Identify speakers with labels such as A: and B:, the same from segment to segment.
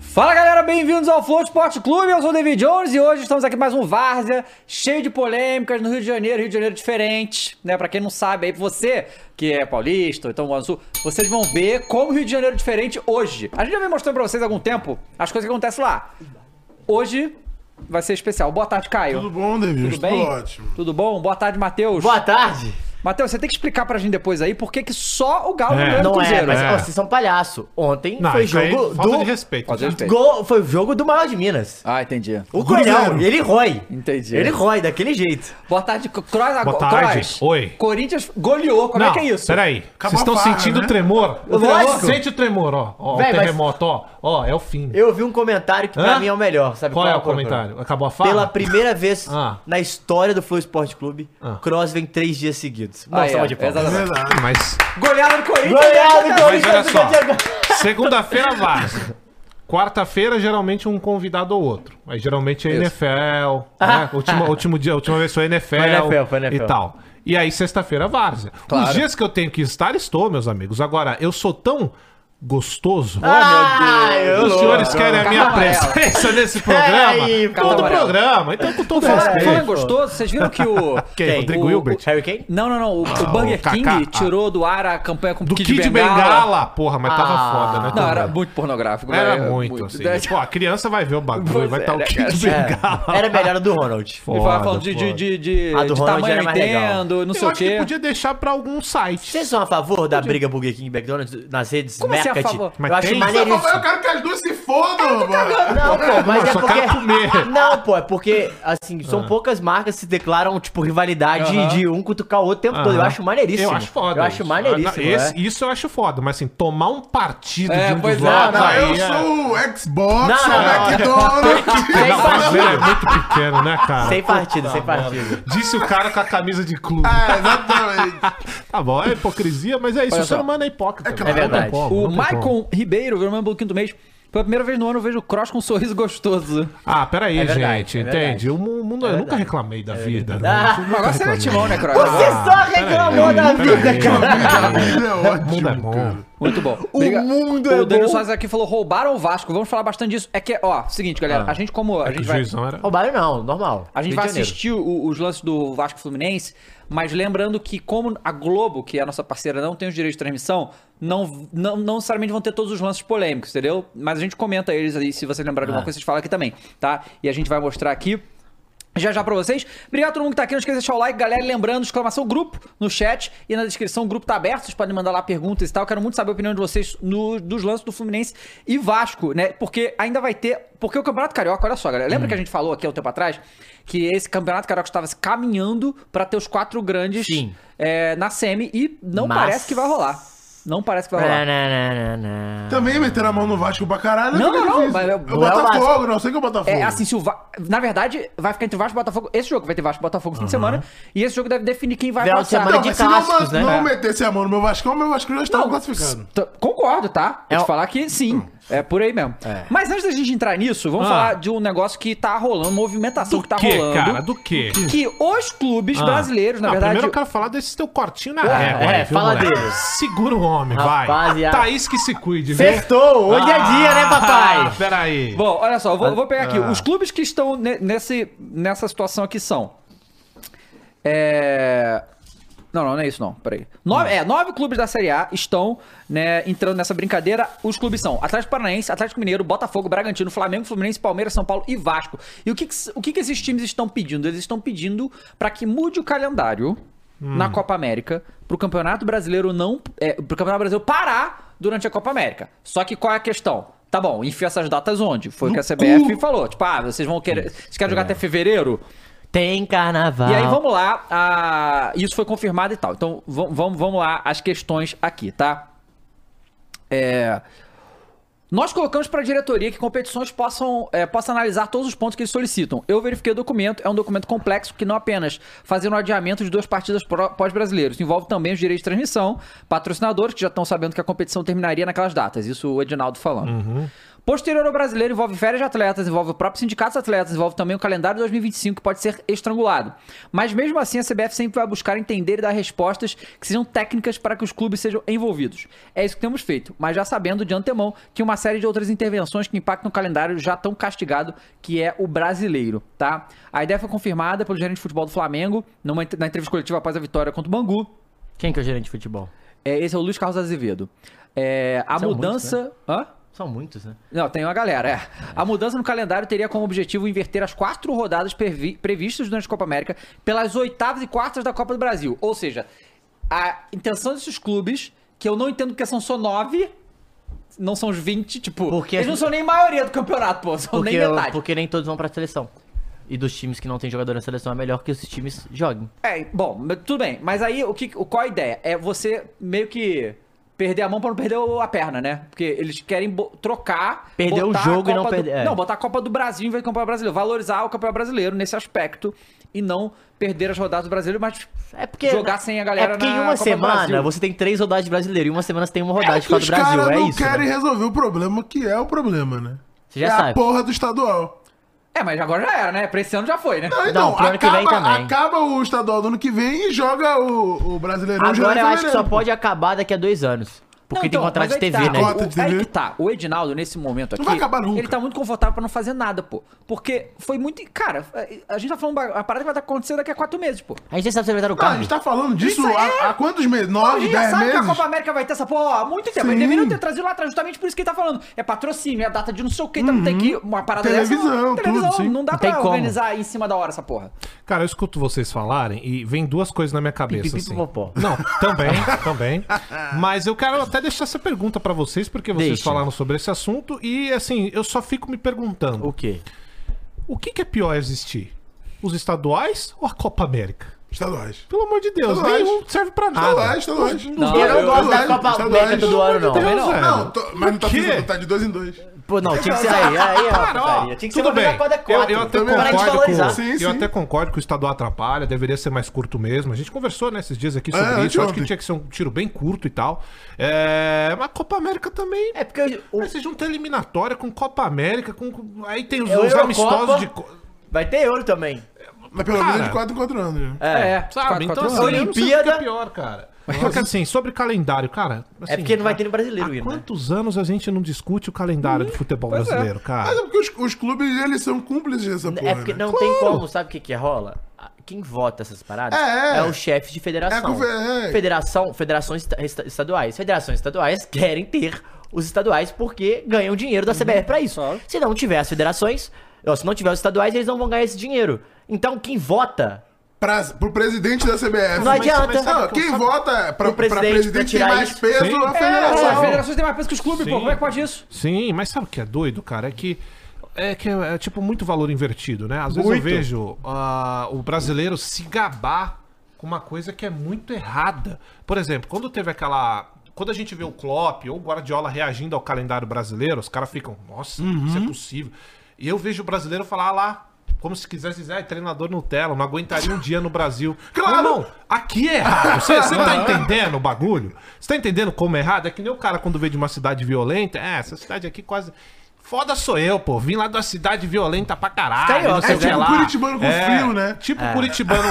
A: Fala galera, bem-vindos ao Flow Sport Clube. Eu sou o David Jones e hoje estamos aqui mais um Várzea cheio de polêmicas no Rio de Janeiro, Rio de Janeiro diferente, né? Pra quem não sabe aí, você que é paulista ou então mora no sul, vocês vão ver como o Rio de Janeiro é diferente hoje. A gente já vem mostrando pra vocês há algum tempo as coisas que acontecem lá. Hoje vai ser especial. Boa tarde, Caio.
B: Tudo bom, David?
A: Tudo bem?
B: ótimo.
A: Tudo bom? Boa tarde, Matheus.
C: Boa tarde.
A: Matheus, você tem que explicar pra gente depois aí por que que só o Galo
B: É.
A: ganhou do
C: Não é,
A: Cruzeiro.
C: mas
B: É.
C: ó, vocês são palhaço. Ontem
B: Não,
C: foi
B: isso aí
C: jogo
B: falta
C: do
B: de respeito.
A: Fazer
B: né?
A: respeito.
C: gol, foi o jogo do maior de Minas.
A: Ah, entendi.
B: do
C: O Coelhão,
B: Cruzeiro.
C: ele rói.
A: Entendi.
C: Ele rói daquele jeito.
A: Boa tarde, Cross. Boa
D: tarde. Oi.
A: Corinthians goleou. Como
D: não,
A: é que é isso?
D: Peraí.
B: Acabou
D: Vocês estão
B: a barra,
D: sentindo
B: né?
D: o tremor?
C: Lógico.
D: Sente o tremor, ó. Ó,
C: Véi,
D: o
C: mas-
D: terremoto, ó. Ó, é o fim.
C: Eu vi um comentário que pra
D: Hã?
C: mim é o melhor, sabe
D: Qual, é o
C: qual-
D: comentário? Acabou a fala?
C: Pela primeira vez
D: Ah.
C: na história do Flow Esporte Clube,
D: Ah.
C: Cross vem três dias seguidos.
A: Ah,
C: Nossa,
A: é,
C: uma de palmas.
A: exatamente.
B: Verdade.
D: Mas,
A: Goleada do Corinthians. né?
C: Goleado,
D: mas olha
C: Corinthians,
D: só. Oh,
C: Corinthians.
D: Segunda-feira, Vasco. Quarta-feira, geralmente um convidado ou outro. Mas geralmente é
A: Isso.
D: NFL. Né? Última, último dia, última vez foi NFL,
C: Foi NFL, foi
D: e
C: NFL.
D: tal. E aí, sexta-feira, várzea.
A: Claro.
D: Os dias que eu tenho que estar, estou, meus amigos. Agora, eu sou tão gostoso.
C: Ah,
D: Os
C: eu
D: senhores querem a minha
A: Calma, Rafael.
D: presença nesse
C: Peraí,
D: programa?
C: calma,
D: todo
A: Rafael.
D: programa, então com todo
A: Falando falando
C: um
A: em
D: respeito.
A: gostoso, vocês viram que o... o-
D: Quem? Rodrigo
A: o-
D: Hilbert?
C: Harry Kane?
A: Não, não, não. O, o
D: Ah,
A: Burger
D: o Kaká.
A: King
D: Ah.
A: tirou do ar a campanha com o
D: Do Kid, Bengala. Porra, mas tava
C: Ah.
D: foda, né?
A: Não,
D: também.
A: era muito pornográfico. né?
D: Era muito, assim.
A: Né?
D: Pô, a criança vai ver o bagulho,
A: Pois
D: vai
A: é,
D: estar o
A: né,
D: Kid
A: cara?
D: Bengala.
C: Era melhor a do Ronald.
A: E
D: Foda,
A: falava falando de, de,
D: foda.
A: de, de,
C: A do
A: de
C: Ronald
A: tamanho
C: era mais legal.
A: Nintendo, não
D: Eu
A: sei o
D: acho que
A: quê.
D: podia deixar pra algum site.
C: Vocês são a favor da briga Burger King e McDonald's nas redes
A: Como assim a favor?
C: Eu
D: Mas
C: acho
D: tem?
B: Eu
C: maneiríssimo.
B: quero que as duas se fodam, mano.
C: Não, pô, mas
D: Não,
C: é
D: só
C: porque...
D: quero comer. Ah.
C: Não, pô, é porque, assim, são poucas marcas que se declaram, tipo, rivalidade
A: Aham.
C: de um cutucar o outro o tempo todo. Eu
D: Aham.
C: acho maneiríssimo.
D: Ah. Eu acho foda.
C: Eu acho
D: isso.
C: maneiríssimo,
D: Ah, não, esse-
C: é.
D: Isso eu acho foda, mas assim, tomar um partido
A: É,
D: de um
A: pois
D: dos
A: é,
D: lados
B: Não,
D: aí
B: eu
D: é-
B: sou o Xbox,
C: Não,
B: sou
C: não,
B: o
C: não.
B: McDonald's.
C: Sem
D: Não,
C: partido,
D: o brasileiro é muito pequeno, né, cara?
C: é. sem Ah, partido, sem partido.
D: Disse o cara com a camisa de clube.
B: É, exatamente.
D: Tá bom, é hipocrisia, mas é isso.
A: Olha
D: o ser
A: só.
D: humano é hipócrita. velho.
C: É verdade.
D: Não tem como,
A: O
D: não tem como.
A: Maicon Ribeiro virou meu bloquinho do mês. Pela primeira vez no ano eu vejo o Cross com um sorriso gostoso.
D: Ah, peraí,
C: É verdade,
D: gente,
C: é verdade. É
D: entende? O mu- mundo, eu nunca reclamei da vida. né?
C: Ah,
D: Nunca
A: Agora você é
D: reclamei.
A: timão, né, Cross?
C: Você só reclamou da
D: peraí.
C: vida, cara.
B: A vida é
D: O mundo é
B: ótima,
D: bom.
B: cara.
A: Muito bom.
C: O mundo é
A: O Daniel
C: bom.
A: Soares aqui falou roubaram o Vasco. Vamos falar bastante disso. É que, ó, seguinte, galera.
C: Ah.
A: a gente como...
C: É
A: A
D: O
A: gente vai,
D: juizão era...
C: Roubaram não, normal.
A: a gente
C: Rio
A: vai
C: de Janeiro.
A: assistir o- os lances do Vasco Fluminense, mas lembrando que como a Globo, que é a nossa parceira, não tem os direitos de transmissão, não, não, não necessariamente vão ter todos os lances polêmicos, entendeu? Mas a gente comenta eles aí, se vocês lembrarem de alguma
C: Ah.
A: coisa, vocês falam aqui também, tá? E a gente vai mostrar aqui já já pra vocês. Obrigado a todo mundo que tá aqui. Não esqueça de deixar o like, galera. E Lembrando, exclamação grupo no chat e na descrição. O grupo tá aberto. Vocês podem mandar lá perguntas e tal. Quero muito saber a opinião de vocês no- dos lances do Fluminense e Vasco, né? Porque ainda vai ter. Porque o Campeonato Carioca, olha só, galera. Lembra que a gente falou aqui há um tempo atrás que esse Campeonato Carioca estava se caminhando pra ter os quatro grandes
C: Sim.
A: é, na semi e não
C: Mas- É, né?
A: parece que vai rolar. Não parece que vai
C: Na,
A: rolar.
C: na, na, na, na.
B: Também meteram a mão no Vasco pra caralho.
A: Não,
B: fica
A: não, não,
B: difícil.
A: mas
B: É
A: é-
B: o
A: não é o
B: Botafogo, não sei que é o Botafogo.
A: É assim, se o Va- na verdade, vai ficar entre Vasco e Botafogo. Esse jogo vai ter Vasco e Botafogo no fim de semana. E esse jogo deve definir quem vai
C: Final de
A: passar.
C: semana
B: Não,
C: de
B: mas se não,
C: clássicos, né?
B: não
C: É.
B: metesse a mão no meu Vasco, o meu Vasco já estava
A: Não,
B: classificado.
A: t- Concordo, tá? Vou
C: É
A: te
C: o-
A: falar que sim. É por aí mesmo. Mas antes da gente entrar nisso, vamos
D: Ah.
A: falar de um negócio que tá rolando, movimentação que tá
D: que,
A: rolando.
D: cara? Do que?
A: Que os clubes
D: Ah.
A: brasileiros, na
D: Ah,
A: verdade.
D: Primeiro eu quero falar desse teu cortinho na
C: Ah,
D: régua.
C: é,
D: aí, viu,
C: fala
D: moleque?
C: dele.
D: Segura o homem, vai.
C: Rapaziada.
D: Thaís que se cuide, viu?
C: Sextou, hoje é dia, né,
D: Ah,
C: papai?
D: peraí.
A: Bom, olha só, eu vou, eu vou pegar aqui.
D: Ah.
A: Os clubes que estão ne- nesse, nessa situação aqui são. É. Não, não, não é isso não, peraí. Nove, é, nove clubes da Série A estão né, entrando nessa brincadeira. Os clubes são Atlético Paranaense, Atlético Mineiro, Botafogo, Bragantino, Flamengo, Fluminense, Palmeiras, São Paulo e Vasco. E o que, que s- o que, que esses times estão pedindo? Eles estão pedindo para que mude o calendário na Copa América pro Campeonato Brasileiro não... É, pro Campeonato Brasileiro parar durante a Copa América. Só que qual é a questão? Tá bom, enfia essas datas onde? Foi o que a CBF falou. Tipo, ah, vocês vão querer... Vocês querem jogar até fevereiro?
C: Tem carnaval.
A: E aí, vamos lá. a- Isso foi confirmado e tal. Então, va- vamos, vamos lá as questões aqui, tá? É, Nós colocamos para a diretoria que competições possam é, possa analisar todos os pontos que eles solicitam. Eu verifiquei o documento, é um documento complexo que não apenas fazendo um adiamento de duas partidas pró- pós-brasileiros, envolve também os direitos de transmissão, patrocinadores que já estão sabendo que a competição terminaria naquelas datas. Isso o Edinaldo falando. Posterior ao brasileiro envolve férias de atletas, envolve o próprio sindicato dos atletas, envolve também o calendário de 2025 que pode ser estrangulado. Mas mesmo assim a CBF sempre vai buscar entender e dar respostas que sejam técnicas para que os clubes sejam envolvidos. É isso que temos feito, mas já sabendo de antemão que uma série de outras intervenções que impactam o calendário já tão castigado que é o brasileiro, tá? A ideia foi confirmada pelo gerente de futebol do Flamengo numa, ent- na entrevista coletiva após a vitória contra o Bangu.
C: Quem que é o gerente de futebol?
A: É, esse é o Luiz Carlos Azevedo. É, a
C: São muitos,
A: mudança. Hã?
C: São muitos, né?
A: Não, tem uma galera, é. A mudança no calendário teria como objetivo inverter as quatro rodadas previ- previstas durante a Copa América pelas oitavas e quartas da Copa do Brasil. Ou seja, a intenção desses clubes, que eu não entendo porque são só nove, não são os 20, tipo,
C: Porque
A: eles
C: a
A: não
C: gente-
A: são nem maioria do campeonato, pô, são
C: Porque,
A: nem metade.
C: porque nem todos vão pra seleção. E dos times que não tem jogador na seleção, é melhor que esses times joguem.
A: É, bom, mas tudo bem. Mas aí, o que, o- qual a ideia? É você meio que perder a mão pra não perder o- a perna, né? Porque eles querem bo- trocar...
C: Perder o
A: botar a
C: jogo e não
A: Copa do-
C: perder- é.
A: Não, botar a Copa do Brasil em vez do Campeonato Brasileiro. Valorizar o Campeonato Brasileiro nesse aspecto e não perder as rodadas do Brasileiro, mas
C: É porque.
A: Jogar sem a galera
C: É porque em
A: na Copa
C: uma
A: do Brasil.
C: semana você tem três rodadas de brasileiro. E em uma semana você tem uma rodada
B: Que
C: de Copa do
B: os
C: Brasil.
B: caras
C: É
B: não
C: isso. né?
B: querem resolver o problema que é o problema, né?
C: Você já
B: é
C: sabe.
B: a porra do estadual.
A: É, mas agora já era, né? Pra esse ano já foi, né?
B: Não,
C: Não,
B: então,
C: pro ano que
B: acaba,
C: vem também.
B: acaba o estadual do ano que vem e joga o, o Brasileirão já
C: Agora
B: em
C: eu acho que só
B: fevereiro.
C: pode acabar daqui a dois anos. Porque
A: Não, então,
C: tem contrato
A: mas
C: de
A: aí que
C: TV,
A: tá.
C: né?
B: Ó, Contrato
A: O,
B: de
A: aí
B: TV.
A: que tá. O Edinaldo, nesse momento aqui.
B: vai acabar nunca.
A: Ele tá muito confortável pra não fazer nada, pô. Porque foi muito. Cara, a gente tá falando ba- a parada que vai acontecer daqui a quatro meses, pô.
C: A gente já sabe se vai dar
B: Não,
C: o
B: a
C: carro.
B: gente tá falando disso
A: Isso é-
B: há, há quantos meses?
A: a
B: Nove,
A: gente já
B: dez
A: sabe
B: meses?
A: que a Copa América vai ter essa porra há muito tempo. Eles
B: Sim.
A: deveriam ter trazido lá atrás, justamente por isso que ele tá falando. É patrocínio, é data de não sei o que, então não tem que. Uma parada dessa.
B: Uhum. Televisão,
A: não-
B: tudo,
A: televisão
B: sim.
A: não dá
C: Não tem
A: pra
C: como.
A: organizar em cima da hora essa porra.
D: Cara, eu escuto vocês falarem e vem duas coisas na minha
C: Pi,
D: cabeça.
C: pi, pi,
D: assim.
C: popó.
D: Não, também, também. Mas eu quero até deixar essa pergunta pra vocês, porque vocês
C: Deixa.
D: falaram sobre esse assunto e, assim, eu só fico me perguntando:
C: O quê?
D: o que, que é pior existir? Os estaduais ou a Copa América?
B: Estaduais.
D: Pelo amor de Deus,
B: Estaduais.
D: nenhum serve
B: Ah,
D: pra nada.
B: Estaduais, estaduais.
A: Não,
C: eu Ah. não gosto da
B: Estaduais,
C: Copa
B: estaduais.
C: América todo ano, não.
D: Deus,
A: não.
D: velho.
B: Não, tô- mas não tá,
D: Por quê?
B: precisando, tá de dois em dois.
C: Pô, não, tinha que ser aí. Aí, ó.
D: Cara, ó,
C: putaria. Tinha que ser
D: tudo
C: uma vez
D: bem.
C: a cada
D: Eu,
C: quatro.
D: eu até
C: Parar um de
D: concordo
C: valorizar.
D: com,
B: Sim,
D: eu
B: sim.
D: até concordo que o estadual atrapalha, deveria ser mais curto mesmo. A gente conversou né, esses dias aqui sobre
B: É,
D: isso. Eu acho
B: anteontem.
D: que tinha que ser um tiro bem curto e tal. É, mas a Copa América também.
C: É porque eu- o-
D: Mas vocês não têm eliminatória com Copa América, com- com- aí tem os,
C: É o
D: os
C: Eurocopa.
D: amistosos de. co-
C: vai ter ouro também.
B: Mas pelo menos
D: Cara.
B: de quatro em quatro anos. né?
A: É,
D: Sabe? Então,
A: quatro
D: assim,
A: anos.
D: eu não sei o que
C: Olimpíada.
D: é pior, cara. Só que assim, sobre calendário, cara. assim,
C: é porque não vai
D: cara,
C: ter no brasileiro,
D: Há
C: Igor, né?
D: quantos anos a gente não discute o calendário do futebol brasileiro, cara?
B: Mas é porque os, os clubes, eles são cúmplices dessa porra,
C: É porque
B: né?
C: não tem como, sabe o que que rola? A- Quem vota essas paradas
B: É, é.
C: o chefe de
B: É,
C: federação.
B: conver- é.
C: Federação, federações esta- esta- estaduais. Federações estaduais querem ter os estaduais porque ganham dinheiro da CBF pra isso.
A: Uhum. Claro.
C: Se não tiver as federações, ó, se não tiver os estaduais, eles não vão ganhar esse dinheiro. Então quem vota
B: Pra, pro presidente da CBF.
C: Não adianta.
B: sabe
D: sabe-
B: quem vota pra,
C: O
B: pra
C: presidente
B: presidente tem
C: tirar
B: mais
C: isso.
B: peso,
D: Sim.
B: a
A: É, as
B: federação.
A: federações têm mais peso que os clubes, pô.
D: Sim.
A: Como é que pode isso?
D: Sim, mas sabe o que é doido, cara? É que. É que é, é, tipo muito valor invertido, né? Às vezes eu
C: Muito.
D: vejo ah, o brasileiro se gabar com uma coisa que é muito errada. Por exemplo, quando teve aquela. Quando a gente vê o Klopp ou o Guardiola reagindo ao calendário brasileiro, os caras ficam, nossa, isso é possível. E eu vejo o brasileiro falar "Ah lá, como se quisesse dizer, "Ah, é treinador Nutella, não aguentaria um dia no Brasil. Claro! Irmão, aqui é errado. Você você tá entendendo o bagulho? Você tá entendendo como é errado? É que nem o cara quando veio de uma cidade violenta. É, essa cidade aqui quase. Foda sou eu, pô. Vim lá de uma cidade violenta pra caralho.
C: Carioca,
D: não sei
C: né?
D: o que
C: É tipo
D: lá.
B: um curitibano com frio, né?
D: Tipo curitibano.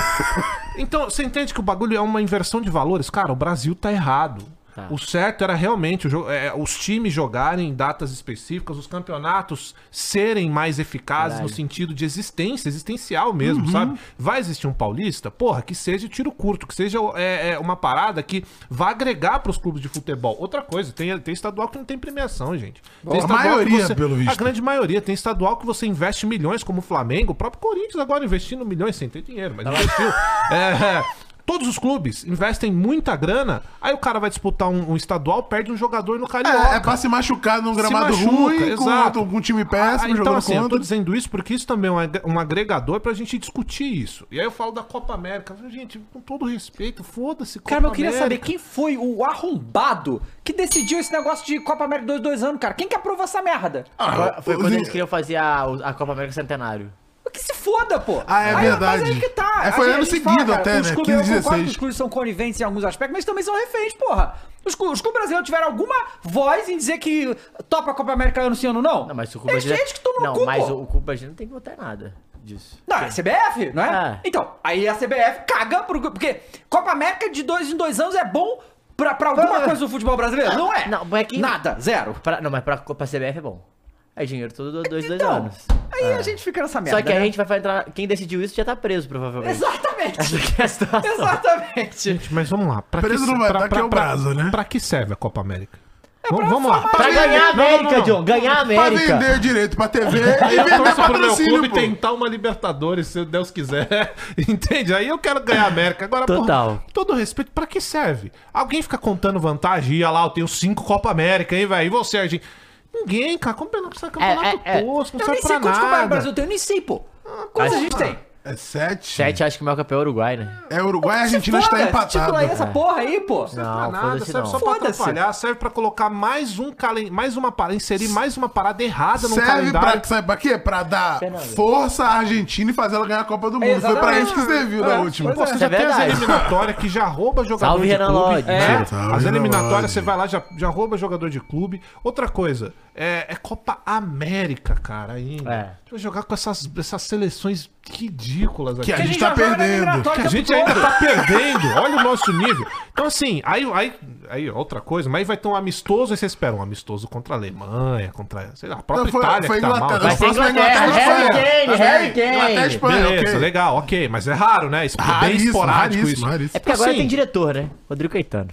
D: Então, você entende que o bagulho é uma inversão de valores? Cara, o Brasil tá errado. O certo era realmente o jo- é, os times jogarem em datas específicas, os campeonatos serem mais eficazes no sentido de existência, existencial mesmo,
B: Uhum.
D: sabe? Vai existir um paulista? Porra, que seja tiro curto, que seja é, é, uma parada que vá agregar pros clubes de futebol. Outra coisa, tem, tem estadual que não tem premiação, gente. Tem
B: a
D: estadual que
B: maioria, pelo visto.
D: A grande maioria. Tem estadual que você investe milhões, como o Flamengo, o próprio Corinthians agora investindo milhões sem ter dinheiro, mas investiu. É, todos os clubes investem muita grana, aí o cara vai disputar um, um estadual, perde um jogador no Carioca.
B: É, é pra se machucar num gramado
D: Se machuca,
B: ruim, com
D: exato.
B: outro- com um time
D: Ah,
B: péssimo,
D: então,
B: jogando
D: assim, eu tô
B: contra.
D: dizendo isso porque isso também é um ag- um agregador pra gente discutir isso. E aí eu falo da Copa América. Gente, com todo respeito, foda-se. Copa
A: Cara, mas eu queria
D: América.
A: saber quem foi o arrombado que decidiu esse negócio de Copa América 2 dois anos, cara. Quem que aprovou essa merda?
B: Ah,
C: Agora, foi
D: assim,
B: os
C: quando
B: in-
C: eles queriam fazer a, a Copa América Centenário.
A: que se foda, pô.
B: Ah, é
A: Aí,
B: verdade.
A: Mas aí que tá.
B: É, foi
A: Aí
B: ano
A: eles
B: seguido
A: falam, cara,
B: até,
A: os
B: né?
A: clubes- eu
B: 15,
A: concordo que
B: 16.
A: Os clubes são coniventes em alguns aspectos, mas também são reféns, porra. Os, clu- os clubes brasileiros tiveram alguma voz em dizer que topa a Copa América ano sim, ano não?
C: Não, mas o Cuba
A: Eles,
C: Gina-
A: eles que tomam
C: Não,
A: no cu,
C: mas
A: pô.
C: o Cuba Gina não tem que votar em nada disso.
A: Não, é a CBF, não é?
C: Ah.
A: Então, aí a CBF caga pro. Porque Copa América de dois em dois anos é bom pra, pra alguma
C: Ah.
A: coisa do futebol brasileiro? Não é?
C: Não, mas é que-
A: Nada, zero.
C: Pra- não, mas pra, pra CBF é bom. É dinheiro todo dois, dois
A: Então,
C: anos. É.
A: Aí a gente fica nessa merda.
C: Só que aí
A: né?
C: a gente vai fa- entrar. Quem decidiu isso já tá preso, provavelmente. Essa
A: Exatamente!
C: aqui é a situação.
A: Exatamente!
D: Gente, mas vamos lá. Pra
B: Preso
D: se-
B: não vai dar, que é o prazo, né?
D: Pra que serve a Copa América?
A: É
D: Vamos-
A: pra
D: vamos lá.
A: formar-
C: Pra ganhar a
D: Não, não,
C: América,
D: não.
C: John. Ganhar a
B: Pra
C: América.
B: vender direito pra TV e
D: Eu
B: vender
D: torço pro meu clube
B: patrocínio, pô.
D: tentar uma Libertadores, se Deus quiser. Entende? Aí eu quero ganhar a América. Agora, porra,
C: Total.
D: todo respeito, pra que serve? Alguém fica contando vantagem, ia lá, eu tenho cinco Copa América, hein, velho? E você, Argin? Ninguém, cara. Como não precisa campeonato
C: é, é.
D: tosco, não
A: Eu nem
D: serve
A: sei
D: pra
A: quantos Copa
D: nada.
A: Brasil tem, eu nem sei, pô. Quantos a
C: Mas-
A: gente tem?
B: É sete?
C: Sete, acho que o maior campeão é o Uruguai, né?
B: É Uruguai e Argentina está
A: Foda, esse título aí, é
B: empatado.
A: essa porra aí, pô.
D: Não serve pra
C: Não,
D: nada,
C: foda-se
D: serve
C: não.
D: só pra
A: Foda-se.
D: atrapalhar, serve pra colocar mais um calen... mais uma parada, inserir mais uma parada errada no
B: Serve pra,
D: calendário.
B: sabe pra quê? Pra dar
C: Fernando.
B: força à Argentina e fazer ela ganhar a Copa do Mundo. Foi pra
A: Exatamente.
B: isso que serviu na
A: É,
B: última.
A: pois
D: Pô,
A: é.
D: você já
C: É
D: tem as
C: verdade.
D: eliminatórias que já rouba jogador
C: Salve,
D: de
C: Renan
D: clube.
C: Lodge.
A: É.
B: Salve,
D: As
B: Renan
D: eliminatórias
B: Lodge.
D: você vai lá, já, já rouba jogador de clube. Outra coisa, é, é Copa América, cara, ainda.
C: É.
D: A gente vai jogar com essas, essas seleções ridículas aqui.
B: Que a gente
A: já
B: tá
A: joga na
B: perdendo.
A: eliminatória
D: Que a
A: o tempo
D: gente ainda
A: todo.
D: tá perdendo. Olha o nosso nível. Então, assim, aí, aí, aí outra coisa, mas aí vai ter um amistoso, aí você espera um amistoso contra a Alemanha, contra, sei lá, a própria
B: Não, foi-
D: Itália
B: foi
D: que tá mal.
B: Inglaterra.
C: Vai ser
B: Próximo é
C: Inglaterra. Harry
B: Inglaterra.
C: Kane,
B: Tá
C: Harry
B: bem. Inglaterra e
C: Kane.
B: Espanha,
D: Beleza,
B: ok.
D: legal, ok, mas é raro, né? Isso, bem
B: Raríssimo,
D: esporádico
B: raríssimo,
D: isso.
B: raríssimo.
C: É porque agora
D: Assim.
C: tem diretor, né? Rodrigo Caetano.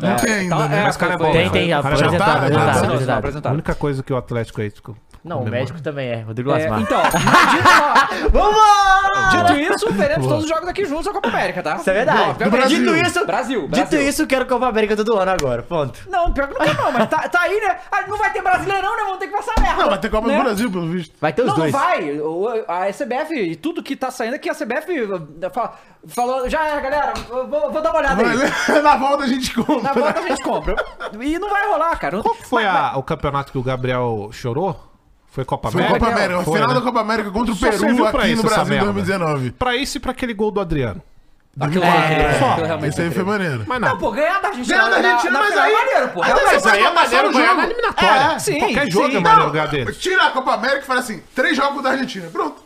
B: Não tem ainda, né?
D: Mas cara é bom.
C: Tem, tem, já.
D: Já
C: foi apresentado,
B: tá, já
C: apresentado,
B: tá.
A: Não, não,
C: apresentado.
D: A
A: apresentado.
D: única coisa que o Atlético aí. ficou-
C: Não, o
D: comemora.
C: médico também é. Rodrigo
A: É,
C: Lasmar.
A: então, dito,
C: Vamos!
A: dito isso, veremos todos os jogos aqui juntos na Copa América, tá?
C: Isso é verdade.
A: Não, pior
B: Do
A: que-
B: Brasil.
C: Dito isso,
A: Brasil,
C: Dito
A: Brasil.
C: isso, quero Copa América todo ano agora. Ponto.
A: Não, pior que não quer não, mas tá, tá aí, né? Ah, Não vai ter brasileirão, né? Vamos ter que passar merda.
B: Não, vai ter Copa
A: né?
B: do Brasil, pelo visto.
C: Vai ter os
A: Não, não
C: dois.
A: vai. O- A CBF e tudo que tá saindo aqui, a CBF eh, fa- falou, já é, galera, eu vou, vou dar uma olhada aí.
B: Vai- Na volta a gente compra.
A: Na volta Tá a gente compra. E não vai rolar, cara.
D: Qual que foi a- o campeonato que o Gabriel chorou? Foi Copa
B: Foi a
D: América?
B: Copa América.
D: Foi,
B: Final
D: né?
B: da Copa América contra o
D: Só
B: Peru
D: serviu pra
B: aqui
D: isso
B: no
D: essa
B: Brasil em
D: merda.
B: 2019.
D: Pra isso e pra aquele gol do Adriano.
A: Aquilo
C: É,
A: lá, né?
C: é,
A: Aquilo realmente
B: Esse aí foi maneiro.
D: Mas
A: Não,
D: nada.
A: pô, ganhar da Argentina.
B: Ganhar da
A: na-
B: Argentina,
A: na
B: mas
A: final
B: aí-
A: é maneiro, pô.
B: Aí
A: É
B: você
A: maneiro.
B: vai amassar o jogo.
D: eliminatória.
B: É,
A: sim,
D: Qualquer jogo
A: sim.
D: é maneiro lugar dele.
B: Tira a Copa América e fala assim: três jogos da Argentina. Pronto.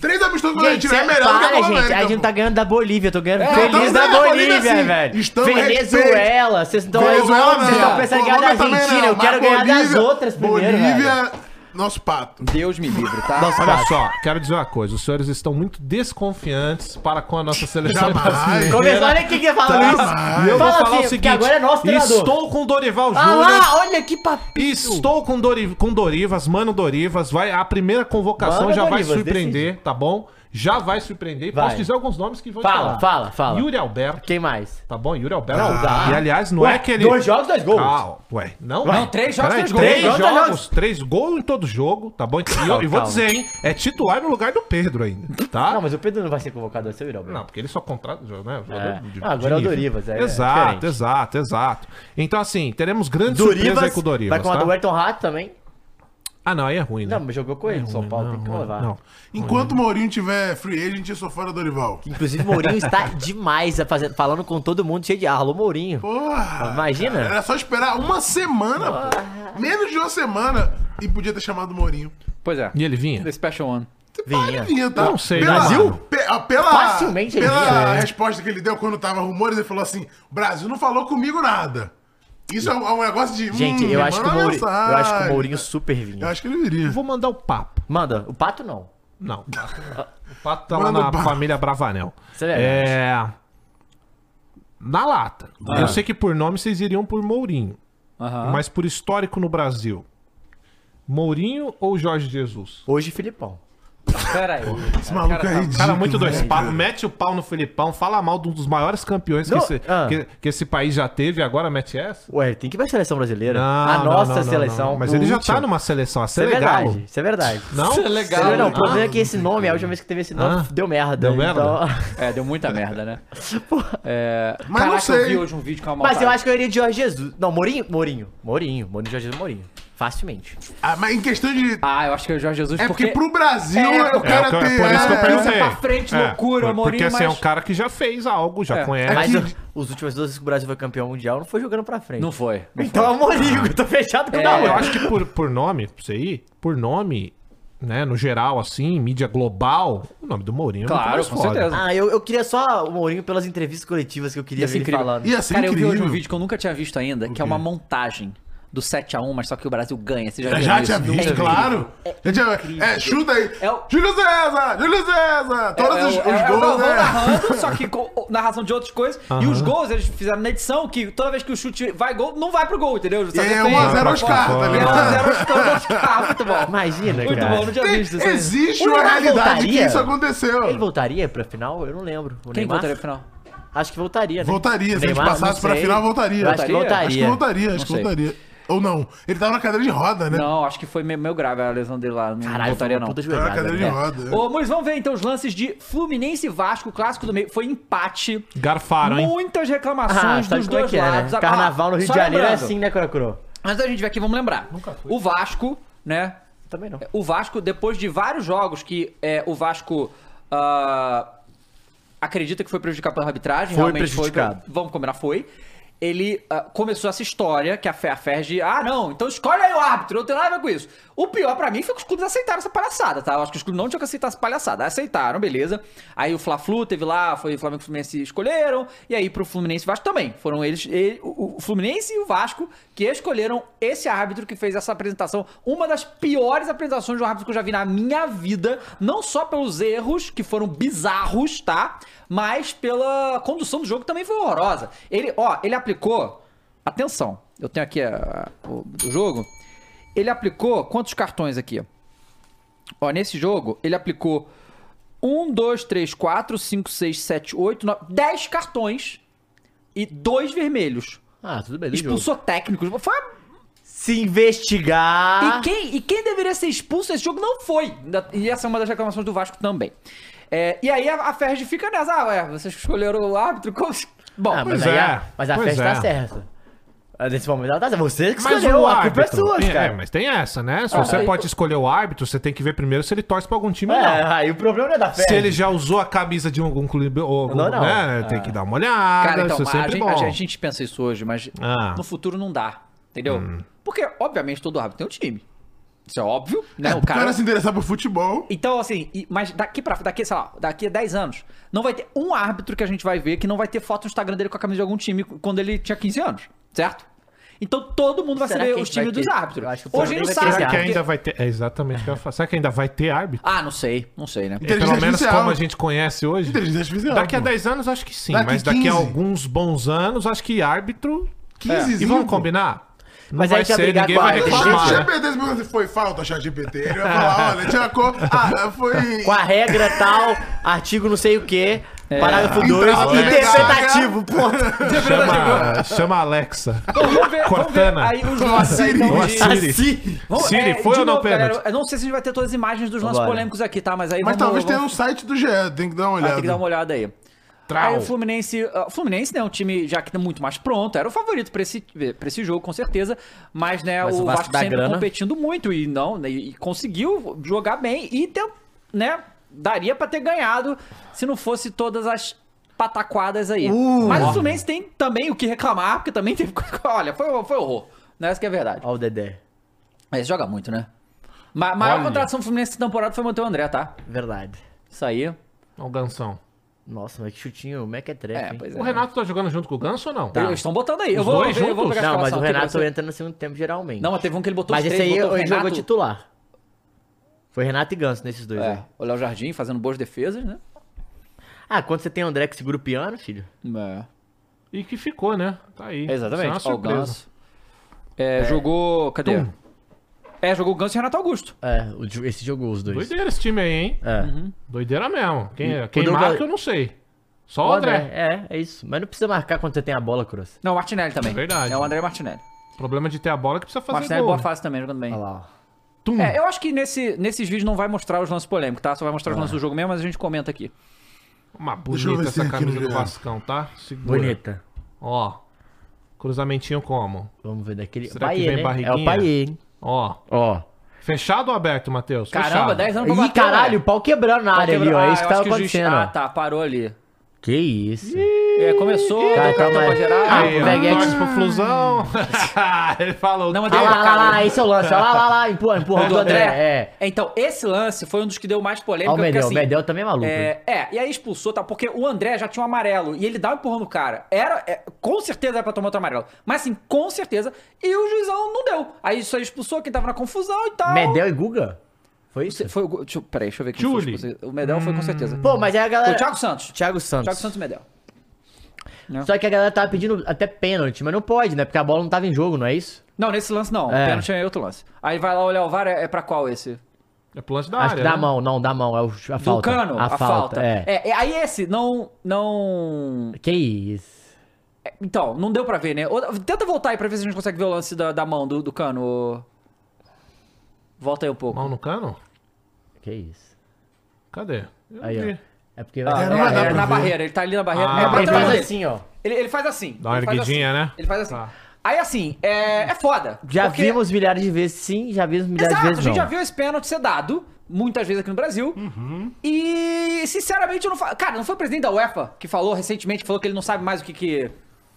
B: Três amistosos da
C: Gente,
B: Argentina. É
C: é
B: melhor do que a
C: para,
B: Copa
C: gente.
B: América.
C: A gente não tá ganhando da Bolívia. Eu tô ganhando
B: não,
C: feliz
B: estamos
C: da
B: ganhando da Bolívia,
C: Bolívia,
B: sim.
C: velho.
B: Estamos
C: Venezuela. Vocês estão aí.
B: Venezuela não.
C: Vocês estão pensando em ganhar da
B: Colômbia também
C: Argentina.
B: não,
C: Eu quero
B: mas
C: ganhar das
B: Bolívia-
C: outras primeiro. velho.
B: Bolívia, é nosso pato.
A: Deus me livre, tá?
D: Olha só, quero dizer uma coisa. Os senhores estão muito desconfiantes para com a nossa seleção
B: Jamais.
D: brasileira.
C: Começou, olha quem que fala isso.
D: E é Tá. Ah, eu vou
C: Fala
D: falar
C: assim,
D: o
C: porque
D: seguinte.
C: agora é nosso treinador.
D: Estou com o Dorival
C: Ah
D: Júnior.
C: lá, olha que papinho.
D: Estou com, Dori- com Dorivas, mano Dorivas. Vai, a primeira convocação
C: Mano
D: já vai
C: Dorivas,
D: surpreender, tá bom? Já vai surpreender.
C: Vai.
D: Posso dizer alguns nomes que vão te
C: Fala,
D: falar.
C: fala, fala.
D: Yuri Alberto,
C: Quem mais?
D: tá bom? Yuri Alberto.
C: dá.
D: e aliás, não
C: Ué,
D: é que ele.
C: Dois jogos, dois gols.
D: Calma, ué. Não,
A: Não,
D: ué.
A: três jogos,
D: Peraí,
A: três gols.
D: Três
C: Três
D: jogos,
C: jogos.
D: três gols em todo jogo, tá bom? E eu, e vou
C: Calma.
D: dizer, hein? É titular no lugar do Pedro ainda, tá?
C: Não, mas o Pedro não vai ser convocado, vai ser o Irão.
D: Não, porque ele só contrata né, jogador
C: É.
D: de-
C: Ah, agora
D: de
C: é o
D: nível.
C: Dorivas, é
D: exato,
C: diferente.
D: exato, exato. Então, assim, teremos grandes surpresas aí com o Dorivas.
C: vai com a
D: tá?
C: do Ayrton Rato também.
D: Ah, não, aí é ruim, né?
C: Não, mas jogou com ele no São Paulo, tem que levar.
D: Não.
B: Enquanto o Mourinho tiver free agent, eu sou fora do Dorival.
C: Inclusive, o Mourinho está demais a fazer- falando com todo mundo, cheio de ar. Alô, Mourinho.
B: Porra!
C: Imagina.
B: Era só esperar uma semana, pô. Menos de uma semana e podia ter chamado o Mourinho.
A: Pois é.
D: E ele vinha?
A: The Special One.
C: Vinha.
B: Vinha, tá?
D: Não sei,
B: Pela,
D: Brasil?
B: pe- ah, pela,
C: Facilmente ele
B: Pela
C: vinha.
B: resposta que ele deu quando tava rumores, ele falou assim: "O Brasil não falou comigo nada. Isso é um, é um negócio de.
C: Gente,
D: hum,
C: eu,
B: me
C: acho que
B: manda
C: o
B: uma
C: Mourinho, eu
B: mensagem.
C: acho que o Mourinho super vinha.
B: Eu acho que ele viria.
D: Eu assim, vou mandar o papo.
C: Manda, o Pato não.
D: Não. O pato tá
B: Manda
D: lá na
B: o papo.
D: família Bravanel.
C: Isso é
D: É. Na lata. Eu sei que por nome vocês iriam por Mourinho.
A: Aham.
D: Mas por histórico no Brasil. Mourinho ou Jorge Jesus?
C: Hoje, Filipão.
A: Pera aí.
B: Esse maluco
A: tá-
B: é ridículo.
D: né, Cara, muito dois
B: velho.
D: papos. Mete o pau no Filipão, fala mal de um dos maiores campeões que,
C: Não,
D: esse,
C: ah.
D: que, que esse país já teve, agora mete essa?
C: Ué, tem que ir pra seleção brasileira.
D: Não,
C: a
D: não,
C: nossa
D: não, não, não.
C: seleção.
D: Mas
C: o
D: ele já
C: último.
D: tá numa seleção, a
C: Isso é
D: Senegal.
C: verdade, isso é verdade.
D: Não?
A: Isso é legal.
C: Não, não, o
A: né?
C: problema é que esse nome, a última vez que teve esse nome,
D: Ah,
C: deu merda.
D: deu
C: então-
A: É, deu muita merda, né? É...
B: Mas não
A: Caraca, eu
B: sei.
A: vi hoje um vídeo com a
C: Mas eu
A: maldade.
C: acho que eu iria de Jorge Jesus. Não, Mourinho? Mourinho. Mourinho. Mourinho, Jorge Jesus Mourinho. Facilmente.
B: Ah, mas em questão de.
A: Ah, eu acho que é o Jorge Jesus
B: É porque, pro Brasil,
A: É,
B: o cara
D: o que eu-
B: tem.
D: por isso que eu
B: é,
D: perguntei.
A: pra frente, loucura,
D: por-
A: Mourinho,
D: Porque assim, é um
A: mas-
D: cara que já fez algo, já
A: É.
D: conhece.
C: Mas
B: que-
C: o- os últimos dois que o Brasil foi campeão mundial não foi jogando pra frente.
A: Não foi. não
C: Então é o Mourinho, eu tô fechado com o
D: Não,
A: É.
D: eu acho que por, por nome, pra você ir, por nome, né, no geral, assim, mídia global, o nome do Mourinho é muito
A: Claro,
D: mais
A: com
D: foda.
A: certeza.
C: Ah, eu, eu queria só o Mourinho pelas entrevistas coletivas que eu queria
A: Ia ser
C: ver ele
A: incrível.
C: falando.
B: Ia ser
A: Cara, eu vi hoje um
B: incrível.
A: vídeo que eu nunca tinha visto ainda, que é uma montagem do 7x1, mas só que o Brasil ganha. Você já,
B: Eu
A: viu
B: Já
A: isso?
B: tinha visto,
A: É
B: claro. Já tinha... É, chuta aí.
A: É o-
B: Júlio César! Júlio César! Todos
A: É, é,
B: os,
A: é,
B: os
A: é o
B: gols,
A: Galvão
B: né?
A: narrando, só que com o- narração de outras coisas. E os gols eles fizeram na edição que toda vez que o chute vai gol, não vai pro gol, entendeu? Só
B: E é
A: defende,
B: 1 a 0
A: pra
B: Oscar,
A: fora. E
B: tá
A: é 1 a 0
B: ligado?
A: Oscar, Oscar, muito bom.
C: Imagina,
A: Muito
C: cara.
A: bom, não tinha visto isso.
B: Tem-
A: ainda.
B: Existe
C: O
B: uma
C: Neymar
B: realidade que
C: voltaria?
B: isso aconteceu.
C: Ele voltaria pra final? Eu não lembro. O
A: Quem
C: Neymar?
A: voltaria pro final?
C: Acho que voltaria, né?
B: Voltaria, se a gente
C: Neymar,
B: passasse
C: não
B: pra
C: sei.
B: final, voltaria.
C: Eu acho que
A: Voltaria?
B: Acho que
C: voltaria.
B: voltaria, acho que
A: sei.
B: voltaria. Ou não. Ele tava na cadeira de roda, né?
A: Não, acho que foi meio, meio grave a lesão dele lá. Não
C: Caralho, foi
A: voltaria,
C: uma
A: não.
C: puta
B: Tava na
C: joelhada.
B: cadeira de
C: né?
B: roda. né?
A: é. Ô, Muniz, vamos ver então os lances de Fluminense e Vasco, clássico do meio. Foi empate.
D: Garfaram, hein?
A: Muitas
C: Ah,
A: reclamações
C: sabe
A: dos
C: como é
A: dois
C: que é, né?
A: lados. Agora,
C: Carnaval no Rio
A: só
C: de Janeiro é
A: lembrando,
C: assim, né, Coracuru?
A: Antes da gente ver aqui, vamos lembrar. O Vasco, né?
C: Também não.
A: O Vasco, depois de vários jogos que é, o Vasco ah, acredita que foi prejudicado pela arbitragem,
C: Foi
A: realmente
C: prejudicado.
A: foi. então Vamos combinar, foi. Ele ah, começou essa história que a, Fe- a FERJ. Ah, não, então escolhe aí o árbitro, eu não tenho nada a ver com isso. O pior pra mim foi que os clubes aceitaram essa palhaçada, tá? Eu acho que os clubes não tinham que aceitar essa palhaçada. Aceitaram, beleza. Aí o Fla-Flu teve lá, foi o Flamengo e o Fluminense escolheram. E aí pro Fluminense e Vasco também. Foram eles, ele- o, o Fluminense e o Vasco, que escolheram esse árbitro que fez essa apresentação. Uma das piores apresentações de um árbitro que eu já vi na minha vida. Não só pelos erros, que foram bizarros, tá? Mas pela condução do jogo que também foi horrorosa. Ele, ó, ele aplicou. Atenção, eu tenho aqui a- o, o jogo. Ele aplicou quantos cartões aqui? Ó, nesse jogo, ele aplicou 1, 2, 3, 4, 5, 6, 7, 8, 9, 10 cartões e dois vermelhos.
C: Ah, tudo bem, do jogo.
A: Expulsou técnicos. Foi uma-
C: Se investigar...
A: e, quem, e quem deveria ser expulso nesse jogo não foi. E essa é uma das reclamações do Vasco também. É, e aí a, a Ferdi fica nessa. Ah, ué, vocês escolheram o árbitro. Como... Bom,
C: Ah, mas,
D: Pois
C: aí
D: é,
C: a, mas a
D: pois
C: festa
D: é.
C: tá certa. Ah, Nesse momento ela tá certa. Você que
D: Mas
C: escolheu,
D: o
C: a culpa é
D: árbitro-
C: sua,
D: é,
C: cara.
D: É, mas tem essa, né? Se
A: Ah,
D: você
A: aí-
D: pode escolher o árbitro, você tem que ver primeiro se ele torce pra algum time ou
C: É,
D: não.
C: aí o problema não é da festa.
D: Se ele já usou a camisa de algum clube ou
C: Não, É. não.
D: né? Tem que dar uma olhada,
A: Cara, então,
D: isso é
A: a,
D: sempre
A: gente,
D: bom.
A: a gente pensa isso hoje, mas
D: Ah. Hum.
A: no futuro não dá, entendeu? Porque, obviamente, todo árbitro tem um time. Isso é óbvio, né?
B: o cara se interessar por futebol.
A: Então, assim, e- mas daqui pra daqui, sei lá, daqui a 10 anos, não vai ter um árbitro que a gente vai ver que não vai ter foto no Instagram dele com a camisa de algum time quando ele tinha 15 anos, certo? Então todo mundo vai
C: Será
A: saber
C: que a
A: os
C: gente vai
A: times dos
C: ter?
A: árbitros.
C: Eu acho que o
A: Hoje
C: problema
A: não
C: é que esse
A: sabe.
D: Será que
A: porque-
D: ainda vai ter. É exatamente o que eu ia falar. Será que ainda vai ter árbitro?
A: Ah, não sei, não sei,
C: Então,
A: né?
B: Inteligência
D: É, Pelo menos
B: artificial.
D: como a gente conhece hoje.
B: Inteligência artificial.
D: Daqui a
B: pô.
D: 10 anos, acho que sim.
B: Daqui
D: mas daqui a
B: 15.
D: alguns bons anos, acho que árbitro.
B: 15
D: E vamos combinar? Não
C: Mas aí
D: vai
C: que é
D: ser,
C: brigar
D: ninguém
C: com a
D: vai
C: árbitro.
B: Chat
D: reclamar. né?
B: GPT, se pergunta se foi falta o chat GPT, ele vai falar, olha, tinha cor. Ah, foi.
C: Com a regra tal, artigo não sei o quê, parágrafo
B: Então,
C: 2,
B: é.
C: interpretativo, ponto.
D: Chama, chama a Alexa.
A: Então, vamos ver, vamos ver
D: Cortana.
A: aí os lances aí,
B: Siri.
A: então,
D: Ou a
A: de-
D: Siri.
C: Assim.
A: Vamos-
D: Siri,
A: é,
D: foi
A: de
D: ou não
A: novo, galera,
D: pênalti?
A: eu não sei se a gente vai ter todas as imagens dos lances
C: Vambora.
A: polêmicos aqui, tá? Mas aí vamos-
B: Mas talvez
A: vamos-
B: tenha um site do GE, tem que dar
A: Ah,
B: uma olhada.
A: tem que dar uma olhada aí.
D: Trau.
A: Aí o Fluminense. ah, O Fluminense, né? Um time já que tá muito mais pronto. Era o favorito pra esse, pra esse jogo, com certeza. Mas, né,
C: Mas
A: o
C: o
A: Vasco,
C: Vasco dá
A: sempre
C: grana.
A: competindo muito e não. né, E, conseguiu jogar bem e deu, né? Daria pra ter ganhado se não fosse todas as pataquadas aí.
D: Uh.
A: Mas o Fluminense tem também o que reclamar, porque também teve. Olha, foi, foi horror. Né? Essa que é a verdade.
C: Ó o Dedé,
A: Mas joga muito, né? Ma maior
D: Olha.
A: contratação do Fluminense essa temporada foi manter o André, tá?
C: verdade.
A: Isso aí.
D: Ó O Gansão.
C: Nossa, mas que chutinho, o Mac é
A: É,
C: trap, hein?
A: pois é.
D: O Renato tá jogando junto com o Ganso ou não?
A: Eles estão botando aí. Eu
D: Os
A: vou,
D: dois
A: ver, eu vou
D: juntos?
A: pegar a
C: Não, mas
A: escalação
C: o
A: aqui pra
C: Renato
A: você.
C: entra no segundo tempo geralmente.
A: Não, mas teve um que ele botou
C: mas
A: os
C: esse
A: três,
C: aí
A: botou o
C: ele jogou
A: Renato.
C: titular. Foi Renato e Ganso nesses dois né?
A: É,
C: aí.
A: o Léo Jardim fazendo boas defesas, né?
C: Ah, quando você tem o André que segura o piano, filho?
D: E que ficou, né? Tá aí.
A: Exatamente.
D: É. Isso é
A: Ó,
D: uma
A: o
D: surpresa.
A: Ganso. É, jogou... Cadê?
D: Tum.
A: É, jogou o Ganso e Renato Augusto.
C: É, o jo- esse jogou os dois.
D: Doideira esse time aí, hein?
C: É.
D: Doideira mesmo. Quem, quem
C: Douglas-
D: marca, eu não sei. Só o
C: O
D: André.
C: André, É, é isso. Mas não precisa marcar quando você tem a bola, Cruz.
A: Não, o Martinelli também.
D: Verdade.
A: É o André Martinelli.
D: O problema de ter a bola é que precisa
A: O
D: fazer
A: Martinelli
D: gol.
A: boa fase também, jogando bem.
C: Olha lá, ó.
D: Tum.
A: É, eu acho que nesse, nesses vídeos não vai mostrar os lances polêmicos, tá? Só vai
C: É.
A: mostrar os lances do jogo mesmo, mas a gente comenta aqui.
D: Uma
B: Deixa eu ver
D: bonita
B: se tem
D: essa
B: aqui
D: camisa
B: no
D: do
B: lugar.
D: Vascão, tá? Segura.
C: Bonita.
D: Ó. Cruzamentinho como?
C: Vamos ver daquele.
D: Será que vem
C: né? É o
D: barriguinha?
C: Paiê, hein?
D: Ó.
C: Ó.
D: Fechado ou aberto, Matheus?
A: Caramba,
D: Fechado.
A: 10 anos pra
C: Ih,
A: bater,
C: caralho,
A: ué.
C: o pau quebrando na área ali, ó. É isso que
A: eu acho
C: tava
A: o juiz-
C: acontecendo. ó.
A: Ah, tá, parou ali.
C: Que isso.
A: É, começou,
C: Tá,
A: deu cartão
C: calma
A: pra
C: aí.
A: geral.
D: Aí,
C: Ah,
D: ó,
C: peguei
D: torce
C: aqui.
D: pro Flusão. Ele falou.
A: Não, mas
C: Ah
A: deu
C: lá, lá, lá,
A: cara.
C: esse é o lance. Olha lá, lá, lá, empurra, empurra
A: O do André.
C: É.
A: Então, esse lance foi um dos que deu mais polêmica.
C: Ó, o
A: porque,
C: Medel. O
A: assim,
C: Medel também é maluco.
A: É, é, e aí expulsou, tá? Porque o André já tinha um amarelo e ele dá um empurrão no cara. Era, é, com certeza era pra tomar outro amarelo. Mas assim, com certeza. E o juizão não deu. Aí isso aí expulsou quem tava na confusão e tal.
C: Medel e Guga? Foi isso?
A: Foi o. go- Deixa, eu- peraí, deixa eu ver quem foi.
D: Julie.
A: expulso. O Medel foi com certeza.
C: Pô, mas aí a
A: Foi
C: galera.
A: o Thiago Santos.
C: Hum. Thiago Santos.
A: Thiago Santos e Medel.
C: Só que a galera tava pedindo até pênalti, mas não pode, né? Porque a bola não tava em jogo, não é isso?
A: Não, nesse lance não.
C: É.
A: Pênalti é outro lance. Aí vai lá olhar o VAR, é, é pra qual esse?
D: É pro lance da
C: Acho
D: área.
C: que dá
D: né?
C: mão, não, dá mão. É o, a
A: Ah, Do
C: falta.
A: cano,
C: a, falta. É.
A: é, aí esse não. Não.
C: Que isso.
A: É, Então, não deu pra ver, né? Ô, Tenta voltar aí pra ver se a gente consegue ver o lance da, da mão do, do cano. ô. Volta aí um pouco.
D: Mão no cano?
C: Que isso.
D: Cadê? Eu
C: Aí,
D: não vi.
C: ó. É porque
A: É,
C: vai.
B: não vai
A: é,
B: dar
A: é
B: pra
A: na
B: ver.
A: barreira, ele tá ali na barreira.
D: Ah,
A: é,
D: ele
A: pra
C: ele
A: trás
C: faz
A: dele.
C: assim, ó.
A: Ele, ele faz assim.
D: Dá uma
A: ele faz
D: erguidinha,
A: assim,
D: né?
A: Ele faz assim.
D: Tá.
A: Aí assim, é, é foda.
C: Já
A: porque-
C: vimos milhares de vezes sim, já vimos milhares
A: Exato,
C: de
A: a
C: vezes
A: gente
C: não.
A: já viu esse pênalti ser dado, muitas vezes aqui no Brasil.
D: Uhum.
A: E, sinceramente, eu não falo. Cara, não foi o presidente da UEFA que falou recentemente, que falou que ele não sabe mais o que que.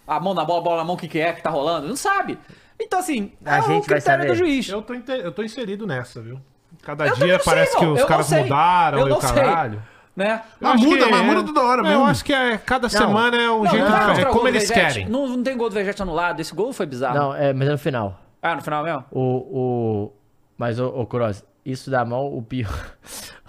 A: A mão na bola, a bola na mão, o que que é que tá rolando? Não sabe. Então, assim,
C: A
A: é
C: gente vai saber.
A: do juiz.
D: Eu tô, inte- eu tô inserido nessa, viu? Cada
A: Eu também
D: dia
A: não sei,
D: parece que
A: irmão. Eu
D: os
A: não
D: caras
A: sei. Eu
D: mudaram e
A: não
D: o caralho.
A: sei, Né?
D: Eu
B: Mas
D: acho
B: Ah, muda,
D: que
B: mas
D: é-
B: muda toda hora
D: Eu
B: mesmo.
D: acho que é, cada semana é um
A: Não,
D: jeito
A: não vai
D: diferente.
A: mostrar o
D: É
A: gol
D: como
A: do
D: eles
A: Vegete.
D: querem.
A: Não, não tem gol do Vegete anulado. Esse gol foi bizarro.
C: Não, é, mas é no final.
A: Ah, no final mesmo?
C: O. o mas, ô, ô Cross, isso da mão, o pior.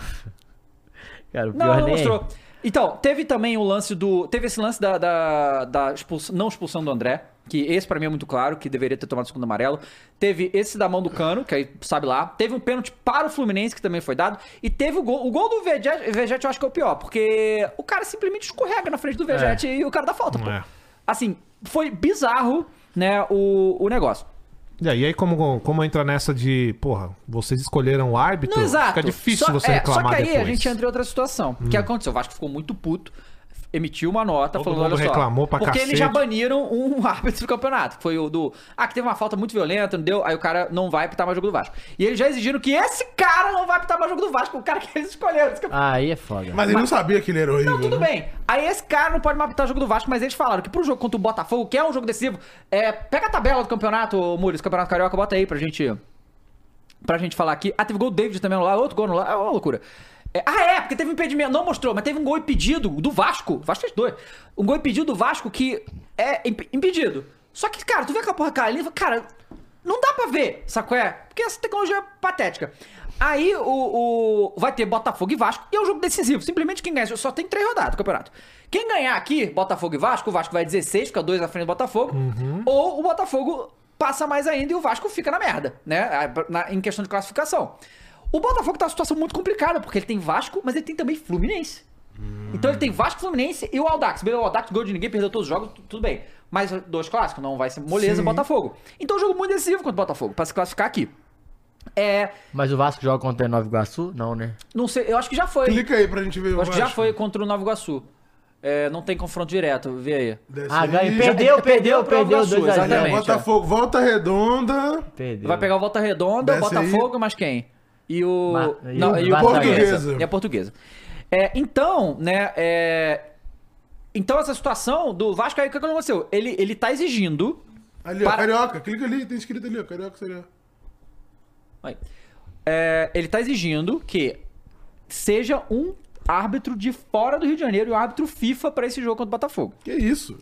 C: Cara, o pior
A: Não, não
C: nem.
A: mostrou. Então, teve também o lance do. Teve esse lance da, da, da expulsão, não expulsão do André, que esse pra mim é muito claro, que deveria ter tomado o segundo amarelo. Teve esse da mão do Cano, que aí sabe lá. Teve um pênalti para o Fluminense, que também foi dado. E teve o gol. O gol do Vegete, Vegete eu acho que é o pior, porque o cara simplesmente escorrega na frente do Vegete e o cara dá falta, pô.
D: É.
A: Assim, foi bizarro, né, o, o negócio.
D: E aí, aí como, como entra nessa de, porra, vocês escolheram o árbitro,
A: Não, exato.
D: fica difícil
A: Só-
D: você
A: é,
D: reclamar
A: Só que aí
D: depois. Hum.
A: a gente entra em outra situação. O que aconteceu? O Vasco ficou muito puto, emitiu uma nota
D: Todo
A: falando,
D: mundo
A: olha só...
D: reclamou pra
A: Porque eles
D: cacete.
A: já baniram um árbitro do campeonato. que Foi o do... Ah, que teve uma falta muito violenta, não deu? Aí o cara não vai apitar mais jogo do Vasco. E eles já exigiram que esse cara não vai apitar mais jogo do Vasco, o cara que eles escolheram. Esse campeonato.
C: Aí é foda.
B: Mas ele não sabia que ele era horrível.
A: Não,
D: Uhum.
A: tudo
B: né?
A: bem. Aí esse cara não pode mais apitar o jogo do Vasco, mas eles falaram que pro jogo contra o Botafogo, que é um jogo decisivo, é, pega a tabela do campeonato, ô, Muris, campeonato carioca, bota aí pra gente pra gente falar aqui. Ah, teve gol do David também lá, outro gol lá, é uma loucura. É, ah, é, porque teve um impedimento, não mostrou, mas teve um gol impedido do Vasco. O Vasco fez dois. Um gol impedido do Vasco que é imp- impedido. Só que, cara, tu vê aquela porra cara ali, e fala, cara, não dá pra ver, saco é? Porque essa tecnologia é patética. Aí o, o- vai ter Botafogo e Vasco e é um jogo decisivo. Simplesmente quem ganha, só tem três rodadas do campeonato. Quem ganhar aqui, Botafogo e Vasco, o Vasco vai 16, fica dois à frente do Botafogo, ou o Botafogo passa mais ainda e o Vasco fica na merda, né? Ah, na- em questão de classificação. O Botafogo tá numa situação muito complicada, porque ele tem Vasco, mas ele tem também Fluminense. Então ele tem Vasco, Fluminense e o Aldax. Beleza, o Aldax gol de ninguém, perdeu todos os jogos, tu- tudo bem. Mas dois clássicos, não vai ser moleza Botafogo. Então é um jogo muito decisivo contra o Botafogo, pra se classificar aqui. É,
C: Mas o Vasco joga contra o Nova Iguaçu? Não, né?
A: não sei, eu acho que já foi.
B: Clica aí pra gente ver
A: eu acho que já foi contra o Nova Iguaçu. É, não tem confronto direto, vê aí.
B: Desce
C: Ah,
B: aí.
C: ganha.
B: Já-
C: Perdeu, perdeu,
A: perdeu pro
C: perdeu.
A: Iguaçu,
C: 2 a 0
A: exatamente.
B: Botafogo, volta redonda.
C: Perdeu.
A: Vai pegar o Volta Redonda, o
B: Desce
A: Botafogo, mas quem? E o.
C: Ma- e
A: não,
C: o
A: e o
C: Vasco.
A: Portuguesa.
B: Portuguesa.
A: E a Portuguesa. É, então, né. é, Então, essa situação do Vasco aí, o que que aconteceu? Ele, ele tá exigindo.
B: Ali, ó,
A: Para-
B: Carioca. Clica ali, tem escrito ali, ó. Carioca seria.
A: Aí. É, ele tá exigindo que seja um árbitro de fora do Rio de Janeiro e um árbitro FIFA pra esse jogo contra o Botafogo.
B: Que isso?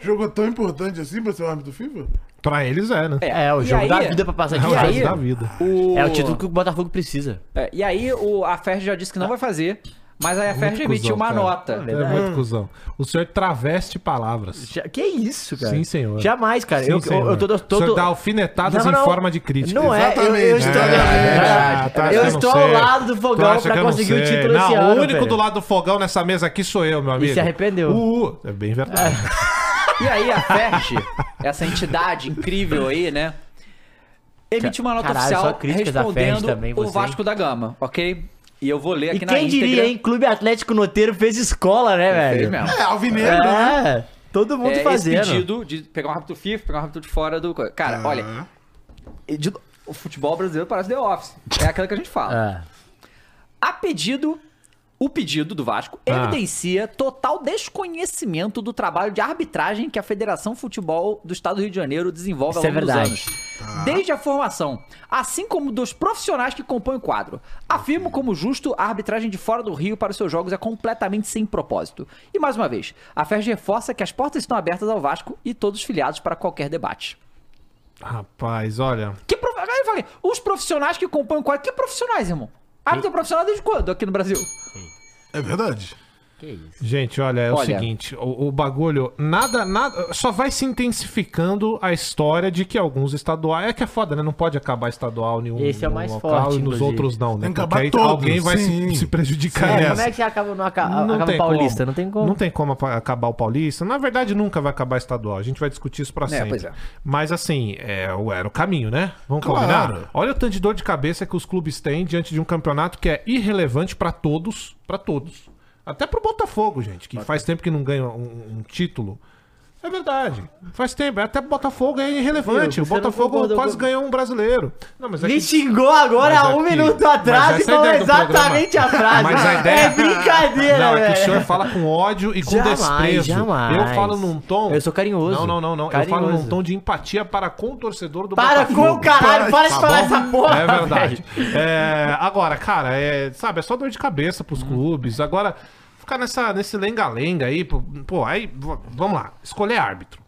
B: Jogo tão importante assim pra ser um árbitro FIFA?
D: Pra eles é, né?
C: É, o
A: e
C: jogo
A: aí-
C: da vida pra passar
D: É
C: de
D: o
A: e
D: resto
A: aí-
D: da vida.
A: O...
C: É o título que Ah. o Botafogo precisa.
A: É, e aí o, a FERJ já disse que não vai fazer, mas aí a FERJ
D: Muito
A: emitiu
D: cuzão,
A: uma
D: cara.
A: nota.
C: né?
D: É muito cuzão. O senhor traveste palavras.
C: Já- que isso, cara?
D: Sim, senhor.
C: Jamais, cara.
D: Sim,
C: eu,
D: senhor.
C: eu, eu tô, eu tô-
D: O senhor dá alfinetadas
C: Não,
D: em
C: não.
D: forma de crítica.
C: Não é, eu,
B: Exatamente.
C: eu estou,
B: É,
C: Verdade.
D: tá,
C: eu
D: acha que
C: estou
D: eu não
C: ao
D: sei.
C: lado do
D: Tu
C: fogão
D: acha que
C: pra
D: eu não
C: conseguir o
D: sei?
C: título
D: não,
C: esse ano.
D: O único
C: velho.
D: do lado do fogão nessa mesa aqui sou eu, meu amigo.
C: se arrependeu.
D: Uh, é bem verdade.
A: E aí a FERJ, essa entidade incrível aí, né? Emitiu uma nota
C: Caralho, só
A: oficial
C: críticas da FERJ
A: respondendo
C: também,
A: o
C: você.
A: Vasco da Gama, ok? E eu vou ler
C: E
A: aqui
C: quem
A: na íntegra.
C: diria, hein? Clube Atlético Noteiro fez escola, né,
A: Fez
C: velho?
A: mesmo.
B: É, alvinegro, né?
C: É, todo mundo
A: É, esse
C: fazendo.
D: É.
A: pedido de pegar um rápido FIFA, pegar um rápido de fora do... co- Cara, olha,
B: Ah.
A: E de- o futebol brasileiro parece The Office. É aquela que a gente fala.
C: Ah.
A: A pedido, o pedido do Vasco
C: Ah.
A: evidencia total desconhecimento do trabalho de arbitragem que a Federação Futebol do Estado do Rio de Janeiro desenvolve ao
C: Isso é
A: longo dos
C: verdade.
A: anos. Desde a formação, assim como dos profissionais que compõem o quadro. Afirmo como justo a arbitragem de fora do Rio para os seus jogos é completamente sem propósito. E mais uma vez, a FERJ reforça que as portas estão abertas ao Vasco e todos os filiados para qualquer debate.
D: Rapaz, olha.
A: Que prof... Aí eu falei, os profissionais que compõem o quadro, que profissionais, irmão? Árbitro profissional desde quando aqui no Brasil?
B: É verdade.
C: Que isso.
D: Gente, olha, é o
A: Olha.
D: seguinte, o, o bagulho, nada, nada, só vai se intensificando a história de que alguns estaduais, é que é foda, né? Não pode acabar estadual nenhum.
C: Esse é o
D: nenhum
C: mais
D: e
C: forte,
D: nos
C: inclusive.
D: outros não, né?
B: Tem que
D: Porque
B: acabar
D: aí
B: todos,
D: alguém vai
B: sim.
D: se, se prejudicar
C: É,
D: nessa.
C: como é que você acaba no aca...
D: Não
C: acaba
D: tem
C: o paulista?
D: como.
C: Não tem como.
D: Não tem como apa- acabar o paulista. Na verdade, nunca vai acabar estadual. A gente vai discutir isso pra sempre.
A: pois é.
D: Mas assim, é, o- era o caminho, né? Vamos
B: Claro.
D: combinar? Olha o tanto de dor de cabeça que os clubes têm diante de um campeonato que é irrelevante pra todos, pra todos. Até pro Botafogo, gente, que faz tempo que não ganha um, um título. É verdade. Faz tempo. Até o Botafogo é irrelevante.
C: Viu,
D: o
C: você não
D: Botafogo
C: concordou
D: quase
C: com-
D: ganhou um brasileiro. Não, mas é
C: Me
D: que-
C: xingou agora
D: Mas
C: há um
D: aqui-
C: minuto
D: mas
C: atrás e
D: essa é a
C: falou
D: ideia do programa.
C: exatamente a frase.
D: Mas a ideia-
C: É brincadeira,
D: Não, é que o
C: velho.
D: senhor fala com ódio e com
C: Jamais,
D: desprezo.
C: jamais.
D: Eu falo num tom.
C: Eu sou carinhoso.
D: Não, não, não, não. Eu falo
C: Carinhoso.
D: num tom de empatia para com o torcedor do
C: Para
D: Botafogo.
C: com o caralho, para de
B: Tá
C: falar
B: bom?
C: essa porra.
D: É verdade.
C: velho.
D: É, agora, cara, é, sabe, é só dor de cabeça pros clubes. Agora, ficar nessa, nesse lenga-lenga aí, pô, pô, aí, v- vamos lá, escolher árbitro.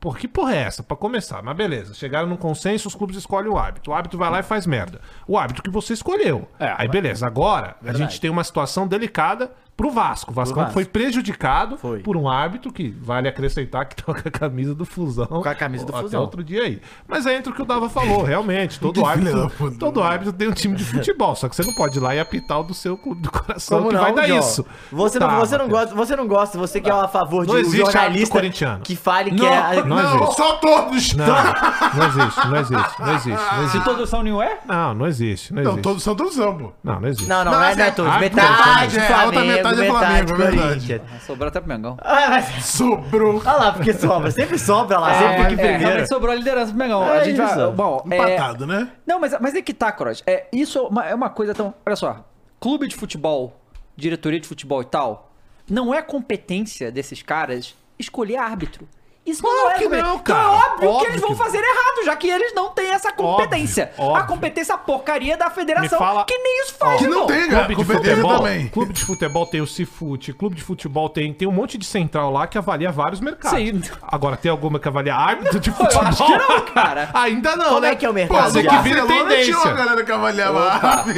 D: Pô, que porra é essa? Pra começar, mas beleza. Chegaram num consenso, os clubes escolhem o árbitro. O árbitro vai lá e faz merda. O árbitro que você escolheu.
C: É,
D: aí beleza, agora a gente tem uma situação delicada pro Vasco. O Vasco,
C: Vasco.
D: foi prejudicado
C: Foi.
D: por um árbitro que, vale acrescentar, que toca a camisa do Fusão. Com
C: a camisa do
D: Até
C: Fusão.
D: outro dia aí. Mas aí entra o que o Dava falou, realmente. Todo
B: Que filha da
D: árbitro,
B: puta.
D: todo árbitro tem um time de futebol, só que você não pode ir lá e apitar o do seu clube do coração
C: Como
D: que
C: não,
D: vai dar
C: Jô?
D: isso.
C: Você não,
D: Tá,
C: você não
D: Matheus.
C: gosta, você não gosta, você que é a favor de
D: Não
C: um
D: existe árbitro
C: jornalista
D: corintiano.
C: que fale que
B: Não,
C: é
D: não
B: não,
D: existe.
B: só todos.
D: Não, não existe, não existe, não existe, não
A: Se
D: existe.
A: todos são nenhum é?
D: Ah, Não, não existe, não
B: Não,
D: existe.
B: todos são todos são, pô.
D: Não, não existe.
C: Não, não,
B: Não,
C: não é,
B: assim,
C: não é todos.
D: a
C: Metade,
B: metade, é, a
C: Flamengo,
B: outra
C: metade,
B: metade é Flamengo, é verdade.
C: Corinthians.
A: Sobrou até pro Mengão.
C: Ah, mas-
B: Sobrou.
C: Olha lá, porque sobra. Sempre sobra
D: É,
C: lá, sempre fica em primeiro.
A: Ah, é, realmente sobrou a liderança pro Mengão. a
C: É
A: gente vai-
C: isso.
A: Bom,
D: Um
A: é-
B: Empatado, né?
A: Não, mas, mas é que tá, Cross. É, isso é uma, é uma coisa tão. Olha só. Clube de futebol, diretoria de futebol e tal, não é competência desses caras escolher árbitro. Isso
D: Claro
A: não é
D: que
A: competência.
D: não,
A: Então
D: cara.
A: é óbvio, que
D: Óbvio
A: eles
D: que
A: vão
D: não.
A: fazer errado, já que eles não têm essa competência. A
D: óbvio.
A: competência porcaria da federação,
D: Me fala-
A: que nem isso faz,
B: Que não
A: irmão.
B: tem, cara.
D: Clube de,
B: Competência
D: futebol,
B: também.
D: clube de futebol tem o Cifute, clube de futebol tem, tem um monte de central lá que avalia vários mercados.
A: Sim.
D: Agora, tem alguma que avalia árbitro de
A: eu
D: futebol?
A: acho que não, cara.
D: Ainda não,
C: Como
D: né?
C: é que é o
B: Pô,
C: mercado?
D: Pode ser
B: o
C: de
D: que
C: árbitro?
D: vire
B: Barcelona tinha uma
D: tendência.
B: galera que avaliava.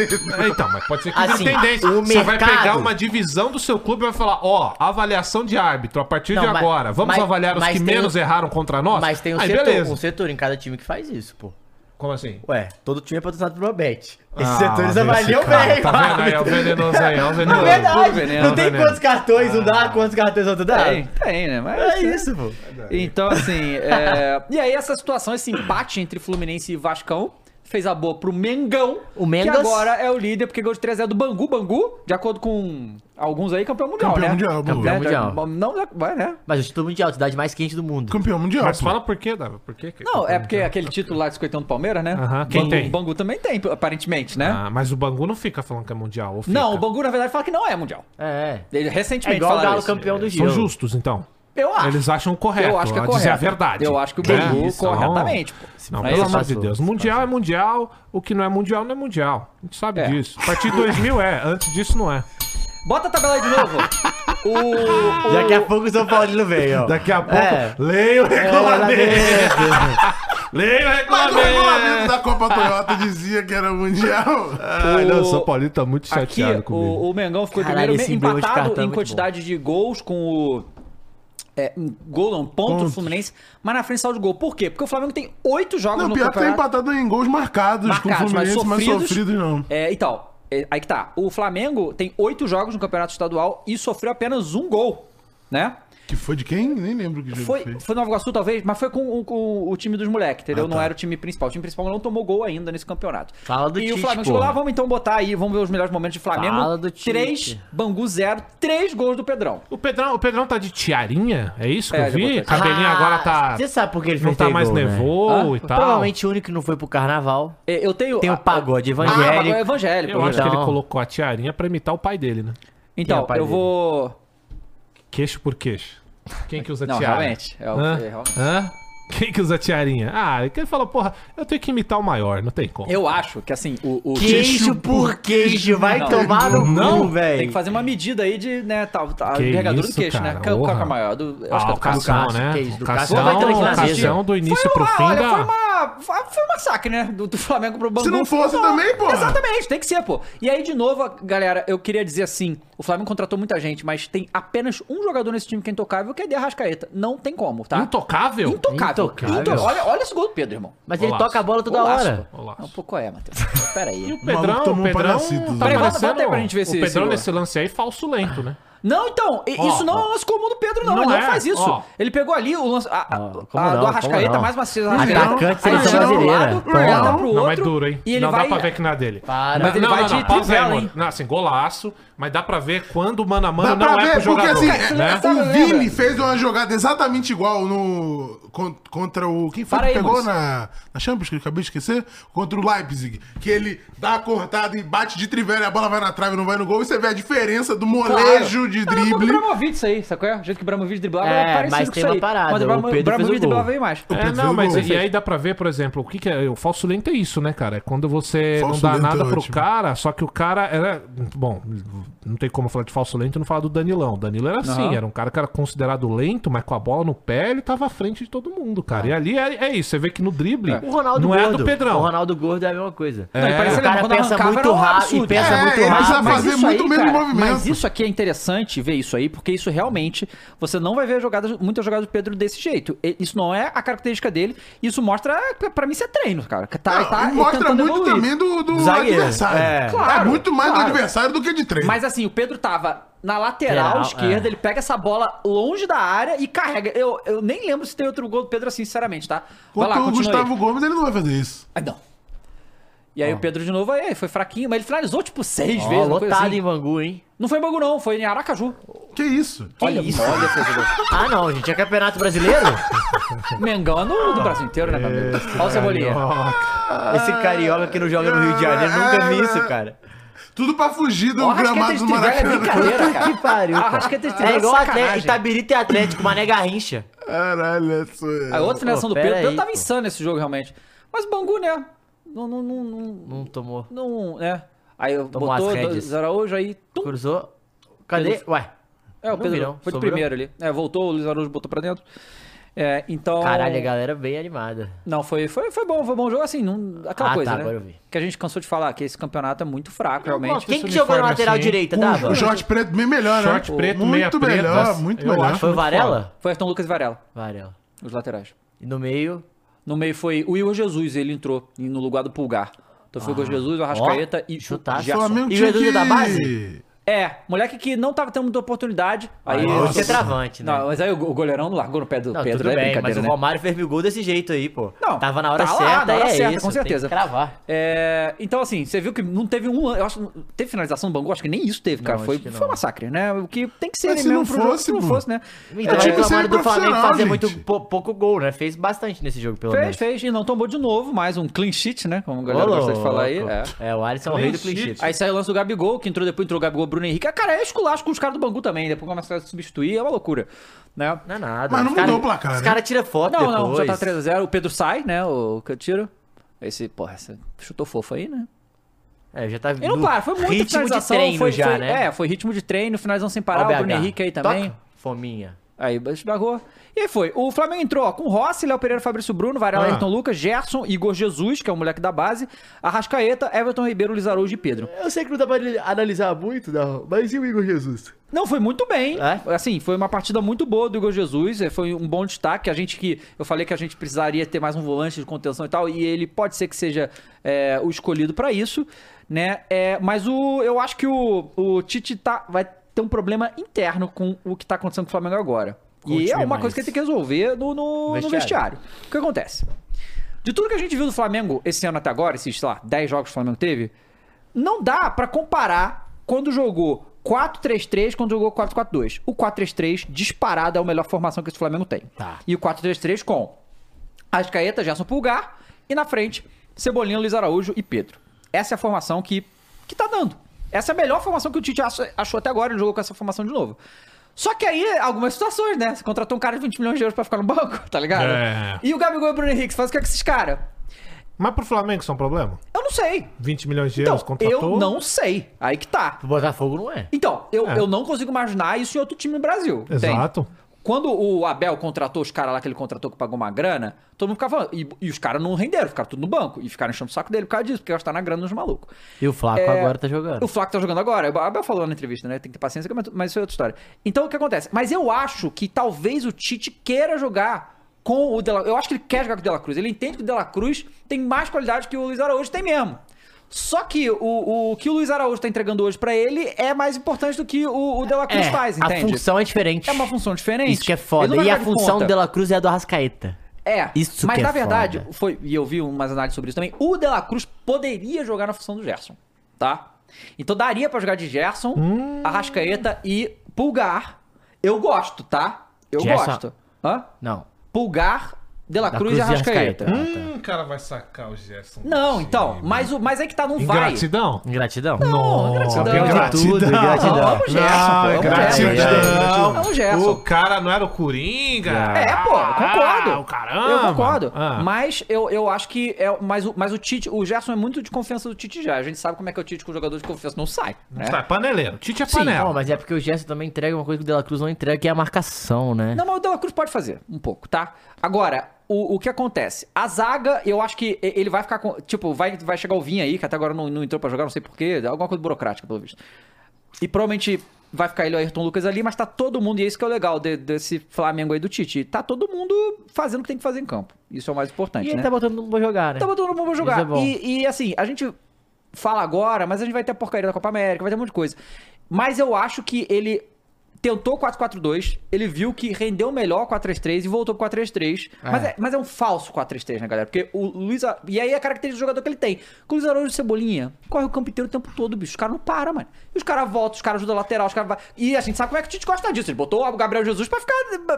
D: É, Então, mas pode ser que
C: Assim,
D: tenha tendência.
C: o
D: Você vai
C: mercado-
D: pegar uma divisão do seu clube e vai falar, ó, avaliação de árbitro, a partir de
C: Não, mas-
D: agora, vamos
C: mas-
D: avaliar os
C: mas
D: que
C: tem
D: menos
C: um-
D: erraram contra nós?
C: Mas tem um
D: Aí,
C: setor,
D: beleza.
C: um setor em cada time que faz isso, pô.
D: Como assim?
C: Ué, todo time é patrocinado pelo Bet. Esses
D: Ah,
C: setores
D: esse
C: avaliam
D: cara,
C: bem,
D: Tá vendo aí, é o
C: árbitro.
D: venenoso aí, é o
C: Não,
D: venenoso.
C: é verdade.
A: Puro veneno,
C: não tem
D: veneno.
C: quantos cartões não dá,
D: Ah.
C: quantos cartões não dá.
A: Tem, tem, né? Mas
C: É isso, pô.
A: Então, assim, é, e aí essa situação, esse empate entre Fluminense e Vascão, fez a boa pro Mengão,
C: O
A: que
C: Mengas.
A: agora é o líder, porque ganhou de 3 0 do Bangu, Bangu, de acordo com alguns aí, campeão mundial,
B: Campeão
A: né?
B: mundial, Bangu.
A: né?
C: Campeão mundial.
A: Não, já- vai, né?
C: Mas o título mundial, a cidade mais quente do mundo.
B: Campeão mundial.
D: Mas
B: pô.
D: fala por quê, Dava? Por quê? que-
A: Não, é porque aquele título lá de 51 do Palmeiras, né?
D: Aham, quem
A: Bangu,
D: tem?
A: Bangu também tem, aparentemente, né?
D: Ah, mas o Bangu não fica falando que é mundial. ou fica?
A: não, o Bangu, na verdade, fala que não é mundial.
C: É.
A: Ele
C: É
A: recentemente
C: igual o
A: falaram
C: Galo
A: isso.
C: campeão do
D: São
C: Giro.
D: justos, então.
A: Eu acho.
D: Eles acham correto.
A: Ah, Eu acho que é
D: a
A: correto.
D: Dizer a verdade.
A: Eu acho que o
D: Né?
A: Bangu,
D: Então,
A: corretamente. pô.
D: Não,
A: Mas
D: pelo
A: isso-
D: amor de
C: passou,
D: Deus. Mundial é mundial. O que não é mundial não é mundial. A gente sabe
A: É.
D: disso. A partir de 2000 é. Antes disso não é.
A: Bota a tabela aí de novo. o, o-
C: Daqui a pouco o São Paulino veio, ó.
D: Daqui a pouco.
C: É.
D: Leia o
C: É, lá
D: regulamento.
C: dentro.
D: Leia o
B: Mas o regulamento
D: regulamento.
B: da Copa Toyota dizia que era mundial.
D: Ai, não, o São Paulino tá muito
A: Aqui,
D: chateado comigo.
A: o, o Mengão ficou em
C: Caralho,
A: primeiro,
C: esse
A: me-
C: emblema de
A: empatado
C: cartão é
A: em
C: muito
A: quantidade de gols com o. É, um gol não, ponto, do Fluminense, mas na frente saiu de gol. Por quê? Porque o Flamengo tem oito jogos
B: Não,
A: no
B: pior que tá
A: campeonato.
B: empatado em gols marcados, com o
A: marcados, mas
B: Fluminense, mas
A: sofridos,
B: sofridos não.
A: É, e tal. É, aí que tá. O Flamengo tem oito jogos no campeonato estadual e sofreu apenas um gol, né?
B: Que foi de quem? Nem lembro que jogo
A: Foi, foi Nova Iguaçu, talvez, mas foi com, o- com o time dos moleques,
C: Ah,
A: entendeu? Não era o time principal. O time principal não tomou gol ainda nesse campeonato.
C: tá. Fala do
A: E o
C: Tite,
A: Flamengo chegou
C: porra.
A: lá, vamos então botar aí, vamos ver os melhores momentos de Flamengo.
C: Fala do Tite.
A: 3, Bangu 0, 3 gols do Pedrão.
D: O Pedrão, o Pedrão tá de tiarinha? É isso que
A: É,
D: eu vi?
A: ele botou-
D: Cabelinho agora tá.
C: Ah, Você sabe por que ele
D: Não
C: fez
D: tá
C: três
D: mais
C: gol, né?
D: nevou
A: Ah,
D: e tal.
C: Provavelmente o único que não foi pro carnaval.
A: É, Eu tenho.
C: Tem o
A: a-
C: pagode
A: Ah,
C: evangélico.
A: o pagode evangélico.
D: Eu acho que ele
C: Então-
D: colocou a tiarinha pra imitar o pai dele, né?
A: Então,
C: rapaz
A: eu
C: dele.
A: vou.
D: Queixo por queixo. Quem que usa
A: Não,
D: tiara?
A: realmente. É, o-
D: Hã?
A: é, realmente.
D: Hã? Quem que usa tiarinha? Ah, quem fala, porra, eu tenho que imitar o maior, não tem como.
A: Eu acho que assim, o. o
C: Queijo por queijo, vai
A: Não.
C: tomar no
D: Não?
C: cu, velho.
A: Tem que fazer uma medida aí de, né, tal, tal
D: Que
A: envergadura
D: isso,
A: do queixo, né?
D: cara,
A: Qual qual que é
D: porra.
A: a maior? Do, eu
D: Ah,
A: acho que é
D: o
A: do Cássio.
D: Cação,
C: Cássio,
D: né?
C: que isso,
D: O
C: do Cação vai
D: Cação,
C: transar
D: o Cação do início pro fim
A: olha, foi,
D: da...
A: uma, foi um massacre, né? Do, do Flamengo pro Bangu.
B: Se não fosse também, porra.
A: Exatamente, tem que ser, pô. E aí, de novo, galera, eu queria dizer assim, o Flamengo contratou muita gente, mas tem apenas um jogador nesse time que é intocável, que é de Arrascaeta. Não tem como, tá?
D: Intocável?
A: Intocável.
C: Intocável.
A: Into- Olha, olha esse gol do Pedro, irmão.
C: Mas ele
D: Golaço.
C: toca a bola toda
A: Golaço,
C: hora.
A: pô.
D: Golaço.
A: Não, pô, qual é, Matheus? Pera aí.
D: O
B: maluco
D: Pedrão, o
B: tomou um
D: Pedrão
B: palhacitos, né?
D: tá
A: Peraí, volta-
D: parecendo...
A: volta aí pra gente ver se-
D: o
A: se
D: Pedrão
A: gol.
D: nesse lance aí, falso lento, né?
A: Não, então, e-
D: Ó,
A: isso não é
D: ó.
A: um lance comum do Pedro, não.
D: Não
A: ele não
D: é,
A: faz isso.
D: ó.
A: Ele pegou ali o lance a, a-
C: Ó,
A: a
C: como não,
A: do
C: como
A: Arrascaeta,
C: não.
A: mais uma cesta
C: Atacante,
B: seleção
A: um
C: brasileira.
A: Volta
B: Não,
A: pro
D: Não, mas
A: outro.
D: duro, hein?
A: E ele
D: não
A: vai...
D: dá pra ver que não é dele.
C: Para.
D: Não,
A: Mas ele
D: não,
A: vai
D: não,
A: de
D: não, pausa aí,
A: trivela,
D: mano.
A: hein?
D: Não, assim, golaço, mas dá pra ver quando o mano a mano
B: Dá
D: não
B: pra
D: é
B: ver,
D: pro
B: porque
D: jogador.
B: assim,
D: né?
A: sabe,
B: o
A: lembra?
B: Vini fez uma jogada exatamente igual no con- contra o quem foi
A: Para
B: que
A: aí,
B: pegou
A: Maurício.
B: na, na Champions que eu acabei de esquecer, contra o Leipzig, que ele dá a cortada e bate de trivela e a bola vai na trave, não vai no gol, e você vê a diferença do molejo de
A: Era um pouco
B: drible.
A: Bramovic isso aí, sacou? O jeito que o Bramovic driblava
C: É,
A: era parecido
C: mas
A: com
C: tem
A: isso
C: uma
A: aí.
C: parada,
A: Mas o
C: o
A: Bramo-
C: Pedro fez o
A: Bramovic
C: gol.
A: driblava bem mais.
B: O
D: É,
B: Pedro fez
D: não,
B: o
D: mas
B: gol.
D: e aí dá pra ver, por exemplo, o que, que é. O falso lento é isso, né, cara? É quando você
B: Falso
D: não dá
B: lento
D: nada
B: é
D: pro
B: ótimo.
D: cara, só que o cara era. Bom, não tem como falar de falso lento e não falar do Danilão. O Danilo era assim,
A: Aham.
D: era um cara que era considerado lento, mas com a bola no pé, ele tava à frente de todo mundo, cara. E ali é, é isso, você vê que no drible.
A: É.
C: O Ronaldo
D: não é
C: gordo.
D: do Pedrão.
C: O Ronaldo gordo é a mesma coisa.
A: Não, ele parecia
C: o cara
A: mesmo, quando
C: pensa
A: arrancava
C: muito
A: era um
C: rápido
A: absurdo.
C: e pensa
B: É,
C: muito
B: ele precisa
C: rápido.
A: Mas
B: fazer
A: isso
B: muito
A: aí,
B: menos
A: cara,
B: movimento.
A: Mas isso aqui é interessante ver isso aí, porque isso realmente você não vai ver jogadas, muitas jogadas do Pedro desse jeito. E- Isso não é a característica dele. Isso mostra pra- pra mim isso é treino, cara. Que Tá,
B: Não,
A: tá
B: e mostra
A: tentando
B: muito
A: evoluir.
B: também do, do
C: Zagueiro,
B: adversário.
C: é.
B: É,
A: Claro,
B: muito mais
A: claro.
B: do adversário do que de treino.
A: Mas assim, o Pedro tava na lateral
C: Lateral,
A: esquerda,
C: é.
A: ele pega essa bola longe da área e carrega. Eu, eu nem lembro se tem outro gol do Pedro assim, sinceramente, tá? Vai lá,
B: Contra o
A: continua aí.
B: Gustavo Gomes, ele não vai fazer isso.
A: Ah, não. E aí o Pedro de novo, aí foi fraquinho, mas ele finalizou tipo seis
C: Ó,
A: vezes. uma coisa
C: lotado
A: assim.
C: em Bangu, hein?
A: Não foi em Bangu não, foi em Aracaju.
B: Que isso?
A: olha isso. Olha esse jogo.
C: Ah, não, gente. É campeonato brasileiro?
A: Mengão é no, do Brasil inteiro, né, meu amigo?
B: É,
A: Olha o Cebolinha.
C: Esse carioca que não joga no Rio de Janeiro. Nunca vi
D: É.
C: isso, cara.
B: Tudo pra fugir do
A: Ó, a
B: Um gramado
A: rasqueta
B: do
A: de trivela é
B: Maracanã.
A: brincadeira, cara.
C: Que pariu,
A: A
C: cara.
A: rasqueta de
C: É
A: trivela
C: igual Atlético,
A: sacanagem.
C: Itabirito e Atlético, Mané Garrincha.
B: Caralho, essa é...
A: A outra finalização do
C: pera
A: Pedro, o Pedro
C: aí,
A: tava
C: pô.
A: insano nesse jogo, realmente. Mas o Bangu, né, não... não, não, não
C: Não tomou.
A: não, né? Aí eu
C: Tomou
A: botou
C: as
A: dois
C: rédeas.
A: Araújo aí. Tum,
C: Cruzou. Cadê? Ué.
A: é, o
C: Não
A: Pedro.
C: virou,
A: foi de
C: sobrou.
A: primeiro ali. É, voltou, o Luiz Araújo botou pra dentro. É, então.
C: Caralho, a galera bem animada.
A: Não, foi, foi, foi bom, foi bom jogo, assim, não, aquela
C: Ah,
A: coisa,
C: tá,
A: né?
C: agora eu vi.
A: Que a gente cansou de falar, que esse campeonato é muito fraco, realmente.
D: gosto.
C: Quem
D: Esse
C: que jogou na
D: uniforme
C: lateral
D: assim,
C: direita,
B: O
C: dava?
B: short preto bem melhor, né?
D: Short preto,
B: muito
D: meia preta.
B: melhor, muito
D: Eu
B: melhor.
D: acho.
C: Foi o Varela?
A: Foi Ayrton Lucas e Varela,
C: Varela.
A: os laterais.
C: E no meio,
A: No meio foi o Igor Jesus, ele entrou no lugar do Pulgar. Então foi o Igor Jesus, o Arrascaeta e o
C: Ah, chutaço.
B: O
A: Gerson.
B: Flamengo
C: E o
B: tinha
C: Edu
B: que...
C: da base?
A: É, moleque que não tava tendo muita oportunidade. Aí,
C: Nossa.
A: Você tra-
C: Ah, é, centroavante, né?
A: Não, mas aí o go- o goleirão não largou no pé do
C: Não,
A: Pedro,
C: tudo
A: é
C: bem, mas
A: brincadeira,
C: o
A: né?
C: Romário fez mil gol desse jeito aí, pô.
A: Não,
C: Tava na hora
A: tá lá,
C: certa,
A: na hora
C: é
A: certa,
C: isso,
A: com certeza.
C: Tem que cravar.
A: É, então, assim, você viu que não teve um. Eu acho, teve finalização do Bangu? Acho que nem isso teve, cara.
C: acho
A: foi,
C: que não.
A: foi um massacre, né? O que tem que ser
B: Mas se
A: mesmo
B: não
A: pro jogo,
B: fosse,
A: se não
B: pô.
A: fosse, né?
B: É
C: Então, é,
B: tipo
C: reclamaram do
B: semi-profissional,
C: Flamengo fazer
B: gente.
C: muito pou- pouco gol, né? Fez bastante nesse jogo, pelo
A: Fez,
C: menos.
A: fez. E não tomou de novo, mais um clean sheet, né? Como a galera
C: Ô,
A: gosta de falar aí.
C: louco.
A: É.
C: É. o Alisson é o rei do
D: Clean
C: clean sheet.
A: Aí saiu o lance do Gabigol, que entrou depois, entrou o Gabigol, Bruno Henrique. Ah, cara, é esculacho com os caras do Bangu também. Depois começa a substituir, é uma loucura. Né?
C: Não é nada.
B: Mas não
C: os cara-
B: mudou o placar,
C: Os
B: né?
C: caras tiram foto
A: Não,
C: depois.
A: não, já tá 3x0. O Pedro sai, né? O que eu tiro. Esse, porra, você chutou fofo aí, né?
C: É, já tá
A: E não
C: no
A: para, foi muita
C: ritmo de
A: finalização,
C: treino
A: foi,
C: já,
A: foi-
C: né?
A: É, foi ritmo de treino, finalização sem
C: Ó,
A: parar, o
C: BH.
A: Bruno Henrique aí também.
C: Toca, Fominha.
A: Aí esbarrou. E aí foi. O Flamengo entrou ó, com Rossi, Léo Pereira, Fabrício Bruno, Varela,
D: Ah.
A: Ayrton Lucas, Gerson, Igor Jesus, que é o moleque da base, Arrascaeta, Everton Ribeiro, Luiz Araújo e Pedro.
C: Eu sei que não dá pra analisar muito, mas e o Igor Jesus?
A: Não, foi muito bem.
C: É?
A: Assim, foi uma partida muito boa do Igor Jesus. é, Foi um bom destaque. A gente que. Eu falei que a gente precisaria ter mais um volante de contenção e tal. E ele pode ser que seja é, o escolhido pra isso, né? É, mas o, eu acho que o, o Tite tá, vai ter um problema interno com o que tá acontecendo com o Flamengo agora. E é
D: Conte-me
A: uma
D: mais.
A: coisa que ele tem que resolver no, no- no vestiário.
C: Vestiário.
A: O que acontece? De tudo que a gente viu do Flamengo esse ano até agora, esses, sei lá, 10 jogos que o Flamengo teve, não dá pra comparar quando jogou 4-3-3 quando jogou 4-4-2. O 4-3-3 disparado é a melhor formação que esse Flamengo tem.
C: Tá.
A: E o 4-3-3 com Ascaeta, Gerson Pulgar e na frente Cebolinha, Luiz Araújo e Pedro. Essa é a formação que, que tá dando. Essa é a melhor formação que o Tite ach- achou até agora, ele jogou com essa formação de novo. Só que aí, algumas situações, né? Você contratou um cara de 20 milhões de euros pra ficar no banco, tá ligado?
D: É.
A: E o Gabigol e o Bruno Henrique, faz o que é com esses caras?
D: Mas pro Flamengo isso é um problema?
A: Eu não sei.
D: 20 milhões de
A: Então,
D: euros contratou?
A: eu não sei. Aí que tá.
C: Pro Botafogo não é.
A: Então, eu,
D: É.
A: eu não consigo imaginar isso em outro time no Brasil. entende?
D: Exato.
A: Quando o Abel contratou os caras lá que ele contratou que pagou uma grana, todo mundo ficava falando. E, e os caras não renderam, ficaram tudo no banco. E ficaram enchendo o saco dele por causa disso, porque gastaram tá na grana nos malucos.
C: E o Flaco
A: É,
C: agora tá jogando.
A: O Flaco tá jogando agora. O Abel falou na entrevista, né? Tem que ter paciência, mas- mas isso é outra história. Então, o que acontece? Mas eu acho que talvez o Tite queira jogar com o Dela Eu acho que ele quer jogar com o Dela Cruz. Ele entende que o Dela Cruz tem mais qualidade que o Luiz Araújo tem mesmo. Só que o, o que o Luiz Araújo tá entregando hoje pra ele é mais importante do que o, o Dela Cruz
C: É,
A: faz,
C: a
A: entende?
C: função é diferente.
A: É uma função diferente.
C: Isso que é
A: Ele
C: foda.
A: não vai
C: E a
A: jogar de
C: função
A: ponta.
C: do Dela Cruz é a do Arrascaeta.
A: É,
C: Isso
A: mas
C: que é
A: na verdade,
C: foda.
A: foi, e eu vi umas análises sobre isso também, o De La Cruz poderia jogar na função do Gerson, tá? Então daria pra jogar de Gerson,
C: Hum.
A: Arrascaeta e Pulgar. Eu gosto, tá? Eu
C: Gerson-
A: gosto. Hã?
C: Não.
A: Pulgar, De La
C: Da
A: Cruz, e Arrascaeta.
C: Arrascaeta.
D: Hum, o cara vai sacar o Gerson.
A: Não, então, mas, o, mas é que tá, não vai.
D: Ingratidão?
C: Ingratidão.
A: Não,
D: Não,
A: ingratidão.
D: ingratidão.
C: Tudo, ingratidão.
A: Vamos, Gerson, pô,
D: é
A: vamos,
D: gratidão.
A: Gerson. Vamos, Gerson.
D: O cara não era o Coringa?
A: É, pô, eu concordo.
D: Ah, o caramba.
A: Eu concordo.
D: Ah.
A: Mas eu, eu acho que. É, mas, o, mas o Tite. O Gerson é muito de confiança do Tite já. A gente sabe como é que é o Tite com o jogador de confiança. Não sai. Né?
D: Tá, paneleiro. Tite é
C: Sim,
D: panela.
C: não, mas é porque o Gerson também entrega uma coisa que o Dela Cruz não entrega, que é a marcação, né?
A: Não, mas o De La Cruz pode fazer um pouco, tá? Agora, o, o que acontece? A zaga, eu acho que e- ele vai ficar com. Tipo, vai, vai chegar o Vinha aí, que até agora não, não entrou pra jogar, não sei porquê. Alguma coisa burocrática, pelo visto. E provavelmente vai ficar ele e o Ayrton Lucas ali, mas tá todo mundo, e isso que é o legal de- desse Flamengo aí do Tite. Tá todo mundo fazendo o que tem que fazer em campo. Isso é o mais importante,
C: E
A: né?
C: ele tá botando um bom jogar, né?
A: Tava todo mundo pra jogar.
C: Isso é bom.
A: e, e, assim, a gente fala agora, mas a gente vai ter a porcaria da Copa América, vai ter um monte de coisa. Mas eu acho que ele tentou 4-4-2, ele viu que rendeu melhor 4-3-3 e voltou pro 4-3-3. Mas, é, mas é um falso 4-3-3, né, galera? Porque o Luiz. A- E aí é a característica do jogador que ele tem. Com o Luiz Araújo e o Cebolinha, corre o campo inteiro o tempo todo, bicho. Os caras não param, mano. E os caras voltam, os caras ajudam a lateral, os caras. vai- E a gente sabe como é que o Tite gosta disso. Ele botou o Gabriel Jesus pra ficar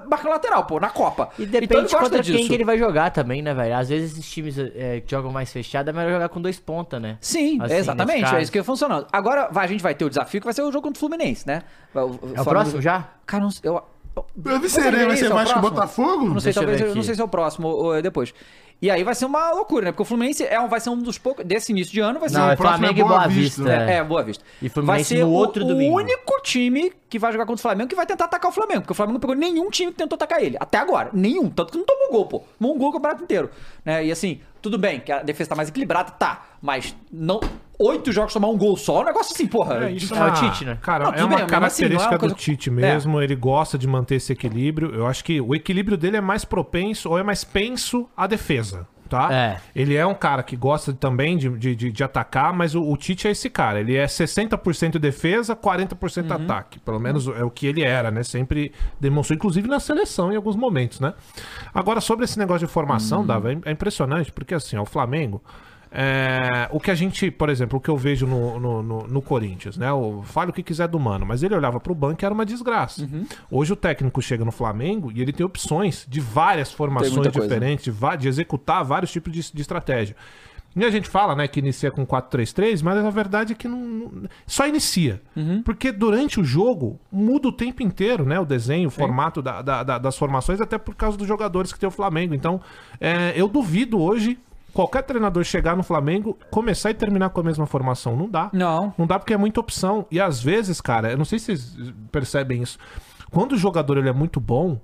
A: marcando lateral, pô, na Copa. Então
C: E depende contra quem que ele vai jogar também, né, velho? Às vezes esses times é, que jogam mais fechado, é melhor jogar com dois ponta, né?
A: Sim,
C: Assim, nesse
A: exatamente.
C: caso.
A: É isso que vai funcionando. Agora vai- a gente vai ter o desafio que vai ser o jogo contra o Fluminense, né? O,
C: É o próximo já?
A: Cara, não sei. Eu, eu,
B: Eu vi
A: Você
B: serei,
A: vê
B: vai
A: isso, é
B: ser
A: o
B: Vasco e
A: próximo?
B: Botafogo?
A: não sei,
C: Deixa eu
A: talvez.
C: ver
A: Eu não
C: aqui.
A: sei se é o próximo ou é depois. E aí vai ser uma loucura, né? Porque o Fluminense é um, vai ser um dos poucos. Desse início de ano, vai ser
C: Não,
A: um.
C: é
B: o próximo é
C: Flamengo e
B: Boa
C: Boa
B: Vista,
C: Vista.
A: É,
C: é.
A: é, Boa Vista.
C: E Fluminense
A: vai ser
C: no
A: o-
C: outro domingo.
A: o único time que vai jogar contra o Flamengo que vai tentar atacar o Flamengo. Porque o Flamengo não pegou nenhum time que tentou atacar ele. Até agora. Nenhum. Tanto que não tomou gol, pô. Tomou um gol o campeonato inteiro. Né? E assim, tudo bem que a defesa tá mais equilibrada, tá. Mas não. Oito jogos tomar um gol só é um negócio assim, porra.
D: É, isso
C: Ah,
D: é
C: o Tite, né?
D: Cara,
A: Não,
D: é
A: tudo
D: uma
A: bem, mas assim, não é uma
D: característica
A: coisa-
D: do Tite
A: É.
D: mesmo. Ele gosta de manter esse equilíbrio. Eu acho que o equilíbrio dele é mais propenso ou é mais penso à defesa. Tá?
C: É.
D: Ele é um cara que gosta também de, de, de- de atacar, mas o, o Tite é esse cara. Ele é 60% defesa, 40%
A: Uhum.
D: ataque. Pelo menos é o que ele era, né? Sempre demonstrou, inclusive na seleção em alguns momentos, né? Agora, sobre esse negócio de formação,
A: Uhum.
D: Dava, é é impressionante, porque assim, ó, o Flamengo. É, o que a gente, por exemplo, o que eu vejo no, no, no- no Corinthians, né? O, fale o que quiser do mano, mas ele olhava pro banco e era uma desgraça.
A: Uhum.
D: Hoje o técnico chega no Flamengo e ele tem opções de várias formações
A: muita coisa. né?
D: diferentes, de, va- de executar vários tipos de, de estratégia. E a gente fala, né, que inicia com 4-3-3, mas a verdade é que não, não- só inicia. Porque durante o jogo muda o tempo inteiro, né, o desenho, o formato da- da- da- das formações, até por causa dos jogadores que tem o Flamengo. Então, é, eu duvido hoje qualquer treinador chegar no Flamengo, começar e terminar com a mesma formação. Não dá.
A: Não.
D: Não dá porque é muita opção. E às vezes, cara, eu não sei se vocês percebem isso. Quando o jogador ele é muito bom,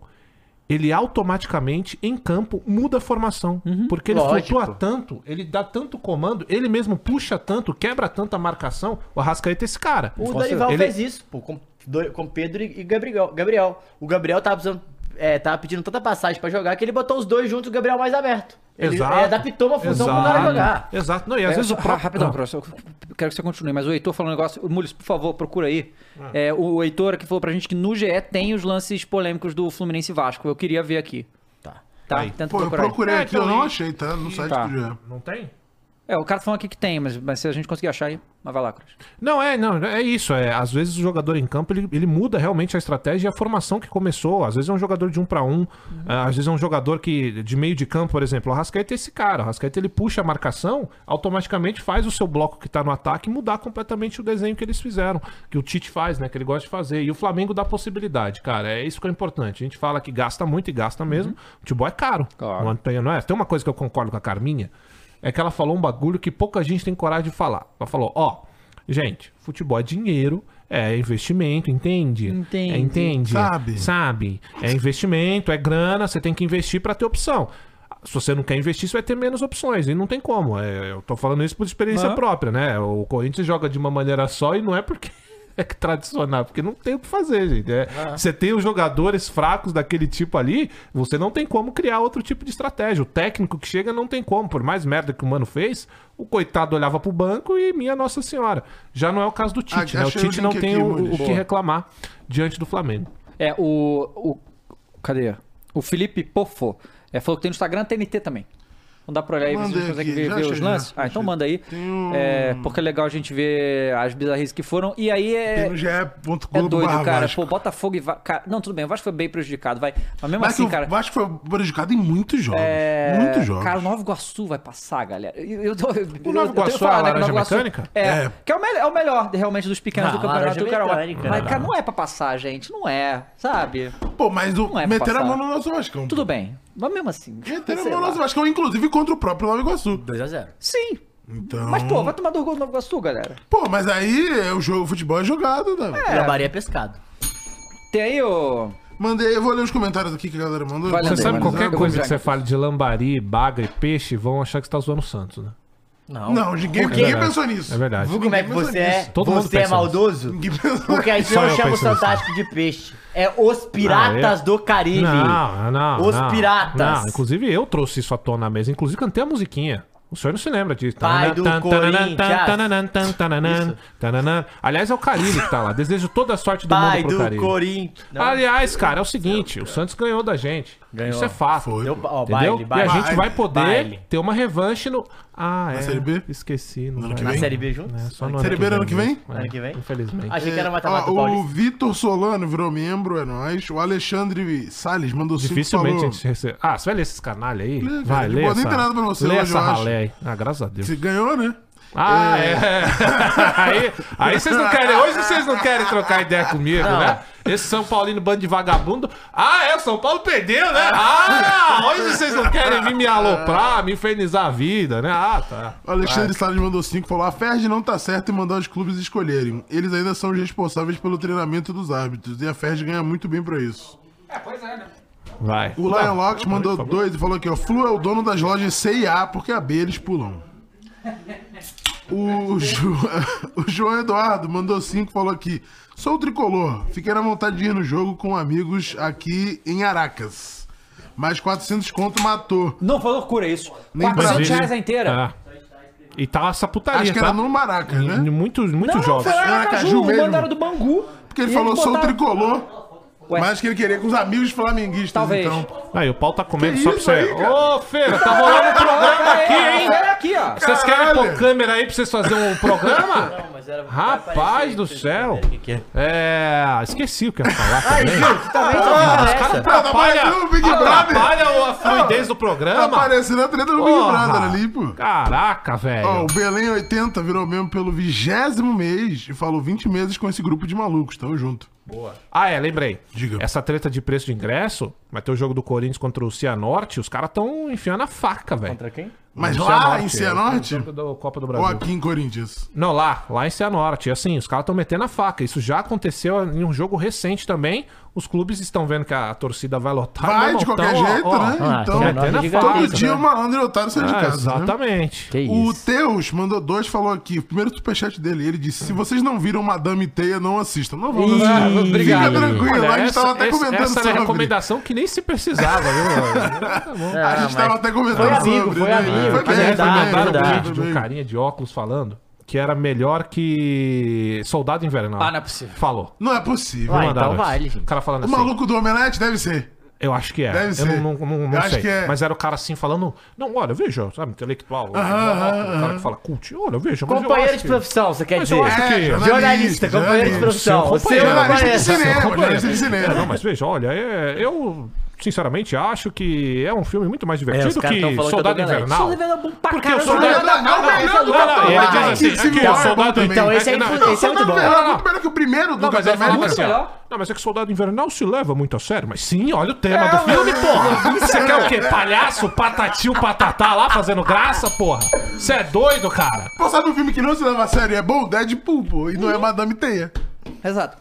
D: ele automaticamente, em campo, muda a formação. porque ele
C: Uhum. Lógico.
D: flutua tanto, ele dá tanto comando, ele mesmo puxa tanto, quebra tanta marcação. O Arrascaeta é esse cara.
C: O
D: Com
C: Dorival
D: certeza.
C: fez isso, pô, com, do- com Pedro e e Gabriel. tá Gabriel. O Gabriel tava, precisando, é, tava pedindo tanta passagem pra jogar que ele botou os dois juntos, o Gabriel mais aberto. Ele
D: Exato.
C: é, adaptou uma função pro cara jogar.
D: Exato. Não, e às
A: É,
D: vezes o
A: ra-
D: próprio... Ah.
A: Rapidão, professor, eu quero que você continue, mas o Heitor falou um negócio. Mules, por favor, procura aí.
D: Ah.
A: É, o Heitor que falou pra gente que no GE tem os lances polêmicos do Fluminense e Vasco. Eu queria ver aqui.
C: Tá.
A: Tá?
D: Aí.
A: Tenta
B: Pô, eu
A: procurar. aí.
B: procurei
D: É,
B: aqui,
D: então,
B: eu não
D: e-
B: achei, tá? No site
A: tá.
B: do GE.
D: Não tem?
A: É, o cara tá falando aqui que tem, mas, mas se a gente conseguir achar aí, mas vai lá, Cruz.
D: Não, é, não, é isso. É, às vezes o jogador em campo ele, ele muda realmente a estratégia e a formação que começou. Às vezes é um jogador de um pra um, ah, às vezes é um jogador que de meio de campo, por exemplo. O Rascaeta é esse cara. O Rascaeta ele puxa a marcação, automaticamente faz o seu bloco que tá no ataque mudar completamente o desenho que eles fizeram, que o Tite faz, né? Que ele gosta de fazer. E o Flamengo dá possibilidade, cara. É isso que é importante. A gente fala que gasta muito e gasta mesmo. O futebol é caro.
A: Claro.
D: Não tem, não é? Tem uma coisa que eu concordo com a Carminha, é que ela falou um bagulho que pouca gente tem coragem de falar. Ela falou, ó, gente, futebol é dinheiro, é investimento, entende?
A: Entende.
D: É, entende.
B: Sabe.
D: Sabe. É investimento, é grana, você tem que investir pra ter opção. Se você não quer investir, você vai ter menos opções. E não tem como. É, eu tô falando isso por experiência
A: Aham.
D: própria, né? O Corinthians joga de uma maneira só e não é porque é que tradicional, porque não tem o que fazer, gente. É, Você tem os jogadores fracos daquele tipo ali, você não tem como criar outro tipo de estratégia. O técnico que chega não tem como. Por mais merda que o mano fez, o coitado olhava pro banco e minha Nossa Senhora. Já não é o caso do Tite,
B: Ah,
D: né? O
B: achei o
D: Tite não
B: link
D: tem
B: aqui,
D: o- o,
B: Muniz.
D: que
B: Boa.
D: reclamar diante do Flamengo.
A: É, o. o cadê? O Felipe Pofo é, falou que tem no Instagram TNT também. Não dá pra olhar aí, vocês
B: Mandei
A: conseguem
B: aqui,
A: ver,
B: já
A: ver os
B: achei, já,
A: lances?
B: já
A: Ah, então
B: achei.
A: manda aí.
B: Tem um-
A: É, porque é legal a gente ver as bizarrices que foram. E aí
B: Tem
A: é.
B: no
A: É
B: ge.globo.
A: doido, cara. Pô, Botafogo e. Va- cara- Não, tudo bem, o Vasco foi bem prejudicado, vai. Mas mesmo
B: Mas
A: assim,
B: assim,
A: cara.
B: eu acho que foi prejudicado em muitos jogos.
A: É...
B: Muitos jogos.
A: Cara, o Nova Iguaçu vai passar, galera. Eu, eu, tô- eu,
D: O Nova
A: eu tenho
D: Iguaçu
A: que falar,
D: é a
A: né, que o Nova
D: laranja
A: Iguaçu-
D: mecânica?
A: É,
B: É.
A: Que é o, mel- é o melhor, realmente, dos pequenos
C: Ah,
A: do campeonato.
C: laranja
A: O cara, olha-
C: mecânica,
A: mas,
C: né?
A: cara, não é pra passar, gente. Não é, sabe?
B: Pô, mas o,
A: Não é pra
B: meteram a
A: passar.
B: mão no nosso Vascão.
A: Tudo bem. Mas mesmo assim.
B: Meteram a
A: sei
B: mão
A: lá.
B: no nosso Vascão, inclusive contra o próprio Nova Iguaçu.
C: 2x0.
A: Sim.
B: Então...
A: Mas, pô, vai tomar dois gols no Nova Iguaçu, galera.
B: Pô, mas aí é, o, jogo, o futebol é jogado, Davi.
C: É. Gabaria pescado.
A: Tem aí o.
B: Mandei, eu vou ler os comentários aqui que a galera mandou.
A: Vai
D: Você
A: Mandei,
D: sabe
A: mandei.
D: qualquer
A: Eu vou
D: coisa
A: virar
D: que você
A: aqui.
D: fale de lambari, baga e peixe, vão achar que você tá zoando o Santos, né?
C: Não.
B: Não, ninguém,
D: É
B: ninguém
D: verdade.
B: pensou nisso.
D: É verdade.
C: Viu como é que
B: Ninguém
C: você
B: pensa
C: é?
B: nisso.
D: Todo mundo
C: você é
D: pensa
C: maldoso?
B: Ninguém pensou
C: Porque aí você
D: Só
C: não
D: eu
C: chama os
D: penso nisso.
C: fantásticos de peixe. É os piratas
D: Ah, é?
C: do Caribe.
D: Não, não.
C: Os
D: não.
C: piratas.
D: Não, inclusive eu trouxe isso à tona na mesa. Inclusive cantei a musiquinha. O senhor não se lembra disso.
C: Pai do
D: Tananã, tananã,
C: Corinthians.
D: tananã, tananã,
C: Isso.
D: tananã. Aliás, é o Caribe que tá lá. Desejo toda a sorte do
C: Pai
D: mundo pro
C: do
D: Caribe.
C: Corinthians. Não.
D: Aliás, cara, é o seguinte, o Santos ganhou da gente.
C: Ganhou.
D: Isso é fato.
B: Foi.
C: Deu, ó,
D: Entendeu?
C: baile, baile.
D: E a gente vai poder
C: Baile.
D: ter uma revanche no. Ah, é.
B: Série B?
D: Esqueci.
B: No
D: Não
B: ano que
C: Na
D: vai.
B: vem?
C: Série B juntos?
D: É, só no É,
B: Série B no ano que vem?
D: mesmo.
C: Ano que vem?
D: É, Infelizmente.
C: Achei que era
B: É, Ó,
C: mata-mata do
B: o
C: Paulista.
B: Vitor Solano virou membro, é nóis. O Alexandre Salles mandou cinco
D: Dificilmente a
B: falou,
D: gente recebe. Ah, você vai ler esses canalha aí?
B: Lê,
D: vai,
B: velho.
D: lê.
B: Pô, nem
D: essa-
B: tem nada pra você
D: Lê
B: hoje,
D: essa
B: eu acho.
D: ralé aí. Ah, graças a Deus.
B: Você ganhou, né?
D: Ah, é. aí, aí vocês não querem. Hoje vocês não querem trocar ideia comigo, né? Esse São Paulino bando de vagabundo. Ah, é, o São Paulo perdeu, né? Ah, hoje vocês não querem vir me aloprar, me infernizar a vida, né? Ah, tá.
B: O Alexandre Salles mandou cinco falou: a Ferdi não tá certo em mandar os clubes escolherem. Eles ainda são os responsáveis pelo treinamento dos árbitros. E a Ferdi ganha muito bem pra isso.
D: Vai.
B: O Lion
D: Tá,
B: Locks mandou dois e falou aqui, ó. Flu é o dono das lojas CIA, porque a B eles pulam. O, Jo- o João Eduardo mandou cinco e falou aqui. Sou tricolor. Fiquei na vontade de ir no jogo com amigos aqui em Aracas. Mais 400 conto matou.
D: Tá
A: Não, foi loucura isso.
B: Nem
A: 400
B: Brasil.
A: reais a inteira.
D: Ah. E tá essa putaria,
B: Acho que
D: tá?
B: era no Maracas,
D: Em
B: né?
D: Muitos, muitos
A: Não, não,
D: jogos.
A: foi lá em Aracaju,
B: Aracaju mesmo.
A: mandaram do Bangu.
B: Porque ele
A: e
B: falou,
A: eles
B: sou
A: botaram-
B: tricolor.
A: Ué.
B: Mas que ele queria com os amigos flamenguistas,
A: Talvez.
B: então.
D: Aí, o pau tá comendo
B: Que
D: só pra
B: isso
D: você.
B: aí, cara?
D: Ô, Feira, tá rolando um programa aqui, hein?
A: Olha aqui, ó.
D: Vocês querem
B: Caralho.
D: pôr câmera aí pra vocês fazerem um programa?
C: Não, mas era-
D: Rapaz do céu.
C: O que que é?
D: É. Esqueci o que eu ia falar. também.
A: tá
C: Também só fala
D: Os caras
C: essa.
D: atrapalham
B: Tá parecendo o Big
D: atrapalham a fluidez do programa.
B: Aparecendo a treta do Big
D: Porra.
B: Brother ali, pô. Oh.
D: Caraca,
B: Ó,
D: velho.
B: o Belém 80 virou membro pelo vigésimo mês e falou 20 meses com esse grupo de malucos. Tamo junto.
D: Ah, é, lembrei.
B: Diga.
D: Essa treta de preço de ingresso, vai ter o jogo do Corinthians contra o Cianorte, os caras tão enfiando a faca, velho.
C: Contra quem?
B: Mas
D: No
B: lá em
D: é
B: Cianorte?
D: o jogo do Copa do
B: Ou
D: Brasil.
B: aqui em Corinthians?
D: Não, lá, lá em Cianorte. E assim, os caras estão metendo a faca. Isso já aconteceu em um jogo recente também. Os clubes estão vendo que a torcida vai lotar.
B: Vai,
D: mas
B: de
D: não
B: qualquer
D: tão, ó,
B: jeito,
D: ó.
B: né?
C: Ah,
B: então,
C: Cianorte
D: metendo a
C: é
D: faca,
B: todo
C: gigante,
B: dia
C: né?
B: o malandro e o otário saem de
D: Ah,
B: casa. né?
D: exatamente.
C: Que
B: O
C: isso.
B: Teus mandou dois, falou aqui. O primeiro superchat dele, ele disse: Se vocês não viram Madame Teia, não assistam. Não vamos
A: Ih,
B: assistir. Fica
D: Ah,
A: obrigado.
B: tranquilo,
D: Olha,
B: a gente tava até
D: essa,
B: comentando
D: essa era a
B: sobre.
D: recomendação que nem nem se precisava, viu? tá bom.
B: a gente
C: mas
B: tava até comentando
C: foi amigo,
B: sobre,
C: foi
B: né?
C: amigo,
B: Foi
C: mas
B: bem,
C: é verdade,
B: foi bem,
D: mandaram um
C: verdade.
D: vídeo
B: foi
D: de um
B: bem.
D: carinha de óculos falando que era melhor que Soldado Invernal.
A: Ah, não é possível.
D: Falou.
B: Não é possível.
C: Vai. Ah, então
D: Mandaram isso.
C: vale, gente.
D: O cara falando
B: O
D: assim.
B: maluco do Omelete deve ser.
D: Eu acho que é.
B: Deve
D: eu
B: ser.
D: não, não- não- não
B: Eu acho
D: sei.
B: que é.
D: Mas era o cara assim falando. Não, olha, veja, sabe, intelectual. o
B: aham,
D: cara que fala cult. Olha, veja, mas eu
C: Companheiro
D: acho
C: de
D: que-
C: profissão, você quer
D: Mas
C: dizer?
D: eu
B: É,
D: acho que-
C: É, Jornalista, companheiro de profissão.
D: Seu
C: Você é
D: companheiro.
C: um
B: Jornalista de
C: companheiro.
B: cinema,
D: Companheiro.
B: jornalista de
D: É, não,
B: cinema.
D: mas veja, olha, é- eu sinceramente acho que é um filme muito mais divertido
C: caras tão
D: que
C: falando que eu
D: Soldado
C: tô galera.
A: Só
D: Invernal.
A: devendo bom pra
D: Porque o
A: caralho.
D: soldado.
B: Não, não, não,
D: mas
B: não,
D: do
B: não,
D: Capão.
B: não,
D: Ele
B: não,
D: diz
B: não,
D: assim, aqui,
B: não,
D: ó, soldado.
B: não,
D: Então,
C: Então, esse é,
D: não,
C: influ- esse é muito bom.
B: Era
D: não.
B: muito melhor que o primeiro do
D: Não, mas
B: Capitão
D: ele falava
B: América.
D: assim, ó.
A: melhor.
D: Não, mas é que Soldado Invernal se leva muito a sério. Mas sim, olha o tema do filme, porra. Você quer o quê? Palhaço, patatil, patatá lá fazendo graça, porra? Você é doido, cara?
B: Pô, sabe um filme que não se leva a sério? e É bom? Deadpool, pô. E não
D: Uhum.
B: é Madame Teia.
A: Exato.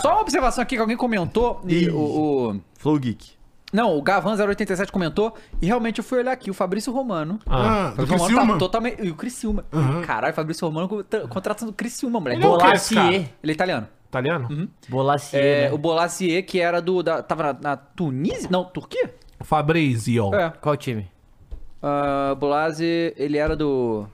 A: Só uma observação aqui que alguém comentou e o... o-
E: Flow Geek.
A: Não, o Gavan087 comentou e realmente eu fui olhar aqui, o Fabrício Romano.
B: Ah,
A: O
B: do
A: Fabrício Romano
B: Criciúma.
A: tá totalmente... E o Criciúma. Caralho, Fabrício Romano contra- contratando o Criciúma, moleque.
C: um-
D: Ele é o quê?
C: Bolacier.
A: Ele é italiano.
D: Italiano?
C: Bolacier.
A: É,
C: né?
A: o Bolasie, que era do. da- tava na, na Tunísia? Não, Turquia?
D: Fabrizio.
A: É.
C: Qual time?
A: Ah, Bolasie, ele era do.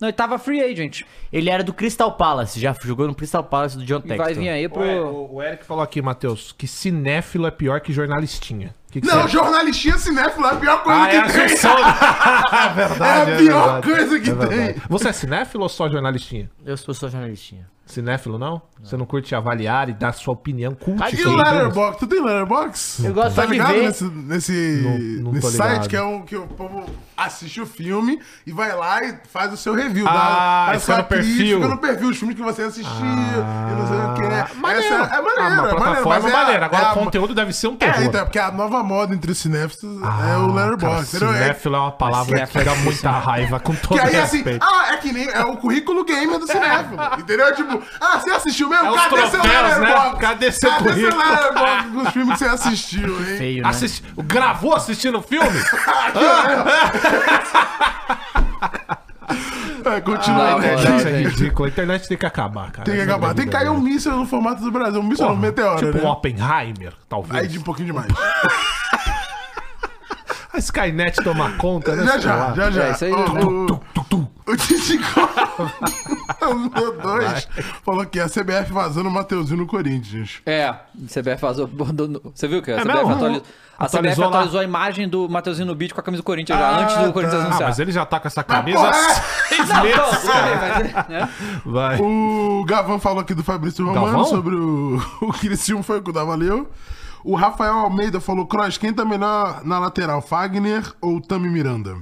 A: Não, ele tava free agent.
C: Ele era do Crystal Palace, já jogou no Crystal Palace do John
A: E vai vir
C: Texton.
A: aí pro.
D: Ué, o, o Eric falou aqui, Matheus, que cinéfilo é pior que jornalistinha. Que que
B: Não,
D: você acha?
B: jornalistinha cinéfilo é a pior coisa
D: ah,
B: que
D: é a
B: tem.
D: junção. é verdade.
B: É a pior
D: verdade.
B: coisa que
D: verdade.
B: tem.
D: Você é cinéfilo ou só jornalistinha?
C: Eu sou só jornalistinha.
D: Cinéfilo, não? Tá Você não curte avaliar e dar sua opinião cult?
C: Ah,
B: E
D: sobre
B: o
D: filmes?
B: Letterboxd? Tu tem Letterboxd?
C: Eu gosto
B: tá
C: só de
B: ligado
C: ver.
B: nesse, nesse,
D: Não- não tô
B: nesse
D: ligado.
B: site que é um que o povo assiste o filme e vai lá e faz o seu review.
D: Ah,
B: faz
D: isso é no perfil.
B: no perfil, os filmes que você assistiu e não sei o que.
D: Ah, maneiro.
B: Essa é, é maneiro,
D: Ah, uma
B: é maneiro,
D: plataforma
B: mas é a-
D: maneira. Agora
B: é a-
D: o conteúdo deve ser um terror.
B: É, então, porque a nova moda entre os cinéfilos é o
D: Cara,
B: Letterboxd. entendeu? É-
D: cinéfilo é uma palavra que dá muita raiva com todo
B: Que aí, assim,
D: respeito.
B: ah, é que nem é o currículo gamer do cinéfilo, entendeu? Tipo, ah, você assistiu mesmo?
D: É os troféus, né? Cadê seu currículo?
B: Letterboxd dos filmes que você assistiu, hein?
C: Feio, né?
D: Assisti... Gravou assistindo o filme?
B: É, continua,
A: Vai,
B: né?
A: bora.
D: Isso é ridículo. A internet tem que acabar, cara.
B: Tem que
D: Essa é
B: acabar. Tem que cair um
D: verdade.
B: míssil no formato do Brasil. Um míssil não, um
D: Porra,
B: meteoro,
D: Tipo
B: né?
D: um Oppenheimer, talvez.
B: Aí de um pouquinho demais.
D: A Skynet toma conta, né?
B: já,
D: sei lá.
B: já, já, já.
A: É, isso aí,
B: Ó,
A: né?
B: o- O Titico número 2 falou que a CBF vazando o Mateuzinho no Corinthians.
A: É, a CBF vazou. abandonou. Você viu que a CBF
D: É mesmo?
A: atualizou. A
D: Atualizou
A: CBF
D: lá.
A: atualizou a imagem do Mateuzinho no beat com a camisa do Corinthians já,
B: Ah,
A: antes do Corinthians
B: tá.
D: Ah,
A: anunciar.
D: mas ele já tá com essa camisa há
B: porra, é?
D: seis
A: Não, não,
D: meses,
A: tudo
D: cara.
A: bem, mas, né?
D: Vai.
B: O Gavan falou aqui do Fabrício Romano
D: Galvão?
B: sobre o, o Criciúma, foi o que o valeu. O Rafael Almeida falou, Cross, quem tá melhor na lateral, Fagner ou Tami Miranda?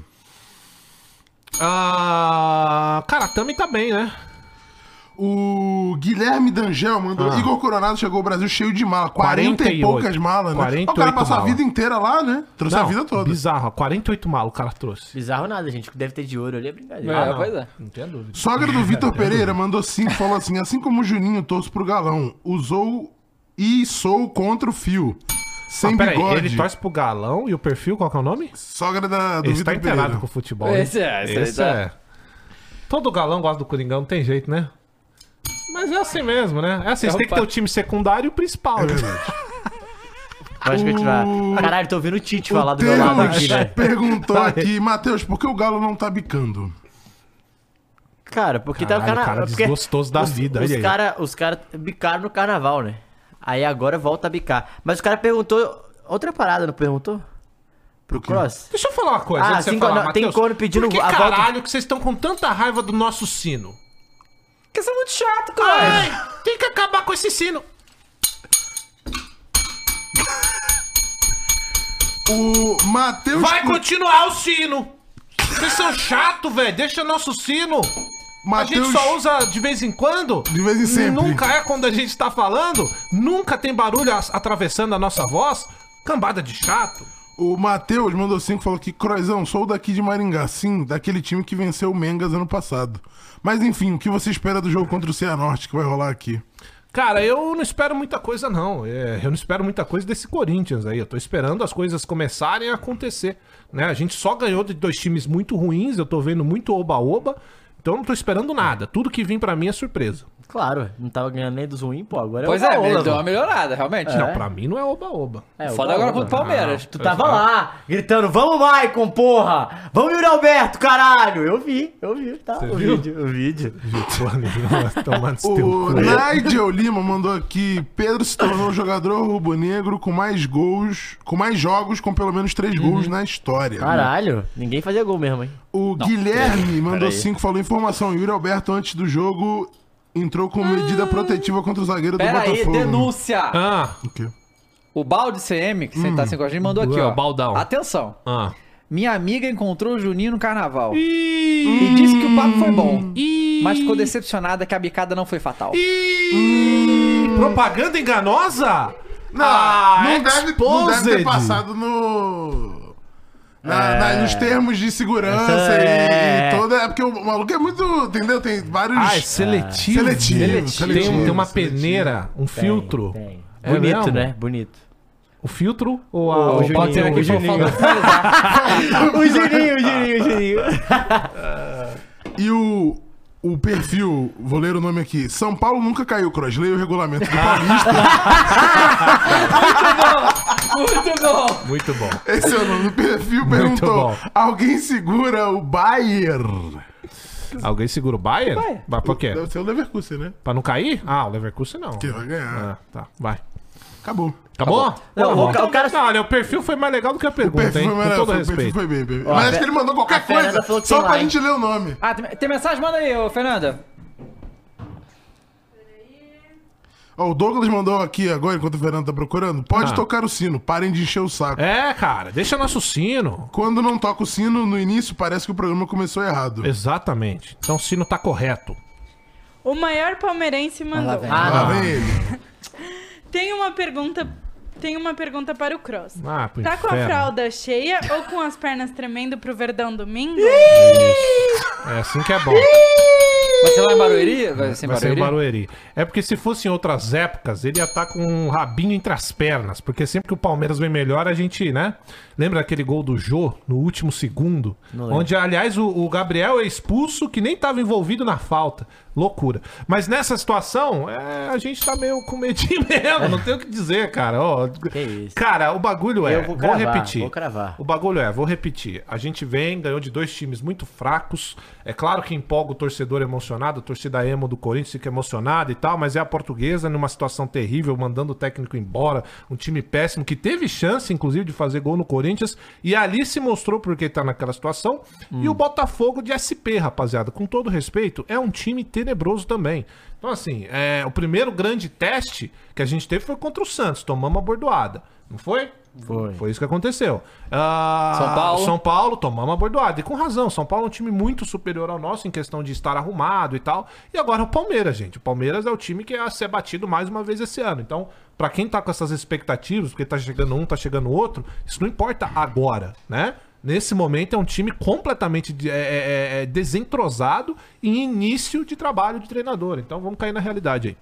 D: Ah, cara, a Tami tá bem, né?
B: O Guilherme D'Angel mandou.
D: Ah.
B: Igor Coronado chegou ao Brasil cheio de mala. 40 e
D: 48.
B: poucas malas, né?
D: 48
B: o cara passou a
D: mala.
B: vida inteira lá, né? Trouxe a vida toda.
D: Bizarro, 48 mal o cara trouxe.
C: Bizarro nada, gente. O que deve ter de ouro ali é brincadeira.
A: É,
D: não.
A: pois é.
D: Não tenho dúvida.
B: Sogra do Vitor Pereira mandou cinco, falou assim: assim como o Juninho torce pro galão, usou e sou contra o fio. Sem
D: Ah, peraí,
B: bigode.
D: ele torce pro galão e o perfil, qual que é o nome?
B: Sogra da, do
D: Ele tá
B: Vitor Pereira.
D: inteirado com o futebol.
A: Esse
D: hein?
A: é, esse aí
D: Esse
A: tá.
D: é. Todo galão gosta do Coringão, não tem jeito, né? Mas é assim mesmo, né? É assim, você tem que ter o time secundário e o principal.
B: É
D: né?
C: Pode continuar. Caralho, tô ouvindo o Tite falar
B: O
C: Tá do meu lado aqui,
B: Teus
C: né? velho.
B: um perguntou
D: Tá.
B: aqui, Matheus, por que o galo não tá bicando?
C: Cara, porque tá
D: Caralho,
C: o cara...
D: cara
C: porque
D: desgostoso da
C: os,
D: vida,
C: Os
D: olha aí.
C: cara, os cara bicaram no carnaval, né? Aí agora volta a bicar. Mas o cara perguntou... Outra parada, não perguntou? Pro Cross?
D: Deixa eu falar uma coisa.
C: Ah,
D: antes de
C: sim,
D: você falar,
C: não, tem
D: Matheus.
C: corno pedindo
D: Por que
C: a volta-
D: caralho que vocês estão com tanta raiva do nosso sino?
A: Porque isso é muito chato, cara.
D: Ai, tem que acabar com esse sino.
B: O Matheus.
D: Vai continuar o sino. Vocês são chato, velho. Deixa nosso sino. A
B: Matheus-
D: gente só usa de vez em quando.
B: De vez em sempre.
D: Nunca é quando a gente tá falando. Nunca tem barulho as- atravessando a nossa voz. Cambada de chato.
B: O Matheus mandou cinco falou que, Croizão, sou daqui de Maringá, sim, daquele time que venceu o Mengas ano passado. Mas enfim, o que você espera do jogo contra o Cianorte que vai rolar aqui?
D: Cara, eu não espero muita coisa, não. É, eu não espero muita coisa desse Corinthians aí. Eu tô esperando as coisas começarem a acontecer. Né? A gente só ganhou de dois times muito ruins, eu tô vendo muito oba-oba. Então eu não tô esperando nada. Tudo que vem pra mim é surpresa.
C: Claro, não tava ganhando nem dos ruins, pô. Agora
A: Pois
C: o
A: é,
C: Paola,
A: ele deu uma
C: mano.
A: melhorada, realmente.
D: Não, pra mim não é Ah. oba-oba.
C: É, o
A: Foda agora
C: Paola.
A: contra o Palmeiras.
C: Tu tava lá, gritando, vamos Maicon, porra! Vamos Yuri Alberto, caralho! Eu vi, eu vi, tá? o
D: viu?
C: vídeo, o vídeo.
D: Tomando esse teu
B: O
D: cu.
B: Nigel Lima mandou aqui: Pedro se tornou o jogador rubro-negro com mais gols, com mais jogos, com pelo menos três gols na história.
C: Caralho, ninguém fazia gol mesmo, hein?
B: O Guilherme mandou
C: Peraí.
B: cinco, falou informação. Yuri Alberto, antes do jogo, entrou com medida protetiva contra o zagueiro do
A: Pera aí,
B: Botafogo.
A: denúncia!
D: Ah,
B: O quê?
A: O Balde CM, que você tá assim com a gente, mandou aqui,
D: Ué,
A: ó.
D: Baldão.
A: Atenção.
D: ah.
A: Minha amiga encontrou o Juninho no carnaval.
D: Ih,
A: E disse que o papo foi bom.
D: ih,
A: Mas ficou decepcionada que a bicada não foi fatal.
D: ih. Hum, Propaganda enganosa?
B: Não,
D: Ah,
B: não, deve, não deve
D: exposed. É.
B: ter passado no. na- na- nos termos de segurança
C: É.
B: e, e toda. É porque o maluco é muito. Entendeu? Tem vários.
D: Ah, é seletivo.
B: Seletivo,
D: Tem, um-
B: seletivo,
D: tem uma
B: seletivo.
D: peneira, um filtro.
C: Tem.
D: É
C: Bonito,
D: mesmo?
C: né? Bonito.
D: O filtro ou a...
C: O
D: ou
C: Juninho,
D: pode ser
C: o
D: aqui,
C: Juninho.
D: falou-
C: o Juninho, o Juninho, o Juninho.
B: E o, o perfil, vou ler o nome aqui. São Paulo nunca caiu, Cross. Leia o regulamento do Paulista.
A: Muito bom!
D: Muito bom.
B: Esse é o nome do perfil. Perguntou:
D: bom.
B: alguém segura o Bayer?
D: Alguém segura o Bayern?
A: Vai.
D: Mas por quê?
B: Deve ser o Leverkusen, né?
D: Pra não cair? Ah, o Leverkusen não.
B: Que vai ganhar.
D: Ah, tá. Vai.
B: Acabou.
D: Acabou?
C: Não,
D: Pô,
C: o ca- o cara-
D: não, olha, o perfil foi mais legal do que a
B: O perfil
D: pergunta, hein?
B: foi
D: Com
B: melhor.
D: todo
B: foi- O perfil
D: respeito.
B: foi bem, bem.
C: Ó,
B: Mas
C: a
B: acho que ele mandou
C: a
B: qualquer
D: tá
C: Fernanda
B: coisa.
C: falou que
B: Só
C: tem
B: pra
C: lá,
B: gente ler o nome.
A: Ah, tem, tem mensagem? Manda aí, ô Fernanda.
B: Ó, o Douglas mandou aqui agora, enquanto o Fernando tá procurando. Pode
D: Ah.
B: tocar o sino, parem de encher o saco.
D: É, cara, deixa nosso sino.
B: Quando não toca o sino, no início parece que o programa começou errado.
D: Exatamente. Então o sino tá correto.
E: O maior palmeirense mandou.
C: vem.
B: Ah,
C: Ah.
B: lá vem ele.
E: Tem uma pergunta, tem uma pergunta para o Cross.
D: Ah, pro
E: Tá com a
D: inferno.
E: fralda cheia ou com as pernas tremendo pro Verdão domingo?
D: É assim que é bom.
A: Vai ser lá em Barueri? Vai ser em
D: É, Vai ser o
A: Barueri?
D: Barueri. É porque se fosse em outras épocas, ele ia estar com um rabinho entre as pernas. Porque sempre que o Palmeiras vem melhor, a gente, né? Lembra aquele gol do Jô no último segundo? Onde, aliás, o, o Gabriel é expulso, que nem estava envolvido na falta. Loucura. Mas nessa situação, é, a gente tá meio com medinho mesmo. Não tem o que dizer, cara. Ó,
C: isso.
D: Cara, o bagulho é.
C: Eu vou cravar,
D: repetir.
C: vou cravar.
D: O bagulho é, vou repetir. A gente vem, ganhou de dois times muito fracos. É claro que empolga o torcedor emocionado, a torcida emo do Corinthians fica emocionada e tal, mas é a portuguesa numa situação terrível, mandando o técnico embora. Um time péssimo que teve chance, inclusive, de fazer gol no Corinthians. E ali se mostrou porque tá naquela situação. E o Botafogo de SP, rapaziada, com todo respeito, é um time tenebroso também. Então, assim, é, o primeiro grande teste que a gente teve foi contra o Santos. Tomamos a bordoada, não foi?
C: Foi.
D: Foi isso que aconteceu. Ah,
A: São Paulo.
D: São Paulo tomamos a bordoada. E com razão. São Paulo é um time muito superior ao nosso em questão de estar arrumado e tal. E agora o Palmeiras, gente. O Palmeiras é o time que é a ser batido mais uma vez esse ano. Então, pra quem tá com essas expectativas, porque tá chegando um, tá chegando outro, isso não importa agora, né? Nesse momento é um time completamente de- é- é- é- é desentrosado e início de trabalho de treinador. Então vamos cair na realidade aí.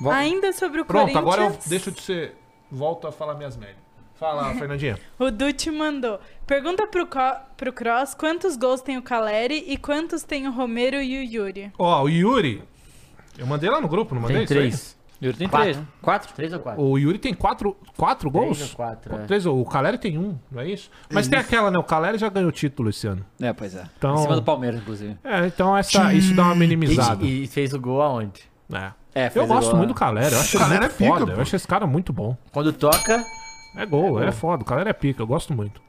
A: Bom.
E: Ainda sobre o
D: Pronto,
E: Corinthians.
D: agora eu deixo de ser. Volto a falar minhas merdas. Fala, Fernandinha.
E: O Dutti mandou. Pergunta pro, co- pro Cross quantos gols tem o Caleri e quantos tem o Romero e o Yuri.
D: Ó, o Yuri. Eu mandei lá no grupo, não mandei?
A: É
C: Tem
D: isso aí?
C: três.
A: Juro, tem
C: Quatro.
A: três, né? Quatro?
C: Três ou quatro?
D: O Yuri tem quatro, quatro gols?
C: ou quatro,
D: Qu-
C: é.
D: Três, o Caleri tem um, não é isso? Mas tem aquela, né? O Caleri já ganhou título esse ano.
A: É, pois é.
D: Então-
A: Em cima do Palmeiras, inclusive.
D: É, então essa, isso dá uma minimizada.
C: E, e fez o gol aonde?
D: É.
A: É,
D: Eu
A: fez
D: gosto
A: igual,
D: muito
A: né?
D: do Caleri, eu acho ele
B: Caleri
D: muito
B: é pica,
D: foda.
B: pô.
D: Eu acho esse cara muito bom.
C: Quando toca,
D: É gol, ele é foda. O Caleri é pica, eu gosto muito.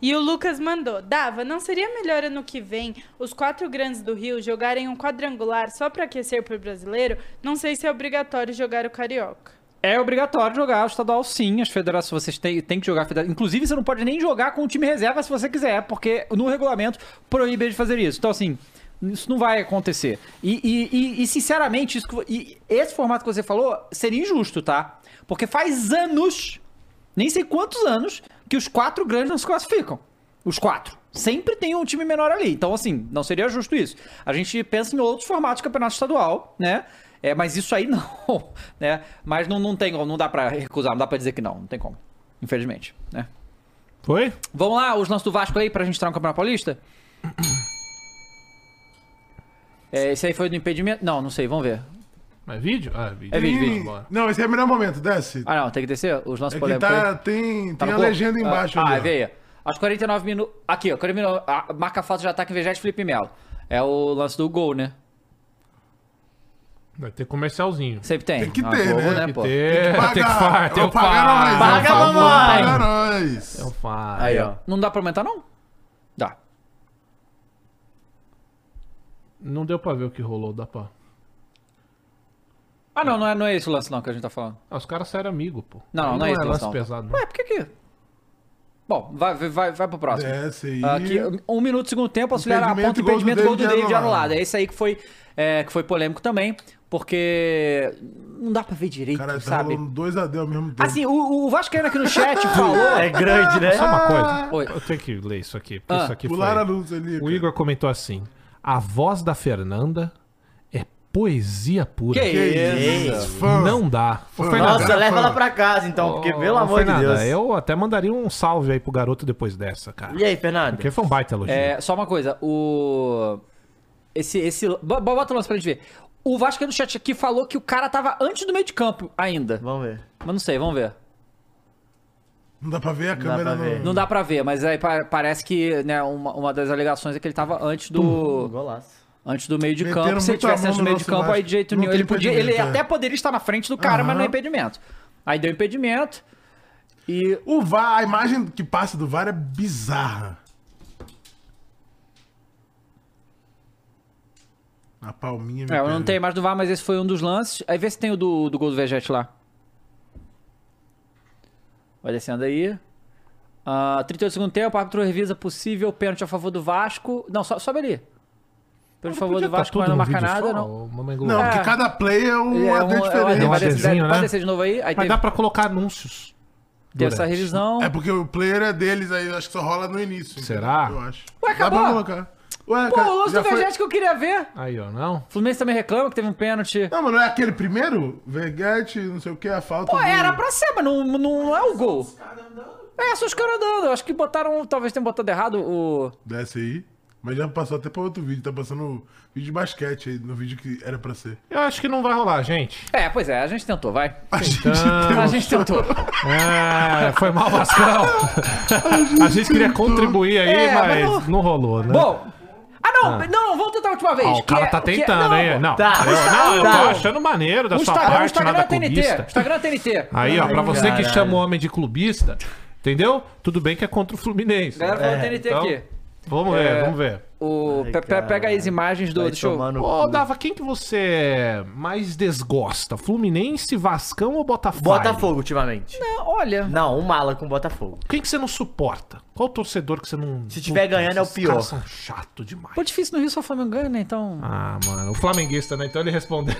E: E o Lucas mandou. Dava, não seria melhor ano que vem os quatro grandes do Rio jogarem um quadrangular só pra aquecer pro brasileiro? Não sei se é obrigatório jogar o Carioca.
A: É obrigatório jogar o estadual, sim. As federações, vocês têm, têm que jogar. a federa- Inclusive, você não pode nem jogar com o time reserva se você quiser, porque no regulamento proíbe de fazer isso. Então, assim, isso não vai acontecer. E, e- e- e, sinceramente, isso que vo- e esse formato que você falou seria injusto, tá? Porque faz anos, nem sei quantos anos, que os quatro grandes não se classificam. Os quatro. Sempre tem um time menor ali. Então, assim, não seria justo isso. A gente pensa em outros formatos de campeonato estadual, né? É, mas isso aí não, né? Mas não, não tem como, não dá pra recusar, não dá pra dizer que não, não tem como. Infelizmente, né?
D: Foi?
A: Vamos lá, os lances do Vasco aí pra gente entrar no Campeonato Paulista? É, esse aí foi do impedimento? Não, não sei, vamos ver.
D: Mas vídeo? Ah, vídeo.
A: É vídeo,
B: Ih,
A: vídeo.
D: bora.
B: Não, esse é o melhor momento, desce.
A: Ah, não, tem que descer os lances
B: É que
A: polêmicos.
B: tá,
A: aí.
B: tem,
A: Tá no
B: tem a
A: corpo?
B: legenda embaixo.
A: Ah,
B: ali,
A: ah
B: ó.
A: veio aí. Aos 49 minutos. Aqui, ó, 49, a marca falta de ataque Vegete Felipe Melo. É o lance do gol, né?
D: Vai ter comercialzinho.
A: Sempre tem.
B: Tem que
A: Ah,
B: ter,
A: gol,
B: né?
A: né,
D: Tem que
A: pô?
D: ter,
B: Paga,
D: tem que falar, tem
B: é
D: que
B: o paga nós, é o
D: falar.
C: Paga,
B: famoso
C: mamãe.
B: Paga nós.
D: É o Fire.
A: Aí, ó. Não dá pra aumentar, não? Dá.
D: Não deu pra ver o que rolou, dá pra...
A: Ah, não, não é, não é esse o lance, não, que a gente tá falando.
D: Ah, os caras saíram amigos, pô.
A: Não, não, não é
D: é
A: esse o lance,
D: lance
A: não.
D: pesado, não.
A: Ué, por que que... Bom, vai, vai, vai pro próximo.
B: Desce aí.
A: Aqui, um minuto, segundo tempo, auxiliar a
B: É, Impedimento
A: ponta,
B: e gol do
A: impedimento, gol do
B: David
A: David
B: anulado.
A: anulado. É esse aí que foi, é, que foi polêmico também, porque não dá pra ver direito,
B: Cara, tá
A: sabe?
B: rolando dois a ao mesmo tempo.
A: Assim, o, o Vascaíno aqui no chat falou...
C: É grande, né?
D: Ah, Só uma coisa.
A: Oi.
D: Eu tenho que ler isso aqui, porque
A: Ah.
D: isso aqui foi...
B: Pularam a luz ali.
D: O
B: cara.
D: Igor comentou assim: a voz da Fernanda é poesia pura.
A: Que isso?
B: Os fãs.
D: Não dá.
B: Fã.
D: Ô, Fernanda,
C: Nossa, leva ela pra casa então, porque
D: ô,
C: pelo amor de
D: Fernanda,
C: Deus.
D: Eu até mandaria um salve aí pro garoto depois dessa, cara.
C: E aí, Fernando?
D: Porque foi um baita elogio.
A: É, só uma coisa, o. Esse. esse... bo- Bota o lance pra gente ver. O Vasco aí no chat aqui falou que o cara tava antes do meio de campo ainda.
C: Vamos ver.
A: Mas não sei, vamos ver.
B: Não dá pra ver a
C: dá
B: câmera
C: pra
B: não.
C: ver.
A: Não dá pra ver, mas aí pa- parece que, né, uma, uma das alegações é que ele tava antes do.
C: Golaço.
A: Antes do meio de
B: Meteram
A: campo. Se ele
B: muito a
A: tivesse
B: mão
A: antes do
B: no
A: meio de
B: nosso
A: campo, aí
B: Vasco.
A: de jeito
B: Não
A: nenhum.
B: tem
A: Ele podia. Ele
B: impedimento, é.
A: até poderia estar na frente do cara, mas não é
B: Aham.
A: impedimento. Aí deu impedimento. E.
B: O VAR, a imagem que passa do VAR é bizarra. A palminha me
A: É, eu não
B: pega.
A: tenho mais do VAR, mas esse foi um dos lances. Aí vê se tem o do, do gol do Vegete lá. Vai descendo aí. Ah, 38 segundo tempo, o árbitro revisa possível pênalti a favor do Vasco. Não, so, sobe ali. Pênalti a
D: tá
A: favor do Vasco, mas não marca nada, não.
B: Não,
A: É.
B: porque cada play é um
A: É,
B: AD
A: um- é um-
B: diferente.
A: vai,
D: AD.
A: descer,
D: ADzinho,
A: vai
D: né?
A: descer de novo aí. Aí
D: Mas
A: teve,
D: dá pra colocar anúncios.
A: teve é essa
D: durante.
A: revisão.
B: É porque o player é deles, aí acho que só rola no início. entendeu?
D: Será?
B: Eu acho.
A: Ué, acabou?
B: Dá pra colocar. Ué,
A: Pô,
B: cara,
A: o lance
B: já
A: do
B: foi-
A: Vegete que eu queria ver.
D: Aí, ó, não?
A: O Fluminense também reclama que teve um pênalti.
B: Não, mas não é aquele primeiro? Verguete, não sei o que, a falta.
A: Pô,
B: do-
A: era pra ser, mas não, não é o gol. É, só os caras andando. Eu Acho que botaram, talvez tenham botado errado o...
B: Desce aí. Mas já passou até pra outro vídeo. Tá passando o vídeo de basquete aí, no vídeo que era pra ser.
D: Eu acho que não vai rolar, gente.
A: É, pois é, a gente tentou, vai.
B: A gente um
A: A gente tentou.
D: É, foi mal, Vascão. A gente queria contribuir aí,
A: É, mas
D: mas,
A: não-
D: não rolou, né?
A: Bom. Ah, não, não, vamos tentar a última vez.
D: Ó, o
A: que
D: cara
A: é-
D: tá
A: que é-
D: tentando,
A: não,
D: hein? Não,
C: Tá,
D: eu, não, eu
C: tá.
D: tô achando maneiro da
A: O
D: sua
A: Instagram, o
D: parte,
A: Instagram é
D: nada Ah,
A: TNT.
D: clubista.
A: O Instagram é TNT.
D: Aí, ó, pra você que
C: caralho.
D: chama o homem de clubista, entendeu? Tudo bem que é contra o Fluminense.
A: A galera falou TNT
D: então-
A: aqui.
D: Vamos ver,
A: É.
D: vamos ver.
A: O,
C: Ai,
A: pe- pe- pega aí as
C: caralho.
A: imagens do.
C: Vai
A: Deixa eu.
C: tomar no
D: Ô,
C: cu.
D: Dava, quem que você mais desgosta? Fluminense, Vascão ou Botafogo?
C: Botafogo ultimamente.
A: Ah, Olha.
C: Não, um mala com Botafogo.
D: Quem que você não suporta? Qual torcedor que você não...
C: Se tiver ganhando, é o
D: esses caras
C: pior.
D: são chato demais.
A: Pô, difícil no Rio só o Flamengo ganha, né? Então.
D: Ah, mano, o flamenguista, né? Então ele respondeu.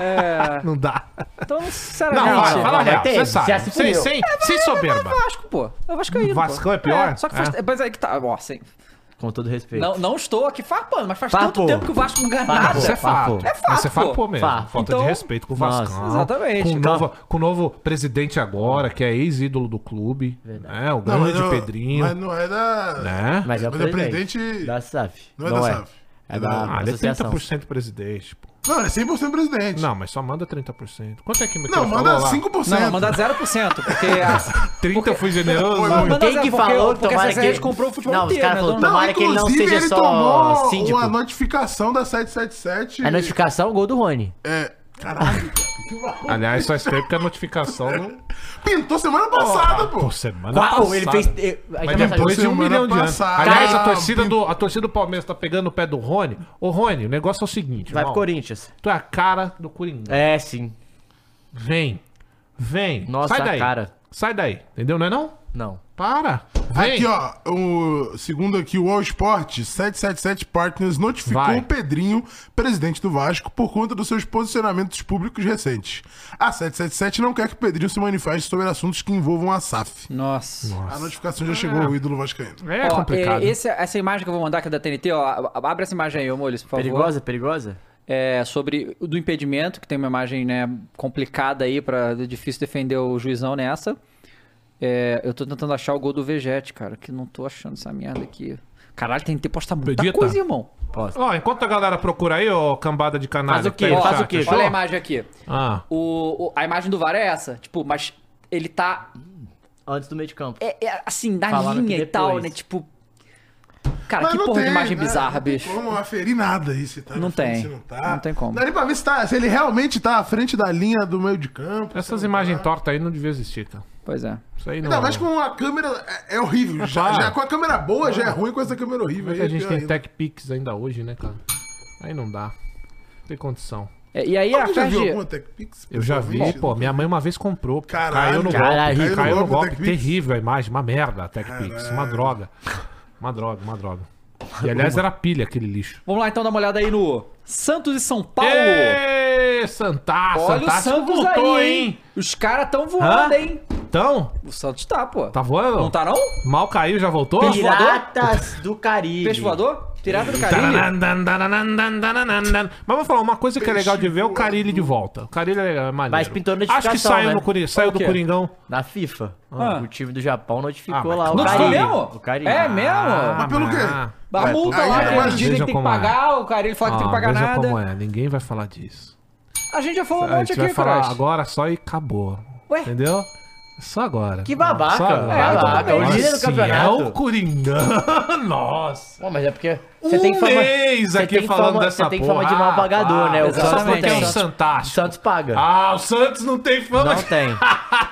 A: É.
D: não dá.
A: Então,
D: Não,
A: sinceramente.
C: Não,
D: fala,
C: não,
D: fala
C: vai
D: real,
C: ter,
D: você
C: já
D: sabe.
C: se
D: Sem,
C: fudeu.
D: sem, sem soberba.
A: É Vasco, pô. É Vascaíno.
D: Vascão
A: pô.
D: é pior?
A: só que faz.
D: É.
A: Mas aí que tá. Ó, assim.
C: Com todo respeito.
A: Não, não estou aqui farpando, mas faz
C: Farpou.
A: tanto tempo que o Vasco não ganha nada.
C: Farpou.
D: Isso é fato.
A: É fato,
D: Isso é fato
A: pô.
D: pô, mesmo.
C: Fato.
D: Falta
A: Então-
D: de respeito com o
C: Nossa,
D: Vasco.
A: exatamente.
D: Com o,
A: Então-
D: novo, com o novo presidente agora, que é ex-ídolo do clube. Né? O grande
B: eu-
D: Pedrinho.
B: Mas não é da.
D: Né?
C: Mas é o
B: Mas é
C: presidente.
B: presidente-
C: Da SAF.
B: Não é da SAF.
C: É da
D: Ah, ele é
C: associação.
D: 30% presidente, pô.
B: Não, ele é 100% presidente.
D: Não, mas só manda 30%. Quanto é que me
B: Não, manda
D: 5%.
B: 5%.
A: Não, manda 0%, porque. ah, a-
D: 30% eu fui generoso.
B: Foi
A: Manda
C: Quem
A: zero, porque
C: que falou
A: o-
C: que
A: porque
C: tomara
A: essa
C: que-
A: gente comprou o futebol
C: Não, os
A: inteiro,
C: caras
A: né?
C: falaram,
A: Dono-
B: Não,
C: Tomara que ele não
B: inclusive,
C: seja
B: ele
C: só
B: tomou
C: síndico. É,
B: a notificação da 777.
C: A notificação, o gol do Rony.
B: É. Caralho, cara. que maluco.
D: Aliás, faz tempo que a notificação não.
B: Pintou semana passada, pô.
D: Pô, semana
C: Qual?
D: passada.
C: Ele fez. eh, a
D: Mas
C: gente vai
D: depois
C: fazer-
D: de um
B: Semana
D: milhão de anos.
B: passada.
D: Aliás, a
B: Cara,
D: torcida, do, a torcida do Palmeiras tá pegando o pé do Rony. Ô, Rony, o negócio é o seguinte,
C: Vai pro
D: irmão.
C: Corinthians.
D: Tu é a cara do Coringão.
C: É, sim.
D: Vem. Vem.
C: Nossa,
D: Sai daí.
C: cara.
D: Sai daí. Entendeu? Não é não?
C: Não.
D: Para. Vem.
B: Aqui, ó, o, segundo aqui o All Sport, 777 Partners notificou
D: Vai.
B: o Pedrinho, presidente do Vasco, por conta dos seus posicionamentos públicos recentes. A 777 não quer que o Pedrinho se manifeste sobre assuntos que envolvam a SAF.
A: Nossa.
B: A notificação já
A: Ah.
B: chegou, o ídolo vascaíno.
D: É
A: Ó,
D: complicado.
A: é, esse- essa imagem que eu vou mandar aqui da TNT, ó, a- a- abre essa imagem aí, ô Molis, por favor.
C: Perigosa, perigosa?
A: É, sobre o do é impedimento, que tem uma imagem né, complicada aí, pra, difícil defender o juizão nessa. É, eu tô tentando achar o gol do Vegete, cara, que não tô achando essa merda aqui. Caralho, tem que ter posta muita
D: Vegeta?
A: coisa, irmão.
D: Ó, enquanto a galera procura aí, ô cambada de canalha.
C: Faz o
D: que
C: quê?
D: tá aí no
C: Faz o
D: chat,
C: quê?
D: achou?
A: Olha a imagem aqui.
D: Ah,
A: O, o- a imagem do VAR é essa, tipo, mas ele tá,
C: Antes do meio de campo.
A: é, é, assim, na
C: Falaram
A: linha
C: que
A: e tal,
C: depois.
A: né? Tipo. Cara,
B: Mas
A: que
B: não
A: porra de
B: tem,
A: imagem
B: né?
A: bizarra,
B: Não tem
A: bicho.
B: Como aferir nada aí, se tá
A: Não
B: na frente,
A: tem.
B: se não tá.
A: Não tem como.
B: Dá nem pra ver se, tá, se ele realmente tá à frente da linha do meio de campo.
D: essas
B: se não tá.
D: imagens tortas aí não devia existir, cara.
A: Pois é.
D: Isso aí não.
B: Ainda mais com a câmera. É, é horrível. Já,
D: Claro.
B: já com a câmera boa, já é ruim com essa câmera horrível.
D: Como
B: Aí
D: é que
B: é
D: a gente
B: pior
D: tem
B: ainda.
D: TechPix ainda hoje, né, cara? Aí não dá. Não tem condição.
A: É, E aí a
B: Alguém já viu
A: Ferdi.
B: alguma TechPix?
D: Eu já vi,
B: pessoalmente?
D: pô. Minha mãe uma vez comprou.
B: Caralho,
D: caiu no
C: caralho,
D: golpe. Caiu no golpe.
B: TechPix.
D: Terrível a imagem. Uma merda a TechPix. Uma droga. Uma droga, uma droga. E aliás, era pilha aquele lixo.
A: Vamos lá então dar uma olhada aí no Santos e São Paulo.
D: Ê, Santá,
A: Olha
D: Santá
A: o Santos
D: voltou,
A: aí,
D: hein?
A: hein? Os caras tão voando,
D: Hã?
A: hein?
D: Então,
A: O Santos tá, pô.
D: tá voando?
A: Não tá não?
D: Mal caiu, já voltou?
A: Peixe voador?
C: Piratas do Caribe.
A: Peixe voador? Pirata
D: Tá
A: do Caribe?
D: Taranan, taranan, taranan, taranan. Mas vou falar, uma coisa que é legal de ver é o Carilli de volta. O Carilli é maneiro.
C: Mas pintou
D: Acho que
C: notificação,
D: saiu,
C: né?
D: no Cori- saiu
A: O
D: do
A: quê?
D: Coringão.
C: Na FIFA.
A: Ah.
C: O time do Japão notificou
D: Ah,
C: lá o
A: Não
C: Caribe.
A: ficou mesmo?
C: O Caribe.
A: É mesmo?
D: Ah,
B: pelo
D: mas-
B: quê?
D: Ah,
A: a multa
B: aí
A: lá
B: é
A: que eles
B: mais-
A: dizem
D: veja
A: que tem que
D: como é.
A: pagar, o Carilho fala que tem que pagar
D: veja como
A: nada.
D: é, ninguém vai falar disso.
A: A gente já falou um
D: a gente
A: monte
D: vai
A: aqui,
D: falar
A: cara.
D: agora só e acabou.
A: Ué?
D: Entendeu? Só agora.
C: Que babaca,
D: Só agora.
A: é, babaca, é o
D: Agora
C: líder do
D: sim,
C: campeonato.
D: É o Coringão. Nossa.
C: Pô, mas é porque
D: Um
C: você tem fama...
D: mês
C: você
D: aqui
C: tem
D: falando
C: fama-
D: dessa
C: Você tem fama de
D: porra.
C: mal pagador,
D: Ah,
C: né? O
D: exatamente.
C: Santos não tem.
D: É um
C: O
D: Santástico.
C: Santos paga.
D: Ah, o Santos não tem fama
C: Não
D: de-
C: tem.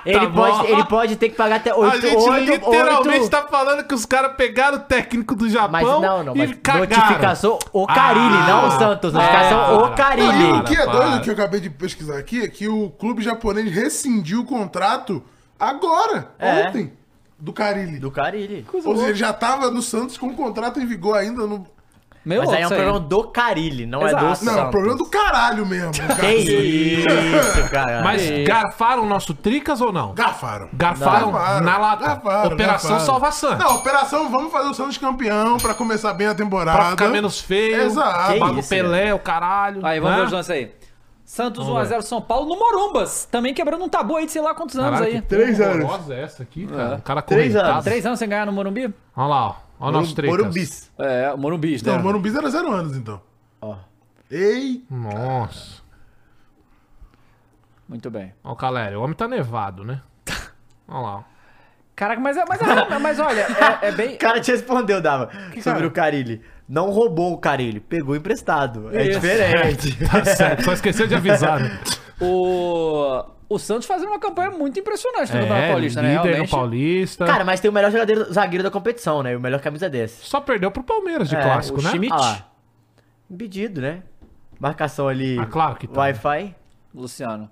C: ele,
D: bom.
C: pode, ele pode ter que pagar até
D: A
C: 8,
D: gente
C: 8,
D: literalmente
C: 8,
D: tá falando que os caras pegaram o técnico do Japão
C: Mas não, não, mas
D: e cagaram.
C: notificação o Carilli,
D: Ah,
C: não o Santos.
D: é,
C: Notificação
D: cara.
C: o
B: Não, e
C: Carilli.
B: o que é
D: Para,
B: doido
D: para.
B: que eu acabei de pesquisar aqui é que o clube japonês rescindiu o contrato agora,
C: É.
B: ontem, do Carilli.
C: Do Carilli.
B: Ou seja, ele já tava no Santos com o contrato em vigor ainda. No...
A: Meu
C: Mas aí é um
A: isso aí.
C: problema do Carilli, não é do
A: Exato.
B: Não,
D: um
C: Santos.
B: o problema é do caralho mesmo.
C: Que isso, cara.
D: Mas garfaram o nosso Tricas ou não?
B: Garfaram.
D: Garfaram na lata.
B: Garfaram,
D: Operação
B: garfaram.
D: Salva Santos.
B: Não, operação vamos fazer o Santos campeão pra começar bem a temporada.
D: Pra ficar menos feio.
B: Exato.
D: Paga o
C: isso,
D: Pelé, o caralho.
A: Aí, vamos
D: né?
A: ver os lances aí. Santos
D: Vamos ver.
A: 1x0 São Paulo no Morumbas. Também quebrando um tabu aí de sei lá quantos anos
D: Caralho,
A: aí.
D: que
B: Três
D: porra
B: anos.
D: horrorosa é essa aqui, cara. O cara
C: Três
D: correntado.
C: anos.
A: Três anos sem ganhar no Morumbi?
D: Olha lá, ó. Olha o nosso Tricas.
B: Morumbis.
A: É, o Morumbi, né?
B: Então, o Morumbis era zero anos, então.
C: Ó.
B: Ei,
D: Nossa.
A: Muito bem.
D: Ó, o Calério, o homem tá nevado, né? Olha lá. ó.
A: Caraca, mas, é, mas, é- mas olha, é, é bem...
C: O cara te respondeu, Dava, sobre o Carilli. Não roubou o Carilli, pegou emprestado. É
A: Isso.
C: diferente.
D: Tá certo, só esqueceu de avisar. Né?
A: O, o Santos fazendo uma campanha muito impressionante no Campeonato
D: É,
A: Paulista, né?
D: líder no
A: Realmente.
D: Paulista.
C: Cara, mas tem o melhor jogador, zagueiro da competição, né? E o melhor camisa desse.
D: Só perdeu pro Palmeiras de
C: É,
D: clássico,
A: o
D: né?
A: Schmidt-
C: Olha lá. Impedido, né? Marcação ali.
D: Ah, claro que tá.
C: Wi-Fi.
A: Luciano.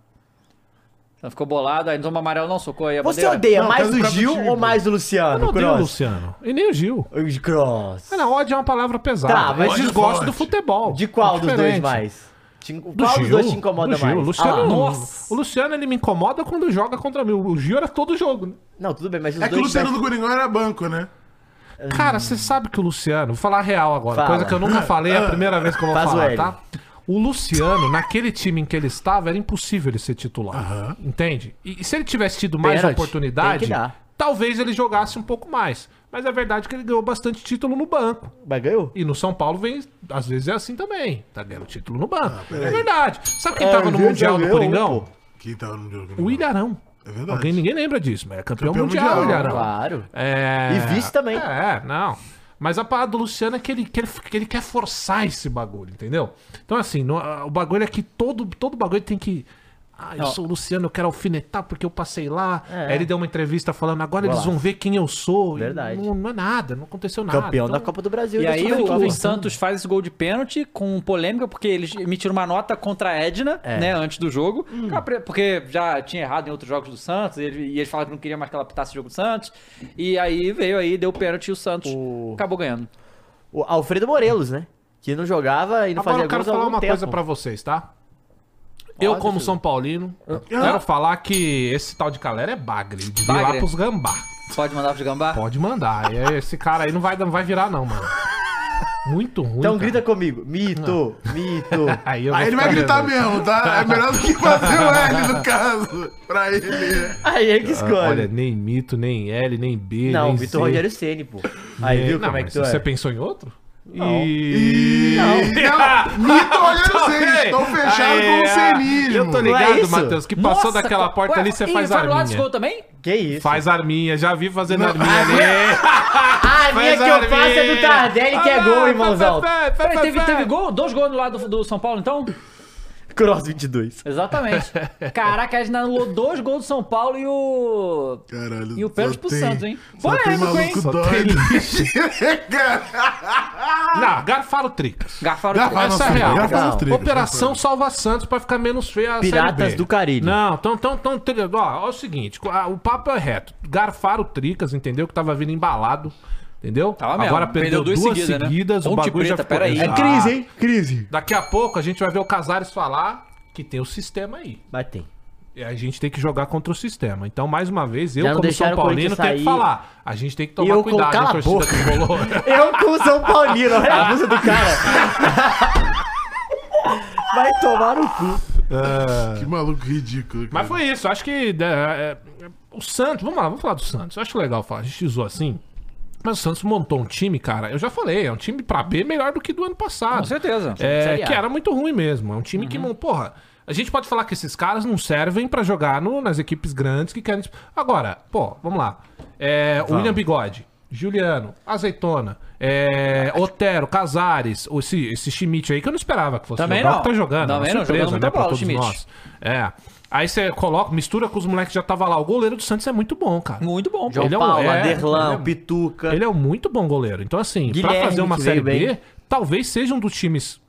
A: Então ficou bolado, aí toma amarelo, não socou aí a
C: Você
A: bandeira.
C: odeia
B: Não,
C: mais
B: quero
C: o
B: ficar
C: Gil
B: contigo.
C: ou mais o
D: Eu não
C: Luciano?
D: odeio o
C: Cross.
D: Luciano. E nem o Gil.
C: O Cross.
D: Ah, Não, ódio é uma palavra pesada.
C: Tá, mas
D: eu
B: de
D: desgosto
B: forte.
D: do futebol.
C: De qual dos
D: É
C: dois
D: diferente.
C: mais? Te- Qual
D: Do Gil,
C: dos dois te incomoda
D: do Gil.
C: mais?
D: O Luciano, é um-
C: Ah, lá.
D: o Luciano, ele me incomoda quando joga contra mim. O Gil era todo jogo. né?
C: Não, tudo bem, mas os
B: é que o
C: dois.
B: Luciano do Coringão era banco, né?
D: Cara, você sabe que o Luciano... Vou falar a real agora.
C: Fala.
D: Coisa que eu nunca falei, é a primeira vez que eu vou
C: Faz o
D: falar,
C: L.
D: tá? O Luciano, naquele time em que ele estava, era impossível ele ser titular. Entende? E, e se ele tivesse tido mais
C: Pênalti,
D: oportunidade,
C: tem que dar.
D: talvez ele jogasse um pouco mais. Mas é verdade que ele ganhou bastante título no banco.
C: Mas ganhou?
D: E no São Paulo vem, às vezes é assim também. Tá ganhando título no banco. é verdade. Sabe quem tava no
C: às vezes
D: Mundial
C: já
D: do
C: ganhou,
D: Coringão?
B: Que tá, tava no jogo do Coringão.
D: O Ilharão.
B: É verdade.
D: Alguém, ninguém lembra disso, mas é campeão,
B: Campeão
D: mundial,
B: mundial,
D: o Ilharão.
C: Claro.
D: É...
C: E vice também.
D: É, não. Mas a parada do Luciano é que ele, que ele, que ele quer forçar esse bagulho, entendeu? Então, assim, no- a- o bagulho é que todo, todo bagulho tem que. Ah, eu
A: Não.
D: sou o Luciano, eu quero alfinetar porque eu passei lá.
C: É.
D: Aí ele deu uma entrevista falando, agora eles
C: Golaço.
D: vão ver quem eu sou. E
C: Verdade.
D: Não, não é nada, não aconteceu nada.
C: Campeão
D: Então,
C: da Copa do Brasil.
A: E
C: da
A: aí o,
C: Supercopa.
A: o Santos faz esse gol de pênalti com polêmica, porque eles emitiram uma nota contra a Edna,
C: É.
A: né, antes do jogo. Capre- Porque já tinha errado em outros jogos do Santos, e ele- e eles falaram que não queria mais que ela apitasse o jogo do Santos. E aí veio aí, deu pênalti e o Santos
C: O-
A: acabou ganhando.
C: O Alfredo Morelos, né? Que não jogava e não
D: Agora
C: fazia
D: eu quero
C: gols há
D: falar
C: algum
D: uma
C: tempo.
D: coisa pra vocês, tá? Eu,
C: Pode,
D: como
C: filho.
D: São Paulino, quero falar que esse tal de Calera é bagre. Ele devia ir lá
A: Bagre.
D: pros gambá.
A: Pode mandar pro gambá?
D: Pode mandar. E aí, Esse cara aí não vai, não vai virar, não, mano. Muito ruim.
C: Então
D: cara.
C: grita comigo. Mito, mito.
D: Aí, eu vou
B: Aí ele vai
D: ficar
B: gritar
D: nervoso.
B: mesmo, tá? É melhor do que fazer o L no caso. Pra ele. né?
C: Aí ele que escolhe.
D: Ah, Olha, nem mito, nem L, nem B.
C: não,
D: nem
C: Vitor
D: C.
C: Rogério Ceni, pô. Aí, viu
D: Não,
C: como é que
D: mas
C: tu
D: Você
C: é?
D: pensou em outro?
C: Não.
D: E...
B: Não, mito olhando vocês. Estão fechados com o cenismo.
D: Eu tô
C: Não é
D: ligado,
C: isso?
D: Matheus, que passou
A: Nossa,
D: daquela
A: co-
D: porta
A: Ué,
D: ali, você
A: e
D: faz
A: Fábio Lattes
D: arminha.
A: gol também?
C: Que isso?
D: Faz arminha, já vi fazendo
B: Não.
D: arminha ali.
C: Ah, a minha
D: Faz
C: que eu faço é do
D: arminha.
C: Tardelli, que é
D: Ah,
C: gol,
D: pá,
C: irmãozão.
D: pá, pá, pá,
A: Peraí, teve,
D: pá.
A: teve gol? Dois gols no lado do, do São Paulo, então?
C: Cross 22.
A: Exatamente. Caraca, a gente anulou dois gols do São Paulo e o.
B: Caralho.
A: E o pênalti
B: só
A: pro
B: tem-
A: Santos, hein?
B: Só tem
A: Polêmico, hein?
B: maluco
D: Só
B: doido.
D: Não, garfaram tricas.
A: Garfaram
B: Dá
A: o
B: pra
D: Essa é
B: nossa,
D: real.
B: dá pra
C: Não.
B: nos trilhos,
D: Operação Salva Santos pra ficar menos feia a Série
C: Piratas
D: B.
C: do Caribe.
D: Não, então, tão, tão, tão, tão- ó, ó, o seguinte, a- o papo é reto. Garfaram o Tricas, entendeu? Que tava vindo embalado, entendeu?
A: Tava mesmo.
D: Agora perdeu,
A: Perdeu duas
D: duas
A: seguidas,
D: seguidas,
A: né?
D: o
A: Ponte
D: bagulho já
A: Preta,
D: ficou...
A: peraí.
D: Exato.
A: É
C: hein? Crise.
D: Daqui a pouco a gente vai ver o Casares falar que tem o sistema aí.
C: Mas tem.
D: E a gente tem que jogar contra o sistema. Então, mais uma vez, eu,
C: Já não
D: como São
C: deixaram o
D: Paulino,
C: Corinthians
D: tenho que
C: sair.
D: falar. A gente tem que
C: E
D: tomar
C: eu
D: cuidado,
C: colocar
D: hein,
C: na
D: torcida
C: boca.
D: tricolor.
C: Eu com o São Paulino, olha a blusa do cara. Vai tomar no cu.
B: Que maluco ridículo. cara.
D: Mas foi isso, acho que. é, é, o Santos, vamos lá, vamos falar do Santos. Eu acho legal falar, a gente usou assim. Mas o Santos montou um time, cara, eu já falei, é um time pra B melhor do que do ano passado.
A: Com certeza. Uhum.
D: É,
C: Série A.
D: que era muito ruim mesmo. É um time que, mon- porra, a gente pode falar que esses caras não servem pra jogar no- nas equipes grandes que querem. Agora, pô, vamos lá. É, o William Bigode, Juliano, Azeitona, é, Otero, Casares, o- esse, esse Schmidt aí que eu não esperava que fosse
A: Também
D: jogar,
A: não.
D: o que tá jogando. é uma
A: Também não,
D: surpresa,
A: jogando muita
D: né, pra
A: bola,
D: todos
A: Schmidt.
D: nós. É. Aí você coloca, mistura com os moleques que já tava lá. O goleiro do Santos é muito bom, cara.
A: Muito bom,
D: Ele
C: João
D: é um-
C: Paulo,
D: é,
C: Aderlan,
D: ele é-
C: Pituca.
D: Ele é um muito bom goleiro. Então, assim,
C: Guilherme,
D: pra fazer uma
C: que
D: Série B,
C: veio bem.
D: talvez seja um dos times...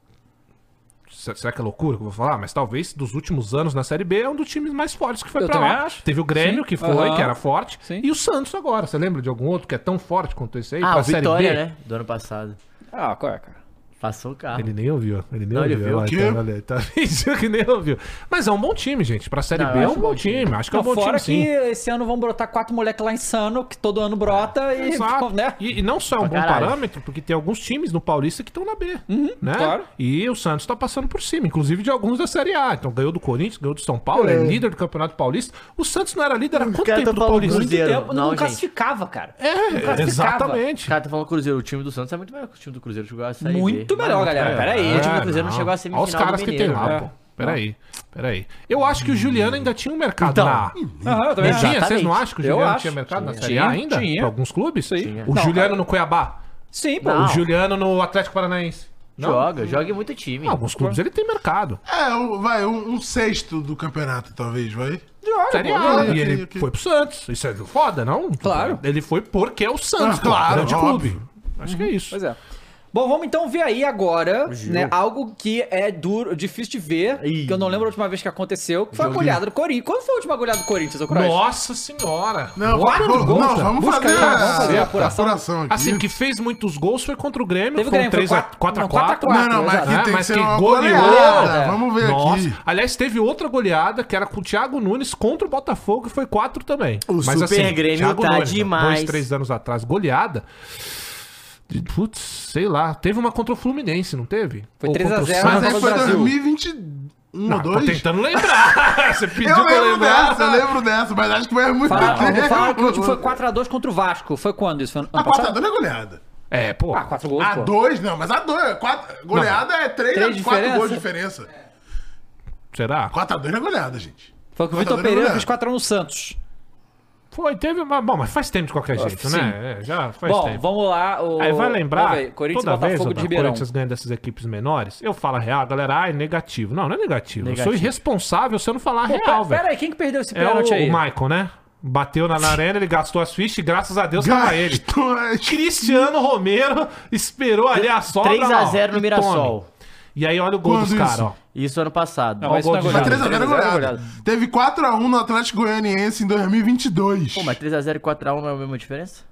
D: se- Será que é loucura que eu vou falar? Mas talvez dos últimos anos na Série B é um dos times mais fortes que foi
A: Eu
D: pra
A: também
D: lá.
A: acho.
D: Teve o Grêmio,
A: Sim.
D: que foi,
A: Aham.
D: que era forte.
A: Sim.
D: E o Santos agora. Você lembra de algum outro que é tão forte quanto esse aí?
C: Ah,
D: pra
C: o
D: Série
C: Vitória,
D: B?
C: né? Do ano passado.
A: Ah, qual é, cara?
C: Passou o carro.
D: Ele nem ouviu. Ele nem
C: Não, ele
D: ouviu.
C: viu.
D: Olha lá,
B: Quê?
D: então, olha aí, tá fingindo que nem ouviu. Mas é um bom time, gente. Pra Série
C: Não,
D: B
C: eu
D: é
C: acho
D: um bom time. Acho que é um
A: Não,
D: bom
A: fora
D: time,
A: que
D: sim.
A: esse ano vão brotar quatro moleques lá insano, que todo ano brota e.
D: Exato.
A: né?
D: E, e não só é um
C: Pra
D: bom
C: caralho.
D: parâmetro, porque tem alguns times no Paulista que estão na B. né?
A: claro.
D: E o Santos tá passando por cima, inclusive de alguns da Série A. Então ganhou do Corinthians, ganhou do São Paulo, é, líder do Campeonato Paulista. O Santos não era líder há quanto
C: cara
D: tempo
C: tá
D: do
C: falando
D: Paulista?
A: Muito
C: Cruzeiro.
A: tempo não,
C: Não, gente.
A: classificava, cara. Não
D: É,
A: classificava.
C: Os
D: exatamente.
C: caras estão tá falando Cruzeiro. O time do Santos é muito melhor que o time do Cruzeiro. Chegou a sair.
A: Muito melhor, galera. Pera aí.
C: o time
D: É,
C: do Cruzeiro não chegou à
D: Olha
C: semifinal
D: os caras
C: do
D: que tem
C: Mineiro,
D: lá,
C: né?
D: pô. Peraí, peraí. Eu acho que o Juliano ainda tinha um mercado
C: Então,
D: na A.
A: Aham, eu também
D: Não tinha?
A: acho.
D: Vocês não
C: Exatamente.
D: acham que o
A: Eu
D: Juliano
A: acho.
D: tinha mercado na
A: Tinha.
D: Série A ainda?
A: Tinha.
D: Pra alguns clubes? Isso
A: aí.
D: O
A: Não,
D: Juliano
A: cara.
D: no Cuiabá?
A: Sim, pô.
C: Não.
D: O Juliano no Atlético Paranaense? Não?
C: Joga, joga em muito time.
D: Em Alguns clubes ele tem mercado.
B: É, um- vai, um, um sexto do campeonato, talvez, vai.
A: Ah,
D: Série A,
B: olha,
D: e
B: ok,
D: ele
B: ok.
D: foi pro Santos. Isso é foda, não?
A: Claro.
D: Ele foi porque é o Santos,
B: Ah,
D: claro,
B: claro,
D: grande
B: óbvio.
D: clube. Acho que é isso.
A: Pois é. Bom, vamos então ver aí agora, né, algo que é duro, difícil de ver,
C: Ih.
A: que eu não lembro a última vez que aconteceu, que foi a goleada do Corinthians. Quando foi a última goleada do Corinthians, ô Croix?
D: Nossa senhora.
B: Não,
A: Quatro
B: vamos,
A: gols,
B: não,
A: cara.
B: vamos
A: Busca
B: fazer,
A: aí, vamos fazer a
B: a
A: apuração.
B: apuração. aqui.
D: Assim, que fez muitos gols foi contra o Grêmio.
A: Teve o
D: foi um
A: Grêmio, foi
D: 3 a
A: quatro- não,
D: 4
A: quatro a
D: 4
A: quatro.
B: Não, não, mas aqui
D: né?
B: tem
D: Mas
B: que ser
D: que
B: uma
D: goleou.
B: goleada.
A: É.
B: Vamos ver
D: Nossa.
B: aqui.
D: Aliás, teve outra goleada que era com o Thiago Nunes contra o Botafogo e foi 4 também. assim,
C: O Super Grêmio tá demais.
D: né? Dois, três anos atrás, goleada. De- Putz, sei lá. Teve uma contra o Fluminense, não teve?
A: Foi
D: Ou
A: 3 a né?
D: contra o
A: 0
B: Mas
D: Santos.
A: na Copa
B: aí
A: do
B: foi
A: Brasil.
B: 2021 ou
D: Não, tô
B: 2?
D: tentando lembrar. Você pediu
B: Eu
D: pra eu
B: lembro
D: lembrar.
B: dessa, né? eu lembro dessa, mas acho que vai muito
A: Falaram,
B: tempo.
A: falaram que o último foi 4x2 contra o Vasco. Foi quando isso? Foi ano
B: A
A: passado?
B: 4x2 é goleada.
D: É, pô.
A: Ah, 4 gols,
B: A
A: pô.
B: 2, não, mas a 2. Quatro... Goleada é 3
A: Três
B: a 4
A: diferença?
B: gols de diferença.
D: Será?
B: 4x2 é goleada, gente.
A: Foi que o Vitor
B: 4x2 é
A: Pereira
D: né?
B: goleada.
A: fez 4x1 no Santos.
D: Foi, teve uma. Bom, mas faz tempo de qualquer jeito,
A: sim.
D: né? É, já faz
A: Bom,
D: tempo.
A: vamos lá. O...
D: Aí vai lembrar,
A: Vamos ver, Corinthians e
D: toda vez
A: Botafogo
D: o
A: de Ribeirão.
D: Corinthians ganha dessas equipes menores, eu falo a real, a galera, ah, é negativo. Não, não é negativo. Eu
C: Negativo.
D: sou irresponsável se eu não falar a real,
A: Pera,
D: velho.
A: pera aí, É, quem que perdeu esse
D: É o,
A: pênalti
D: o
A: aí?
D: Michael, né? Bateu na, na arena, ele gastou as fichas e graças a Deus tava ele.
B: Gastou as-
D: Cristiano Romero esperou ali a sobra.
C: 3x0
D: ó, e
C: no Mirassol.
D: tome. E aí olha o gol
B: Quando
D: dos caras,
B: isso?
D: ó.
C: Isso ano passado.
A: Não, mas isso não é
D: Olha o
B: Mas
A: goleada.
B: 3 a 0 é
A: 3 a 0 é
B: goleada. Teve 4x1 no Atlético Goianiense em 2022.
C: Pô, mas 3x0 e 4x1 não é a mesma diferença?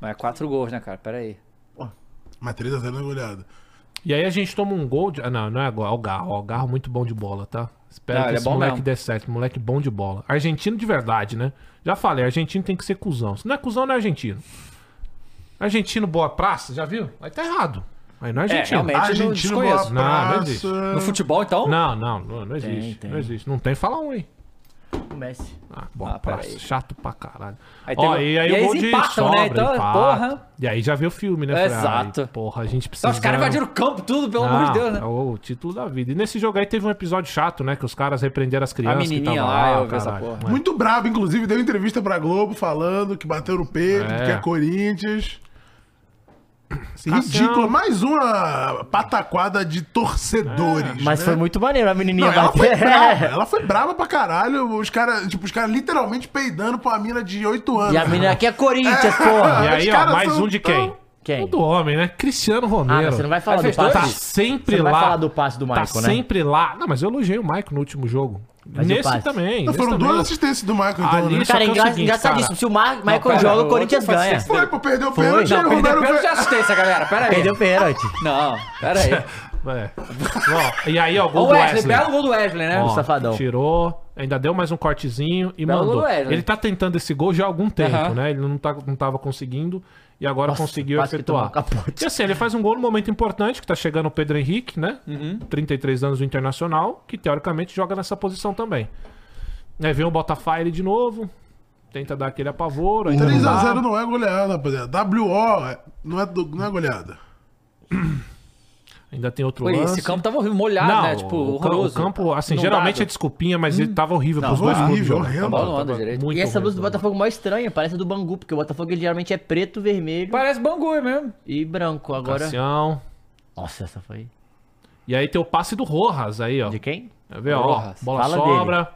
A: Mas é 4 gols, né, cara? Pera aí.
B: Mas 3x0 não é goleada.
D: E aí a gente toma um gol de... Ah, não, não é agora. É o Garro. Ó, o Garro muito bom de bola, tá? Espero
A: Não,
D: que
A: ele é
D: esse
A: bom
D: moleque
A: mesmo.
D: dê certo. Moleque bom de bola. Argentino de verdade, né? Já falei, argentino tem que ser cuzão. Se não é cuzão, não é argentino. Argentino boa praça, já viu? Aí tá errado. Aí não é
A: É,
D: Argentina.
A: realmente. Argentino
B: Argentino
A: desconheço.
B: boa
D: Não, não
B: praça.
D: existe.
A: No futebol, então?
D: Não, não, não, não existe.
C: tem.
D: Não existe. Não tem, fala um aí.
C: O Messi.
D: Ah, bom,
A: Ah,
D: praça,
A: peraí.
D: chato pra caralho.
A: Aí
D: Ó,
A: teve-
D: e aí
A: e
D: o
A: eles
D: gol de
A: empatam, né?
D: sobra,
A: Então,
D: empata.
A: porra.
D: E aí já vê o filme, né? Falei, ai,
A: Exato.
D: Porra, a gente precisa...
A: Então, os caras invadiram o campo, tudo, pelo amor de Deus, né?
D: É o título da vida. E nesse jogo aí teve um episódio chato, né? Que os caras repreenderam as crianças que
A: menininha
D: estavam
A: lá,
D: lá.
A: eu vi essa
D: caralho.
A: porra.
D: Mas-
B: Muito brabo, inclusive, deu entrevista pra Globo falando que bateu no peito,
D: É.
B: que é Corinthians. Assim,
D: Cassiano.
B: ridículo. Mais uma pataquada de torcedores.
C: É, Mas
B: né?
C: foi muito maneiro a
B: Não,
C: menininha
B: ela foi
C: bater.
B: brava, ela foi brava pra caralho. Os caras, tipo, os caras literalmente peidando pra uma mina de 8 anos.
C: E a menina aqui é Corinthians, porra.
D: E
B: Ah, os
D: aí, ó,
B: caras
D: mais
B: são
D: um de
B: tão-
D: quem?
C: Quem?
D: Um do homem, né? Cristiano
C: Ah,
D: Romero.
C: mas você não vai falar
A: Mas
C: do
A: fez
C: passe.
D: Tá
A: dois?
D: sempre
C: Você não
D: lá.
C: vai falar do passe do Michael,
D: tá
C: né?
D: sempre lá. Não, mas eu elogiei o Michael no último jogo.
C: Mas e o
D: nesse
C: passe?
D: também.
B: Não,
D: nesse
B: foram
D: também.
B: duas assistências do Michael, então,
D: Ali-
B: né?
D: Só que
C: Cara,
D: é
C: é
D: o
C: engra-
D: seguinte,
C: engraçadíssimo.
D: cara.
C: Se o Ma- Michael
A: pera,
C: joga,
A: o
C: o Corinthians
A: outro faz
C: ganha.
A: sexta.
B: Foi, pô, perdeu o pênalti,
A: Não,
B: o
A: perdeu
B: Romero
A: pênalti de
B: ganha.
A: assistência, galera. Pera aí.
C: Perdeu o pênalti.
A: Não, pera aí.
D: É. Ó, e aí, ó,
A: Ô
D: gol do
A: Wesley,
D: Wesley.
A: belo gol do Wesley, né?
D: Ó,
C: safadão.
D: Tirou, ainda deu mais um cortezinho e
A: Belo gol
D: mandou.
A: do
C: né?
A: Wesley.
D: Ele tá tentando esse gol já há algum tempo,
A: Aham.
D: né? Ele não, tá, não tava conseguindo e agora
C: Nossa,
D: conseguiu
C: quase que
D: efetuar.
C: tomou um capote.
D: E assim, ele faz um gol no momento importante, que tá chegando o Pedro Henrique, né?
C: Uhum.
D: 33 anos do Internacional, que teoricamente joga nessa posição também. Aí vem o Botafogo de novo, tenta dar aquele apavoro. aí
B: 3x0 não é goleada, rapaziada. WO não é, do- não é goleada.
D: Ainda tem outro
A: Pô, e
D: lance.
A: esse campo tava horrível, molhado,
D: não,
A: né? Tipo,
D: o, ca-
A: horroroso.
D: o campo, assim,
A: Inundado.
D: geralmente é desculpinha, mas ele tava horrível pros dois
B: horrível,
D: clubes.
B: horrendo.
D: Tava-
B: A
A: bola não
D: tava
A: anda direito.
D: muito
C: E essa blusa do
D: horrível.
C: Botafogo é mó estranha, parece a do Bangu, porque o Botafogo ele geralmente é preto, vermelho
A: Parece Bangu mesmo.
C: e branco. Agora.
D: Cassião.
C: Nossa, essa foi.
D: E aí tem o passe do Rojas aí, ó.
C: De quem?
D: Tá vendo? Ó,
A: Rojas.
D: bola
C: Fala
D: sobra.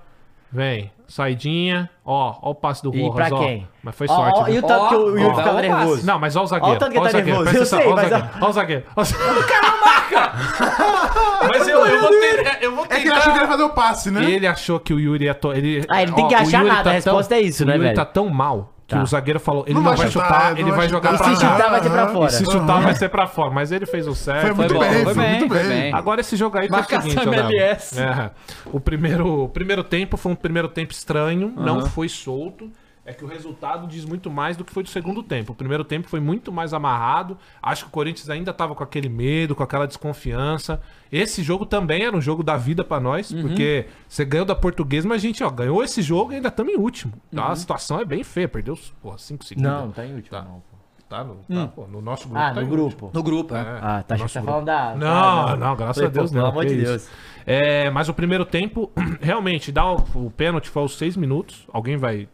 D: Vem, saidinha. Ó, ó o passe do
C: E
D: Rojas,
C: pra
D: ó.
C: quem?
D: Mas foi sorte.
C: Ó, ó,
D: né?
C: E o tanto que o Yuri
A: ó.
C: ficava
A: Dá um passe.
C: nervoso.
D: Não, mas ó o zagueiro.
C: Ó o tanto que
D: ó
C: tá
D: zagueiro,
C: nervoso,
D: presta
C: eu sei,
D: atenção, ó o
C: mas
D: zagueiro. Ó o zagueiro. ó o zagueiro. O cara marca! mas eu, eu vou ter. Eu vou
B: É que ele
D: tentar-
B: achou que ele ia fazer o passe, né?
D: Ele achou que o Yuri ia. To... Ele...
C: Ah, ele tem que
D: o
C: achar
D: Yuri tá
C: nada, a resposta é isso,
D: o
C: né,
D: Yuri
C: velho?
D: tá tão mal que
C: Tá.
D: o zagueiro falou: ele
B: Não
D: não,
B: vai
D: vai
B: chutar,
D: chutar,
B: não
D: ele
B: vai
D: vai
B: chutar.
D: jogar
B: E
C: Se
D: pra
B: Aham.
C: chutar, vai ser pra
B: Aham.
C: fora.
D: Se chutar, vai ser pra fora. Mas ele fez o certo.
B: Foi muito
A: bom,
B: bem,
A: foi
B: foi
A: bem,
B: muito
A: foi
B: bem.
A: bem.
D: Agora esse jogo aí foi o
A: Marcação
D: seguinte, Leonardo.
A: MLS.
D: É. o primeiro, o primeiro tempo foi um primeiro tempo estranho, não foi solto. É que o resultado diz muito mais do que foi do segundo tempo. O primeiro tempo foi muito mais amarrado. Acho que o Corinthians ainda estava com aquele medo, com aquela desconfiança. Esse jogo também era um jogo da vida pra nós,
C: Uhum.
D: porque você ganhou da Portuguesa, mas a gente ó, ganhou esse jogo e ainda estamos em último. Tá? A situação é bem feia, perdeu 5 segundos.
C: Uhum. Não, tá em último. não, pô.
D: Tá no, tá, pô, no nosso grupo.
C: Ah,
D: tá
C: no
D: em último.
C: grupo.
A: No grupo, é.
C: Ah, tá, achei que tá
D: Nosso
C: falando da.
D: Não,
C: ah,
D: não, graças
C: Falei,
D: a Deus
C: pô,
D: não.
C: Pelo amor
D: que
C: de
D: isso.
C: Deus.
D: É, mas o primeiro tempo, realmente, dá o, o pênalti foi aos seis minutos. Alguém vai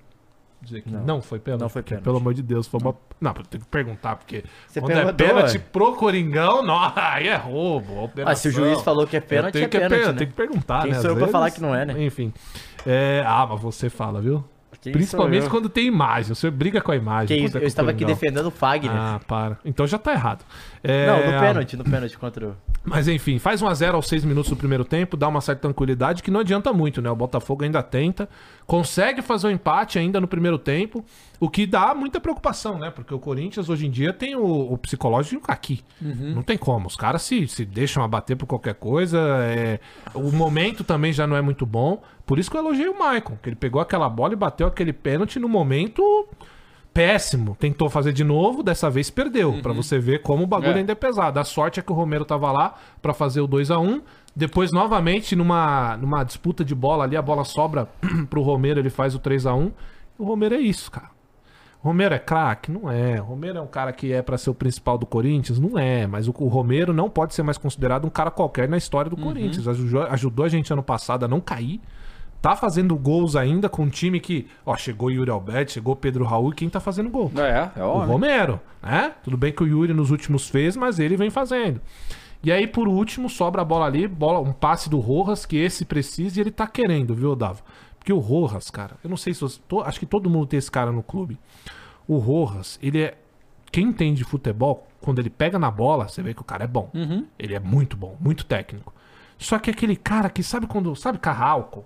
D: dizer que não, foi pênalti?
C: não foi
D: Porque,
C: pênalti.
D: Pelo amor de Deus, foi uma... Não, tem que perguntar, porque
C: Você
D: quando é
C: perguntou,
D: pênalti
C: ué.
D: pro Coringão, não, aí é roubo, operação.
C: Ah, se o juiz falou que é pênalti,
D: tem
C: é pênalti, né?
D: Tem que perguntar,
C: Quem
D: né?
C: sou eu
D: às
C: pra
D: vezes.
C: falar que não é, né?
D: Enfim. É, ah, mas você fala, viu?
C: Quem
D: Principalmente
C: sou eu?
D: quando tem imagem, você briga com a imagem.
C: Que
D: puta
C: isso, eu
D: que o
C: estava aqui
D: Coringão.
C: defendendo o Fagner.
D: Ah, para. Então já tá errado. É,
C: Não, no pênalti, no pênalti contra o.
D: mas enfim, faz 1 a 0 aos 6 minutos do primeiro tempo, dá uma certa tranquilidade que não adianta muito, né? O Botafogo ainda tenta, consegue fazer o empate ainda no primeiro tempo, o que dá muita preocupação, né? Porque o Corinthians hoje em dia tem o, o psicológico aqui. Não tem como, os caras se, se deixam abater por qualquer coisa, é, o momento também já não é muito bom. Por isso que eu elogiei o Maicon, que ele pegou aquela bola e bateu aquele pênalti no momento péssimo. Tentou fazer de novo, dessa vez perdeu. Pra você ver como o bagulho
A: É.
D: ainda é pesado. A sorte é que o Romero tava lá pra fazer o 2 a 1 Depois, novamente, numa, numa disputa de bola ali, a bola sobra pro Romero, ele faz o 3 a 1 O Romero é isso, cara. O Romero é craque? Não é. O Romero é um cara que é pra ser o principal do Corinthians? Não é. Mas o, o Romero não pode ser mais considerado um cara qualquer na história do Corinthians. Ajudou, ajudou a gente ano passado a não cair. Tá fazendo gols ainda com um time que, ó, chegou Yuri Alberto, chegou Pedro Raul, e quem tá fazendo gol?
A: É, é
D: O
A: homem.
D: Romero, né? Tudo bem que o Yuri nos últimos fez, mas ele vem fazendo. E aí, por último, sobra a bola ali, bola, um passe do Rojas, que esse precisa e ele tá querendo, viu, Dava? Porque o Rojas, cara, eu não sei se você. to- acho que todo mundo tem esse cara no clube. O Rojas, ele é. Quem entende de futebol, quando ele pega na bola, você vê que o cara é bom. Ele é muito bom, muito técnico. Só que aquele cara que sabe quando. Sabe, Carralco?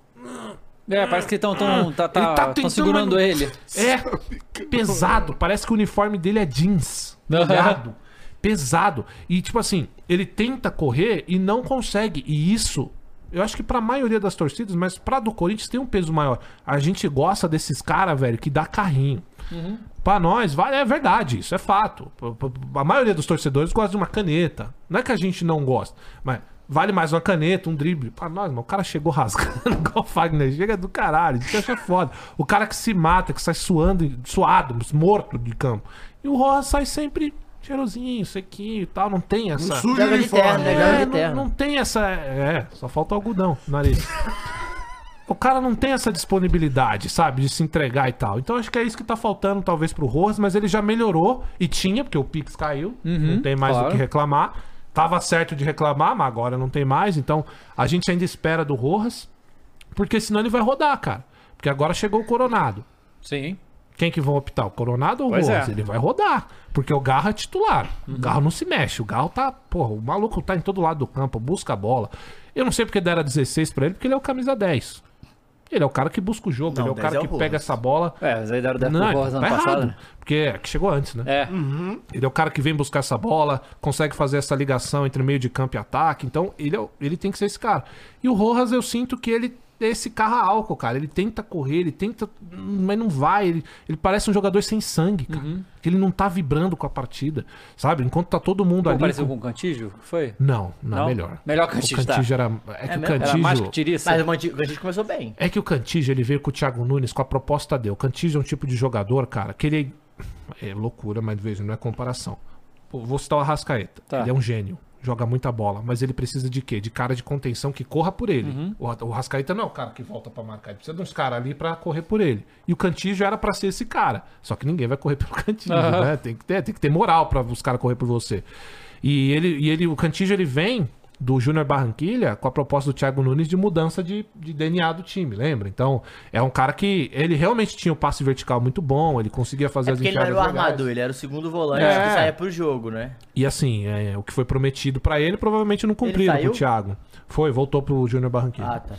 A: É, parece que estão tão, tá, tá,
D: Ele tá
A: tão
D: tentando,
A: segurando
D: mas não-
A: ele.
D: É pesado. Parece que o uniforme dele é jeans. Molhado. pesado. E, tipo assim, ele tenta correr e não consegue. E isso, eu acho que pra maioria das torcidas, mas pra do Corinthians tem um peso maior. A gente gosta desses caras, velho, que dá carrinho. Pra nós, vale, é verdade, isso é fato. P- p- A maioria dos torcedores gosta de uma caneta. Não é que a gente não gosta, mas vale mais uma caneta, um drible. Pra nós, mano, o cara chegou rasgando igual o Fagner. Chega do caralho, isso que acha foda. O cara que se mata, que sai suando, suado, morto de campo. E o Rojas sai sempre cheirosinho, sequinho e tal. Não tem essa.
B: sujo o
C: Joga de terno,
B: uniforme.
C: né?
B: né?
C: Joga de
D: É, não,
C: terno.
D: não tem essa. É, só falta o algodão no nariz. o cara não tem essa disponibilidade, sabe? De se entregar e tal. Então acho que é isso que tá faltando, talvez, pro Rojas, mas ele já melhorou e tinha, porque o Pix caiu, não tem mais
A: claro.
D: o que reclamar. Tava certo de reclamar, mas agora não tem mais. Então a gente ainda espera do Rojas, porque senão ele vai rodar, cara. Porque agora chegou o Coronado.
A: Sim.
D: Quem que vão optar? O Coronado ou o
A: Pois
D: Rojas?
A: é. Uhum.
D: Ele vai rodar. Porque o Garra é titular. O Garra não se mexe. O Garra tá. Porra, o maluco tá em todo lado do campo, busca a bola. Eu não sei porque deram a 16 pra ele, porque ele é o camisa 10. Ele é o cara que busca o jogo,
C: Não,
D: ele é o
C: 10
D: cara
C: é o
D: que
C: Rojas.
D: pega essa bola.
A: É, mas aí deram 10 pro
D: Não,
A: Rojas
D: tá
A: ano passado.
D: errado.
A: né?
D: Porque é que chegou antes, né?
A: É.
D: Ele é o cara que vem buscar essa bola, consegue fazer essa ligação entre meio de campo e ataque. Então, ele, é o- ele tem que ser esse cara. E o Rojas, eu sinto que ele é esse carro a álcool, cara. Ele tenta correr, ele tenta, mas não vai. Ele, ele parece um jogador sem sangue, cara. Que ele não tá vibrando com a partida, sabe? Enquanto tá todo mundo
A: Pô,
D: ali.
A: Pareceu
D: com-
A: com o Cantígio? Foi?
D: Não, não, é
A: Não?
D: melhor.
A: Melhor
D: o
A: Cantígio,
D: Cantígio.
A: tá.
D: era. É que o
C: mesmo?
A: Era
C: Era
A: mais que
D: Cantígio.
A: tiriça.
C: Mas o Manti- o Cantígio começou bem.
D: É que o Cantígio, ele veio com o Thiago Nunes com a proposta dele. O Cantígio é um tipo de jogador, cara, que ele é loucura, mas veja, não é comparação. Pô, Vou citar o Arrascaeta.
A: Tá.
D: Ele é um gênio, joga muita bola, mas ele precisa de quê? De cara de contenção que corra por ele.
C: Uhum.
D: O, Ra- o Arrascaeta não é o cara que volta pra marcar, ele precisa de uns caras ali pra correr por ele. E o Cantígio era pra ser esse cara, só que ninguém vai correr pelo Cantígio,
A: Aham.
D: né? Tem que ter, tem que ter moral pra os caras correr por você. E ele, e ele, o Cantígio, ele vem do Júnior Barranquilha com a proposta do Thiago Nunes de mudança de, de DNA do time, lembra? Então, é um cara que ele realmente tinha o passe vertical muito bom, ele conseguia fazer
C: É
D: as
C: porque ele não era o
D: enxergadas legais.
C: armador, ele era o segundo volante
D: É.
C: que saía pro jogo, né?
D: E assim, é, o que foi prometido pra ele provavelmente não cumpriram
C: saiu?
D: pro Thiago. Foi, voltou pro Júnior Barranquilla.
C: Ah, tá.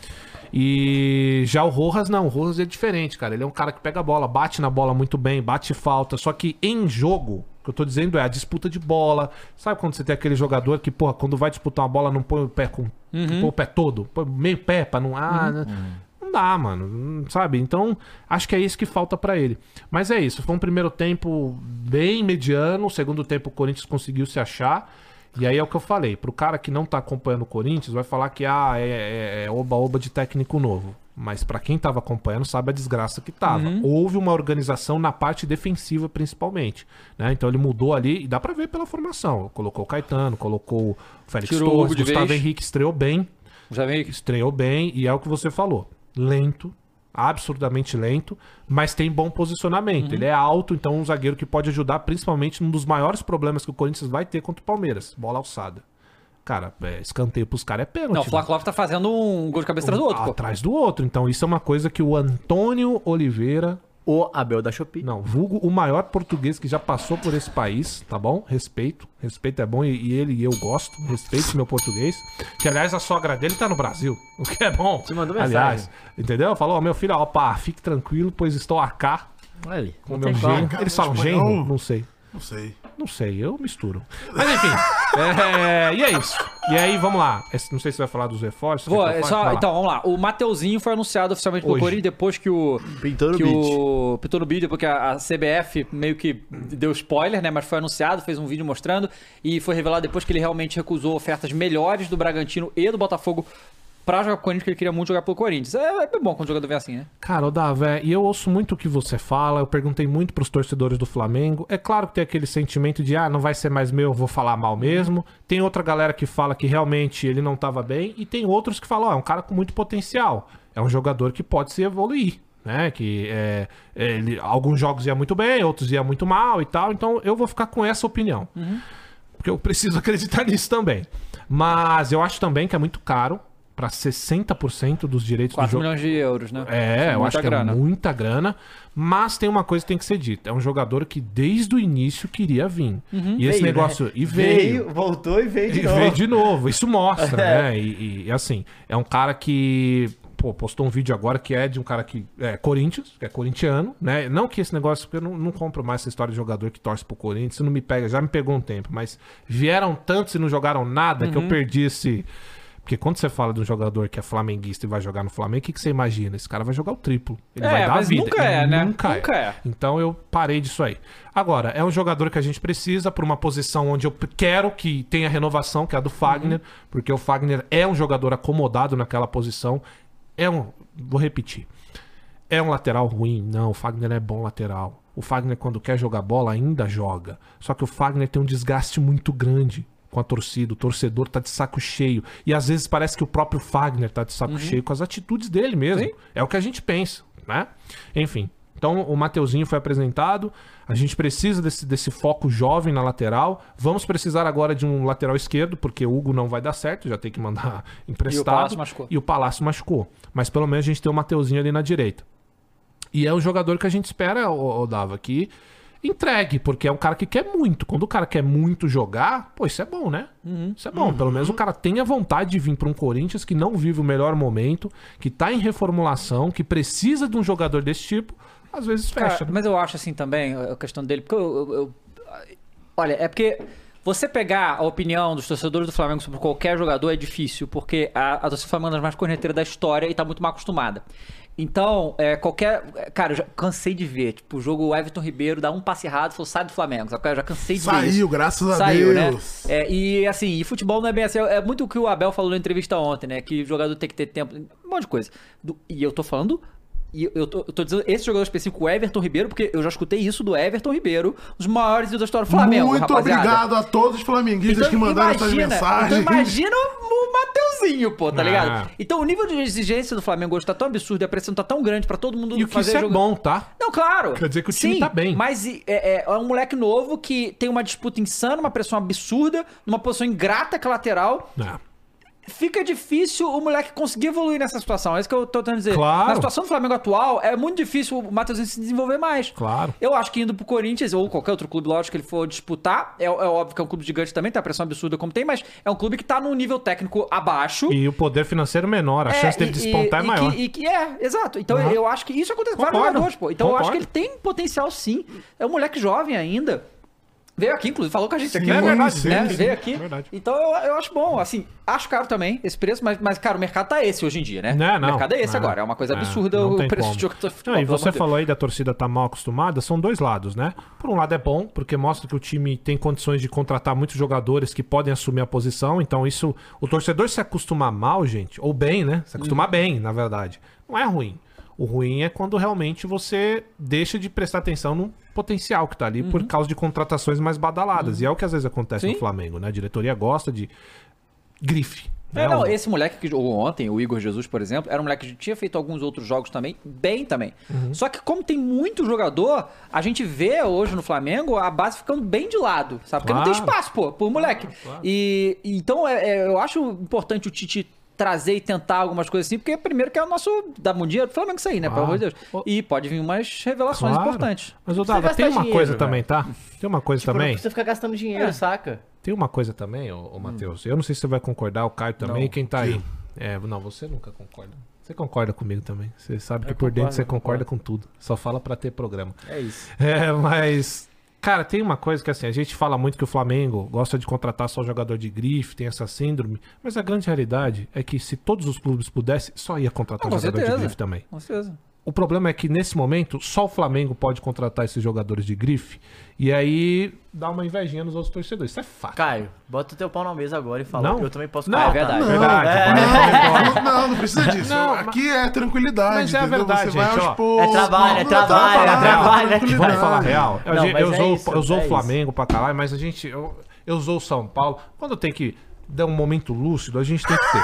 D: E já o Rojas não, o Rojas é diferente, cara. Ele é um cara que pega a bola, bate na bola muito bem, bate falta, só que em jogo, o que eu tô dizendo é a disputa de bola. Sabe quando você tem aquele jogador que, porra, quando vai disputar uma bola não põe o pé com, que
C: Uhum.
D: põe o pé todo, põe meio pé pra não ah, né? Não dá, mano, não- sabe? Então, acho que é isso que falta pra ele. Mas é isso, foi um primeiro tempo bem mediano, o segundo tempo o Corinthians conseguiu se achar. E aí é o que eu falei, pro cara que não tá acompanhando o Corinthians, vai falar que ah, é é- é oba-oba de técnico novo. Mas pra quem tava acompanhando, sabe a desgraça que tava.
A: Uhum.
D: Houve uma organização na parte defensiva, principalmente. né? Então ele mudou ali, e dá pra ver pela formação. Colocou o Caetano, colocou o Félix
A: Tirou o
D: Torres,
A: Hugo de
D: Gustavo
A: vez.
D: Henrique estreou bem,
A: Já veio aqui.
D: estreou bem, e é o que você falou. Lento, absurdamente lento, mas tem bom posicionamento.
A: Uhum.
D: Ele é alto, então é um zagueiro que pode ajudar, principalmente num dos maiores problemas que o Corinthians vai ter contra o Palmeiras. Bola alçada. Cara, é, escanteio pros caras é pênalti.
A: Não, o
D: né?
A: Flávio Lopes tá fazendo um gol de cabeça atrás do outro, pô.
D: Atrás do outro. Então, isso é uma coisa que o Antônio Oliveira,
C: O Abel da Shopee.
D: não, vulgo o maior português que já passou por esse país, tá bom? Respeito. Respeito é bom e, e ele e eu gosto. Respeito meu português. Que, aliás, a sogra dele tá no Brasil, o que é bom.
C: Te mandou
D: Aliás,
C: mensagem.
D: entendeu? Falou, ó, meu filho, ó, pá, fique tranquilo, pois estou acá
C: Olha ali.
D: com o
C: Não
D: meu
C: tem como.
D: genro. Eles falam genro? Não sei.
B: Não sei.
D: Não sei, eu misturo. Mas enfim, é, e é isso. E aí, vamos lá. Esse- Não sei se você vai falar dos reforços.
A: Vou,
D: quer que eu
A: é
D: fale?
A: só-
D: Vai lá.
A: então, vamos lá. O Mateuzinho foi anunciado oficialmente pelo
D: Hoje.
A: Corinthians depois que o.
C: Pintou no
A: que
C: beat.
A: o Pintou no vídeo, porque a, a CBF meio que deu spoiler, né? Mas foi anunciado, fez um vídeo mostrando. E foi revelado depois que ele realmente recusou ofertas melhores do Bragantino e do Botafogo pra jogar com o Corinthians, que ele queria muito jogar pelo Corinthians. É, é bom quando o jogador vem assim, né?
D: Cara, ô Davé, e eu ouço muito o que você fala, eu perguntei muito pros torcedores do Flamengo. É claro que tem aquele sentimento de, ah, não vai ser mais meu, eu vou falar mal mesmo. Tem outra galera que fala que realmente ele não tava bem, e tem outros que falam, ó, é um cara com muito potencial. É um jogador que pode se evoluir, né? Que é, ele- alguns jogos ia muito bem, outros ia muito mal e tal. Então eu vou ficar com essa opinião. Porque eu preciso acreditar nisso também. Mas eu acho também que é muito caro pra 60% dos direitos do
A: 4
D: jogo.
A: milhões de euros, né?
D: É, eu
A: Muita
D: acho que
A: grana.
D: é muita grana. Mas tem uma coisa que tem que ser dita. É um jogador que desde o início queria vir. E
C: Veio,
D: esse negócio...
C: né?
D: E veio.
C: voltou e veio de
D: E
C: novo.
D: veio de novo. Isso mostra, né? E, e, assim, é um cara que... Pô, postou um vídeo agora que é de um cara que é Corinthians, que é corintiano, né? Não que esse negócio, porque eu não, não compro mais essa história de jogador que torce pro Corinthians,
A: Uhum.
D: isso não me pega, já me pegou um tempo, mas vieram tantos e não jogaram nada que eu perdi esse, Porque quando você fala de um jogador que é flamenguista e vai jogar no Flamengo, o que, que você imagina? Esse cara vai jogar o triplo. Ele
A: É,
D: vai dar a
A: mas
D: vida.
A: nunca
D: Ele
A: é, né?
D: Nunca,
A: Nunca
D: é.
A: é.
D: Então eu parei disso aí. Agora, é um jogador que a gente precisa para uma posição onde eu p- quero que tenha renovação, que é a do Fagner, porque o Fagner é um jogador acomodado naquela posição. É um. Vou repetir. É um lateral ruim? Não, o Fagner é bom lateral. O Fagner, quando quer jogar bola, ainda joga. Só que o Fagner tem um desgaste muito grande com a torcida. O torcedor tá de saco cheio. E às vezes parece que o próprio Fagner tá de
A: Uhum.
D: saco cheio com as atitudes dele mesmo. É o que a gente pensa, né? Enfim. Então o Mateuzinho foi apresentado. A gente precisa desse, desse foco jovem na lateral. Vamos precisar agora de um lateral esquerdo, porque o Hugo não vai dar certo, já tem que mandar emprestado.
A: Palácio machucou.
D: E o Palácio machucou. Mas pelo menos a gente tem o Mateuzinho ali na direita. E é o jogador que a gente espera, o Dava, que entregue, porque é um cara que quer muito. Quando o cara quer muito jogar, pô, isso é bom, né?
A: Uhum.
D: Isso é bom. Pelo menos o cara tem a vontade de vir para um Corinthians que não vive o melhor momento, que tá em reformulação, que precisa de um jogador desse tipo, às vezes
A: Cara,
D: fecha. né?
A: mas eu acho assim também a questão dele, porque eu, eu- eu- Olha, é porque você pegar a opinião dos torcedores do Flamengo sobre qualquer jogador é difícil, porque a, a torcida do Flamengo é uma das mais corneteiras da história e tá muito mal acostumada. Então, é, qualquer. Cara, eu já cansei de ver. Tipo, o jogo Everton Ribeiro dá um passe errado e falou, sai do Flamengo. sabe? Eu já cansei de ver. isso.
B: Saiu, graças a
A: Saiu,
B: Deus.
A: né? É, e assim, e futebol não é bem assim. É muito o que o Abel falou na entrevista ontem, né? Que o jogador tem que ter tempo, um monte de coisa. Do- e eu tô falando. E eu tô, eu tô dizendo esse jogador específico, o Everton Ribeiro, porque eu já escutei isso do Everton Ribeiro, os maiores da história do Flamengo.
B: Muito
A: rapaziada.
B: obrigado a todos os flamenguistas que mandaram essas mensagens.
A: Então imagina o o Mateuzinho, pô, tá
D: Ah.
A: ligado? Então o nível de exigência do Flamengo hoje tá tão absurdo e a pressão tá tão grande pra todo mundo
D: E o que
A: fazer
D: isso é
A: jogo-
D: bom, tá?
A: não, claro.
D: Quer dizer que o time
A: Sim,
D: tá bem.
A: Mas e- é, é- é um moleque novo que tem uma disputa insana, uma pressão absurda, numa posição ingrata que é lateral.
D: É.
A: Fica difícil o moleque conseguir evoluir nessa situação. É isso que eu tô tentando dizer.
D: Claro.
A: Na situação do Flamengo atual, é muito difícil o Matheusinho se desenvolver mais.
D: Claro.
A: Eu acho que indo pro Corinthians ou qualquer outro clube, lógico, que ele for disputar, é, é óbvio que é um clube gigante também, tem a pressão absurda como tem, mas é um clube que tá num nível técnico abaixo.
D: E o poder financeiro menor, a
A: É,
D: chance dele
A: e-
D: despontar
A: e-
D: é maior.
A: E que, e que- é, exato. Então
D: Uhum.
A: eu acho que isso acontece com vários
D: Concordo.
A: jogadores, pô. Então eu acho que ele
D: Concordo.
A: tem potencial sim. É um moleque jovem ainda. Veio aqui, inclusive, falou com a gente aqui.
B: Sim,
A: né?
B: é verdade,
A: né?
B: sim, sim.
A: Veio aqui.
D: Verdade.
A: Então eu, eu acho bom, assim, acho caro também esse preço, mas, mas cara, o mercado tá esse hoje em dia, né?
D: Né,
A: o
D: não.
A: mercado é esse
D: É,
A: agora, é uma coisa
D: é,
A: absurda
D: não
A: o
D: tem
A: preço
D: como.
A: de jogador de futebol,
D: Não, e
A: pelo amor
D: você
A: de Deus.
D: falou aí da torcida tá mal acostumada, são dois lados, né? Por um lado é bom, porque mostra que o time tem condições de contratar muitos jogadores que podem assumir a posição, então isso, o torcedor se acostumar mal, gente, ou bem, né? Se acostumar
A: Uhum.
D: bem, na verdade, não é ruim. O ruim é quando realmente você deixa de prestar atenção no potencial que tá ali por causa de contratações mais badaladas. E é o que às vezes acontece
A: Uhum. Sim.
D: no Flamengo, né? A diretoria gosta de grife.
A: É,
D: né?
A: não,
D: O-
A: esse moleque que jogou ontem, o Igor Jesus, por exemplo, era um moleque que tinha feito alguns outros jogos também, bem também. Só que como tem muito jogador, a gente vê hoje no Flamengo a base ficando bem de lado, sabe? Porque não tem
D: Claro.
A: espaço, pô, por moleque. E e então é- é, eu acho importante o Tite trazer e tentar algumas coisas assim, porque primeiro que é o nosso dá muito dinheiro pro Flamengo isso aí, né, pelo
D: Claro.
A: amor de Deus. E pode vir umas revelações
D: Claro.
A: importantes.
D: Mas o
C: precisa
D: Dava, tem
C: gastar
D: uma
C: dinheiro,
D: coisa
C: velho.
D: também, tá? Tem uma coisa
C: Não
D: também.
C: precisa ficar gastando dinheiro, saca?
D: Tem uma coisa também, ô, ô Matheus. Eu não sei se você vai concordar, o Caio também, quem tá aí. É, não, você nunca concorda. Você concorda comigo também. Você sabe que por dentro
C: concordo,
D: você
C: eu
D: concorda com tudo. Só fala pra ter programa.
C: É isso.
D: É, mas. Cara, tem uma coisa que assim, a gente fala muito que o Flamengo gosta de contratar só jogador de grife, tem essa síndrome, mas a grande realidade é que se todos os clubes pudessem, só ia contratar
A: Ah, com
D: jogador
A: certeza.
D: de grife também.
A: Com certeza.
D: O problema é que nesse momento só o Flamengo pode contratar esses jogadores de grife e aí dá uma invejinha nos outros torcedores. Isso é fato.
C: Caio, bota o teu pau na mesa agora e fala.
D: Não.
C: Eu também posso
D: Não, tá
C: Ah,
A: é verdade.
B: Não,
D: Verdade,
B: não, não, não, não precisa disso.
D: Não,
B: Aqui é tranquilidade.
D: Mas é a
B: entendeu?
D: verdade,
B: Você vai
D: gente,
B: aos
D: ó.
B: poucos,
C: É trabalho, é
B: não, não, tá,
C: trabalho, é
B: tá, tá,
C: trabalho, né?
B: tranquilidade.
D: Vamos falar real. Eu,
C: Não,
D: eu,
C: mas é
D: sou,
C: isso,
D: eu sou
C: é
D: o
C: isso.
D: Flamengo pra caralho, mas a gente. Eu, eu sou o São Paulo. Quando tem que dar um momento lúcido, a gente tem que ter.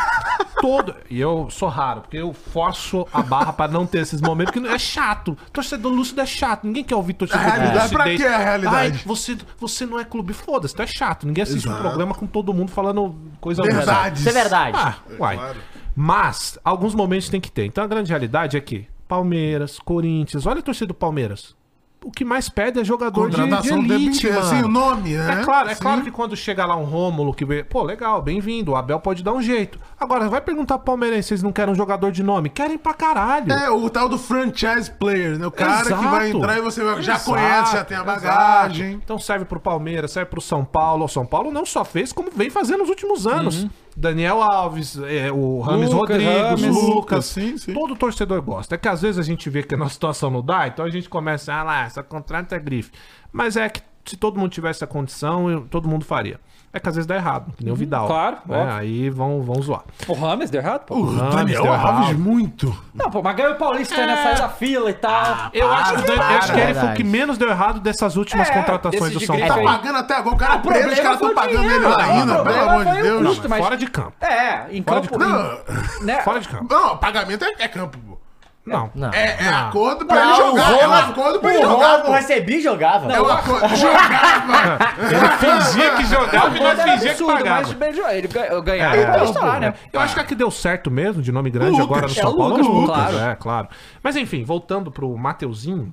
D: Todo. E eu sou raro, porque eu forço a barra pra não ter esses momentos, porque é chato. Torcedor lúcido é chato. Ninguém quer ouvir torcedor
B: A realidade,
D: lucidez.
B: pra que a realidade?
D: Ai, você, você não é clube, foda-se, tu é chato. Ninguém assiste um programa com todo mundo falando coisa horrorosa.
B: Verdades.
C: Isso é verdade.
D: Ah, uai.
B: claro.
D: Mas, alguns momentos tem que ter. Então a grande realidade é que Palmeiras, Corinthians, olha a torcida do Palmeiras. O que mais perde é jogador de, de
B: Contratação do tempo
D: elite,
B: inteiro, assim, o
D: mano.
B: nome, né?
D: É claro, é
B: Sim.
D: claro que quando chega lá um Rômulo que vê, pô, legal, bem-vindo, o Abel pode dar um jeito. Agora, vai perguntar pro Palmeirense, vocês não querem um jogador de nome? Querem pra caralho.
B: É o tal do franchise player, né? O cara que vai
D: Exato.
B: entrar e você vai- já
D: Exato,
B: conhece, já tem a
D: exato.
B: bagagem.
D: Então serve pro Palmeiras, serve pro São Paulo. O São Paulo não só fez, como vem fazendo nos últimos anos. Daniel Alves, é, o Rames
A: Lucas,
D: Rodrigues,
A: Rames.
D: o Lucas.
B: Sim, sim.
D: Todo torcedor gosta. É que às vezes a gente vê que a nossa situação não dá, então a gente começa, ah lá, só contrata a grife. Mas é que se todo mundo tivesse a condição, eu- todo mundo faria. É que às vezes dá errado, que nem o Vidal.
A: Uhum, claro,
D: né?
A: óbvio.
D: Aí vão, vão zoar.
A: O Rames deu errado, pô.
B: O
D: Rames
B: Daniel
D: deu
B: Alves
D: errado.
B: muito.
A: Não, pô, mas ganhou o Paulista
B: né?
A: nessa da fila e tal.
D: Eu acho que, eu acho que ele foi o que
C: Verdade.
D: menos deu errado dessas últimas
A: É,
D: contratações
A: desses
D: do
A: de
D: São
A: grife
B: Tá
A: aí.
D: Paulo.
B: pagando até agora, o cara
A: Ah, O
B: preso,
A: problema
B: os caras
A: foi
B: estão
A: o
B: pagando
A: dinheiro,
B: ele
A: mano. O
B: ainda, pelo
A: problema
B: amor
A: foi
B: de
A: o
B: Deus.
A: custo,
B: Não,
A: mas-
D: Fora de campo.
A: É, em
D: Fora de
A: campo. em-
B: Não,
A: né?
D: Fora de campo.
B: não, pagamento é, é campo, pô.
D: Não.
C: Não.
B: É, é
D: Ah.
B: acordo pra ele jogar. é um acordo pra ele
C: o
B: jogar,
C: Ronaldo
B: pô.
C: recebia e jogava.
B: É um acordo. Jogava.
D: Ele fingia que jogava
A: Mas
D: e
A: era
D: nós fingia é que
A: absurdo,
D: pagava.
A: mas beijou, ele ganhou- ganhava
D: É,
A: o Paulista lá, né?
D: Eu acho que a que deu certo mesmo, de nome grande
B: Lucas,
D: agora no
B: é
D: São
A: o
D: Paulo, é
A: Lucas,
D: o Lucas,
A: claro.
D: é, claro. Mas enfim, voltando pro Mateuzinho,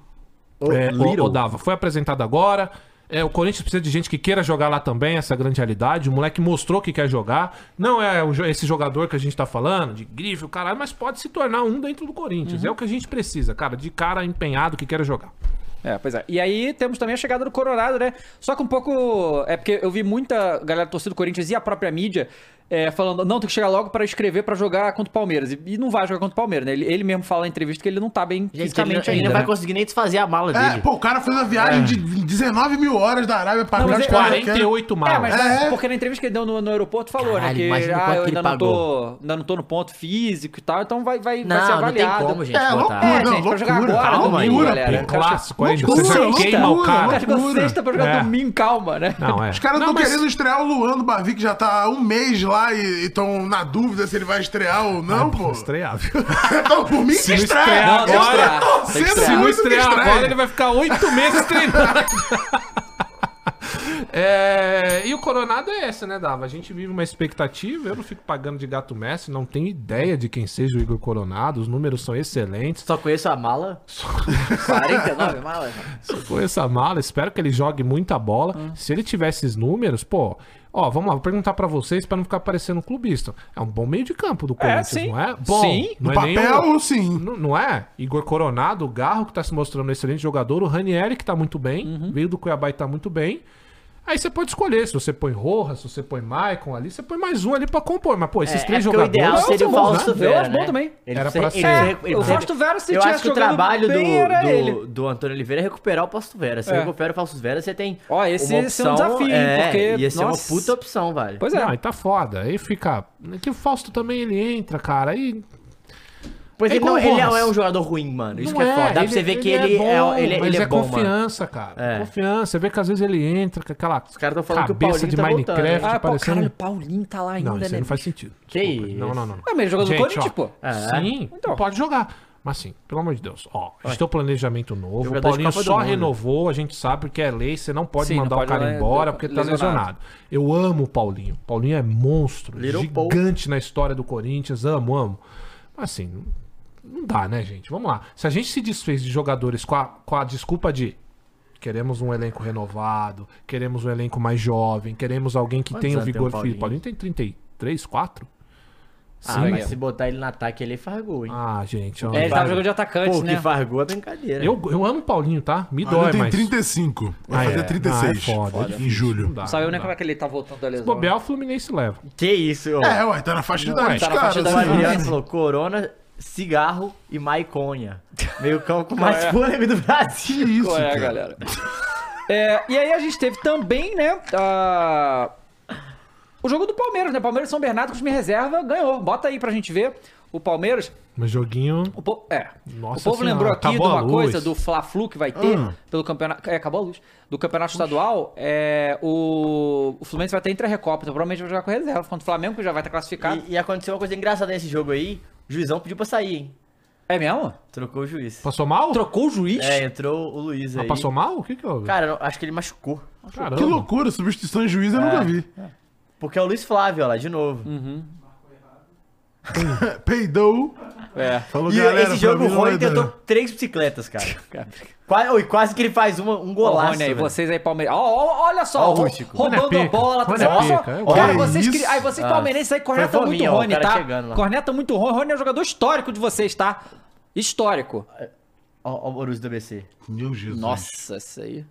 C: O
D: é, o,
C: Little.
D: o Dava foi apresentado agora. É, o Corinthians precisa de gente que queira jogar lá também, essa grande realidade. O moleque mostrou que quer jogar. Não é o jo- esse jogador que a gente tá falando, de grife, o caralho, mas pode se tornar um dentro do Corinthians. É o que a gente precisa, cara, de cara empenhado que queira jogar.
A: É, pois é. E aí temos também a chegada do Colorado, né? Só que um pouco. É porque eu vi muita galera torcida do Corinthians e a própria mídia é, falando: não, tem que chegar logo pra escrever pra jogar contra o Palmeiras. E, e não vai jogar contra o Palmeiras, né? Ele, ele mesmo fala na entrevista que ele não tá bem
C: Gente, ele,
A: fisicamente
C: ele
A: ainda.
C: não vai
A: né?
C: conseguir nem desfazer a mala
B: É,
C: dele.
B: pô, o cara fez uma viagem
D: É.
B: de 19 mil horas da Arábia pra
A: Não,
B: cá.
A: mas
B: os
A: é-
B: caras querem-
D: 48
A: É,
D: malas.
A: mas mas
B: É.
A: porque na entrevista que ele deu no, no aeroporto falou,
C: Caralho,
A: né? Que
C: imagina
A: ah,
C: quanto
A: eu
C: que
A: ainda
C: ele
A: não, tô, ainda não tô no ponto físico e tal, então vai, vai, vai ser
C: Não, não tem
A: avaliado.
C: como, gente,
B: É,
C: botar.
B: loucura,
A: É,
B: não,
A: gente, pra jogar
B: loucura.
A: agora,
C: Calma aí,
A: domingo, galera.
D: Tem clássico ainda.
A: Loucura,
D: Você
A: loucura,
D: queima o
A: O cara
D: cara.
A: chegou
B: Loucura.
A: sexta pra jogar
D: É.
A: domingo, calma, né?
D: Não, é.
B: Os caras
D: Não,
B: estão
D: mas-
B: querendo estrear o Luan do Barvi, que já tá há um mês lá e estão na dúvida se ele vai estrear ou
D: É,
B: não, pô.
D: Estrear, viu?
B: Então, por mim, que
D: Se não
B: estreia.
D: estrear
A: Não, tem que
D: agora,
A: estrear.
B: Tô
A: Tem que
B: sendo
A: estrear.
D: Se não
B: muito
D: estrear
B: que estreia.
D: agora, ele vai ficar oito meses treinando. É, e o Coronado é essa, né, Dava? A gente vive uma expectativa. Eu não fico pagando de gato mestre, não tenho ideia de quem seja o Igor Coronado. Os números são excelentes.
C: Só conheço a mala.
A: 49 malas.
D: Só com essa mala, espero que ele jogue muita bola. Se ele tiver esses números, pô. Ó, vamos lá, vou perguntar pra vocês pra não ficar parecendo um clubista. É um bom meio de campo do Corinthians,
A: sim.
D: não é? Bom,
A: Sim.
D: não
B: No
D: é
B: papel,
D: nenhum-
B: sim.
D: Não, não é? Igor Coronado, o Garro, que tá se mostrando um excelente jogador, o Ranieri, que tá muito bem,
C: Uhum.
D: veio do Cuiabá e tá muito bem. Aí você pode escolher se você põe Rojas, se você põe Maicon ali, você põe mais um ali pra compor. Mas, pô, esses
C: É,
D: três
C: é porque
D: jogadores.
C: O ideal
A: são
C: seria o
A: bons, né?
C: Fausto
A: Eu
C: Vera,
A: acho bom
C: né?
A: também.
C: Ele precisa-
D: Era pra
C: ele
D: ser.
C: precisa- ele
A: o
C: precisa-
A: Fausto Vera, se
C: Eu
A: tivesse
C: acho que o
A: jogando
C: trabalho
A: bem, era
C: do,
A: ele.
C: do, do Antônio Oliveira é recuperar o Fausto Vera. Se
A: É.
C: recupera o Fausto Vera, você tem
A: Ó, esse- esse é um desafio, hein, porque,
C: Ia ser
A: nossa.
C: uma puta opção, velho.
A: Pois é.
D: Não, aí tá foda. Aí fica. Que o Fausto também ele entra, cara. Aí
C: Porque
D: É
C: ele, não,
D: igual o
C: ele não
D: Rojas.
C: é um jogador ruim, mano. Isso
D: Não
C: que é, foda. Dá pra
D: ele-
C: você ver que ele, é,
D: bom,
C: ele,
D: mas
C: ele é, bom, mano.
D: confiança, cara.
C: É.
D: Confiança. Você vê que às vezes ele entra com aquela
C: Os caras tão falando que o
D: cabeça
C: Paulinho
D: de
C: tá voltando,
D: Minecraft
C: né?
A: Ah, pô,
D: parecendo. um
A: caralho, o Paulinho tá lá ainda,
D: não, isso aí
A: né?
D: não faz sentido.
C: Que
D: Desculpa.
C: isso?
D: Não, não, não.
A: É, mas ele jogou no
D: Gente,
A: Corinthians,
D: ó,
A: pô.
C: É.
D: Sim,
A: Então.
D: pode jogar. Mas sim, pelo amor de Deus. Ó, a gente tem um planejamento novo.
C: Jogador
D: o
C: de
D: Paulinho
C: Copa do
D: só
C: Mundo.
D: renovou, a gente sabe porque é lei, você não pode
A: Sim, não
D: mandar
A: pode
D: o cara
A: mandar-
D: embora porque tá
A: lesionado.
D: lesionado. Eu amo o Paulinho. O Paulinho é monstro,
C: Little Paul.
D: gigante na história do Corinthians. Amo, amo. Mas assim, não dá, né, gente? Vamos lá. Se a gente se desfez de jogadores com a, com a desculpa de queremos um elenco renovado, queremos um elenco mais jovem, queremos alguém que
C: Quantos
D: tenha o
C: anos tem
D: vigor
C: o Paulinho?
D: físico. Paulinho tem 33, 4?
C: Ah,
A: é.
C: mas se botar ele no ataque, ele faz gol, hein?
D: Ah, gente,
A: É,
D: olha.
A: ele tava jogando de atacante,
C: Pô,
A: né?
C: que faz gol é brincadeira.
D: eu, eu amo o Paulinho, tá? Me
B: Mas
D: dói,
B: ele Ah, tem
D: mas.
B: 35. Vai
D: Ah,
B: fazer
D: é.
B: 36.
D: Ah, é foda, é
B: em
D: difícil, não
B: julho.
D: dá,
A: Não Sabe
D: não
A: nem
D: dá.
A: como é que ele tá voltando da lesão.
D: Se bobear, o Fluminense leva.
C: Que isso, ó.
B: É, ué, tá na faixa de idade,
A: tá na faixa de
C: O
A: idade.
B: cara.
C: Adriano falou Corona, cigarro e maiconha. Meio campo mais polêmico do
B: Que
C: Brasil.
D: um
B: isso,
A: Qual é,
B: cara?
A: galera? É, e aí a gente teve também, né? a- O jogo do Palmeiras, né? Palmeiras e São Bernardo com time reserva ganhou. Bota aí pra gente ver. O Palmeiras.
D: Mas joguinho.
A: O po- É.
D: Nossa
A: o povo
D: Senhora,
A: lembrou aqui de
D: acabou a
A: uma
D: luz.
A: coisa do Fla-Flu que vai ter
B: Ah.
A: pelo campeonato. É, acabou a luz. Do campeonato estadual, é, o... o Fluminense vai ter intra-recopa. Então provavelmente vai jogar com reserva. Contra o Flamengo, que já vai estar classificado.
C: E, e aconteceu uma coisa engraçada nesse jogo aí. O juizão pediu pra sair, hein?
A: É mesmo?
C: Trocou o juiz.
D: Passou mal?
A: Trocou o juiz?
C: É, entrou o Luiz
D: Ah,
C: aí.
D: passou mal? O que que houve?
C: Cara, eu acho que ele machucou.
D: Caramba.
B: Que loucura, substituição em juiz eu nunca vi.
C: Porque é o Luiz Flávio, ó lá, de novo.
A: Uhum.
B: Peidou.
A: É.
B: Falou,
C: E
B: galera,
C: esse jogo,
B: pra
C: o
B: mim não é
C: Rony
B: vai dar.
C: tentou três bicicletas, cara. quase, oi, quase que ele faz uma, um
A: Ô,
C: golaço.
A: Rony aí,
C: velho.
A: vocês aí, palmeirenses. olha só,
C: Ó, o
A: rou-
C: Rústico.
A: roubando
D: Rony é
A: a bola. Tá,
D: pica, Rony é
A: olha
D: pica,
A: só,
D: eu
A: cara,
B: gosto.
A: vocês, cri-
B: Isso.
A: aí vocês
C: Ah,
A: palmeirenses aí cornetam
C: foi
A: muito
C: fominha, ó, o
A: Rony,
C: cara
A: tá?
C: chegando lá.
A: Corneta muito Rony. Rony é um jogador histórico de vocês, tá? Histórico.
C: Ó, ó o Borussia do ABC.
B: Meu Jesus.
A: Nossa, isso aí.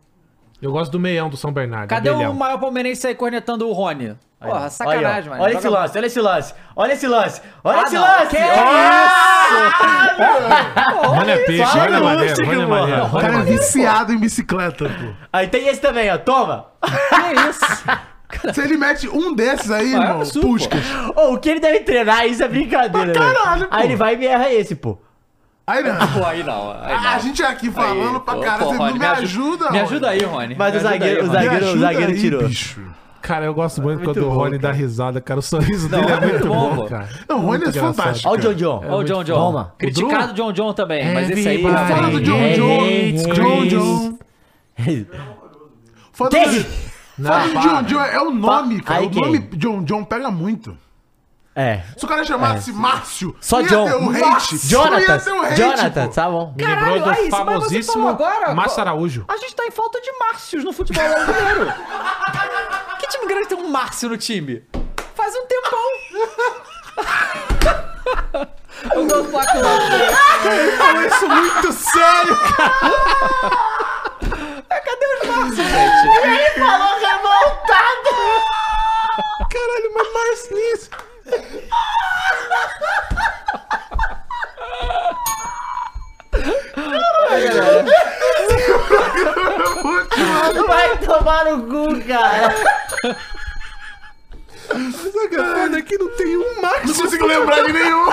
D: Eu gosto do meião do São Bernardo.
A: Cadê
D: abelhão.
A: o maior palmeirense aí cornetando o Rony? Porra, sacanagem,
C: Olha,
A: mano.
C: ó. olha esse lance, olha esse lance. Olha esse lance. Olha
A: Ah,
C: esse
A: não.
C: lance.
A: Que
D: Olha a é peixe, olha a
C: Fábio
D: maneira,
C: Lustig,
D: olha a
C: porra.
D: maneira.
B: O cara é viciado em bicicleta, pô.
C: Aí tem esse também, ó. Toma.
A: Que isso?
B: Se ele mete um desses aí,
A: Ah, é
B: irmão,
A: absurdo,
B: puscas.
C: Ô, o que ele deve treinar, isso é brincadeira, velho.
B: caralho, pô.
C: Aí ele vai e me erra esse, pô.
B: Aí não.
A: Pô, aí não. Aí não.
B: A gente é aqui falando pra
A: pô,
B: caralho,
A: pô,
B: você não
A: Rony,
B: me ajuda,
A: Me
B: Rony.
A: ajuda aí, Rony.
C: Mas
A: Me ajuda
C: o zagueiro-
A: aí,
C: o
A: Rony.
B: Me
C: zagueiro-
B: ajuda
C: zagueiro
B: aí,
C: tirou.
B: bicho.
D: Cara, eu gosto muito quando o
C: bom,
D: Rony dá risada, cara. O sorriso dele é muito
A: bom,
D: bom,
A: pô.
D: cara.
B: Não, o Rony é
D: Muito engraçado.
B: fantástico.
C: Ó o John John.
A: Ó o John John.
C: Toma.
A: Criticado o John John também, mas esse aí...
D: Everybody
B: Fora É, do John
D: hates
B: John. John
D: Chris.
B: John. Fora
C: Teve.
B: do, fora do John John é o nome, cara.
C: Aí
B: o
C: quem?
B: nome John John pega muito.
C: É.
B: Se o cara chamasse Márcio,
C: Só
B: ia
C: John.
B: ter um hate.
C: Nossa,
B: Só ia ter
C: Jonathan.
B: um hate,
C: Jonathan,
B: pô.
C: tá bom.
D: Me
A: Caralho,
D: lembrou
A: aí,
D: do
A: mas você falou
D: famosíssimo
A: agora-
D: Márcio Araújo.
A: A gente tá em falta de Márcios no futebol brasileiro. que time grande tem um Márcio no time? Faz um tempão. Eu gosto do Aclan.
B: Ele falou isso é muito sério, cara.
A: Cadê os Márcios, gente?
B: Caralho, mas Marcinho.
C: Vai tomar no cu, cara.
B: Cara, aqui não tem um Márcio. Não consigo lembrar de nenhum.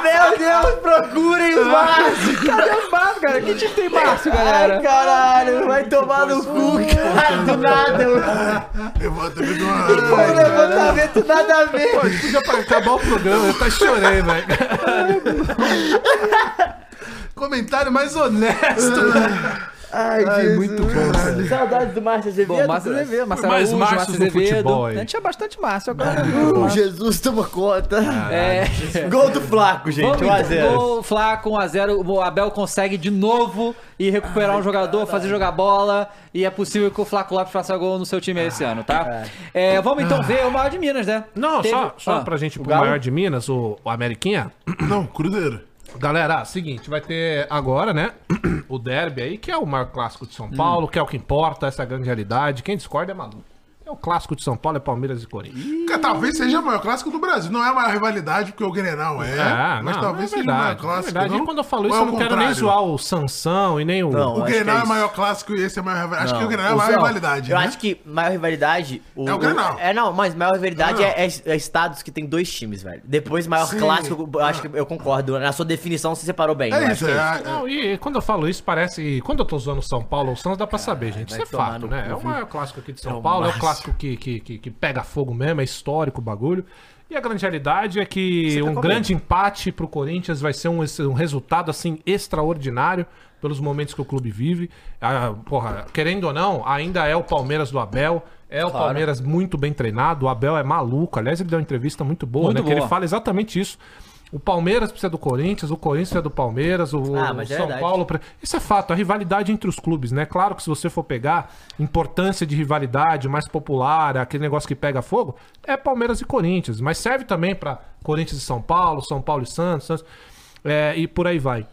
C: Meu Deus, procurem os mais.
A: Cadê os Márcios, cara? Que time tem Márcio, galera?
C: Ai, caralho. Vai tomar no cu, cara. Do nada.
B: Eu vou até ver uma...
C: Um levantamento nada a ver.
D: Podia pra acabar o programa, eu até chorei, velho.
B: Comentário mais honesto. Ai, muito caralho.
C: Saudades do Márcio Azevedo.
A: Bom, Márcio Azevedo, Márcio
D: Foi mais
A: Araújo,
D: Márcios
A: Márcio
D: no
A: Azevedo.
D: futebol aí.
A: A gente tinha bastante Márcio agora.
C: Uh, Jesus toma conta.
A: É.
C: Gol do Flaco, gente.
A: então
C: 1x0.
A: Gol, Flaco, 1x0. O Abel consegue de novo e recuperar um jogador, fazer jogar bola. E é possível que o Flaco Lopes faça gol no seu time esse ano, tá? É, vamos então ver o maior de Minas, né?
D: Não,
A: Teve-
D: só, só
A: Ah,
D: pra gente ir pro
C: Galo?
D: maior de Minas, o, o Ameriquinha.
B: Não, Cruzeiro.
D: Galera, ah, seguinte, vai ter agora, né? O derby aí, que é o maior clássico de
B: Hum.
D: São Paulo, que é o que importa, essa é a grande realidade. Quem discorda é maluco. É o clássico de São Paulo, é Palmeiras e Corinthians.
B: Cara, talvez seja o maior clássico do Brasil. Não é a maior rivalidade, porque o Grenal é.
D: Ah,
B: mas
D: não,
B: talvez
D: é
B: seja o maior
D: verdade,
B: clássico.
D: é verdade.
B: não?
D: E quando eu falo
B: Ou
D: isso,
B: é
D: eu
B: o
D: não quero nem
B: contrário?
D: zoar o Sansão e nem o...
C: Não.
B: O
C: Eu acho que
B: Grenal
C: é
B: é,
C: isso.
B: maior clássico e esse é a maior rivalidade. Acho que o Grenal é a
C: Não,
B: maior
C: Zé,
B: rivalidade.
C: Eu
B: né?
C: acho que maior rivalidade.
B: É o Grenal.
C: É, não, mas maior rivalidade
B: Não.
C: é, é- é estados que tem dois times, velho. Depois, maior
B: Sim. Ah.
C: clássico, eu acho que eu concordo. Na sua definição, você separou bem. né? eu
B: É
C: acho
B: isso,
C: que
B: é.
C: isso.
B: é-
D: Não, e quando eu falo isso, parece. Quando eu tô zoando São Paulo ou Santos, dá pra saber, gente. Isso
C: Ah, vai
D: é
C: tomar
D: fato,
C: no
D: né?
C: cu,
D: É o
C: viu?
D: maior clássico aqui de São
C: É o
D: Paulo, é o
C: máximo.
D: clássico que, que, que, que pega fogo mesmo, é histórico o bagulho. E a grande realidade é
C: tá
D: que um grande empate pro Corinthians vai ser um, ex- um resultado, assim, extraordinário pelos momentos que o clube vive. Ah, porra, querendo ou não, ainda é o Palmeiras do Abel. É o Palmeiras muito bem treinado, o Abel é maluco. Aliás, ele deu uma entrevista muito boa,
A: Muito
D: né? Que ele
A: boa.
D: fala exatamente isso. O Palmeiras precisa do Corinthians, o Corinthians precisa do Palmeiras, o
C: Ah,
D: o
C: mas é
D: São
C: verdade.
D: Paulo. pra- Isso é fato, a rivalidade entre os clubes, né? Claro que se você for pegar importância de rivalidade mais popular, aquele negócio que pega fogo, é Palmeiras e Corinthians, mas serve também pra Corinthians e São Paulo, São Paulo e Santos, Santos, é, e por aí vai.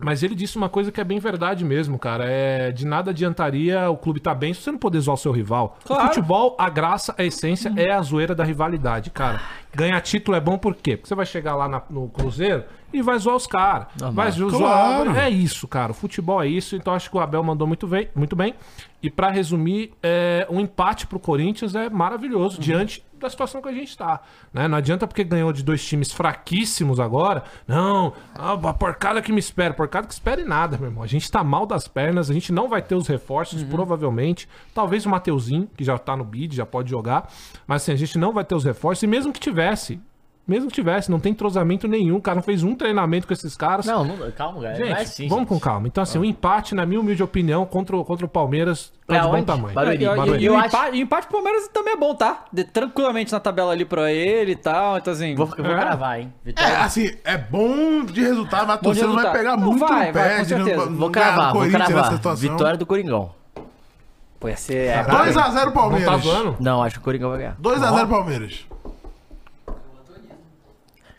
D: Mas ele disse uma coisa que é bem verdade mesmo, cara. É, de nada adiantaria o clube tá bem se você não poder zoar o seu rival.
A: Claro.
D: O futebol, a graça, a essência é a zoeira da rivalidade, cara. Ganhar título é bom por quê? Porque você vai chegar lá na- no Cruzeiro e vai zoar os caras. Vai zoar.
B: Claro.
D: É isso, cara. O futebol é isso. Então acho que o Abel mandou muito bem. Muito bem. E pra resumir, é, um empate pro Corinthians é maravilhoso diante da situação que a gente tá. né? Não adianta porque ganhou de dois times fraquíssimos agora. Não, ah, a porcada que me espera. Porcada que espere nada, meu irmão. A gente tá mal das pernas. A gente não vai ter os reforços, provavelmente. Talvez o Mateuzinho, que já tá no bid, já pode jogar. Mas assim, a gente não vai ter os reforços. E mesmo que tivesse. Mesmo que tivesse, não tem entrosamento nenhum. O cara não fez um treinamento com esses caras.
C: Não, não- calma, galera.
D: Gente,
C: vai sim,
D: vamos
C: gente.
D: com calma. Então, assim, o empate, na minha humilde opinião, contra o, contra o Palmeiras
C: Pra
D: tá de bom
C: onde?
D: tamanho.
A: E, e-
C: Barueri.
A: e-
C: Barueri.
A: e
C: Eu
A: o,
C: acho-
A: empate, e o empate pro Palmeiras também é bom, tá? De- tranquilamente na tabela ali pra ele e tal. Então, assim.
C: Vou, eu vou
D: É.
C: gravar, hein?
B: É, assim, é bom de resultado, mas a torcida não vai
A: resultado.
B: pegar
A: Não
B: muito
A: vai, vai,
B: no pé
A: com
B: de não-
A: certeza.
B: não
C: Vou
B: ganhar do
C: cravar, vou
B: Corinthians
C: cravar.
B: nessa situação. Ah,
C: Vitória do Coringão.
A: Pô, ia ser. é,
B: 2x0
D: Não tá
B: Palmeiras.
D: zoando?
C: Não, acho que o Coringão vai ganhar.
B: 2x0 Palmeiras.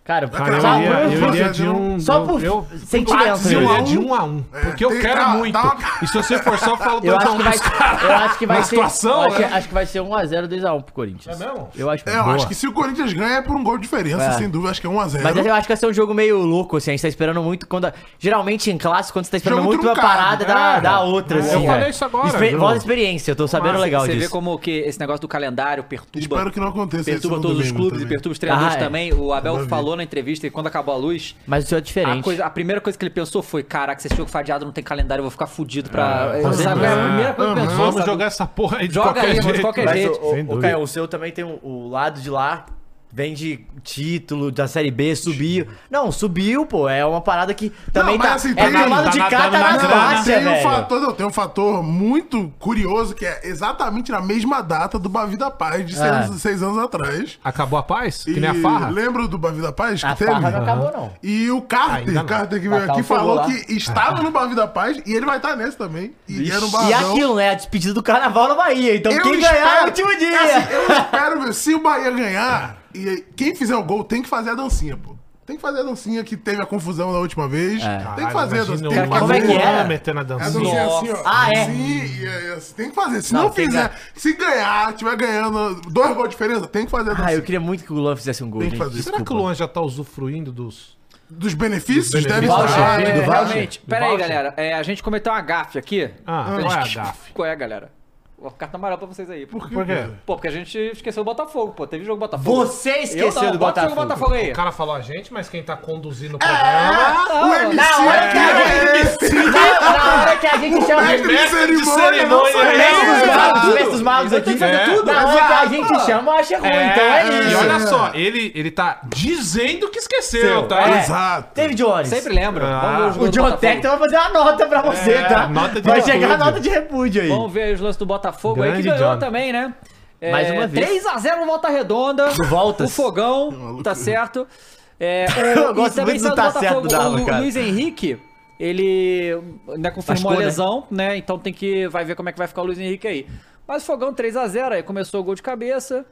C: Cara,
D: Cara,
C: só,
D: eu iria, eu
C: por-
D: iria de um.
C: só por
D: eu,
C: sentimento.
D: eu
B: um a
D: iria
B: um.
D: de um a um. Porque eu
B: tem-
D: quero
B: tá-
D: muito.
B: tá uma-
D: E se você forçar, eu falo
C: Eu
D: dois a
C: acho
D: um.
C: que vai,
D: mas, cara,
C: eu acho que vai
D: na
C: ser.
D: situação,
C: eu acho,
D: né?
C: acho que vai ser 1x0, 2x1 pro Corinthians.
D: É mesmo?
C: Eu acho.
B: É, eu
C: Boa.
B: acho que se o Corinthians ganha é por um gol de diferença,
C: É.
B: sem dúvida. Acho que é 1x0.
C: Mas eu acho que vai ser um jogo meio louco, assim. A gente tá esperando muito quando. a- Geralmente em clássico, quando você tá esperando
B: Jogo
C: muito uma
B: truncado,
C: parada,
D: é.
C: dá, dá outra,
D: Eu
C: assim.
D: falei
C: é.
D: isso agora,
C: Espe-
D: viu?
C: Volta a experiência, eu tô sabendo
D: Massa,
C: legal
A: Você
C: disso.
A: vê como que esse negócio do calendário perturba.
B: Espero que não aconteça isso
A: Perturba
B: no
A: todos os
B: domingo
A: clubes e
B: também.
A: perturba os treinadores
C: Ah, é.
A: também. O Abel
B: Nada a ver.
A: falou na entrevista que quando acabou a luz,
C: Mas isso é diferente.
A: a, coisa- a primeira coisa que ele pensou foi: caraca, esse jogo fadiado não tem calendário, eu vou ficar fudido pra.
C: tá
A: sabe?
C: vendo?
A: É a primeira coisa que
B: Aham.
A: ele pensou.
D: Vamos
A: sabe?
D: jogar essa porra aí de
A: Joga
D: qualquer
A: aí, mano,
D: jeito.
A: de qualquer
C: Mas
A: jeito.
C: é, o,
D: Sem
C: o,
D: dúvida.
C: Caio, o seu também tem o, o lado de lá, vem de título da Série B, subiu. Não, subiu, pô, é uma parada que também
B: mas
C: tá...
B: assim,
C: é
B: tem-
C: do lado de
D: tá
C: cá, tá
D: nadando
C: na
D: na grana.
C: baixa,
B: tem um
C: velho.
B: fator, não, tem um fator muito curioso que é exatamente na mesma data do Bavi da Paz de seis,
C: É.
B: anos- seis anos atrás.
D: Acabou a paz? Que nem a
B: E
D: farra?
B: Lembra do Bavi da Paz que
C: A
B: teve?
C: farra não acabou, não.
B: E o Carter,
D: Ainda não.
B: Carter que
C: Tá,
B: veio
C: tá,
B: aqui,
C: um fogo
B: falou
C: lá.
B: que estava no Bavi da Paz e ele vai estar nesse também. E era um
C: E
B: barradão.
C: aquilo, né, a despedida do carnaval na Bahia, então
B: Eu
C: quem ganhar é
B: espero-
C: o último dia.
B: Assim, eu espero, meu, se o Bahia ganhar, e quem fizer o gol tem que fazer a dancinha, pô. Tem que fazer a dancinha que teve a confusão da última vez.
C: É.
B: Tem que fazer a dancinha. Tem que
C: Como é
B: fazer
C: que é?
D: era? Metendo a
B: É a dancinha
D: dancinha.
B: assim, ó.
C: Ah, é?
B: Sim, é, é, você tem que fazer. Se não,
C: Não, tem que
B: fizer,
C: ganhar.
B: se ganhar, tiver ganhando dois gols de diferença, tem que fazer a
C: Ah,
B: dancinha.
C: eu queria muito que o Luan fizesse um gol,
B: Tem que
C: gente,
B: fazer.
D: Será que o Luan já tá usufruindo dos.
B: Dos benefícios,
D: Dos
B: deve
D: benefícios.
B: estar. né?
A: Ah,
C: Voucher,
A: é,
C: do voucher.
A: realmente. Pera aí,
D: voucher.
A: galera. É, a gente cometeu uma gafe aqui.
D: Ah,
A: A
D: qual é a
A: gente-
D: gafe?
A: Qual é, galera? Vou cartão amarelo pra vocês aí. Por
D: Por quê?
A: Pô, porque a gente esqueceu o Botafogo, pô. Teve jogo Botafogo.
C: Você
A: Eu
C: esqueceu
A: não,
C: do
A: bota o jogo
C: Botafogo.
A: Botafogo aí.
D: O cara falou a gente, mas quem tá conduzindo o programa.
B: Ah, O MC
C: Na hora que a
B: é
C: gente... Na hora que a gente chama...
B: mestre de cerimônia, não
D: cerimônia,
B: sou eu.
D: né?
C: Mestre dos magos,
A: tudo.
C: mestre dos magos
A: Ele tem
C: aqui.
A: que fazer tudo.
C: Na hora que a
A: Exato.
C: gente chama, acha ruim, então é
D: E
C: isso.
D: olha só, ele, ele tá dizendo que esqueceu, tá?
C: É.
B: Exato.
C: Teve Jones.
A: Sempre lembro.
D: Ah.
A: Vamos ver os
C: O tá
A: gols do
C: então John
A: Botafogo.
C: Tecton vai fazer uma nota pra você,
D: É,
C: tá?
D: nota de
C: vai
D: repúdio.
C: chegar a nota de repúdio aí.
A: Vamos ver aí os lances do Botafogo aí, que
D: Grande
A: ganhou
D: John.
A: também, né? É,
C: Mais uma vez.
A: 3x0 no Volta Redonda.
C: Voltas.
A: O Fogão,
B: Maluco.
A: tá certo. É, o,
C: Eu gosto
A: e também
C: muito do
A: saiu
C: tá certo do Dalo,
A: o Lu-
C: cara.
A: Luiz Henrique, ele né, confirmou
C: Machucou,
A: a
C: né?
A: lesão, né? Então tem que... Vai ver como é que vai ficar o Luiz Henrique aí. Mas o Fogão 3x0, aí começou o gol de cabeça.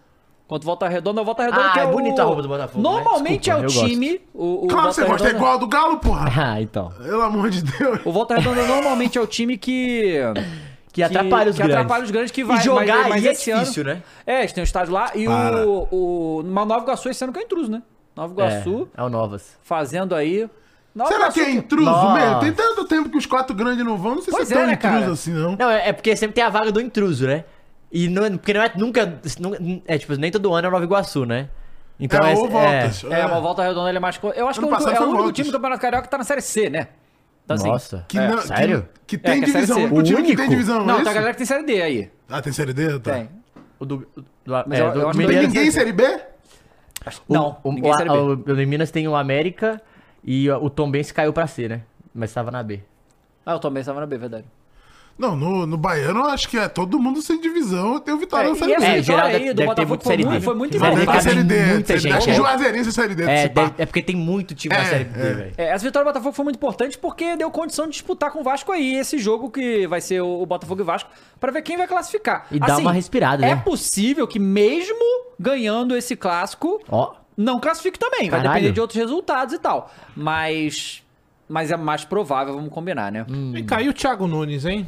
A: Quanto Volta Redonda, o Volta Redonda
C: Ah,
A: que é
C: é
A: o...
C: bonita a roupa do Botafogo, né?
A: Normalmente
C: Desculpa,
A: é o
C: eu gosto.
A: time... O, o
B: Claro que
A: Volta
B: você gosta, é
A: Redonda-
B: igual a do Galo, porra.
C: Ah, então.
B: Pelo amor de Deus.
A: O Volta Redonda normalmente é o time que...
C: Que atrapalha os
A: que
C: grandes.
A: atrapalha os grandes que vai
C: E jogar
A: mas, mas
C: aí é
A: esse ano-
C: difícil, né?
A: É, eles têm um estádio lá e
B: Para.
A: o, o. Mas Nova Iguaçu esse ano que é intruso, né? Nova Iguaçu
C: É, é o Novas.
A: fazendo aí. Nova
B: Será que é intruso
C: Nossa.
B: mesmo? Tem tanto tempo que os quatro grandes não vão, não sei
A: Pois
B: se é tão
A: é, né,
B: intruso
A: cara?
B: assim, não.
C: Não, é, é porque sempre tem a vaga do intruso, né? E não, é- porque não é nunca, nunca- É tipo, nem todo ano é o Nova Iguaçu, né? Então
B: é,
C: é.
B: ou voltas.
A: É, uma volta redonda ele é mais. co- Eu acho
B: Ano
A: que é o único,
B: passado
A: é o
B: foi um
A: único
B: Voltas.
A: time do Campeonato Carioca que tá na Série C, né?
C: é.
A: Então, assim,
C: Nossa.
B: Que
C: É,
B: não- que-
C: sério?
B: Que, tem
A: que a
B: divisão.
A: Série C.
B: O time que tem
C: Único?
A: Não,
B: divisão, é
A: tem a
B: isso?
A: galera que tem Série D aí.
B: Ah, tem Série D? Tá.
A: Tem.
C: O do. do,
A: Mas
C: é,
A: eu-
C: do
A: eu acho que
B: Não tem
A: Mineiro-
B: ninguém em Série B?
C: O-
A: não,
C: o,
A: ninguém
C: o-
A: é Série B.
C: o- o- em Minas tem o América e o Tom Benz caiu pra C, né? Mas tava na B.
A: Ah, eu também estava na B, verdade.
B: Não, no, no Baiano eu acho que é todo mundo sem divisão. Tem o Vitória
A: É,
B: na
A: e
B: Série
A: essa
B: D.
C: É,
A: vitória
C: geral
A: aí
C: deve-
A: do
C: deve ter
A: Botafogo
C: muito
A: foi
C: Série
A: muito,
C: D.
A: foi muito
C: Mas
B: Deve
A: importante.
B: ter
C: cara,
B: é Série
C: tem
B: D.
C: muita
B: Série D.
C: gente,
B: Acho que
C: é.
B: Juazeirense é Série D.
C: É,
B: se pá.
C: deve- é porque tem muito time
B: É,
C: na Série B,
B: é.
C: velho.
A: É, essa vitória do Botafogo foi muito importante porque deu condição de disputar com o Vasco aí esse jogo que vai ser o o Botafogo e Vasco pra ver quem vai classificar.
C: E dá uma respirada,
A: É
C: né?
A: possível que mesmo ganhando esse clássico,
C: Ó,
A: não classifique também. Vai
C: Caralho.
A: depender de outros resultados e tal. Mas mas é mais provável, vamos combinar, né?
C: É. Hum.
D: E caiu o Thiago Nunes, hein?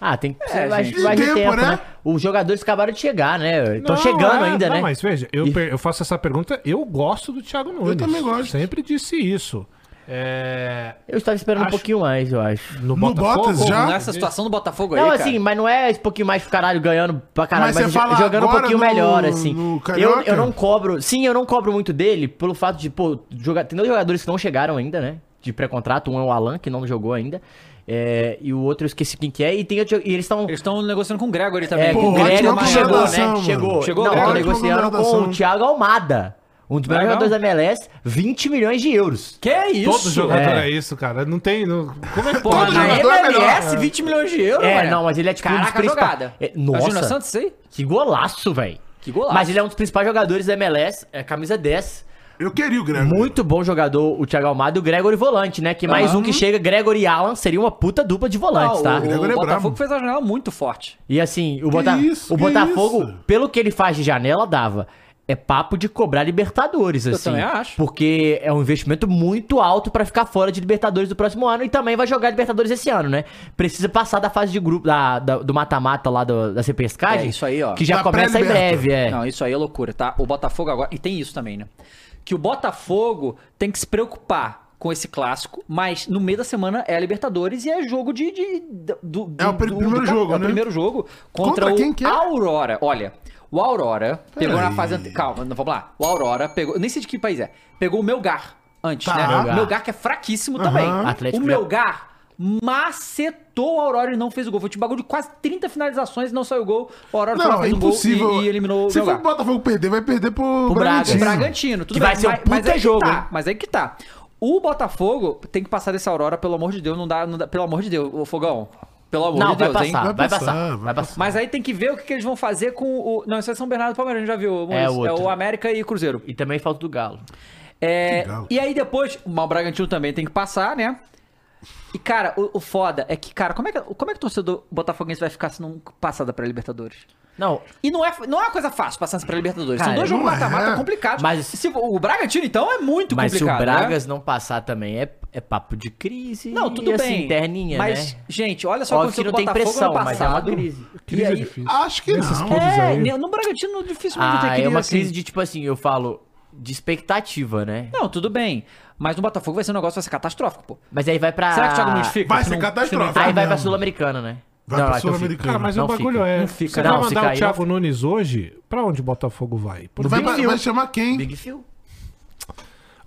C: Ah, tem que
A: É,
C: vai,
A: gente.
C: vai
B: Tem
C: ter
B: tempo,
C: tempo,
B: né?
C: né? Os jogadores acabaram de chegar, né? Estão
D: Não,
C: chegando
D: é,
C: ainda,
D: não,
C: né?
D: Mas veja, eu, per- eu faço essa pergunta, eu gosto do Thiago Nunes.
B: também gosto.
D: Sempre disse isso. É,
C: Eu estava esperando
D: Acho-
C: um pouquinho mais, eu acho.
D: no,
B: No
D: Botafogo,
B: Bottas já?
A: Nessa situação do Botafogo Tipo, aí,
C: Não,
A: cara.
C: assim, mas não é esse pouquinho mais pro caralho ganhando pra caralho,
B: Mas
C: mas,
B: você
C: jo-
B: fala
C: jogando um
B: agora
C: pouquinho
B: no-
C: melhor, assim.
B: no
C: eu,
B: Carioca?
C: eu não cobro. Sim, eu não cobro muito dele pelo fato de, pô, jogar, tem dois jogadores que não chegaram ainda, né? De pré-contrato. Um é o Alan, que não jogou ainda. é, e o outro eu esqueci quem que é. E, tem, outro- e eles estão.
A: Eles estão negociando com o Gregory também.
C: É,
B: Pô,
C: com o
B: ótima
C: Grêmio que chegou, né?
B: contratação, mano.
C: Chegou.
A: Chegou o
C: não,
A: Grêmio.
C: negociaram com
B: Contratação.
C: o Thiago Almada. Um dos melhores
A: Legal.
C: jogadores da MLS, 20 milhões de euros.
A: Que isso?
D: Todo jogador é.
C: É.
D: isso, cara. Não tem. não- como é que
A: Porra,
B: Todo
A: na
B: jogador é melhor.
A: MLS, 20 milhões de euros,
C: É,
A: mané.
C: não, mas ele é tipo um dos
A: Caraca,
C: principais.
A: jogada.
C: É,
A: É o Júnior
C: nossa,
A: Santos, sei?
C: que golaço, velho.
A: Que golaço.
C: Mas ele é um dos principais jogadores da MLS, é camisa 10.
B: Eu queria o Grêmio.
C: Muito bom jogador o Thiago Almada e o Gregory Volante, né? Que mais um que chega, Gregory e Alan, seria uma puta dupla de volantes,
A: Não,
C: tá?
A: Ah, o-
B: Gregory
A: o
B: é
A: Botafogo
B: brabo.
A: fez uma janela muito forte.
C: E assim, o, Bota-
B: isso,
C: o
B: que
C: Botafogo,
B: isso?
C: pelo que ele faz de janela, dava. é papo de cobrar Libertadores, assim.
A: também acho.
C: Porque é um investimento muito alto pra ficar fora de Libertadores do próximo ano e também vai jogar Libertadores esse ano, né? Precisa passar da fase de grupo, da, da- do mata-mata lá do- da
A: É,
C: Cepescagem.
A: isso aí, ó.
C: Que já
B: Da
C: começa em
B: pré-liberta.
C: breve, é.
A: Não, isso aí é loucura, tá? O Botafogo agora. E tem isso também, né? Que o Botafogo tem que se preocupar com esse clássico, mas no meio da semana é a Libertadores e é jogo de. de- do- do,
B: É o
A: do-
B: pri-
A: do-
B: primeiro
A: do-
B: jogo,
A: é o
B: né?
A: primeiro jogo contra,
B: Contra
A: o
B: quem que é?
A: Aurora. Olha, o Aurora pegou na
B: aí.
A: fase. Ante... Calma, não, vamos lá. O Aurora pegou. eu Nem sei de que país é. Pegou o Melgar antes,
B: Tá.
A: né?
B: Melgar.
A: O Melgar que é fraquíssimo também.
C: Atlético
A: o
C: já-
A: Melgar. Macetou o Aurora e não fez o gol. Foi um bagulho de quase 30 finalizações, não saiu o gol. O Aurora foi lá,
B: Não, é
A: fez um gol e,
B: impossível.
A: e eliminou o
B: Se for
A: Melgar.
B: o Botafogo perder, vai perder pro,
A: O
C: Pro Braga.
B: Bragantino.
A: Bragantino, tudo
C: Que
A: bem,
C: vai ser um
A: mas- mas
C: puta
A: aí que
C: jogo,
A: tá,
C: hein?
A: Mas aí que tá. O Botafogo tem que passar dessa Aurora, pelo amor de Deus, não dá, não dá- pelo amor de Deus, ô Fogão. Pelo amor
C: Não,
A: de
C: vai
A: Deus,
C: passar,
A: hein?
C: vai,
B: Vai
C: passar,
B: passar,
C: vai
B: vai
C: passar.
A: Mas aí tem que ver o que, que eles vão fazer com o. Não, isso é São Bernardo e Palmeiras, a gente já viu. Maurício.
C: É o outro.
A: é o América e Cruzeiro.
C: E também falta do Galo.
A: É,
B: Que galo.
A: e aí depois, mas o Bragantino também tem que passar, né? E, cara, o, o foda é que, cara, como é que, como é que o torcedor botafoguense vai ficar se não passar da pré-Libertadores?
C: Não,
A: E não é, não é uma coisa fácil passar pra Libertadores. São
C: Cara,
A: dois jogos
B: não é.
A: mata-mata complicados.
C: Mas-
A: se, o Bragantino, então, é muito
C: mas se o
A: complicado. né?
C: Bragas não passar também é, é papo de crise.
A: Não, tudo bem.
C: e assim, terninha,
A: mas,
C: né?
A: gente, olha só o
C: Óbvio
A: que
C: que não
A: aconteceu
C: tem
A: com o Botafogo
C: pressão,
A: ano
C: mas é uma
A: passado.
C: crise.
A: E aí,
B: Acho Ah, que
D: Nesses
B: não.
D: pontos aí.
A: é, no Bragantino dificilmente vai ter
C: Ah,
A: crise
C: é uma
A: assim.
C: crise de tipo assim, eu falo, de expectativa, né?
A: Não, tudo bem. Mas no Botafogo vai ser um negócio, vai ser catastrófico, pô.
C: Mas aí vai pra.
A: Será que o Thiago Nunes fica?
B: Vai
A: Se
B: ser
A: não-
B: catastrófico.
C: Aí vai pra
B: mesmo.
C: Sul-Americana, né?
B: Vai pra
C: acho que eu fico.
B: Sul-Americana.
D: Cara, mas
C: Não
D: o bagulho
C: fica.
D: é.
A: Não fica.
D: Você
C: Não,
D: vai
C: se
D: mandar
C: cair,
D: o Thiago
C: não
D: Nunes hoje, pra onde o Botafogo vai? Pro
B: Vai,
D: Big
B: vai,
D: Phil.
B: vai chamar quem?
C: Big Phil.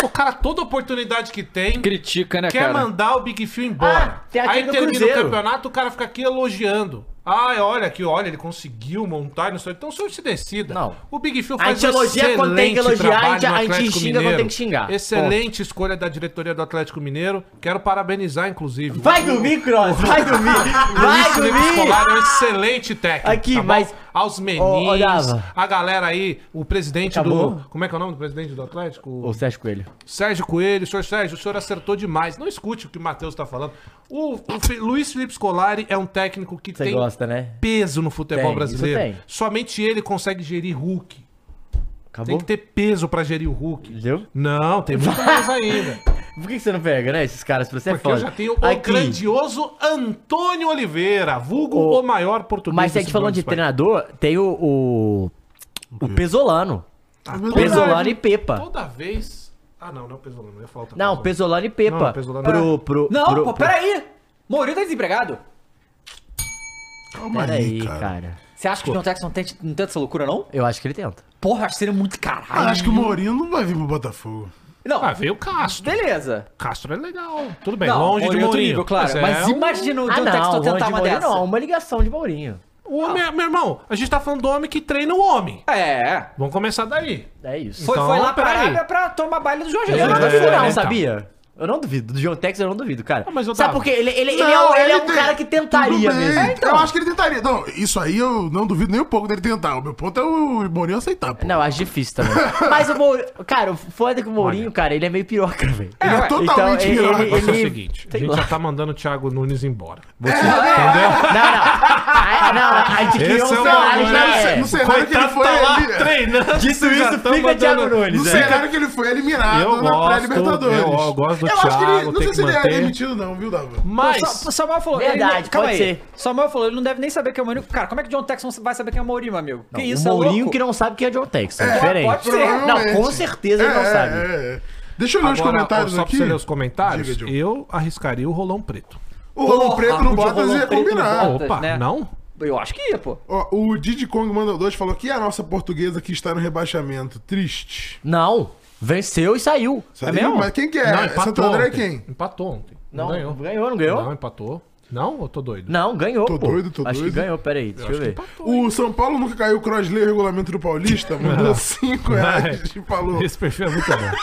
D: O cara, toda oportunidade que tem,
A: Critica,
C: É,
A: né,
D: quer
A: cara?
D: mandar o Big Phil embora.
C: Ah, tem aquele
D: Aí
C: do
D: termina o
C: Cruzeiro.
D: campeonato, o cara fica aqui elogiando. Ah, olha aqui, olha, ele conseguiu montar, não sei. Então o senhor se decida.
C: Não.
D: O Big Phil
C: A
D: faz
C: gente elogia quando tem que
D: excelente
C: elogiar, a
D: trabalho
C: gente-
D: no
C: a gente
D: Atlético
C: xinga quando
D: Mineiro.
C: tem que xingar.
D: Excelente escolha da diretoria do Atlético Mineiro. Quero parabenizar, inclusive.
C: Vai
D: O-
C: dormir, Cross! Vai dormir! Vai
D: Luiz Felipe
C: dormir!
D: Scolari é um excelente técnico.
C: Aqui,
D: tá bom?
C: mas-
D: Aos
C: Ô, ô,
D: meninos,
C: Dava.
D: a galera aí, o presidente
C: Acabou?
D: do. Como é que é o nome do presidente do Atlético?
C: Ô, Sérgio Coelho.
D: Sérgio Coelho, senhor Sérgio, o senhor acertou demais. Não escute o que o Matheus tá falando. O, o Fe- Luiz Felipe Scolari é um técnico que
C: Você
D: tem
C: gosta, né?
D: peso no futebol
C: Tem,
D: brasileiro.
C: isso tem. Tá
D: Somente ele consegue gerir Hulk. Tem
C: Acabou?
D: que ter peso pra gerir o Hulk.
C: Entendeu?
D: Não, tem muito mais ainda.
C: Por que que você não pega, né? Esses caras, pra você é
D: Porque eu
C: foda.
D: já tenho o grandioso Antônio Oliveira, vulgo
C: Ô,
D: o maior português.
C: Mas se a
D: desse
C: gente falando de
D: grande país.
C: treinador, tem o. O, o Pesolano.
B: É verdade.
C: Pesolano e Pepa.
D: Toda vez. Ah, não, não Pesolano. Eu ia falar outra
C: Não,
D: coisa.
C: Pesolano e Pepa.
D: Não, Pesolano- é.
C: Pro, pro,
A: Não,
C: pro,
A: pô, peraí! Mourinho tá desempregado?
B: Calma
C: Peraí,
B: aí, cara.
C: cara.
A: Você acha que o John Texas não tem, não tem essa loucura, não?
C: Eu acho que ele tenta.
A: Porra, acho que seria muito caralho.
B: Ah, acho que o Mourinho não vai vir pro Botafogo.
A: Não,
D: Ah, veio o Castro.
A: Beleza.
D: Castro é legal. Tudo bem,
A: Não,
D: longe de
A: Mourinho é outro
D: Mourinho.
A: nível, claro.
D: é
A: Mas
D: um-
A: imagina o
C: Ah,
A: John Texas
C: não,
A: tentar
C: tentar
A: uma dessa.
C: não, uma ligação de Mourinho.
D: o homem é- meu irmão, a gente tá falando do homem que treina o homem.
A: É.
D: Vamos começar daí.
C: É isso.
A: Foi,
D: Então,
A: foi lá pra
D: peraí.
A: Arábia pra tomar baile do Jorge
C: Eu
A: Jesus.
C: não
D: É,
C: duvido, não,
D: então.
C: sabia? Eu não duvido. Do John Tex eu não duvido, cara.
D: Ah, mas eu
C: Sabe
D: tava.
C: por quê? Ele, ele, ele
B: Não,
C: é, um- ele é um
B: tem-
C: cara que tentaria
B: Tudo bem. então.
C: mesmo. Então.
B: Eu acho que ele tentaria. Não, isso aí eu não duvido nem um pouco dele tentar. O meu ponto é o Mourinho aceitar, pô.
C: Não, eu acho difícil também. Mas o Mourinho. Cara, o foda é que o Mourinho, cara, ele é meio piroca, velho.
B: Ele é
A: ué,
B: totalmente
C: então,
B: melhor.
C: ele-
D: Mas é o
C: ele-
D: seguinte, a
C: Sei
D: gente
C: lá.
D: já tá mandando o Thiago Nunes embora.
C: Não, não. Ah, não, a gente criou um
D: Esse é o
B: ah,
C: cenário
D: Mourinho,
C: já
D: né?
C: é.
B: No cenário que ele
D: Coitado
B: foi
D: tá lá
B: ali.
D: treinando.
C: Dito
D: vocês já
C: isso,
D: tão
C: fica Thiago Nunes,
B: No
C: é.
B: cenário que ele foi eliminado
D: Eu
B: na
D: gosto,
B: pré-Libertadores.
D: eu- eu gosto do
B: acho que ele.
D: Thiago,
B: Não
D: tem
B: sei se
D: que
B: ele é
D: manter.
B: demitido, não, viu, Dava?
A: Mas...
D: Mas...
A: Samuel falou.
C: Verdade,
A: ele, calma
C: pode
A: aí.
C: ser.
A: Samuel falou, ele não deve nem saber quem é o Mourinho. Cara, como é que o John Texas vai saber quem é o Mourinho, meu amigo? que
C: Não,
A: isso,
C: o
A: é
C: Mourinho
A: louco?
C: que não sabe quem é John Tex. É, diferente.
A: pode ser.
C: Não, com certeza ele não sabe.
B: é, é. Deixa eu ler os
D: Agora,
B: comentários
D: ó, só
B: aqui.
D: pra você ler os comentários,
B: Diga, Diogo.
D: eu arriscaria o rolão preto.
B: O Rolão
A: Porra,
B: um Preto no
A: o de
B: Botas
A: Rolão
B: ia
A: Preto no
B: combinar.
A: Botas,
D: Opa,
A: né?
D: não?
A: Eu acho que ia, pô.
B: Ó, o Didi Kong mandou dois falou que é a nossa portuguesa que está no rebaixamento. Triste.
C: Não. Venceu e saiu.
B: Sabe?
A: mesmo?
B: Mas quem que é?
D: Não,
B: Santo André é
D: ontem.
B: quem?
D: Empatou ontem.
C: Não, ganhou, não ganhou?
D: Não, empatou. Não, eu tô doido.
C: Não, ganhou.
B: Tô
C: pô.
B: doido, tô
C: Acho
B: doido.
C: que ganhou, peraí. Deixa eu, ver.
B: O São Paulo nunca caiu o Crosley o regulamento do Paulista, mandou 5 reais e É, falou.
D: Esse perfil é muito bom.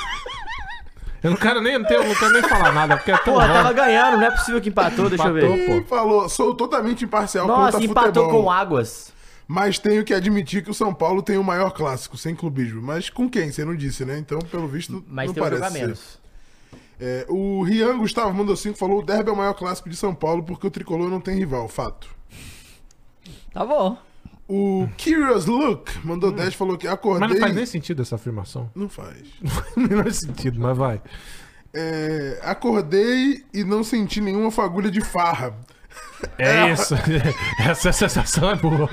D: Eu não quero nem, não tenho- não quero nem falar nada, porque é tão
C: Porra,
D: bom.
C: tava ganhando, não é possível que empatou, deixa eu ver.
B: E falou, sou totalmente imparcial
C: Nossa,
B: contra
C: empatou
B: futebol.
C: com Águas.
B: Mas tenho que admitir que o São Paulo tem o maior clássico, sem clubismo. Mas com quem? Você não disse, né? Então, pelo visto,
C: Mas
B: não
C: tem um jogo a
B: parece. ser.
C: menos.
B: É, o Rian Gustavo mandou 5 falou: o Derby é o maior clássico de São Paulo porque o tricolor não tem rival. Fato.
A: Tá bom.
B: O Curious Look mandou 10 falou que acordei.
D: Hum. Mas não faz nem sentido essa afirmação.
B: Não faz.
D: Não faz o menor sentido, mas vai.
B: É, acordei e não senti nenhuma fagulha de farra.
D: É isso. Essa sensação é boa.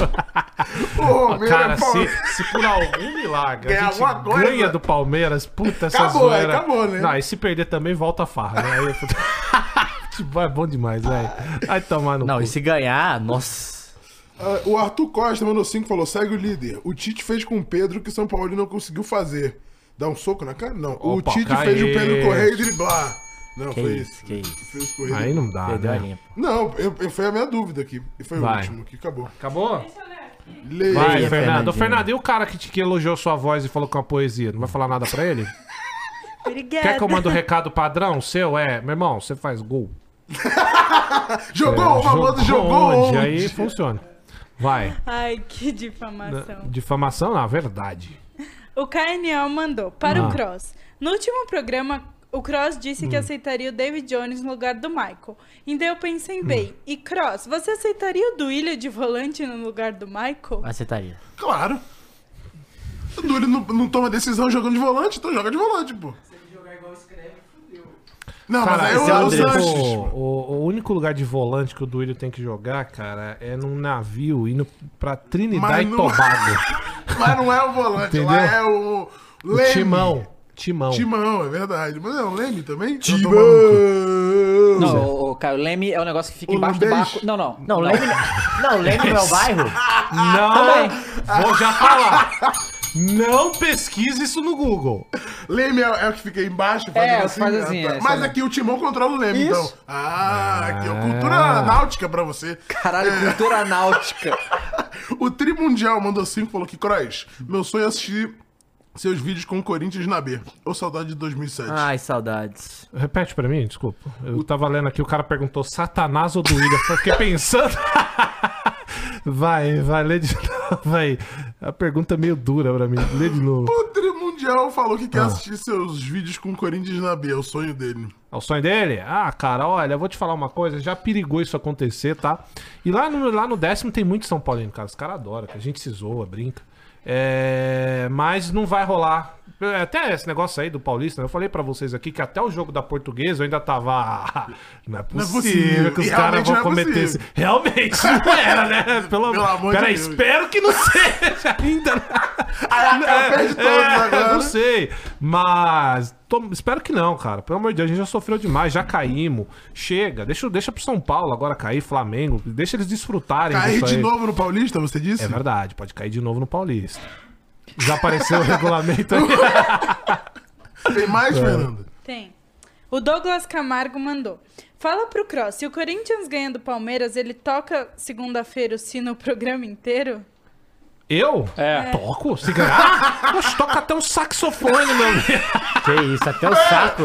B: Pô, meu
D: Cara,
B: pau-
D: se, se por algum milagre
B: é Ganhar
D: a gente
B: alguma coisa.
D: ganha do Palmeiras, puta, essa
B: Acabou, aí
D: zoeira...
B: acabou, né?
D: Não, e se perder também, volta a farra, né? Aí eu... Futebol é bom demais, velho. Vai tomar no
C: Não,
D: cu.
C: e se ganhar, nossa.
B: Ah, o Arthur Costa mandou 5 falou: segue o líder. O Tite fez com o Pedro que o São Paulo não conseguiu fazer. Dá um soco na cara? Não. o
D: Opa,
B: Tite
D: caí.
B: fez o Pedro correr e driblar. Não,
C: Que
B: foi
C: isso,
B: isso.
C: que isso.
B: Fez o correr.
D: Aí não dá,
C: Perdeu a
D: né?
C: linha.
B: Não, eu, eu- foi a minha dúvida aqui. E foi o
D: Vai.
B: último que acabou.
D: Acabou?
B: Leia.
D: Vai,
C: Leia,
D: Fernando. Ô,
C: Fernandinho.
D: Fernando, e o cara que, te, que elogiou sua voz e falou que é uma poesia? Não vai falar nada pra ele?
B: É.
E: Obrigada.
D: Quer que eu mande o recado padrão? O seu é, meu irmão, você faz gol.
B: Jogou, o famoso jogou, onde?
D: É, Aí funciona. Vai.
E: Ai, que difamação.
D: Difamação, na verdade.
E: O KNL mandou para
D: Ah. Hum.
E: o Cross. No último programa, o Cross disse que aceitaria o David Jones no lugar do Michael. Então eu pensei
D: Hum.
E: bem. E Cross, você aceitaria o Duílio de volante no lugar do Michael?
D: Ah.
C: Aceitaria.
B: Claro. O Duílio não, não toma decisão jogando de volante, então joga de volante, pô. Se ele jogar igual escreve, fudeu. Não, mas aí
D: esse
B: eu, é o
D: André-
B: Sanches.
D: o, o- o único lugar de volante que o Duílio tem que jogar, cara, é num navio indo pra Trinidad
B: Mas não-
D: e Tobago.
B: Mas não é o volante, lá
D: Entendeu?
B: é o.
D: O
B: Leme.
D: Timão. Timão.
B: Timão, é verdade. Mas é o Leme também?
D: Timão.
B: Eu tô maluco.
A: Não, o, o, cara, o Leme é um negócio que fica
B: O
A: embaixo do
B: Lambês?
A: barco. Não, não.
C: Não, Leme. Não, Leme não é o bairro?
D: Não!
A: Também.
D: Vou já falar. Não pesquise isso no Google.
B: Leme é, é o que fica aí embaixo,
A: É, faz assim,
B: ah, tá.
A: é,
B: Mas
A: sabe?
B: aqui o Timão controla o Leme,
A: Isso.
B: então. Ah, aqui é cultura náutica pra você.
A: Caralho, cultura náutica.
B: O Tri Mundial mandou 5 falou que, Croix, meu sonho é assistir seus vídeos com o Corinthians na B. Ou saudade de 2007.
D: Ah.
C: Ai, saudades.
D: Repete pra mim, desculpa. Eu tava lendo aqui, o cara perguntou Satanás ou Duílio. Eu fiquei pensando. Vai, vai, lê de novo. Aí. A pergunta é meio dura pra mim. Lê de novo.
B: O Tri Mundial falou que quer
D: Ah.
B: assistir seus vídeos com o Corinthians na B. É o sonho dele.
D: É o sonho dele? Ah, cara, olha, eu vou te falar uma coisa, já perigou isso acontecer, tá? E lá no, lá no décimo tem muito São Paulino, cara. Os caras adoram, cara. a gente se zoa, brinca. É, mas não vai rolar. É, Até esse negócio aí do Paulista, né? eu falei pra vocês aqui que até o jogo da Portuguesa eu ainda tava. "Ah, Não é
B: é
D: possível,
B: possível.
D: que os
B: E
D: caras
B: realmente
D: vão
B: não é
D: cometer
B: possível.
D: esse. Realmente, não era, né? Pelo,
B: Pelo amor
D: amor
B: de
D: Peraí,
B: Deus.
D: espero que não seja ainda. né?
B: Ela perde todos agora.
D: É, Não sei. Mas tô- espero que não, cara. Pelo amor de Deus, a gente já sofreu demais, já caímos. Chega, deixa, deixa pro São Paulo agora cair, Flamengo. Deixa eles desfrutarem
B: Cair
D: disso
B: de
D: aí.
B: novo no Paulista, você disse?
D: É verdade, pode cair de novo no Paulista. Já apareceu o regulamento aí.
B: Tem
D: É.
B: mais, Fernando?
E: Tem. O Douglas Camargo mandou. Fala pro Cross, se o Corinthians ganha do Palmeiras, ele toca segunda-feira o sino o programa inteiro?
D: Eu?
A: É.
D: Toco? Se ganhar? Poxa, toca até um saxofone, meu amigo.
C: Que isso, até o saco.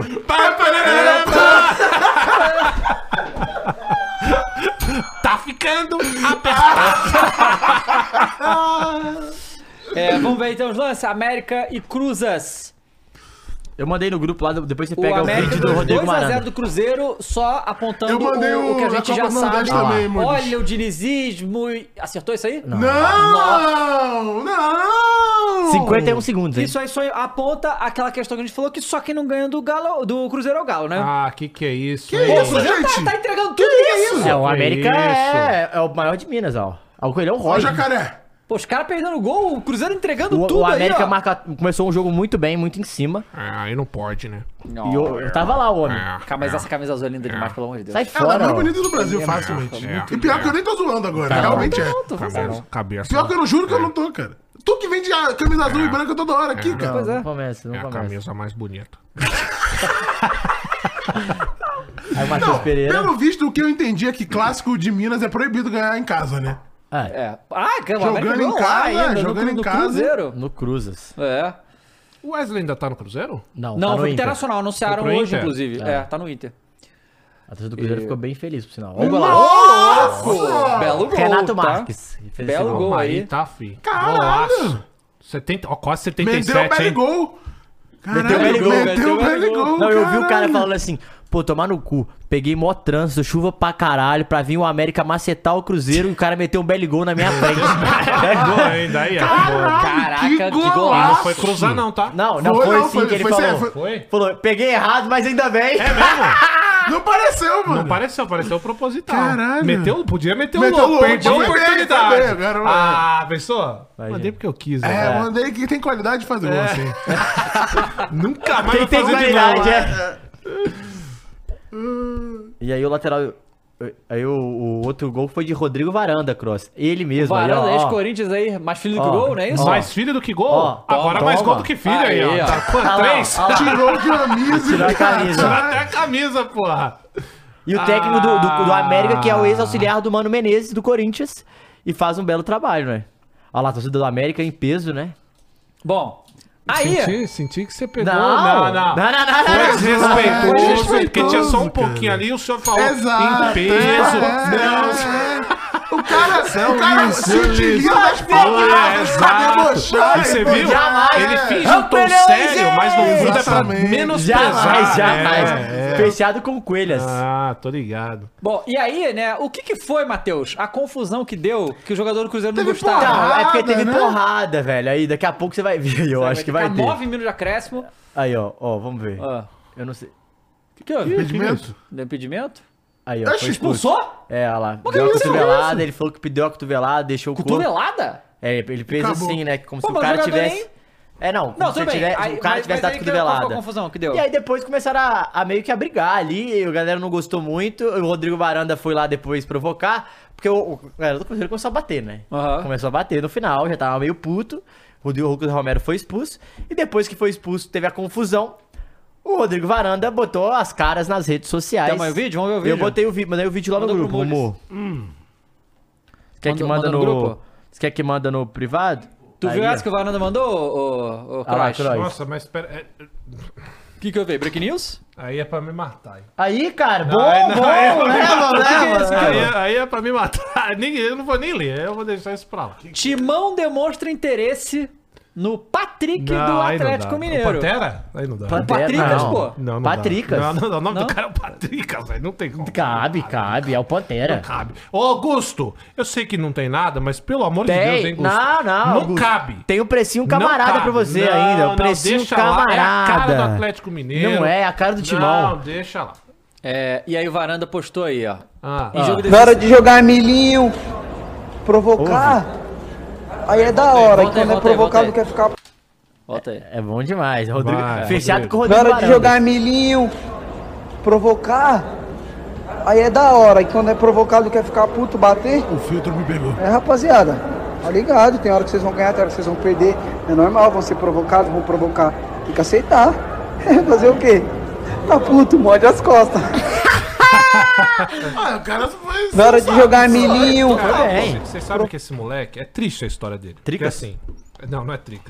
D: Tá ficando apertado.
A: É, vamos ver então os lances. América e Cruzas.
C: Eu mandei no grupo lá, depois você
A: O
C: pega o,
A: América
C: vídeo do
A: ganhou
C: Rodrigo
A: 2x0
C: Marano.
A: do Cruzeiro, só apontando
B: Eu mandei
A: o, o que a
B: o-
A: gente
B: a
A: já
B: Copa do
A: sabe.
B: Nordeste também, Muniz.
A: Olha o dinizismo. e- Acertou isso aí?
B: Não! Não!
C: 51 segundos, hein?
A: Isso aí só aponta aquela questão que a gente falou que só quem não ganha do, Galo, do Cruzeiro é o Galo, né?
D: Ah, que que é isso?
B: Que
D: hein?
A: Pô,
B: isso,
A: o Cruzeiro
B: gente?
A: Tá, tá entregando tudo que é isso.
C: É, o América
D: Isso.
C: é, é o maior de Minas, ó. O é um Coelhão
B: Ó, o
C: Roy.
B: jacaré!
A: Pô, os caras perdendo gol, o Cruzeiro entregando
C: O,
A: tudo
C: o América
A: aí, ó.
C: marca- começou um jogo muito bem, muito em cima.
D: Ah, aí não pode, né?
A: Não,
C: E eu, eu tava lá, o homem.
D: Ah,
A: Cara, mas essa camisa azul é linda demais, pelo amor de Deus.
C: Sai
B: Ela é a
C: fora.
B: mais
C: ó.
B: bonita do Brasil,
A: É,
B: facilmente.
D: é, é.
B: E pior que eu nem tô zoando agora,
C: Tá,
B: realmente é.
A: Pronto, vamos lá.
D: cabeça, cabeça. é
B: Pior que eu não juro que eu não tô, cara. Tu que vende a camisa azul e branca toda hora aqui,
C: Não,
B: cara.
A: Pois é.
C: não começa, não
D: É a
C: começa.
D: camisa mais bonita.
C: Aí o Matheus
B: Não,
C: Pereira.
B: pelo visto, o que eu entendi é que clássico de Minas é proibido ganhar em casa, né?
C: Ah,
A: É. Ah, cara, o
B: Jogando
A: América
B: em
A: ganhou lá
B: casa,
A: ainda, no
B: jogando
A: Cru-
B: em
A: no
B: casa.
A: Cruzeiro.
C: No Cruzas.
A: É.
D: O Wesley ainda tá no Cruzeiro?
C: Não,
A: Não,
C: tá no
A: foi pro
C: Inter.
A: Internacional, anunciaram
D: Foi pro
A: hoje,
D: Inter?
A: inclusive. É. tá no Inter.
C: A torcida do Cruzeiro
A: E-
C: ficou bem feliz, por sinal. Olha lá.
A: Louco! Belo gol,
C: Renato
A: tá?
C: Marques. Fez esse
A: Belo gol aí.
D: tá, fi.
B: Caralho!
D: Golaço. 70, ó, quase
B: Meteu o
D: 77,
B: belo
D: hein?
B: gol. Caralho,
C: Meteu o
B: meteu,
C: gol,
B: o
A: meteu
B: velho
A: o
B: gol.
C: Não, eu vi o cara
B: caralho.
C: falando assim, pô, tomar no cu. Peguei mó trânsito, chuva pra caralho, pra vir o América macetar o Cruzeiro e o cara meteu um belly gol na minha frente.
D: É bom ainda aí, é bom.
A: Caraca,
B: que
A: que
B: golaço!
A: golaço!
D: Não foi cruzar não, tá?
C: Não, não
B: Foi,
C: foi,
B: não,
C: assim
B: foi-
C: que ele
B: foi-
C: falou.
B: foi-
D: Foi?
C: Falou, peguei errado, mas ainda bem.
D: É mesmo?
B: Não pareceu, mano.
D: Não pareceu, pareceu proposital.
B: Caralho.
D: Meteu, podia meter o
B: Meteu
D: louco,
B: louco,
D: perdeu a
B: mas foi ele
D: oportunidade.
B: também, agora não é.
D: ah, pessoa,
C: Vai,
D: mandei
C: gente.
D: porque eu quis.
B: É,
D: né?
B: mandei que tem qualidade de fazer
C: É.
B: gol assim.
D: Nunca mais
C: Quem
D: vai
C: tem
D: fazer de novo. né?
C: qualidade, é. E aí o lateral. Aí o, o outro gol foi de Rodrigo Varanda, Cross. Ele mesmo. aí, ó,
A: Varanda,
C: ó.
A: ex-Corinthians é aí, mais filho do que
C: Ó,
A: gol, não é isso?
C: ó.
D: Mais filho do que gol?
C: Ó,
D: Agora
C: toma.
D: mais gol do que filho aí,
A: Aí,
D: ó.
A: ó.
D: Tá, pô,
C: Olha lá,
D: três?
C: olha lá.
B: Tirou o camisa,
C: Tirou a camisa.
D: Tirou
B: cara.
D: até a camisa, porra.
C: E o técnico do, do, do América, que é o ex-auxiliar do Mano Menezes, do Corinthians, e faz um belo trabalho, né? Olha lá, a torcida do América em peso, né?
A: Bom, aí...
D: Senti, senti que você pegou.
C: Não, não,
D: Não,
C: não,
D: não.
C: não,
D: Foi
C: não, não.
B: Foi
D: desrespeitoso,
B: desrespeitoso,
D: porque tinha só um
B: Ah, cara.
D: pouquinho ali e o senhor falou
B: Exato.
D: em peso.
B: É, é. O cara, o cara se utiliza das
D: É,
B: palavras pra
D: exato.
B: debochar.
D: E você
B: pô,
D: viu?
C: Jamais.
D: Ele finge
C: É o
D: um tom
C: Pelé,
D: sério, mas no fundo é pra
B: Exatamente.
D: menos
C: Jamais,
D: pesar.
C: jamais.
D: É, é.
C: Fechado com coelhas.
D: Ah, tô ligado.
A: Bom, e aí, né, o que que foi, Matheus? A confusão que deu, que o jogador do Cruzeiro não
B: Teve
A: gostava.
C: Não,
B: porrada,
C: é porque teve
B: né?
C: porrada, velho. Aí daqui a pouco você vai ver, eu acho que vai
A: ficar Ah.
C: ter.
A: nove minutos de acréscimo.
C: Aí, ó, ó, vamos ver.
A: Ó,
C: Eu não sei.
A: O que que houve?
B: Impedimento?
A: Deu impedimento?
C: Aí, ó,
B: Oxe,
C: foi expulso.
A: Expulsou?
C: É, olha lá.
A: Mas
C: Deu uma
A: que isso,
C: cotovelada, ele falou que deu a cotovelada, deixou o corpo.
A: Cotovelada?
C: É, ele fez
B: Acabou.
C: assim, né? Como
A: Pô,
C: se o
A: mas o
C: cara
A: jogador
C: tivesse.
A: nem-
C: É, não. Como
A: Não,
C: se
A: tudo bem.
C: tivesse-
A: Aí-
C: o cara
A: mas- mas
C: tivesse dado
A: aí que- qual foi a
C: cotovelada.
A: confusão que deu?
C: E aí depois começaram a, a meio que a brigar ali, e a galera não gostou muito. O Rodrigo Varanda foi lá depois provocar, porque o, o a galera do Cruzeiro começou a bater, né?
A: Aham.
C: Começou a bater no final, já tava meio puto. O Rodrigo Romero foi expulso, e depois que foi expulso, teve a confusão. O Rodrigo Varanda botou as caras nas redes sociais.
A: Tem mais o vídeo? Vamos ver o
C: Eu
A: vídeo.
C: botei o vídeo, mandei o vídeo lá
A: Mandou
C: no
A: pro
C: grupo. Rumor.
D: Hum.
C: Você quer que
A: Mandou-
C: manda no.
A: mandou no grupo?
C: Você quer que manda no privado?
A: Tu
C: Aí,
A: viu
C: ó.
A: essa que o Varanda mandou, ô, ô, ô
C: Ah lá,
A: Croix?
C: Croix.
D: Nossa, mas pera. é-
A: O que que eu vi? Break News?
D: Aí é pra me matar. hein?
C: Aí, cara, bom,
D: Não, não,
C: bom,
D: é-
B: né,
C: leva, leva.
D: Aí,
C: leva.
D: é- aí é pra me matar. Nem, eu não vou nem ler, eu vou deixar isso pra lá.
A: Timão demonstra interesse no Patrick
D: Não,
A: do
D: aí não dá.
A: Atlético Mineiro.
D: O Pantera? Aí não dá.
C: Pan-
A: Patricas,
C: Não.
A: pô.
D: Não, não
C: Patricas?
D: Dá. Não, não, não, o nome
A: Não?
D: do cara é o Patricas, velho. Não tem como.
C: Cabe, cabe, é o Pantera.
D: Cabe. Ô, Augusto, eu sei que não tem nada, mas pelo amor de Deus, hein,
C: Tem,
D: Augusto?
C: não, não.
D: Não
C: Augusto.
D: cabe.
C: Tem o precinho
D: Não
C: camarada
D: cabe.
C: pra você
D: Não,
C: ainda.
D: não,
C: O precinho
D: deixa lá.
C: camarada.
D: É a cara do Atlético Mineiro.
C: Não é, é a cara do Timão.
D: Não, deixa lá.
A: É, e aí o Varanda postou aí, ó.
D: Ah,
A: Em jogo
F: Na hora de jogar milhinho, provocar, aí é da
A: volta
F: hora. e quando
A: aí,
F: é
A: volta aí,
F: provocado,
A: volta aí.
F: quer ficar.
A: Volta aí.
C: É bom demais. Rodrigo...
D: Vai,
C: Fechado
D: Rodrigo.
C: com o
F: Na
C: Rodrigo. É,
F: hora de
C: Varanda.
F: jogar milhinho, provocar, aí é da hora. E quando é provocado, quer ficar puto, bater.
B: O filtro me pegou.
F: É rapaziada, tá ligado? Tem hora que vocês vão ganhar, tem hora que vocês vão perder. É normal, vão ser provocados, vão provocar. Tem que aceitar. Fazer o quê? Tá puto, morde as costas.
B: Ah, o cara foi...
F: Na hora de jogar milhinho.
D: Cara,
C: bem.
D: você- Tá Vocês sabem que esse moleque é triste a história dele.
C: Tricas?
D: Porque assim. Não, não é trica.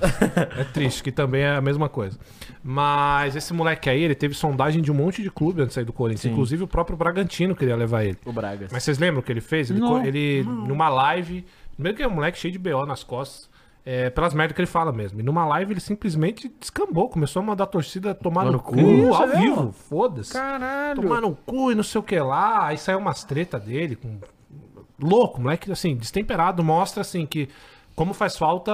D: é triste, que também é a mesma coisa. Mas esse moleque aí, ele teve sondagem de um monte de clube antes de sair do Corinthians. Inclusive o próprio Bragantino queria levar ele.
C: O Bragas.
D: Mas vocês lembram o que ele fez? Ele, co- ele numa live. Primeiro que é um moleque cheio de BO nas costas. é, pelas merdas que ele fala mesmo. E numa live ele simplesmente descambou. Começou a mandar a torcida tomar no, cu, ao vivo. Foda-se. Caralho. Tomar no cu e não sei o que lá. Aí saiu umas treta dele com louco, moleque assim, destemperado, mostra assim que como faz falta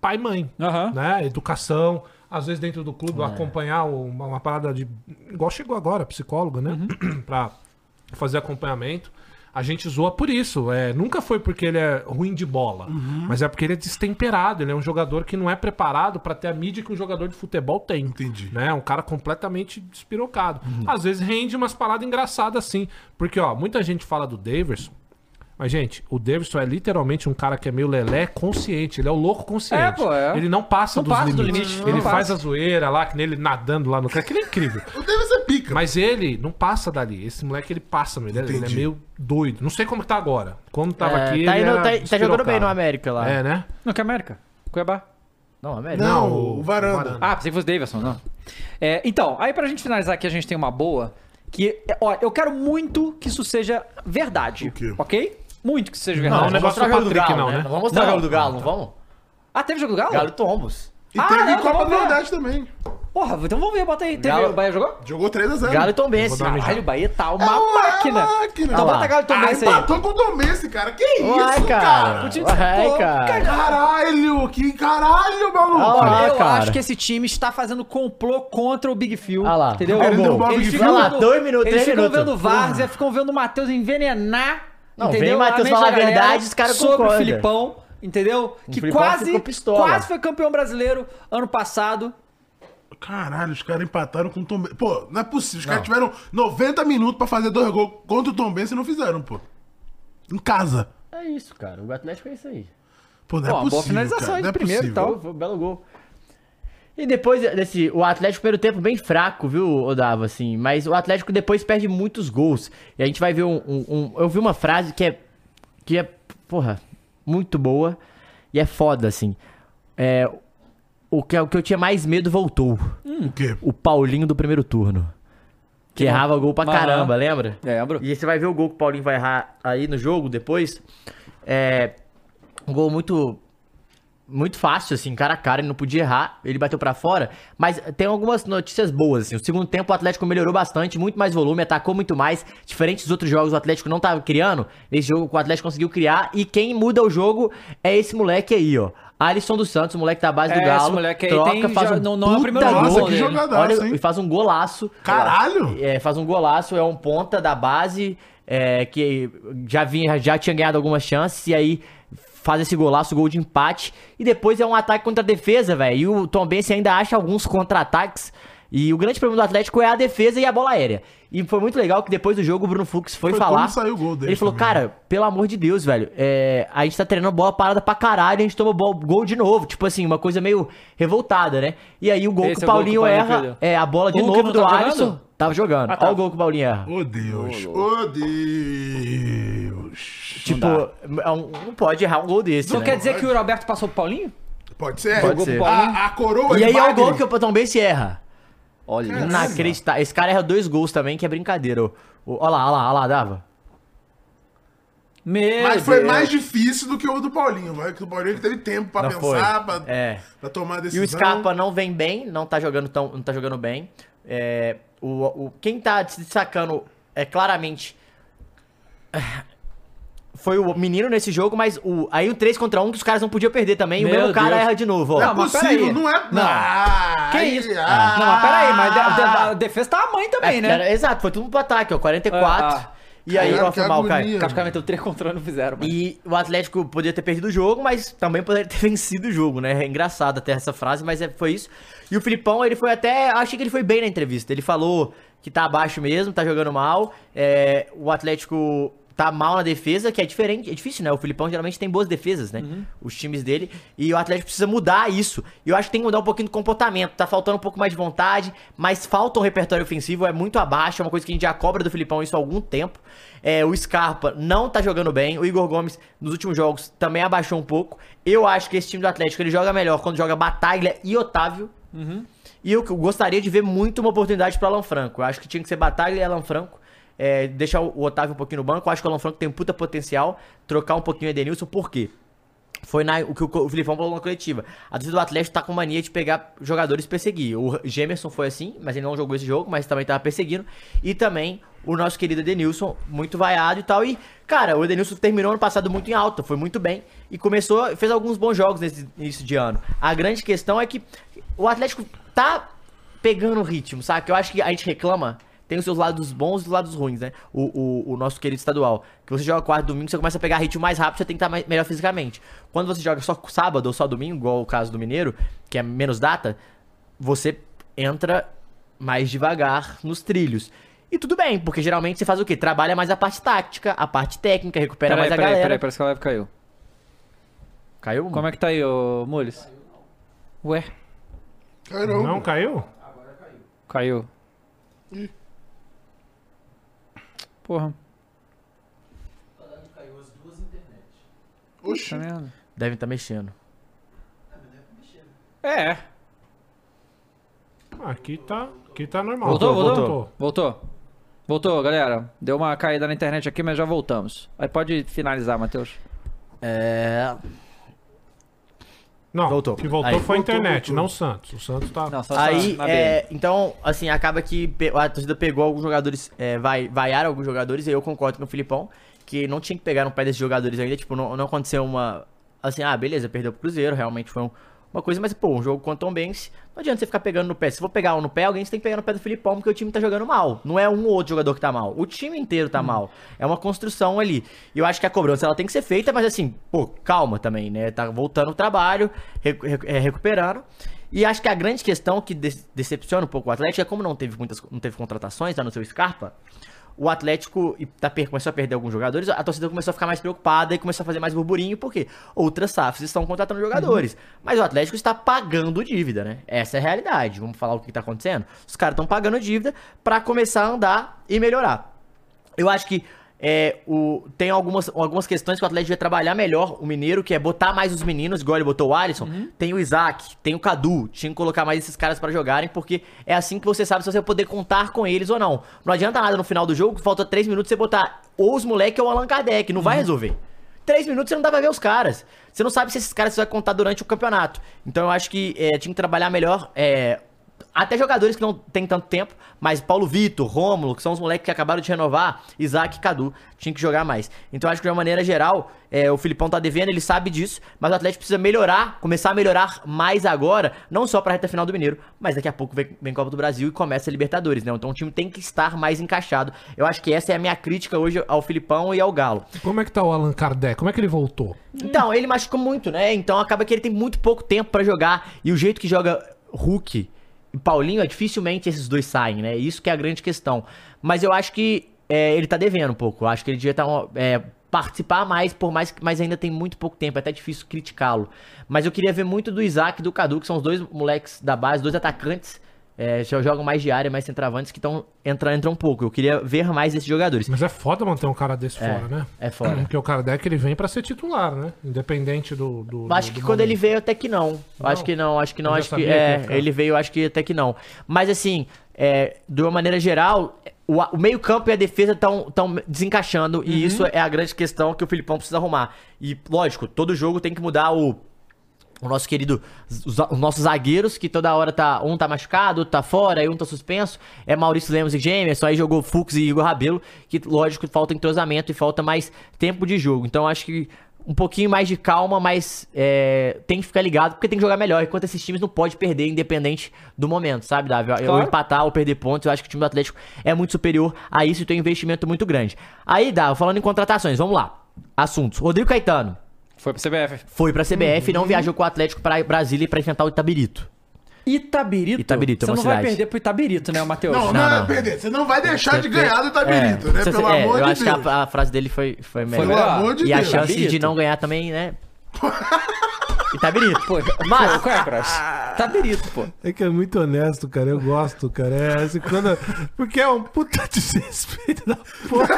D: pai e mãe,
A: Aham.
D: né? Educação, às vezes dentro do clube acompanhar uma, uma parada de igual chegou agora, psicólogo, né, Pra fazer acompanhamento. A gente zoa por isso. É, nunca foi porque ele é ruim de bola, mas é porque ele é destemperado. Ele é um jogador que não é preparado pra ter a mídia que um jogador de futebol tem.
B: Entendi.
D: Né? Um cara completamente despirocado. Às vezes rende umas paradas engraçadas assim. Porque, ó, muita gente fala do Daverson. Mas, gente, o Davidson é literalmente um cara que é meio lelé consciente. Ele é o louco consciente.
A: É, pô, é.
D: Ele não passa
A: Não
D: dos
A: passa do
D: limites.
A: limite,
D: Ele
A: não
D: faz
A: passa.
D: a zoeira lá, que nele nadando lá no cara. Que ele é incrível.
B: O Davis é pica.
D: Mas ele não passa dali. Esse moleque, ele passa, meu. Ele, ele é
B: Entendi.
D: meio doido. Não sei como que tá agora. Quando
C: É,
D: tava aqui,
C: tá,
D: ele
C: indo-
D: era
C: tá- tá jogando bem
D: despirocado.
C: no América lá.
D: É, né?
A: Não, que é América. Cuiabá.
C: Não, América.
B: Não,
D: Não,
B: o varanda.
A: Ah, pensei que fosse Davidson, não. É, então, aí pra gente finalizar aqui, a gente tem uma boa. Que, é, ó, eu quero muito que isso seja verdade.
B: O quê?
A: Ok? Muito que isso seja
D: Não,
C: né?
A: verdade.
D: o negócio
C: mostrar o
D: do
C: jogo do
D: Patrick,
C: Galo,
D: não,
C: né?
D: né?
C: Vamos mostrar o
A: Não.
C: jogo do Galo, não vamos?
A: Ah, teve jogo do Galo?
C: Galo e Tombos.
B: E E
A: Ah,
B: teve
A: não, então
B: Copa do
A: vamos ver.
B: Nordeste também.
A: Porra, então vamos ver, bota aí. Teve,
C: Galo-
A: o Bahia jogou?
B: Jogou 3x0.
C: Galo e Tom Bense.
A: Caralho, o Bahia tá uma,
B: É uma
A: máquina.
B: máquina.
A: Então
C: Ah lá.
A: bota Galo e Tom
B: Ah,
A: Bense aí.
B: empatou com o Domense, cara. Que
C: Uai,
B: isso,
C: cara.
B: cara?
A: O time-
C: Uai,
A: Pô,
C: cara.
B: Caralho, que caralho, maluco.
C: Ah,
A: eu
C: cara.
A: acho que esse time está fazendo complô contra o Big Phil.
C: Ah lá.
A: Entendeu?
C: Ele
B: derrubou o Big
A: ficam
C: Phil.
A: vendo-
C: Ah lá, dois minutos,
A: Eles
C: três
A: ficam
C: minutos.
A: vendo o Várzea, ficam vendo o Matheus envenenar.
C: Não, vem
A: entendeu?
C: o Matheus
A: mente da
C: falar a
A: galera
C: verdade, os caras
A: Sobre o
C: concordam.
A: Filipão, entendeu? Que
C: Filipão
A: quase,
C: ficou pistola.
A: quase foi campeão brasileiro ano passado.
B: Caralho, os caras empataram com o Tom Bense. Pô, não é possível. Os caras tiveram 90 minutos pra fazer dois gols contra o Tom Bense e não fizeram, pô. Em casa.
C: É isso, cara. O Atlético é isso aí.
B: Pô, não
A: Pô,
B: é
A: uma boa
B: possível,
A: finalização
B: cara.
A: aí de
B: Não é
A: primeiro e
B: possível.
A: tal.
C: Foi, foi um belo gol. E depois desse. O Atlético, primeiro tempo, bem fraco, viu, Odava? Assim, mas o Atlético depois perde muitos gols. E a gente vai ver um. um- um- eu vi uma frase que é. Que é. Porra, muito boa. E é foda, assim. É. O que, o que eu tinha mais medo voltou.
B: O quê?
C: O Paulinho do primeiro turno. Que errava gol pra
A: Aham.
C: caramba, lembra?
A: Lembro.
C: E você vai ver o gol que o Paulinho vai errar aí no jogo depois. É. Um gol muito. Muito fácil, assim, cara a cara, ele não podia errar, ele bateu pra fora. Mas tem algumas notícias boas, assim. O segundo tempo o Atlético melhorou bastante, muito mais volume, atacou muito mais. Diferente dos outros jogos, o Atlético não tava criando. Nesse jogo o Atlético conseguiu criar. E quem muda o jogo é esse moleque aí, ó. Alisson dos Santos, o moleque da base
A: É,
C: do Galo.
A: esse moleque aí
C: troca,
A: tem-
C: faz
A: já-
C: um
A: não- não é o
C: puta
A: primeiro
C: gol.
A: gol
B: Nossa, que
A: dele.
B: jogadaço,
C: Olha,
B: hein?
C: e faz um golaço.
B: Caralho!
C: É, faz um golaço, é um ponta da base, é, que já, vinha, já tinha ganhado algumas chances, e aí faz esse golaço, gol de empate, e depois é um ataque contra a defesa, velho. E o Tom Bense ainda acha alguns contra-ataques. E o grande problema do Atlético é a defesa e a bola aérea. E foi muito legal que depois do jogo o Bruno Fux foi,
B: Foi
C: falar.
B: quando saiu o gol dele
C: ele falou,
B: também. né?
C: cara, pelo amor de Deus, velho, é, a gente tá treinando bola parada pra caralho, a gente toma bol- gol de novo. Tipo assim, uma coisa meio revoltada, né? E aí o gol
A: Esse
C: que
A: é
C: o
A: o gol que o
C: Paulinho
A: Paulinho
C: erra
A: perdeu.
C: é a bola de
A: O que
C: novo
A: não
C: do
A: tá jogando?
C: Alisson. Tava jogando.
A: tá.
C: Olha o gol que o Paulinho erra.
B: Ô Deus, ô Deus. Ah,
C: tipo, é um- não pode errar um gol desse.
A: Então
C: né?
A: quer dizer que o Roberto passou pro Paulinho?
B: Pode ser?
C: Pode ser.
B: A, a coroa
C: E
B: de
C: aí é o
B: Wagner.
C: gol que o Tom Bense erra.
A: Olha.
C: Inacreditável. Esse cara erra dois gols também, que é brincadeira. Ó ó lá, ó lá, ó lá, dava.
A: Meu
B: Mas foi
A: Deus.
B: mais difícil do que o do Paulinho, vai. Que o Paulinho teve tempo pra
C: Não
B: pensar,
C: foi.
B: pra,
C: É.
B: pra tomar
C: E
B: decisão.
C: o Scarpa não vem bem, não tá jogando tão, não tá jogando bem. É, o, o- quem tá se destacando é claramente foi o menino nesse jogo, mas o aí o 3 contra 1 que os caras não podiam perder também, o
A: Meu
C: mesmo cara
A: Deus.
C: erra de novo, ó.
B: Não é
A: Não, mas
B: possível,
A: peraí.
B: não é.
A: Não.
B: Ah,
A: Que
B: ai,
A: isso?
B: ah.
A: Não, mas peraí, mas de- de- a defesa tá a mãe também, né?
C: Era- É, exato, foi tudo pro ataque, ó, 44.
A: Ah, ah.
C: E aí,
B: Caralho,
C: ó, foi
B: que
C: mal, cara.
B: agonia.
A: Praticamente o 3 contra 1 não fizeram, mano.
C: E o Atlético poderia ter perdido o jogo, mas também poderia ter vencido o jogo, né? É engraçado até essa frase, mas é, foi isso. E o Filipão, ele foi até. Achei que ele foi bem na entrevista. Ele falou que tá abaixo mesmo, tá jogando mal. é, o Atlético tá mal na defesa, que é diferente. É difícil, né? O Filipão geralmente tem boas defesas, né?
A: Uhum.
C: Os times dele. E o Atlético precisa mudar isso. E eu acho que tem que mudar um pouquinho do comportamento. Tá faltando um pouco mais de vontade, mas falta um repertório ofensivo, é muito abaixo. É uma coisa que a gente já cobra do Filipão isso há algum tempo. É, o Scarpa não tá jogando bem. O Igor Gomes, nos últimos jogos, também abaixou um pouco. Eu acho que esse time do Atlético ele joga melhor quando joga Bataglia e Otávio. E eu gostaria de ver muito uma oportunidade para Alan Franco. Eu acho que tinha que ser Bataglia e Alan Franco. É, deixar o Otávio um pouquinho no banco. Eu acho que o Alan Franco tem um puta potencial. Trocar um pouquinho o Edenilson, por quê? Foi na- o que o, Co- o Filipão falou na coletiva. A torcida do Atlético tá com mania de pegar jogadores e perseguir. O Gemerson foi assim, mas ele não jogou esse jogo, mas também tava perseguindo. E também o nosso querido Edenilson, muito vaiado e tal. E, cara, o Edenilson terminou ano passado muito em alta, foi muito bem. E começou, fez alguns bons jogos nesse início de ano. A grande questão é que o Atlético tá pegando o ritmo, sabe? Que eu acho que a gente reclama. Tem os seus lados bons e os lados ruins, né? O, o, o nosso querido estadual. Que você joga quarto domingo, você começa a pegar ritmo mais rápido, você tem que estar mais- melhor fisicamente. Quando você joga só sábado ou só domingo, igual o caso do Mineiro, que é menos data, você entra mais devagar nos trilhos. E tudo bem, porque geralmente você faz o quê? Trabalha mais a parte tática, a parte técnica, recupera
A: Peraí,
C: mais a
A: peraí,
C: galera.
A: peraí, parece que a live caiu.
C: Caiu?
A: Como é que tá aí, ô Mules? Ué,
B: Caramba.
D: Não caiu?
A: caiu. Porra,
B: Oxi.
A: tá merda.
C: Devem estar mexendo.
A: É,
D: Ah, Aqui tá, aqui tá normal.
A: voltou, voltou,
D: voltou.
A: voltou. Voltou. galera. Deu uma caída na internet aqui, mas já voltamos. Aí pode finalizar, Matheus.
C: É.
D: Não,
C: Voltou.
D: o que voltou
C: Aí.
D: foi a
B: Voltou,
D: internet,
B: voltou.
D: não o Santos. O Santos tá.
A: Não, só- só
C: Aí,
A: na
C: é,
A: BM.
C: então, assim, acaba que pe- a torcida pegou alguns jogadores, é, vai, vaiaram alguns jogadores, e eu concordo com o Filipão, que não tinha que pegar no pé desses jogadores ainda, tipo, não, não aconteceu uma, assim, ah, beleza, perdeu pro Cruzeiro, realmente foi um- uma coisa, mas, pô, um jogo contra o Tom Benz, não adianta você ficar pegando no pé, se for pegar um no pé, alguém você tem que pegar no pé do Filipão, porque o time tá jogando mal, não é um ou outro jogador que tá mal, o time inteiro
A: Hum.
C: tá mal, é uma construção ali, e eu acho que a cobrança, ela tem que ser feita, mas, assim, pô, calma também, né, tá voltando o trabalho, recu- recu- é, recuperando, e acho que a grande questão que de- decepciona um pouco o Atlético é como não teve muitas não teve contratações, tá no seu Scarpa, o Atlético e tá per- começou a perder alguns jogadores, a torcida começou a ficar mais preocupada e começou a fazer mais burburinho, porque outras SAFs estão contratando jogadores. Mas o Atlético está pagando dívida, né? Essa é a realidade. Vamos falar o que tá acontecendo? Os caras estão pagando dívida pra começar a andar e melhorar. Eu acho que é, o, tem algumas, algumas questões que o Atlético vai trabalhar melhor o Mineiro, que é botar mais os meninos, igual ele botou o Alisson. Tem o Isaac, tem o Cadu. Tinha que colocar mais esses caras pra jogarem, porque é assim que você sabe se você vai poder contar com eles ou não. Não adianta nada no final do jogo, falta três minutos, você botar ou os moleques ou o Allan Kardec. Não vai resolver. Três minutos você não dá pra ver os caras. Você não sabe se esses caras você vai contar durante o campeonato. Então eu acho que é, tinha que trabalhar melhor é, até jogadores que não tem tanto tempo, mas Paulo Vitor, Rômulo, que são os moleques que acabaram de renovar, Isaac e Cadu, tinha que jogar mais. Então acho que de uma maneira geral, é, o Filipão tá devendo, ele sabe disso, mas o Atlético precisa melhorar, começar a melhorar mais agora, não só pra reta final do Mineiro, mas daqui a pouco vem, vem Copa do Brasil e começa a Libertadores, né? Então o time tem que estar mais encaixado. Eu acho que essa é a minha crítica hoje ao Filipão e ao Galo.
D: Como é que tá o Allan Kardec? Como é que ele voltou?
C: Então, ele machucou muito, né? Então acaba que ele tem muito pouco tempo pra jogar. E o jeito que joga Hulk e Paulinho, é dificilmente esses dois saem, né? Isso que é a grande questão. Mas eu acho que é, ele tá devendo um pouco. Eu acho que ele devia tá, ó, é, participar mais, por mais que- mas ainda tem muito pouco tempo. É até difícil criticá-lo. Mas eu queria ver muito do Isaac e do Cadu, que são os dois moleques da base, dois atacantes. É, já jogam mais de área, mais centravantes, que estão entrando entram um pouco. Eu queria ver mais desses jogadores.
D: Mas é foda manter um cara desse fora, né?
C: é foda.
D: Porque o Kardec ele vem pra ser titular, né? Independente do. do
C: Eu acho
D: do-
C: que
D: do
C: quando ele
D: momento.
C: veio até que não. Eu Acho que não, acho que não,
D: Eu já
C: acho que
D: sabia que ia
C: é,
D: ficar.
C: ele veio, acho que até que não. Mas assim, é, de uma maneira geral, o, a- o meio-campo e a defesa estão desencaixando e
D: Uhum.
C: isso é a grande questão que o Filipão precisa arrumar. E lógico, todo jogo tem que mudar o o nosso querido, os, os nossos zagueiros, que toda hora tá, um tá machucado, outro tá fora, aí um tá suspenso, é Maurício Lemos e Jamerson, aí jogou Fux e Igor Rabelo, que lógico, falta entrosamento e falta mais tempo de jogo, então acho que um pouquinho mais de calma, mas é, tem que ficar ligado, porque tem que jogar melhor, enquanto esses times não pode perder, independente do momento, sabe, Davi? Eu- Eu
A: Claro.
C: empatar ou perder pontos, eu acho que o time do Atlético é muito superior a isso e tem um investimento muito grande. Aí, Davi, falando em contratações, vamos lá, assuntos, Rodrigo Caetano,
A: Foi pro CBF.
C: foi pra CBF e não viajou com o Atlético pra Brasília pra enfrentar o Itabirito.
A: Itabirito.
C: Itabirito é
A: Você
C: uma
A: não vai
C: cidade.
A: perder pro Itabirito, né, Matheus?
B: Não, não,
C: não.
B: é perder. Você não vai deixar de
C: Você-
B: ganhar do Itabirito, né?
C: você-
B: Pelo
C: é,
B: amor
C: eu
B: de
C: acho que
B: Deus.
C: a, a frase dele foi, foi melhor.
B: Pelo
A: melhor.
B: amor de
C: e a
B: Deus.
C: chance de
A: Itabirito.
C: não ganhar também, né? Itabirito.
A: Pô,
C: Mas-
A: mas... qual é, Cross? Itabirito, pô.
G: É que é muito honesto, cara. Eu gosto, cara. É assim, quando... Porque é um puta desrespeito da porra.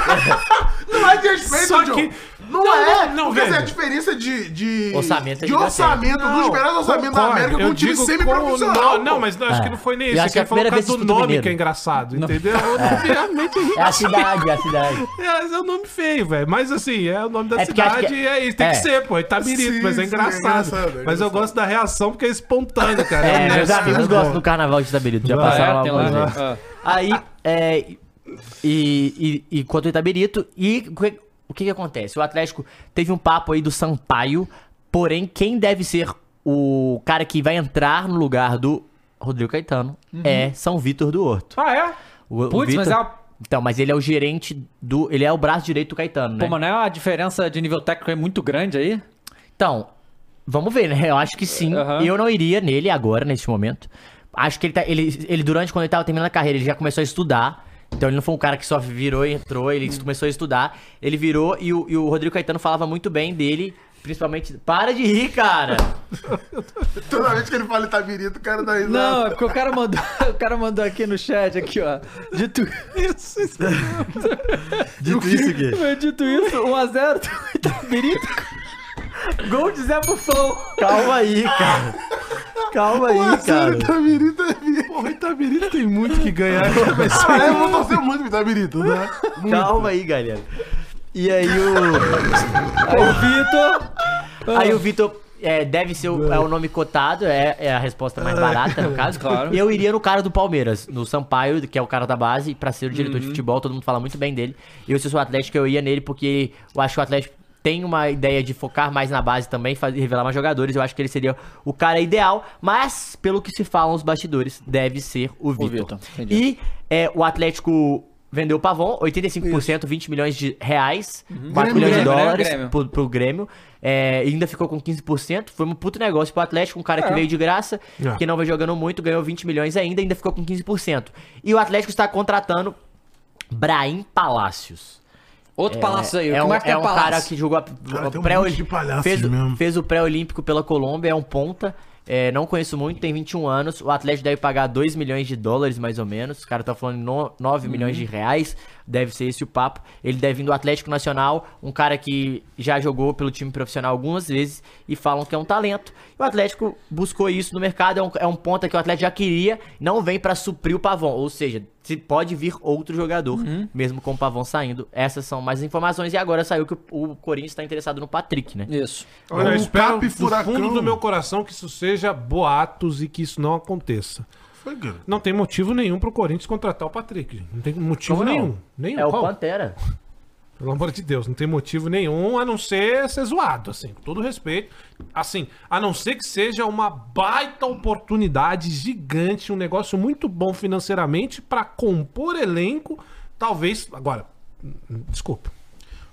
B: Não é desrespeito,
G: Só
B: John.
G: que-
B: Não,
G: Não,
B: é.
G: não, não,
B: porque
G: velho.
B: assim, a diferença de. de
C: Orçamento é
B: de
C: gigantesco.
B: orçamento, dos melhores orçamentos da
D: Concordo,
B: América com
D: eu
B: um time
D: digo
B: semiprofissional.
D: como- Não, não, mas não, acho que não foi nem
C: Eu
D: isso.
C: acho que
D: Acho que
C: é a primeira vez
D: causa
C: que
D: do
C: eu escuto
D: nome
C: mineiro.
D: que é engraçado, entendeu? Obviamente
C: É a cidade, é a cidade.
D: é, é o nome feio, velho. Mas assim, é o nome da
C: É porque acho
D: cidade
C: que-
D: e é isso. Tem
C: é.
D: que ser, pô. Itabirito,
B: Sim,
D: mas é
B: sim, é
D: engraçado.
B: engraçado, é
D: Mas eu
B: engraçado.
D: gosto da reação porque é espontâneo, cara.
C: É,
D: honesto,
C: meus amigos
D: né?
C: gostam do carnaval de Itabirito.
A: Ah, é?
C: Já passaram lá algumas vezes. Aí, é, e, e, e quanto ao Itabirito, e o que, o que que acontece? O Atlético teve um papo aí do Sampaio, porém, quem deve ser o cara que vai entrar no lugar do Rodrigo Caetano é São Vitor do Horto.
A: Ah, é?
C: O, o
A: Putz, mas
C: Vitor-
A: é uma-
C: Então, mas ele é o gerente do... Ele é o braço direito do Caetano, né?
A: Pô, mas não é uma diferença de nível técnico aí muito grande aí?
C: Então, vamos ver, né? Eu acho que sim.
A: Aham.
C: Eu não iria nele agora, neste momento. Acho que ele, tá, ele, ele, durante quando ele tava terminando a carreira, ele já começou a estudar. Então ele não foi um cara que só virou e entrou,
A: Uhum.
C: ele começou a estudar. Ele virou e o, e o Rodrigo Caetano falava muito bem dele, principalmente. Para de rir, cara!
B: Toda vez que ele fala Itabirito, o cara dá risada.
A: Não, é porque o cara mandou, o cara mandou aqui no chat, aqui, ó. Dito isso,
C: Dito isso aqui.
A: dito isso, 1x0, Itabirito. tá Gol de Zé Bufão.
C: Calma aí, cara. Calma aí,
A: assim,
C: cara.
B: Itabirito é minha.
G: Porra, Itabirito tem muito que ganhar.
B: Cara, eu vou torcer muito pro Itabirito, né?
C: Calma aí, galera. E aí o.
A: Aí o Vitor...
C: Aí o Vitor é, deve ser o, é o nome cotado, é, é a resposta mais barata, no caso.
A: Claro.
C: Eu iria no cara do Palmeiras, no Sampaio, que é o cara da base, pra ser o diretor de futebol, todo mundo fala muito bem dele. Eu, se eu sou Atlético, eu ia nele porque eu acho que o Atlético tem uma ideia de focar mais na base também, fazer, revelar mais jogadores. Eu acho que ele seria o cara ideal, mas, pelo que se falam os bastidores, deve ser o Vitor.
A: Vitor, entendi.
C: E é, o Atlético vendeu o Pavon, 85%, 20 milhões de reais, 4 milhões
A: Grêmio,
C: de
A: né?
C: dólares
A: Grêmio.
C: pro, pro Grêmio. É, e ainda ficou com 15%. Foi um puto negócio pro Atlético, um cara que veio de graça,
G: É.
C: que não vai jogando muito, ganhou 20 milhões ainda, ainda ficou com 15%. E o Atlético está contratando Brahim Palácios.
A: Outro palácio aí.
C: É,
A: o que
C: um,
A: mais tem
C: é um
A: palácio?
C: cara que jogou a,
B: Cara, tem um
C: pré
B: monte de palhaço
C: fez,
B: mesmo.
C: fez o pré-olímpico pela Colômbia, é um ponta. é, não conheço muito, tem 21 anos. O Atlético deve pagar 2 milhões de dólares, mais ou menos. Os caras estão falando 9 milhões de reais. Deve ser esse o papo. Ele deve vir do Atlético Nacional, um cara que já jogou pelo time profissional algumas vezes e falam que é um talento. E o Atlético buscou isso no mercado, é um, é um ponta que o Atlético já queria, não vem pra suprir o Pavon. Ou seja, se pode vir outro jogador, mesmo com o Pavon saindo. Essas são mais informações. E agora saiu que o, o Corinthians está interessado no Patrick, né?
A: Isso.
D: Olha, eu
B: O
D: espero
B: Cap
D: do
B: Furacão.
D: fundo do meu coração que isso seja boatos e que isso não aconteça.
B: Foi, cara.
D: Não tem motivo nenhum pro Corinthians contratar o Patrick. gente. Não tem motivo
C: Como não?
D: nenhum. Nenhum.
C: É o
D: Qual?
C: Pantera.
D: Pelo amor de Deus, não tem motivo nenhum a não ser ser zoado, assim, com todo respeito. Assim, a não ser que seja uma baita oportunidade gigante, um negócio muito bom financeiramente pra compor elenco, talvez. Agora, hum, hum, desculpa.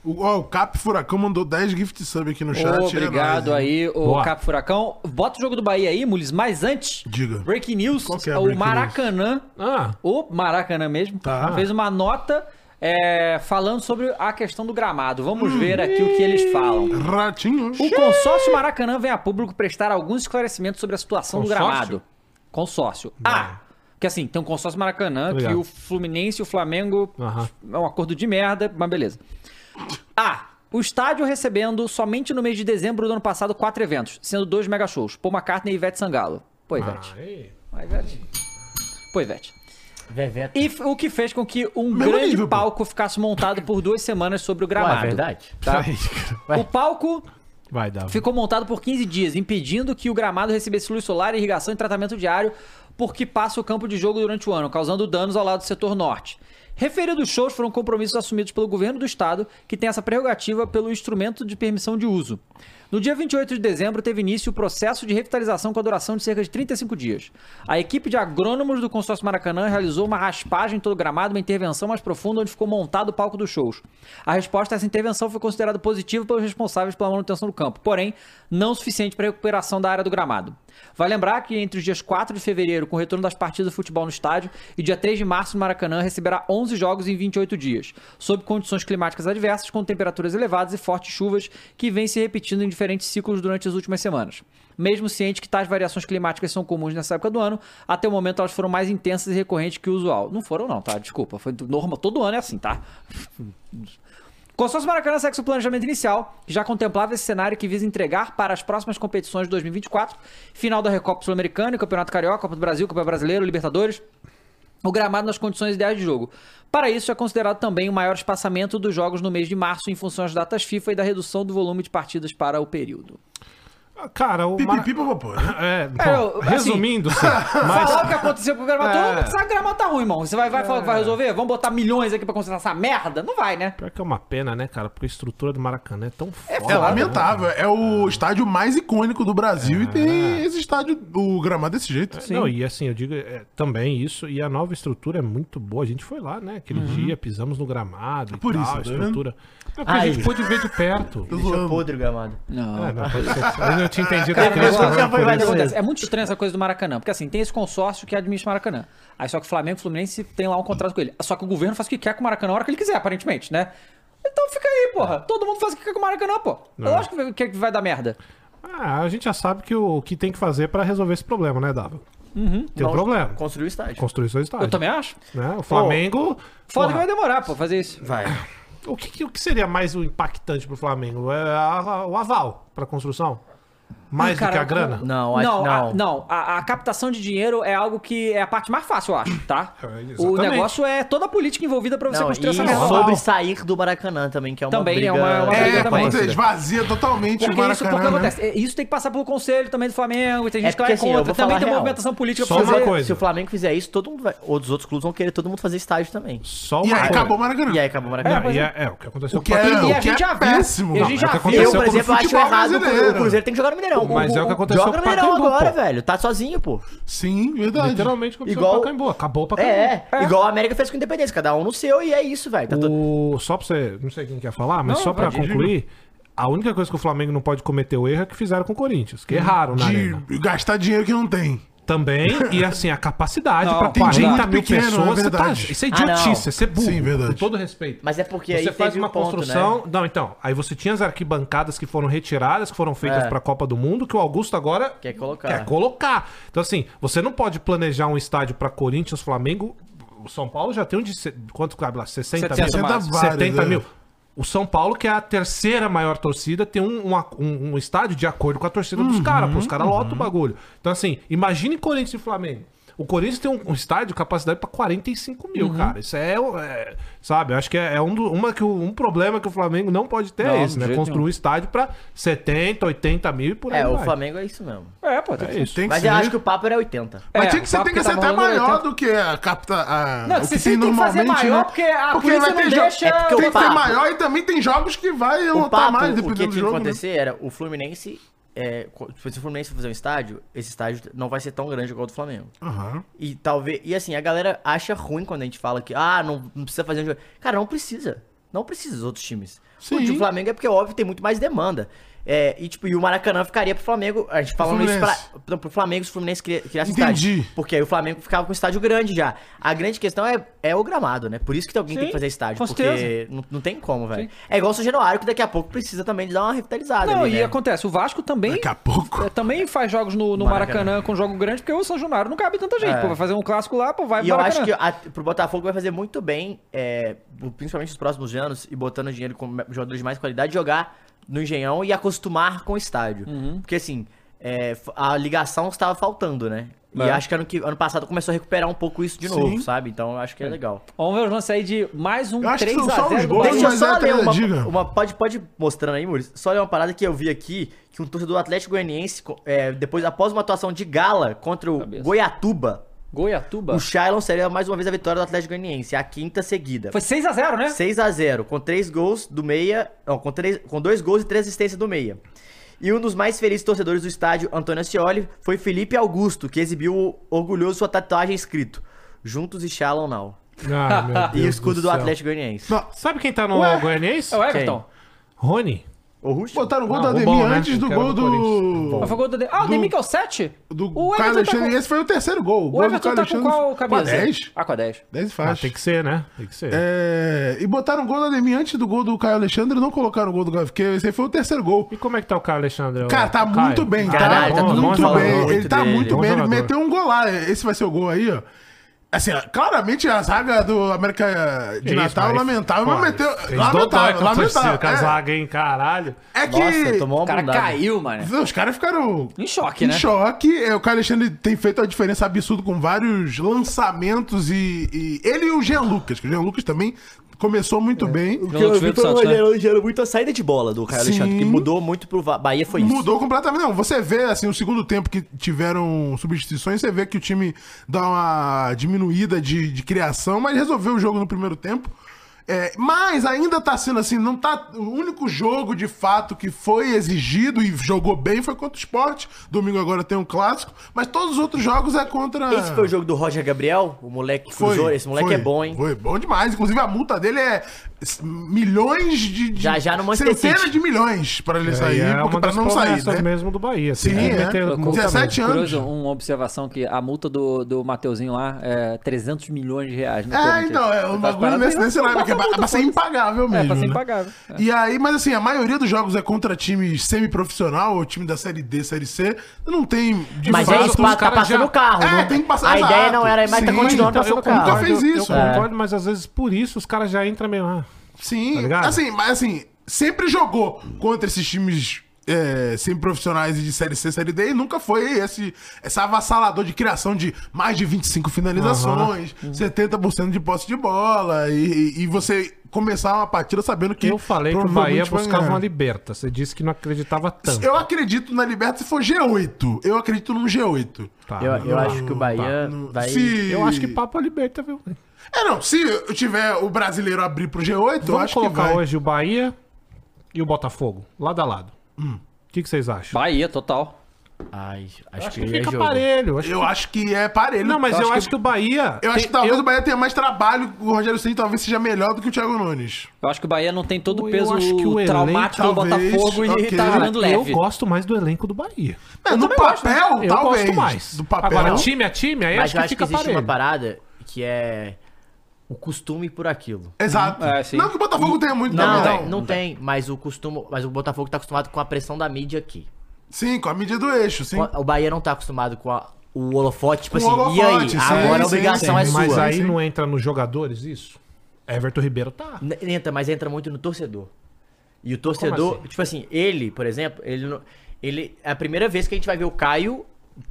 B: O, ó, o Cap Furacão mandou 10 gift sub aqui no chat.
A: Obrigado
B: é nóis, hein?
A: aí, o
D: Boa.
A: Capo Furacão. Bota o jogo do Bahia aí, Mules, mas antes.
B: Diga.
A: Breaking News,
B: Qual que é a
A: o
B: breaking
A: Maracanã.
D: Ah,
A: O Maracanã mesmo.
B: Tá.
A: Fez uma nota é, falando sobre a questão do gramado. Vamos
B: Hum.
A: ver aqui o que eles falam.
B: Ratinho.
A: O consórcio Maracanã vem a público prestar alguns esclarecimentos sobre a situação do
D: Consórcio?
A: gramado. Consórcio. Ah! Porque assim, tem um consórcio Maracanã que
D: Obrigado.
A: o Fluminense e o Flamengo
D: Aham.
A: é um acordo de merda, mas beleza. A. O estádio recebendo somente no mês de dezembro do ano passado quatro eventos, sendo dois mega shows, Paul McCartney e Ivete Sangalo. Pô, Ivete.
D: aí.
A: Pô, Ivete. Pô, Ivete.
C: Veveto.
A: E f- o que fez com que um
B: Mesmo
A: grande
B: nível, pô.
A: palco ficasse montado por duas semanas sobre o
C: Ué,
A: gramado.
C: é verdade?
A: tá?
C: Ué.
A: O palco
D: vai dar.
A: ficou montado por 15 dias, impedindo que o gramado recebesse luz solar, irrigação e tratamento diário, porque passa o campo de jogo durante o ano, causando danos ao lado do setor norte. Referido aos shows foram compromissos assumidos pelo governo do estado, que tem essa prerrogativa pelo instrumento de permissão de uso. No dia 28 de dezembro teve início o processo de revitalização com a duração de cerca de 35 dias. A equipe de agrônomos do consórcio Maracanã realizou uma raspagem em todo o gramado, uma intervenção mais profunda onde ficou montado o palco dos shows. A resposta a essa intervenção foi considerada positiva pelos responsáveis pela manutenção do campo, porém, não suficiente para a recuperação da área do gramado. Vai lembrar que entre os dias 4 de fevereiro, com o retorno das partidas de futebol no estádio, e dia 3 de março, o Maracanã receberá 11 jogos em 28 dias, sob condições climáticas adversas, com temperaturas elevadas e fortes chuvas que vêm se repetindo em diferentes ciclos durante as últimas semanas. Mesmo ciente que tais variações climáticas são comuns nessa época do ano, até o momento elas foram mais intensas e recorrentes que o usual. Não foram não, tá? Desculpa, foi normal, todo ano é assim, tá? Consórcio Maracanã segue seu planejamento inicial, que já contemplava esse cenário que visa entregar para as próximas competições de 2024, final da Recopa Sul-Americana, Campeonato Carioca, Copa do Brasil, Copa Brasileiro, Libertadores, o gramado nas condições ideais de jogo. Para isso, é considerado também o maior espaçamento dos jogos no mês de março em função das datas FIFA e da redução do volume de partidas para o período.
D: Ah, Cara, o. Mara-
B: Pipipi, papapô.
D: É, bom,
A: eu- assim,
D: resumindo, Ah, sim, mas.
A: Falar o que aconteceu com o gramado, todo
D: É.
A: mundo sabe que o gramado tá ruim, irmão. Você vai, vai falar que vai resolver? Vamos botar milhões aqui pra consertar essa merda? Não vai, né?
D: Pior que é uma pena, né, cara? Porque a estrutura do Maracanã é tão foda.
C: né?
B: É lamentável. É o estádio mais icônico do Brasil
C: É
B: e tem esse estádio, o gramado desse jeito.
D: Não, e assim, eu digo é, também isso, e a nova estrutura é muito boa. A gente foi lá, né? Aquele
A: Uhum.
D: dia, pisamos no gramado. e
B: Por
D: tal,
B: isso,
D: a
B: tá
D: estrutura. É porque a
C: Ai.
D: gente pôde ver de perto.
C: Deixou podre o gramado.
D: É, não, pode ser. Eu não tinha entendido
A: Cara,
D: que
A: mas
D: eu tava
A: qual que
D: por
A: É foi mais
D: isso.
A: acontece? É muito estranha essa coisa do Maracanã, porque assim, tem esse consórcio que administra o Maracanã. Aí só que o Flamengo e o Fluminense tem lá um contrato com ele. Só que o governo faz o que quer com o Maracanã a hora que ele quiser, aparentemente, né? Então fica aí,
D: É.
A: porra. Todo mundo faz o que quer com o Maracanã, pô. Eu acho que que vai dar merda.
D: Ah, a gente já sabe que o o que tem que fazer pra resolver esse problema, né, Dava? Tem um problema.
C: Construiu o estádio.
D: Construir seu estádio.
A: Uhum. Eu também acho.
D: né? O Flamengo.
A: Foda que
D: Porra,
A: vai demorar, pô, fazer isso.
C: Vai.
D: o, que, que- o que seria mais o impactante pro Flamengo? É a- a- o aval pra construção? Mais
A: Ih,
D: do que
A: cara,
D: a grana?
C: Ah, Não, acho-
A: não,
C: não.
A: A, não a, a captação de dinheiro é algo que é a parte mais fácil, eu acho, tá?
D: É,
A: o
D: exatamente.
A: negócio é toda a política envolvida pra você
C: Não,
A: construir essa
C: e
A: merda.
C: sobre sair do Maracanã também, que é uma
A: Também é
C: briga...
A: uma- uma briga
B: É,
A: também.
B: quando
A: Maracanã.
B: esvazia totalmente
A: Porque
B: o
A: isso, porque
B: Maracanã, né?
A: acontece, é, isso tem que passar pelo conselho também do Flamengo, tem gente
C: É
A: que lá
C: porque, assim, eu
A: contra,
C: vou
A: também
C: falar
A: tem
C: real.
A: movimentação política
D: Só uma
A: fazer.
D: coisa.
C: Se o Flamengo fizer isso, todo mundo vai... Outros outros clubes vão querer todo mundo fazer estágio também.
D: Só
B: E
D: uma
B: aí
D: coisa.
B: acabou o Maracanã.
C: E aí acabou o Maracanã.
D: É, e é, é, o que aconteceu
B: O que
D: com a-
B: é,
A: E
B: o
A: a
B: que
A: gente já
B: é
A: viu,
B: péssimo.
A: e a gente
D: Não,
A: já
D: mas
A: viu.
C: Eu, por
D: Aconteceu
C: exemplo,
B: com o
C: acho
B: futebol
C: errado o
B: brasileiro.
C: Cruzeiro tem que jogar no Mineirão.
D: Mas é o que aconteceu
C: Joga no
D: com o
C: Mineirão
D: Pacaembu,
C: agora,
D: pô.
C: velho. Tá sozinho, pô.
B: Sim, verdade.
D: Literalmente aconteceu
C: Igual-
D: com o Pacaembu. Acabou o Pacaembu.
C: É, é. Igual a América fez com o Independência. Cada um no seu e é isso, velho. Tá to-
D: O... Só pra você. Não sei quem quer falar, mas
A: Não,
D: só pra
A: pode ir.
D: concluir. A única coisa que o Flamengo não pode cometer o erro é que fizeram com o Corinthians,
B: Hum.
D: que erraram na arena.
B: De gastar dinheiro que não tem.
D: Também, e assim, a capacidade
A: Não,
D: pra
A: tem
D: 40
B: gente
D: mil
B: pequeno, é
D: pessoas, você tá,
B: verdade.
D: isso é
C: Ah, não.
D: idiotice, você é burro,
B: Sim, verdade.
D: com todo respeito.
C: Mas é porque aí
D: Você faz
C: teve
D: uma
C: um ponto,
D: construção.
C: né?
D: Não, então. Aí você tinha as arquibancadas que foram retiradas, que foram feitas
C: É.
D: pra Copa do Mundo, que o Augusto agora
C: Quer colocar.
D: quer colocar. Então, assim, você não pode planejar um estádio pra Corinthians, Flamengo. O São Paulo já tem um de. se- Quanto cabe lá? 60 mil?
A: 70
B: vagas,
D: 70
B: é.
D: mil. O São Paulo, que é a terceira maior torcida, tem um, uma- um- um estádio de acordo com a torcida
A: Uhum,
D: dos caras. Pô, os caras lotam o bagulho. Então, assim, imagine Corinthians e Flamengo. O Corinthians tem um, um estádio capacidade pra 45
A: Uhum.
D: mil, cara. Isso é, o- é- Sabe? Eu Acho que é, é um, do- uma que, o- um problema que o Flamengo não pode ter é
A: Não,
D: esse,
A: de
D: né?
A: jeito
D: Construir um estádio pra 70, 80 mil e por aí.
C: É, o
D: vai.
C: Flamengo é isso mesmo.
A: É, pô, tem que
B: Tem que
C: Mas
B: ser.
C: eu acho que o papo era 80.
B: Mas
A: É,
B: tinha que ser,
A: só
B: tem que
A: porque
B: ser
A: tá
B: até
A: rolando
B: maior
A: oitenta.
B: do que a capta. A,
A: Não,
B: o
A: se- se tem que fazer maior, porque a polícia
B: né? vai
A: não
B: ter jo-
A: deixa-
C: É porque o
B: Tem que ser
C: papo-
B: maior e também tem jogos que vai
C: O
B: lotar
C: papo,
B: mais,
C: o que
B: dependendo
C: tinha
B: do
C: que
B: jogo. né?
C: acontecer era o Fluminense... é, co- se o Fluminense fazer um estádio, esse estádio não vai ser tão grande igual o do Flamengo.
B: Aham.
C: E talvez. E assim, a galera acha ruim quando a gente fala que, ah, não, não precisa fazer um jogo. Cara, não precisa. Não precisa dos outros times. O
B: Sim.
C: de Flamengo é porque, óbvio, tem muito mais demanda. É, e, tipo, e o Maracanã ficaria pro Flamengo. A gente falando isso pra,
B: Fluminense.
C: não, pro Flamengo se o Fluminense cria- criasse
B: Entendi.
C: estádio. Porque aí o Flamengo ficava com estádio grande já. A grande questão é, é o gramado, né? Por isso que alguém tem que fazer estádio.
A: com
C: Porque
A: certeza.
C: não, não tem como, velho. É igual o São Januário, que daqui a pouco precisa também de dar uma revitalizada.
A: Não,
C: ali,
A: e
C: né?
A: é acontece, o Vasco também
B: Daqui a pouco.
A: é, também faz jogos no, no Maracanã.
C: Maracanã.
A: com jogo grande, porque o São Januário não cabe tanta gente.
C: É.
A: Pô, vai fazer um clássico lá, pô, vai
C: E eu acho
A: Maracanã.
C: que a, pro Botafogo vai fazer muito bem, é, principalmente nos próximos anos, e botando dinheiro com jogadores de mais qualidade, jogar no Engenhão e acostumar com o estádio. Porque assim, é, f- a ligação estava faltando, né?
A: É.
C: E acho que ano, que ano passado começou a recuperar um pouco isso de novo,
B: Sim.
C: sabe? Então eu acho que é legal.
A: Vamos ver os lances aí de mais um
B: Eu acho que
A: 3x0.
B: são só os
A: do
B: gols,
A: Bahia.
C: Deixa eu
B: mas é
C: só
B: a
C: ler uma,
B: diga.
C: uma- pode, pode ir mostrando aí, Muris. Só ler uma parada que eu vi aqui, que um torcedor do Atlético Goianiense, co- é, depois, após uma atuação de gala contra o
A: Cabeça.
C: Goiatuba,
A: Goiatuba.
C: o Shailon seria mais uma vez a vitória do Atlético Goianiense, a quinta seguida.
A: Foi 6x0, né?
C: 6 a 0 com três gols do meia, não, com, três, com dois gols e três assistências do meia. E um dos mais felizes torcedores do estádio, Antônio Ascioli, foi Felipe Augusto, que exibiu orgulhoso sua tatuagem escrito Juntos e Shalom Now.
D: Ah, meu
C: E o
D: Deus
C: escudo do,
D: céu.
C: Atlético Goianiense.
D: Sabe quem tá no Goianiense?
A: É o Everton.
D: Rony.
C: O Russo?
B: Botaram o gol
D: Não,
B: do
D: o
B: Ademir
D: bom, né?
B: antes do
D: Que era
B: gol
D: do Corinthians.
B: do.
D: Bom.
A: Mas foi gol do... Ah, o
B: Do-
A: Demi que é o 7?
B: Do
A: o
B: Caio
A: Everton tá
B: Alexandre.
A: com...
B: Esse foi o terceiro gol.
A: O Everton tá com qual
B: cabeça?
A: cabeça?
B: 10?
A: Ah, com a 10.
B: 10
D: Ah,
B: faz.
D: tem que ser, né? Tem que ser.
B: É, e botaram o gol do Ademir antes do gol do Caio Alexandre e não colocaram o gol do Gavi, porque esse aí foi o terceiro gol.
D: E como é que tá o Caio Alexandre? O
B: Cara, tá
D: Caio?
B: muito bem, tá?
C: Caralho, tá todo mundo
B: muito
C: falando
B: bem.
C: muito
B: Ele tá
C: dele.
B: muito
D: Bom
B: bem. Ele
D: jogador.
B: meteu um gol lá. Esse vai ser o gol aí, ó. Assim, ó, claramente a zaga do América de
D: Isso,
B: Natal
D: mas-
B: lamentável, mas
D: Pô,
B: meteu.
D: fez dodói com
B: Lamentável,
D: a torcida, com a
B: lamentável.
D: zaga, hein? Caralho.
B: É, é que.
C: Nossa, tomou
A: O
C: uma
A: cara
C: bundada.
A: caiu, mano.
B: Os caras ficaram
A: Em choque,
B: em
A: né?
B: choque. É, O Caio Alexandre tem feito uma diferença absurda com vários lançamentos e, e- ele e o Jean Lucas, que o Jean Lucas também começou muito bem.
A: que eu vi foi uma olhada-
C: muito a saída de bola do Caio
B: Alexandre,
C: Alexandre,
B: que
C: que
B: mudou
C: mudou muito pro Bahia, foi isso.
B: Mudou completamente. Não, você vê, assim, o segundo tempo que tiveram substituições, você vê que o time dá uma diminuída de, de criação, mas resolveu o jogo no primeiro tempo. É, mas ainda tá sendo assim, não tá. O único jogo de fato que foi exigido e jogou bem foi contra o esporte. Domingo agora tem um clássico, mas todos os outros jogos é contra.
C: Esse foi o jogo do Roger Gabriel, o moleque que
B: Foi,
C: cruzou. Esse moleque
B: foi.
C: é bom, hein?
B: Foi bom demais. Inclusive, a multa dele é s- milhões de. de
C: Já, já no Manchester
B: Centenas
C: City.
B: de milhões pra ele sair,
D: E é
B: porque
D: uma
B: pra
D: das
B: não sair,
D: promessas
B: né?
D: mesmo do Bahia.
B: Sim,
D: tem que
B: é.
D: meter
B: Com
D: multa
B: 17
D: mesmo.
B: anos.
A: Curioso, uma observação que a multa do, do Mateuzinho lá é 300 milhões de reais. no
B: É,
A: Corinthians.
B: então, é um
A: Essas
B: bagulho
A: paradas
B: nesse,
A: aí,
B: nesse lá,
A: bota
B: porque
A: a
B: é pra,
A: multa,
B: pra ser
A: foda-se.
B: impagável
A: É,
B: mesmo.
A: pra ser
B: né?
A: impagável. é.
B: E aí, mas assim, a maioria dos jogos é contra time semiprofissional, ou time da Série D, Série C, não tem de
C: Mas
D: fato,
C: é
D: os
C: isso, pa- tá
D: caras
C: passando
D: já-
C: o carro.
B: É,
C: não-
B: tem que passar,
C: A ideia
B: exato.
C: não era, mas tá
B: Sim,
C: continuando
B: então,
C: passando o
B: eu concordo. Nunca
C: carro.
B: fez isso.
D: Eu
B: É.
D: concordo, mas às vezes por isso os caras já entram meio... ah,
B: Sim,
D: Tá ligado?
B: assim, mas assim, sempre jogou contra esses times é, semiprofissionais e de Série C, Série D, e nunca foi esse, essa avassalador de criação de mais de 25 finalizações, 70% de posse de bola, e, e você começar uma partida sabendo que.
D: Eu falei que o Bahia
B: provavelmente vai
D: buscava
B: ganhar.
D: uma liberta. Você disse que não acreditava tanto.
B: Eu acredito na Liberta se for G8. Eu acredito num G8.
D: Tá,
C: Eu, eu
D: não.
C: acho que o Bahia vai.
B: Se-
D: Eu acho que papo a liberta, viu?
B: É, não. Se eu tiver o brasileiro abrir pro G8, eu
D: Vamos
B: acho que
D: colocar
B: vai.
D: hoje o Bahia e o Botafogo, lado a lado. O
B: Hum.
D: que, que vocês acham?
A: Bahia, total.
C: Ai, acho,
D: Eu acho
C: que,
D: que
C: é
D: fica
C: jogo.
D: parelho. acho
B: Eu
D: que-
B: acho que é parelho.
D: Não, mas eu,
B: acho
D: acho que... o Bahia.
B: Eu acho que
D: tem-
B: talvez
D: eu-
B: o Bahia tenha mais trabalho, o Rogério Ceni talvez seja melhor do que o Thiago Nunes.
A: Eu acho que o Bahia não tem todo o
D: Eu
A: peso
D: acho que o elenco,
A: traumático do
B: talvez,
A: Botafogo e
B: ok.
A: tá
D: Cara,
A: jogando leve.
D: eu gosto mais do elenco do Bahia.
B: É, no papel,
D: Eu
B: talvez.
D: gosto mais.
B: Do papel.
D: Agora, time a time, aí
C: Mas
D: acho
C: eu
D: que
C: acho que,
D: fica
C: existe
D: parelho.
C: uma parada que é o costume por aquilo.
B: Exato.
A: É, sim.
B: não que o Botafogo tenha muito
C: Não, não,
B: também,
C: tem, não tem, mas o costume, mas o Botafogo tá acostumado com a pressão da mídia aqui.
B: Sim, com a mídia do eixo, sim.
C: O Bahia não tá acostumado com a- o holofote, tipo
B: Com
C: assim,
B: o
C: e aí?
B: holofote, sim,
C: agora a
B: sim,
C: obrigação
B: sim,
C: é sua.
D: Mas aí
B: sim.
D: não entra nos jogadores isso? Everton Ribeiro tá.
C: N- Entra, mas entra muito no torcedor. E o torcedor,
D: Como
C: tipo assim, ele, por exemplo, ele não- ele é a primeira vez que a gente vai ver o Caio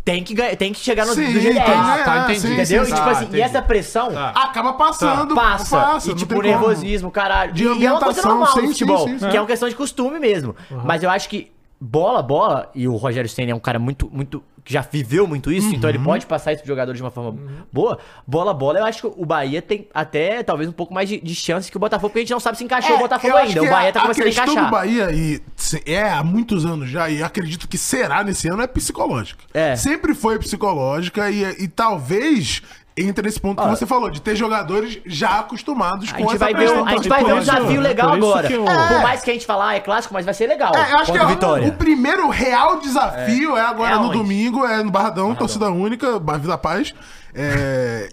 C: tem que ganhar, tem que é. chegar no
B: Sim,
C: do jeito
B: tem,
C: dele,
D: Ah,
B: né?
D: tá,
B: Ah,
D: entendi.
B: sim,
C: entendeu?
B: sim,
C: e tipo
B: sim.
C: assim, e essa pressão
D: Tá.
B: Acaba passando,
C: passa, e
B: não
C: tipo
B: tem
C: nervosismo, caralho.
B: De
C: E- e é uma coisa
B: ambientação,
C: normal
B: sim,
C: no futebol,
B: sim, sim, sim.
C: que é uma questão de costume mesmo.
B: Uhum.
C: Mas eu acho que bola, bola, e o Rogério Senna é um cara muito muito que já viveu muito isso, então
B: Uhum.
C: ele pode passar isso pro jogador de uma forma boa. Bola, bola, eu acho que o Bahia tem até talvez um pouco mais de, de chance que o Botafogo, porque a gente não sabe se encaixou o
B: É,
C: Botafogo
B: eu acho
C: ainda.
B: que
C: O Bahia tá começando a
B: questão do
C: encaixar.
B: Bahia, e se- é há muitos anos já, e acredito que será nesse ano, é psicológica.
C: É.
B: Sempre foi psicológica e, e talvez entra nesse ponto que você falou, de ter jogadores já acostumados
C: A
B: com
C: gente,
B: essa
C: vai ver, um-
B: pressão.
C: a gente vai ver um
D: isso-
C: desafio legal
D: por isso
C: agora.
D: que eu-
C: Por mais que a gente falar, ah, é clássico, mas vai ser legal.
B: É, eu acho que
C: contra
B: é
C: o
B: o-
C: Vitória.
B: o primeiro real desafio é, agora
C: É
B: no
C: aonde?
B: domingo, é no Barradão, torcida única, Bairro da Paz. É,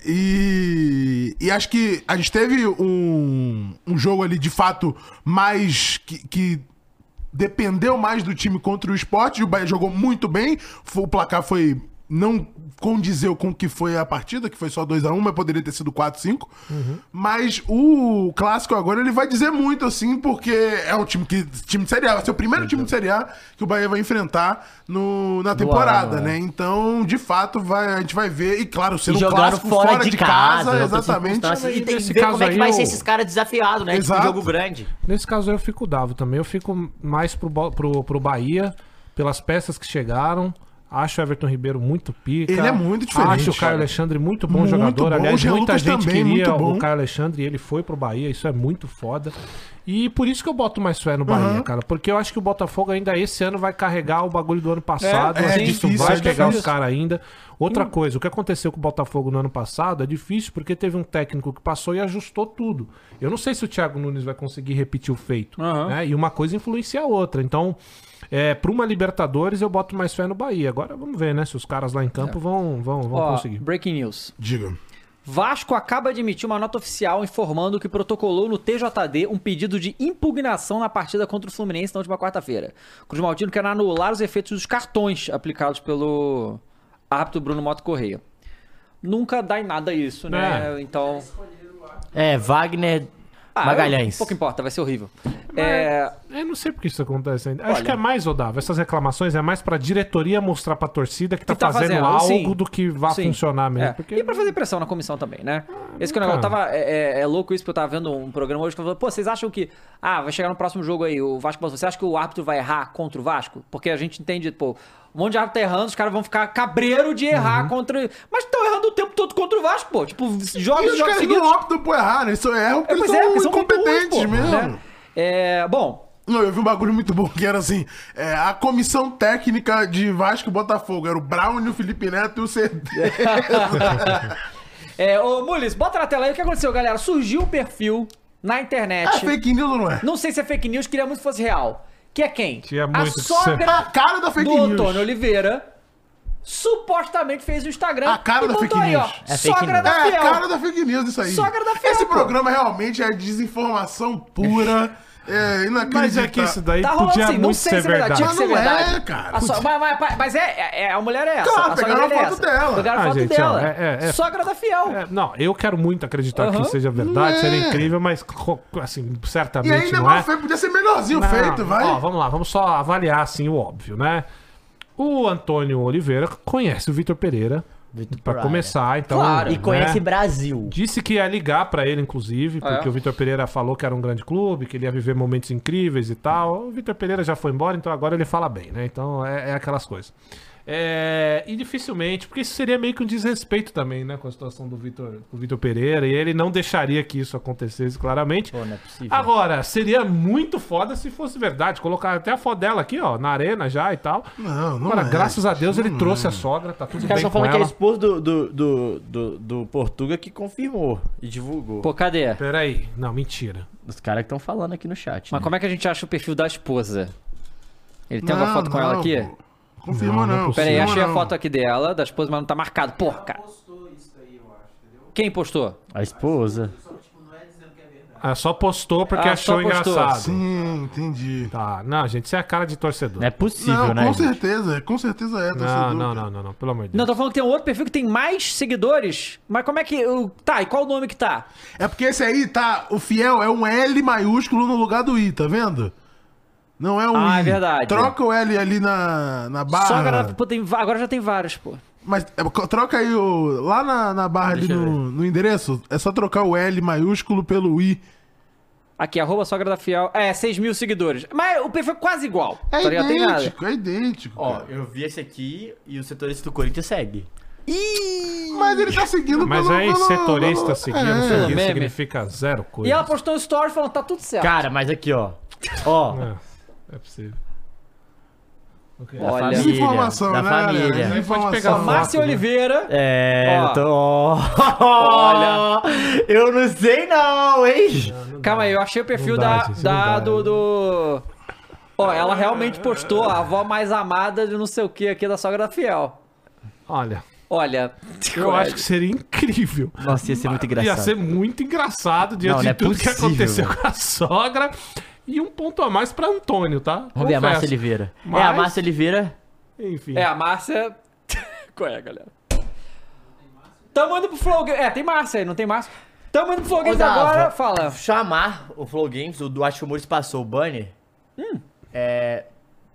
B: e, e acho que a gente teve um, um jogo ali de fato mais que. que Dependeu mais do time contra o esporte. O Bahia jogou muito bem. foi- O placar foi. Não condizeu com o que foi a partida, que foi só 2x1, mas poderia ter sido 4x5.
A: Uhum.
B: Mas o clássico agora ele vai dizer muito, assim, porque é um time que. Time de Série A, vai ser o primeiro time de Série A que o Bahia vai enfrentar no, na temporada,
A: é.
B: né? Então, de fato, vai, a gente vai ver. E claro,
C: E
B: ser um
C: jogaram
B: clássico
C: fora, de casa, em outras
B: exatamente.
C: circunstâncias. um E tem que
D: Nesse
C: ver como
D: caso
C: é que
D: aí,
C: vai
D: eu-
C: ser esses caras desafiados, né? Tipo,
B: Exato.
C: um jogo grande.
D: Nesse caso eu fico davo também. Eu fico mais pro, Bo- pro, pro Bahia, pelas peças que chegaram. Acho o Everton Ribeiro muito pica.
B: Ele é muito diferente,
D: Acho o Caio
B: cara.
D: Alexandre muito bom
B: Muito
D: jogador.
B: bom. O
D: Aliás,
B: Jean
D: muita
B: Lucas
D: gente
B: também,
D: queria
B: muito bom.
D: o Caio Alexandre e ele foi pro Bahia. Isso é muito foda. E por isso que eu boto mais fé no Bahia, cara. Porque eu acho que o Botafogo ainda esse ano vai carregar o bagulho do ano passado.
B: é
D: Acho que
B: difícil,
D: vai
B: é
D: pegar os
B: difícil.
D: caras ainda. Outra coisa, o que aconteceu com o Botafogo no ano passado é difícil porque teve um técnico que passou e ajustou tudo. Eu não sei se o Thiago Nunes vai conseguir repetir o feito.
A: Aham.
D: né? E uma coisa influencia a outra. Então, é, para uma Libertadores, eu boto mais fé no Bahia. Agora vamos ver, né? Se os caras lá em campo vão, vão, vão
A: É. Ó,
D: conseguir.
A: breaking news.
B: Diga.
A: Vasco acaba de emitir uma nota oficial informando que protocolou no TJD um pedido de impugnação na partida contra o Fluminense na última quarta-feira. O Cruz Maltino quer anular os efeitos dos cartões aplicados pelo árbitro Bruno Moto Correia. Nunca dá em nada isso, né? Então.
C: É, Wagner
A: Ah,
C: Magalhães.
A: eu- pouco importa, vai ser horrível. É,
D: Eu não sei porque isso acontece ainda. Acho que é mais, Odavo. Essas reclamações é mais pra diretoria mostrar pra torcida que tá,
A: tá
D: fazendo,
A: fazendo,
D: algo
A: sim.
D: do que vá
A: Sim.
D: funcionar mesmo.
A: É.
D: Porque... Ah,
A: E pra fazer pressão na comissão também, né? Esse que é o negócio. Eu
D: cara.
A: tava, é, é- é louco isso, porque eu tava vendo um programa hoje que falou, pô, vocês acham que. Ah, vai chegar no próximo jogo aí, o Vasco Você acha que o árbitro vai errar contra o Vasco? Porque a gente entende, pô, um monte de árbitro tá errando, os caras vão ficar cabreiro de errar
D: Uhum.
A: contra. Mas estão errando o tempo todo contra o Vasco, pô. Tipo,
B: E
A: jogos
B: os
A: e jogos
B: caras não
A: seguidos.
B: optam por errar, né? Isso erram é porque
A: É,
B: eles
A: pois
B: são,
A: é, porque são muito
B: incompetentes
A: ruins, pô,
B: mesmo.
A: né? É, bom,
B: Não, eu vi um bagulho muito bom que era assim: é, a comissão técnica de Vasco e Botafogo era o Brown, o Felipe Neto e o CD.
A: é, ô Mules, bota na tela aí o que aconteceu, galera. Surgiu um perfil na
B: É
A: internet.
B: fake news ou não é?
A: Não sei se é fake news, queria muito que fosse real. Que é quem?
D: Tinha
A: a
D: muito que ser.
B: É A
A: sogra
B: cara da Ah, fake
A: do
B: news.
A: Antônio Oliveira supostamente fez o Instagram
B: A cara
A: e
B: da fake
A: aí, ó,
B: news.
C: É fake
A: sogra
C: news.
A: da
B: É,
A: Fiel.
B: cara da fake news isso aí.
A: Sogra da Fiel,
B: Esse
A: pô.
B: programa realmente é desinformação pura. É inacreditável.
D: Mas é que isso daí
A: Tá rolando
D: podia
A: assim, não
D: muito
A: sei
D: ser
A: se é verdade.
D: verdade.
A: tinha
B: Mas
A: que ser
B: não é,
A: verdade.
B: cara.
A: A sua- mas, mas- mas- mas é, é- a mulher é essa.
B: Claro,
A: a sogra
B: pegaram a
A: dele é
B: foto
A: essa.
B: dela.
A: Pegaram a
D: Ah,
A: foto
D: gente,
A: dela.
D: ó, é- é- é-
A: Sogra da fiel.
D: É, não, eu quero muito acreditar
A: Aham.
D: que seja verdade,
B: Não
D: seja
B: é.
D: incrível, mas co- assim, certamente
B: E ainda
D: não
B: mal
D: é.
B: feito, podia ser melhorzinho
D: Não,
B: feito, vai.
D: Ó, vamos lá, vamos só avaliar assim o óbvio, né? O Antônio Oliveira conhece o Vitor Pereira. Pra
C: Pereira.
D: começar, então.
A: Claro.
D: né?
C: E conhece Brasil.
D: Disse que ia ligar pra ele, inclusive,
C: Ah,
D: porque
A: É.
D: o Vitor Pereira falou que era um grande clube, que ele ia viver momentos incríveis e tal. O Vitor Pereira já foi embora, então agora ele fala bem, né? Então é, é aquelas coisas. É, e dificilmente, porque isso seria meio que um desrespeito também, né? Com a situação do Vitor do Vitor Pereira, e ele não deixaria que isso acontecesse claramente.
C: Pô, não é possível.
D: Agora, seria muito foda se fosse verdade. Colocar até a foto dela aqui, ó, na arena já e tal.
B: Não, não
D: Agora,
B: é.
D: graças a Deus, ele trouxe a sogra, tá tudo
C: Os
D: bem
C: caras
D: com
C: estão falando que é a
D: ela.
C: esposa do, do, do, do, do Portuga que confirmou e divulgou.
A: Pô, cadê?
D: Peraí, não, mentira.
C: Os caras que estão falando aqui no chat.
A: Mas
C: né?
A: como é que a gente acha o perfil da esposa? Ele tem uma
B: Não,
A: foto com ela
B: não,
A: aqui?
B: pô. Confirma
D: Não, não é
B: não.
D: possível.
A: Pera aí,
B: confirma
A: achei a
B: não.
A: foto aqui dela, da esposa, mas não tá marcado. Porra, cara. Quem postou?
C: A esposa.
D: Ah, só postou porque
A: Ah, só
D: achou
A: postou.
D: engraçado.
B: Sim, entendi.
D: Tá, não, gente, isso é a cara de torcedor.
C: Não é possível,
B: Não,
C: né?
B: com
C: gente?
B: certeza, com certeza é.
D: Não, não, não, não, não, pelo amor de
A: Não,
D: Deus.
A: tô falando que tem um outro perfil que tem mais seguidores. Mas como é que. o- Tá, e qual o nome que tá?
B: É porque esse aí tá. O fiel é um L maiúsculo no lugar do I, tá vendo? Não é um
A: Ah,
B: I.
A: é verdade.
B: Troca o L ali na, na barra.
A: Sogra. da- Pô, tem, va- agora já tem vários, pô.
B: Mas é, co- troca aí o. Lá na, na barra ali
A: Deixa eu
B: no, no endereço, é só trocar o L maiúsculo pelo I.
A: Aqui, arroba sogra da fiel. É, 6 mil seguidores. Mas o perfil é quase igual.
B: É
A: tá ligado? Tem nada.
B: idêntico, é idêntico.
C: Ó,
B: cara.
C: eu vi esse aqui e o setorista do Corinthians segue.
B: Mas ele tá seguindo
D: Mas
B: pelo-
D: aí,
B: pelo-
D: setorista
B: pelo-
D: seguir ou
B: é.
D: não seguir
A: Meme.
D: significa zero coisa.
A: E ela postou um story falando, tá tudo certo.
C: Cara, mas aqui, ó. Ó,
D: É, é possível.
A: Olha.
C: família,
B: Desinformação,
C: da
B: né?
C: família.
B: galera?
C: Aí
D: pode pegar
A: Ó,
B: Desinformação.
D: foto.
A: Márcia Oliveira.
C: É,
A: Ó.
C: eu tô. ó. Olha, Ah. eu não sei não, hein?
A: Calma aí, eu achei o perfil
D: Não dá,
A: da.
D: gente, não
A: da
D: dá.
A: do, do. Ó, ela realmente postou a avó mais amada de não sei o que aqui da sogra da fiel.
D: Olha,
A: Olha.
D: eu acho que seria incrível.
C: Nossa, ia ser muito engraçado.
D: Ia ser muito engraçado diante
C: Não,
D: de
C: não é
D: tudo que
C: possível.
D: aconteceu com a sogra. E um ponto a mais pra Antônio, tá?
C: Vamos ver a Márcia
D: Confesso.
C: Oliveira. É, a
D: Mas-
C: Márcia Oliveira.
D: Enfim.
A: É, a Márcia. Qual é, galera? Tamo indo pro Flow Games. É, tem Márcia aí, não tem Márcia. Tamo indo pro Flow Games
C: Ô, Dava,
A: agora. Fala.
C: ah, Chamar o Flow Games, o do Acho que o Mures passou o banner. É.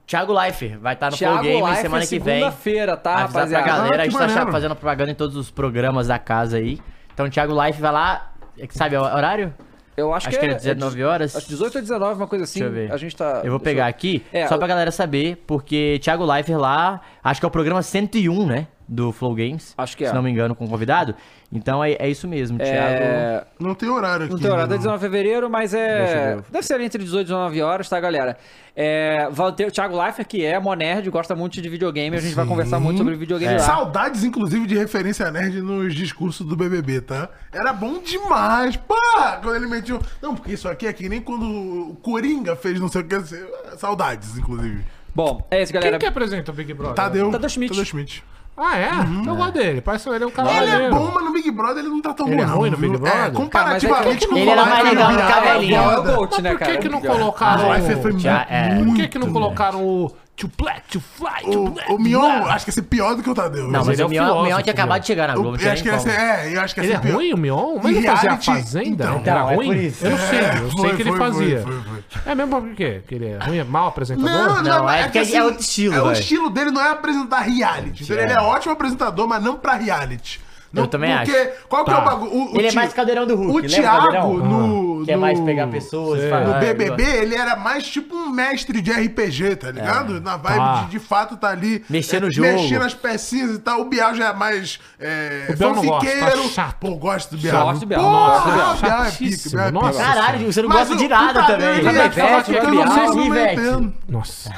C: Thiago Leifert vai estar no
A: Thiago
C: Flow Games
A: Life
C: semana que vem.
A: segunda-feira, tá,
C: Avisar pra
A: rapaziada?
C: galera,
B: Ah,
C: a
B: que
C: gente tá
B: maneiro.
C: fazendo propaganda em todos os programas da casa aí. Então o Thiago Life vai lá, é que sabe o horário?
A: Eu acho, é
C: Acho que é era 19 horas.
A: Acho 18 ou 19, uma coisa assim.
C: Deixa eu ver.
A: A gente tá.
C: Eu vou
A: deixa
C: pegar aqui,
A: É,
C: só
A: eu-
C: pra galera saber, porque Thiago Leifert lá, acho que é o programa 101, né? Do Flow Games.
A: Acho que é.
C: Se não me engano, com o convidado. Então é, é isso mesmo, Thiago.
A: É...
B: Não tem horário aqui.
A: Não tem horário, é
B: não.
A: 19 de fevereiro, mas
C: Deixa
A: é.
C: eu ver.
A: Deve ser entre 18 e 19 horas, tá, galera? É, vai ter o Thiago Leifert, que é monerd, gosta muito de videogame, a gente vai conversar muito sobre
D: É.
A: videogame
C: É.
A: lá.
B: Saudades, inclusive, de referência nerd nos discursos do BBB, tá? Era bom demais. Pá! Quando ele metiu. Não, porque isso aqui é que nem quando o Coringa fez não sei o que. assim, Saudades, inclusive.
A: Bom, é isso,
D: Quem
A: galera.
D: que apresenta o Big Brother?
B: Tadeu.
A: Tadeu Schmidt.
D: Ah, é? Eu gosto dele. Parece que ele é um cara
B: Ele é
D: maneiro.
B: bom, mas no Big Brother ele não tá tão
D: Ele
B: bom,
D: é
B: não,
D: ruim no
B: viu?
D: Big Brother?
B: É,
D: Cara, mas
B: comparativamente
A: é que-
B: com o
C: Ele era
B: Leifert,
C: mais legal
B: não
C: que
B: era
C: Cabelinho.
A: É o
B: foda.
A: Gold, né,
D: Mas por
A: cara?
D: que, que não
B: Cara,
D: colocaram.
B: Ah, o Leifert foi
C: Já é.
B: muito. né?
D: Por que, que não colocaram o To Black, To Fly, To Black?
B: O, o Mion, acho que ia ser pior do que o Tadeu.
C: Não,
D: mas
C: mas
D: ele é
C: o
D: um
C: Mion, o Mion
D: filósofo,
C: tinha acabado
D: Mion.
C: de chegar na
B: Eu-
C: Globo, não
B: eu
C: tinha
B: acho que
C: nem
B: ia ser.
C: como.
B: É, eu acho que ia
D: Ele
B: ser
D: é
B: pior.
D: ruim, o Mion? Mas
B: E
D: ele fazia a
B: reality-
D: Fazenda?
B: então.
D: Era
C: Não, é
D: ruim?
C: por isso.
D: Eu não sei, eu
B: Foi,
D: sei que ele
B: foi,
D: fazia.
B: foi, foi, foi.
D: É mesmo porque quê? Que ele é ruim, é mal apresentador?
B: Não, não,
C: Não, é
B: que
C: porque é outro estilo,
B: É o
C: velho.
B: estilo dele não é apresentar reality. entendeu? Ele é ótimo apresentador, mas não pra reality. Não,
C: também
B: porque qual que
D: Tá.
B: é o bagulho? O- o
C: Ele é
B: Ti-
C: mais caldeirão do Hulk,
B: O
C: lembra o
B: Thiago
C: caldeirão?
B: no,
C: Quer
B: no-
C: mais pegar pessoas,
D: Sei.
B: no
C: falar,
B: BBB, ele era mais tipo um mestre de RPG, tá ligado? Na vibe
D: Tá.
B: de, de fato tá ali.
C: Mexer É, no
B: é,
C: jogo.
B: Mexendo as pecinhas e tal. O Bial já é mais. É,
D: O Bial não gosta,
B: fanfiqueiro.
D: tá chato.
B: Pô, gosto do Bial.
A: Gosto do Bial, gosto do Bial.
B: Porra, o Bial é pica, o
D: Chatíssimo,
B: Bial é pica.
D: nossa.
C: Caralho, você não gosta
B: Mas
C: de
B: o-
C: nada
B: o Tadeu,
C: também.
B: ele
C: Ele
B: ia falar
A: Ivete,
B: que eu
A: Bial,
B: não sei se
C: o é Ivete.
B: metendo.
D: Nossa.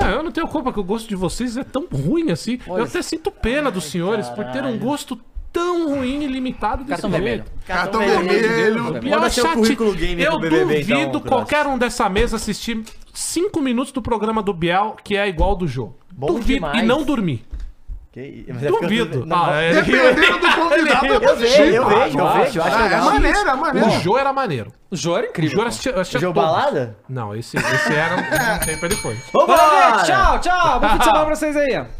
D: É, eu não tenho culpa que o gosto de vocês é tão ruim assim. eu até sinto pena dos senhores por ter um gosto tão ruim e limitado desse
A: Cartão
D: jeito.
A: vermelho.
B: Cartão vermelho.
D: E eu
C: Manda seu
D: chate-
C: currículo gamer
D: Eu
C: pro BBB, então,
D: duvido
C: Cross.
D: qualquer um dessa mesa assistir cinco minutos do programa do Biel, que é igual do jogo.
C: Bom
D: duvido.
C: demais.
D: E não dormir.
C: Que isso, mas é eu fico-
D: Duvido.
C: Não, é
D: Ah, ele-
B: Dependendo do convidado, é. eu
C: Eu vejo,
B: assisti.
C: eu vejo, eu vejo. eu acho
B: Ah, é
C: legal.
B: maneiro, é maneiro.
D: O Jô era maneiro.
A: O Jô era
D: O Jô
A: incrível.
D: era assisti- eu assistia
C: é Jogo
D: todos.
C: balada?
D: Não, esse, esse era um tempo ele foi.
A: Valeu, gente.
C: Vambora!
A: Tchau, tchau. Bom fim de semana pra vocês aí.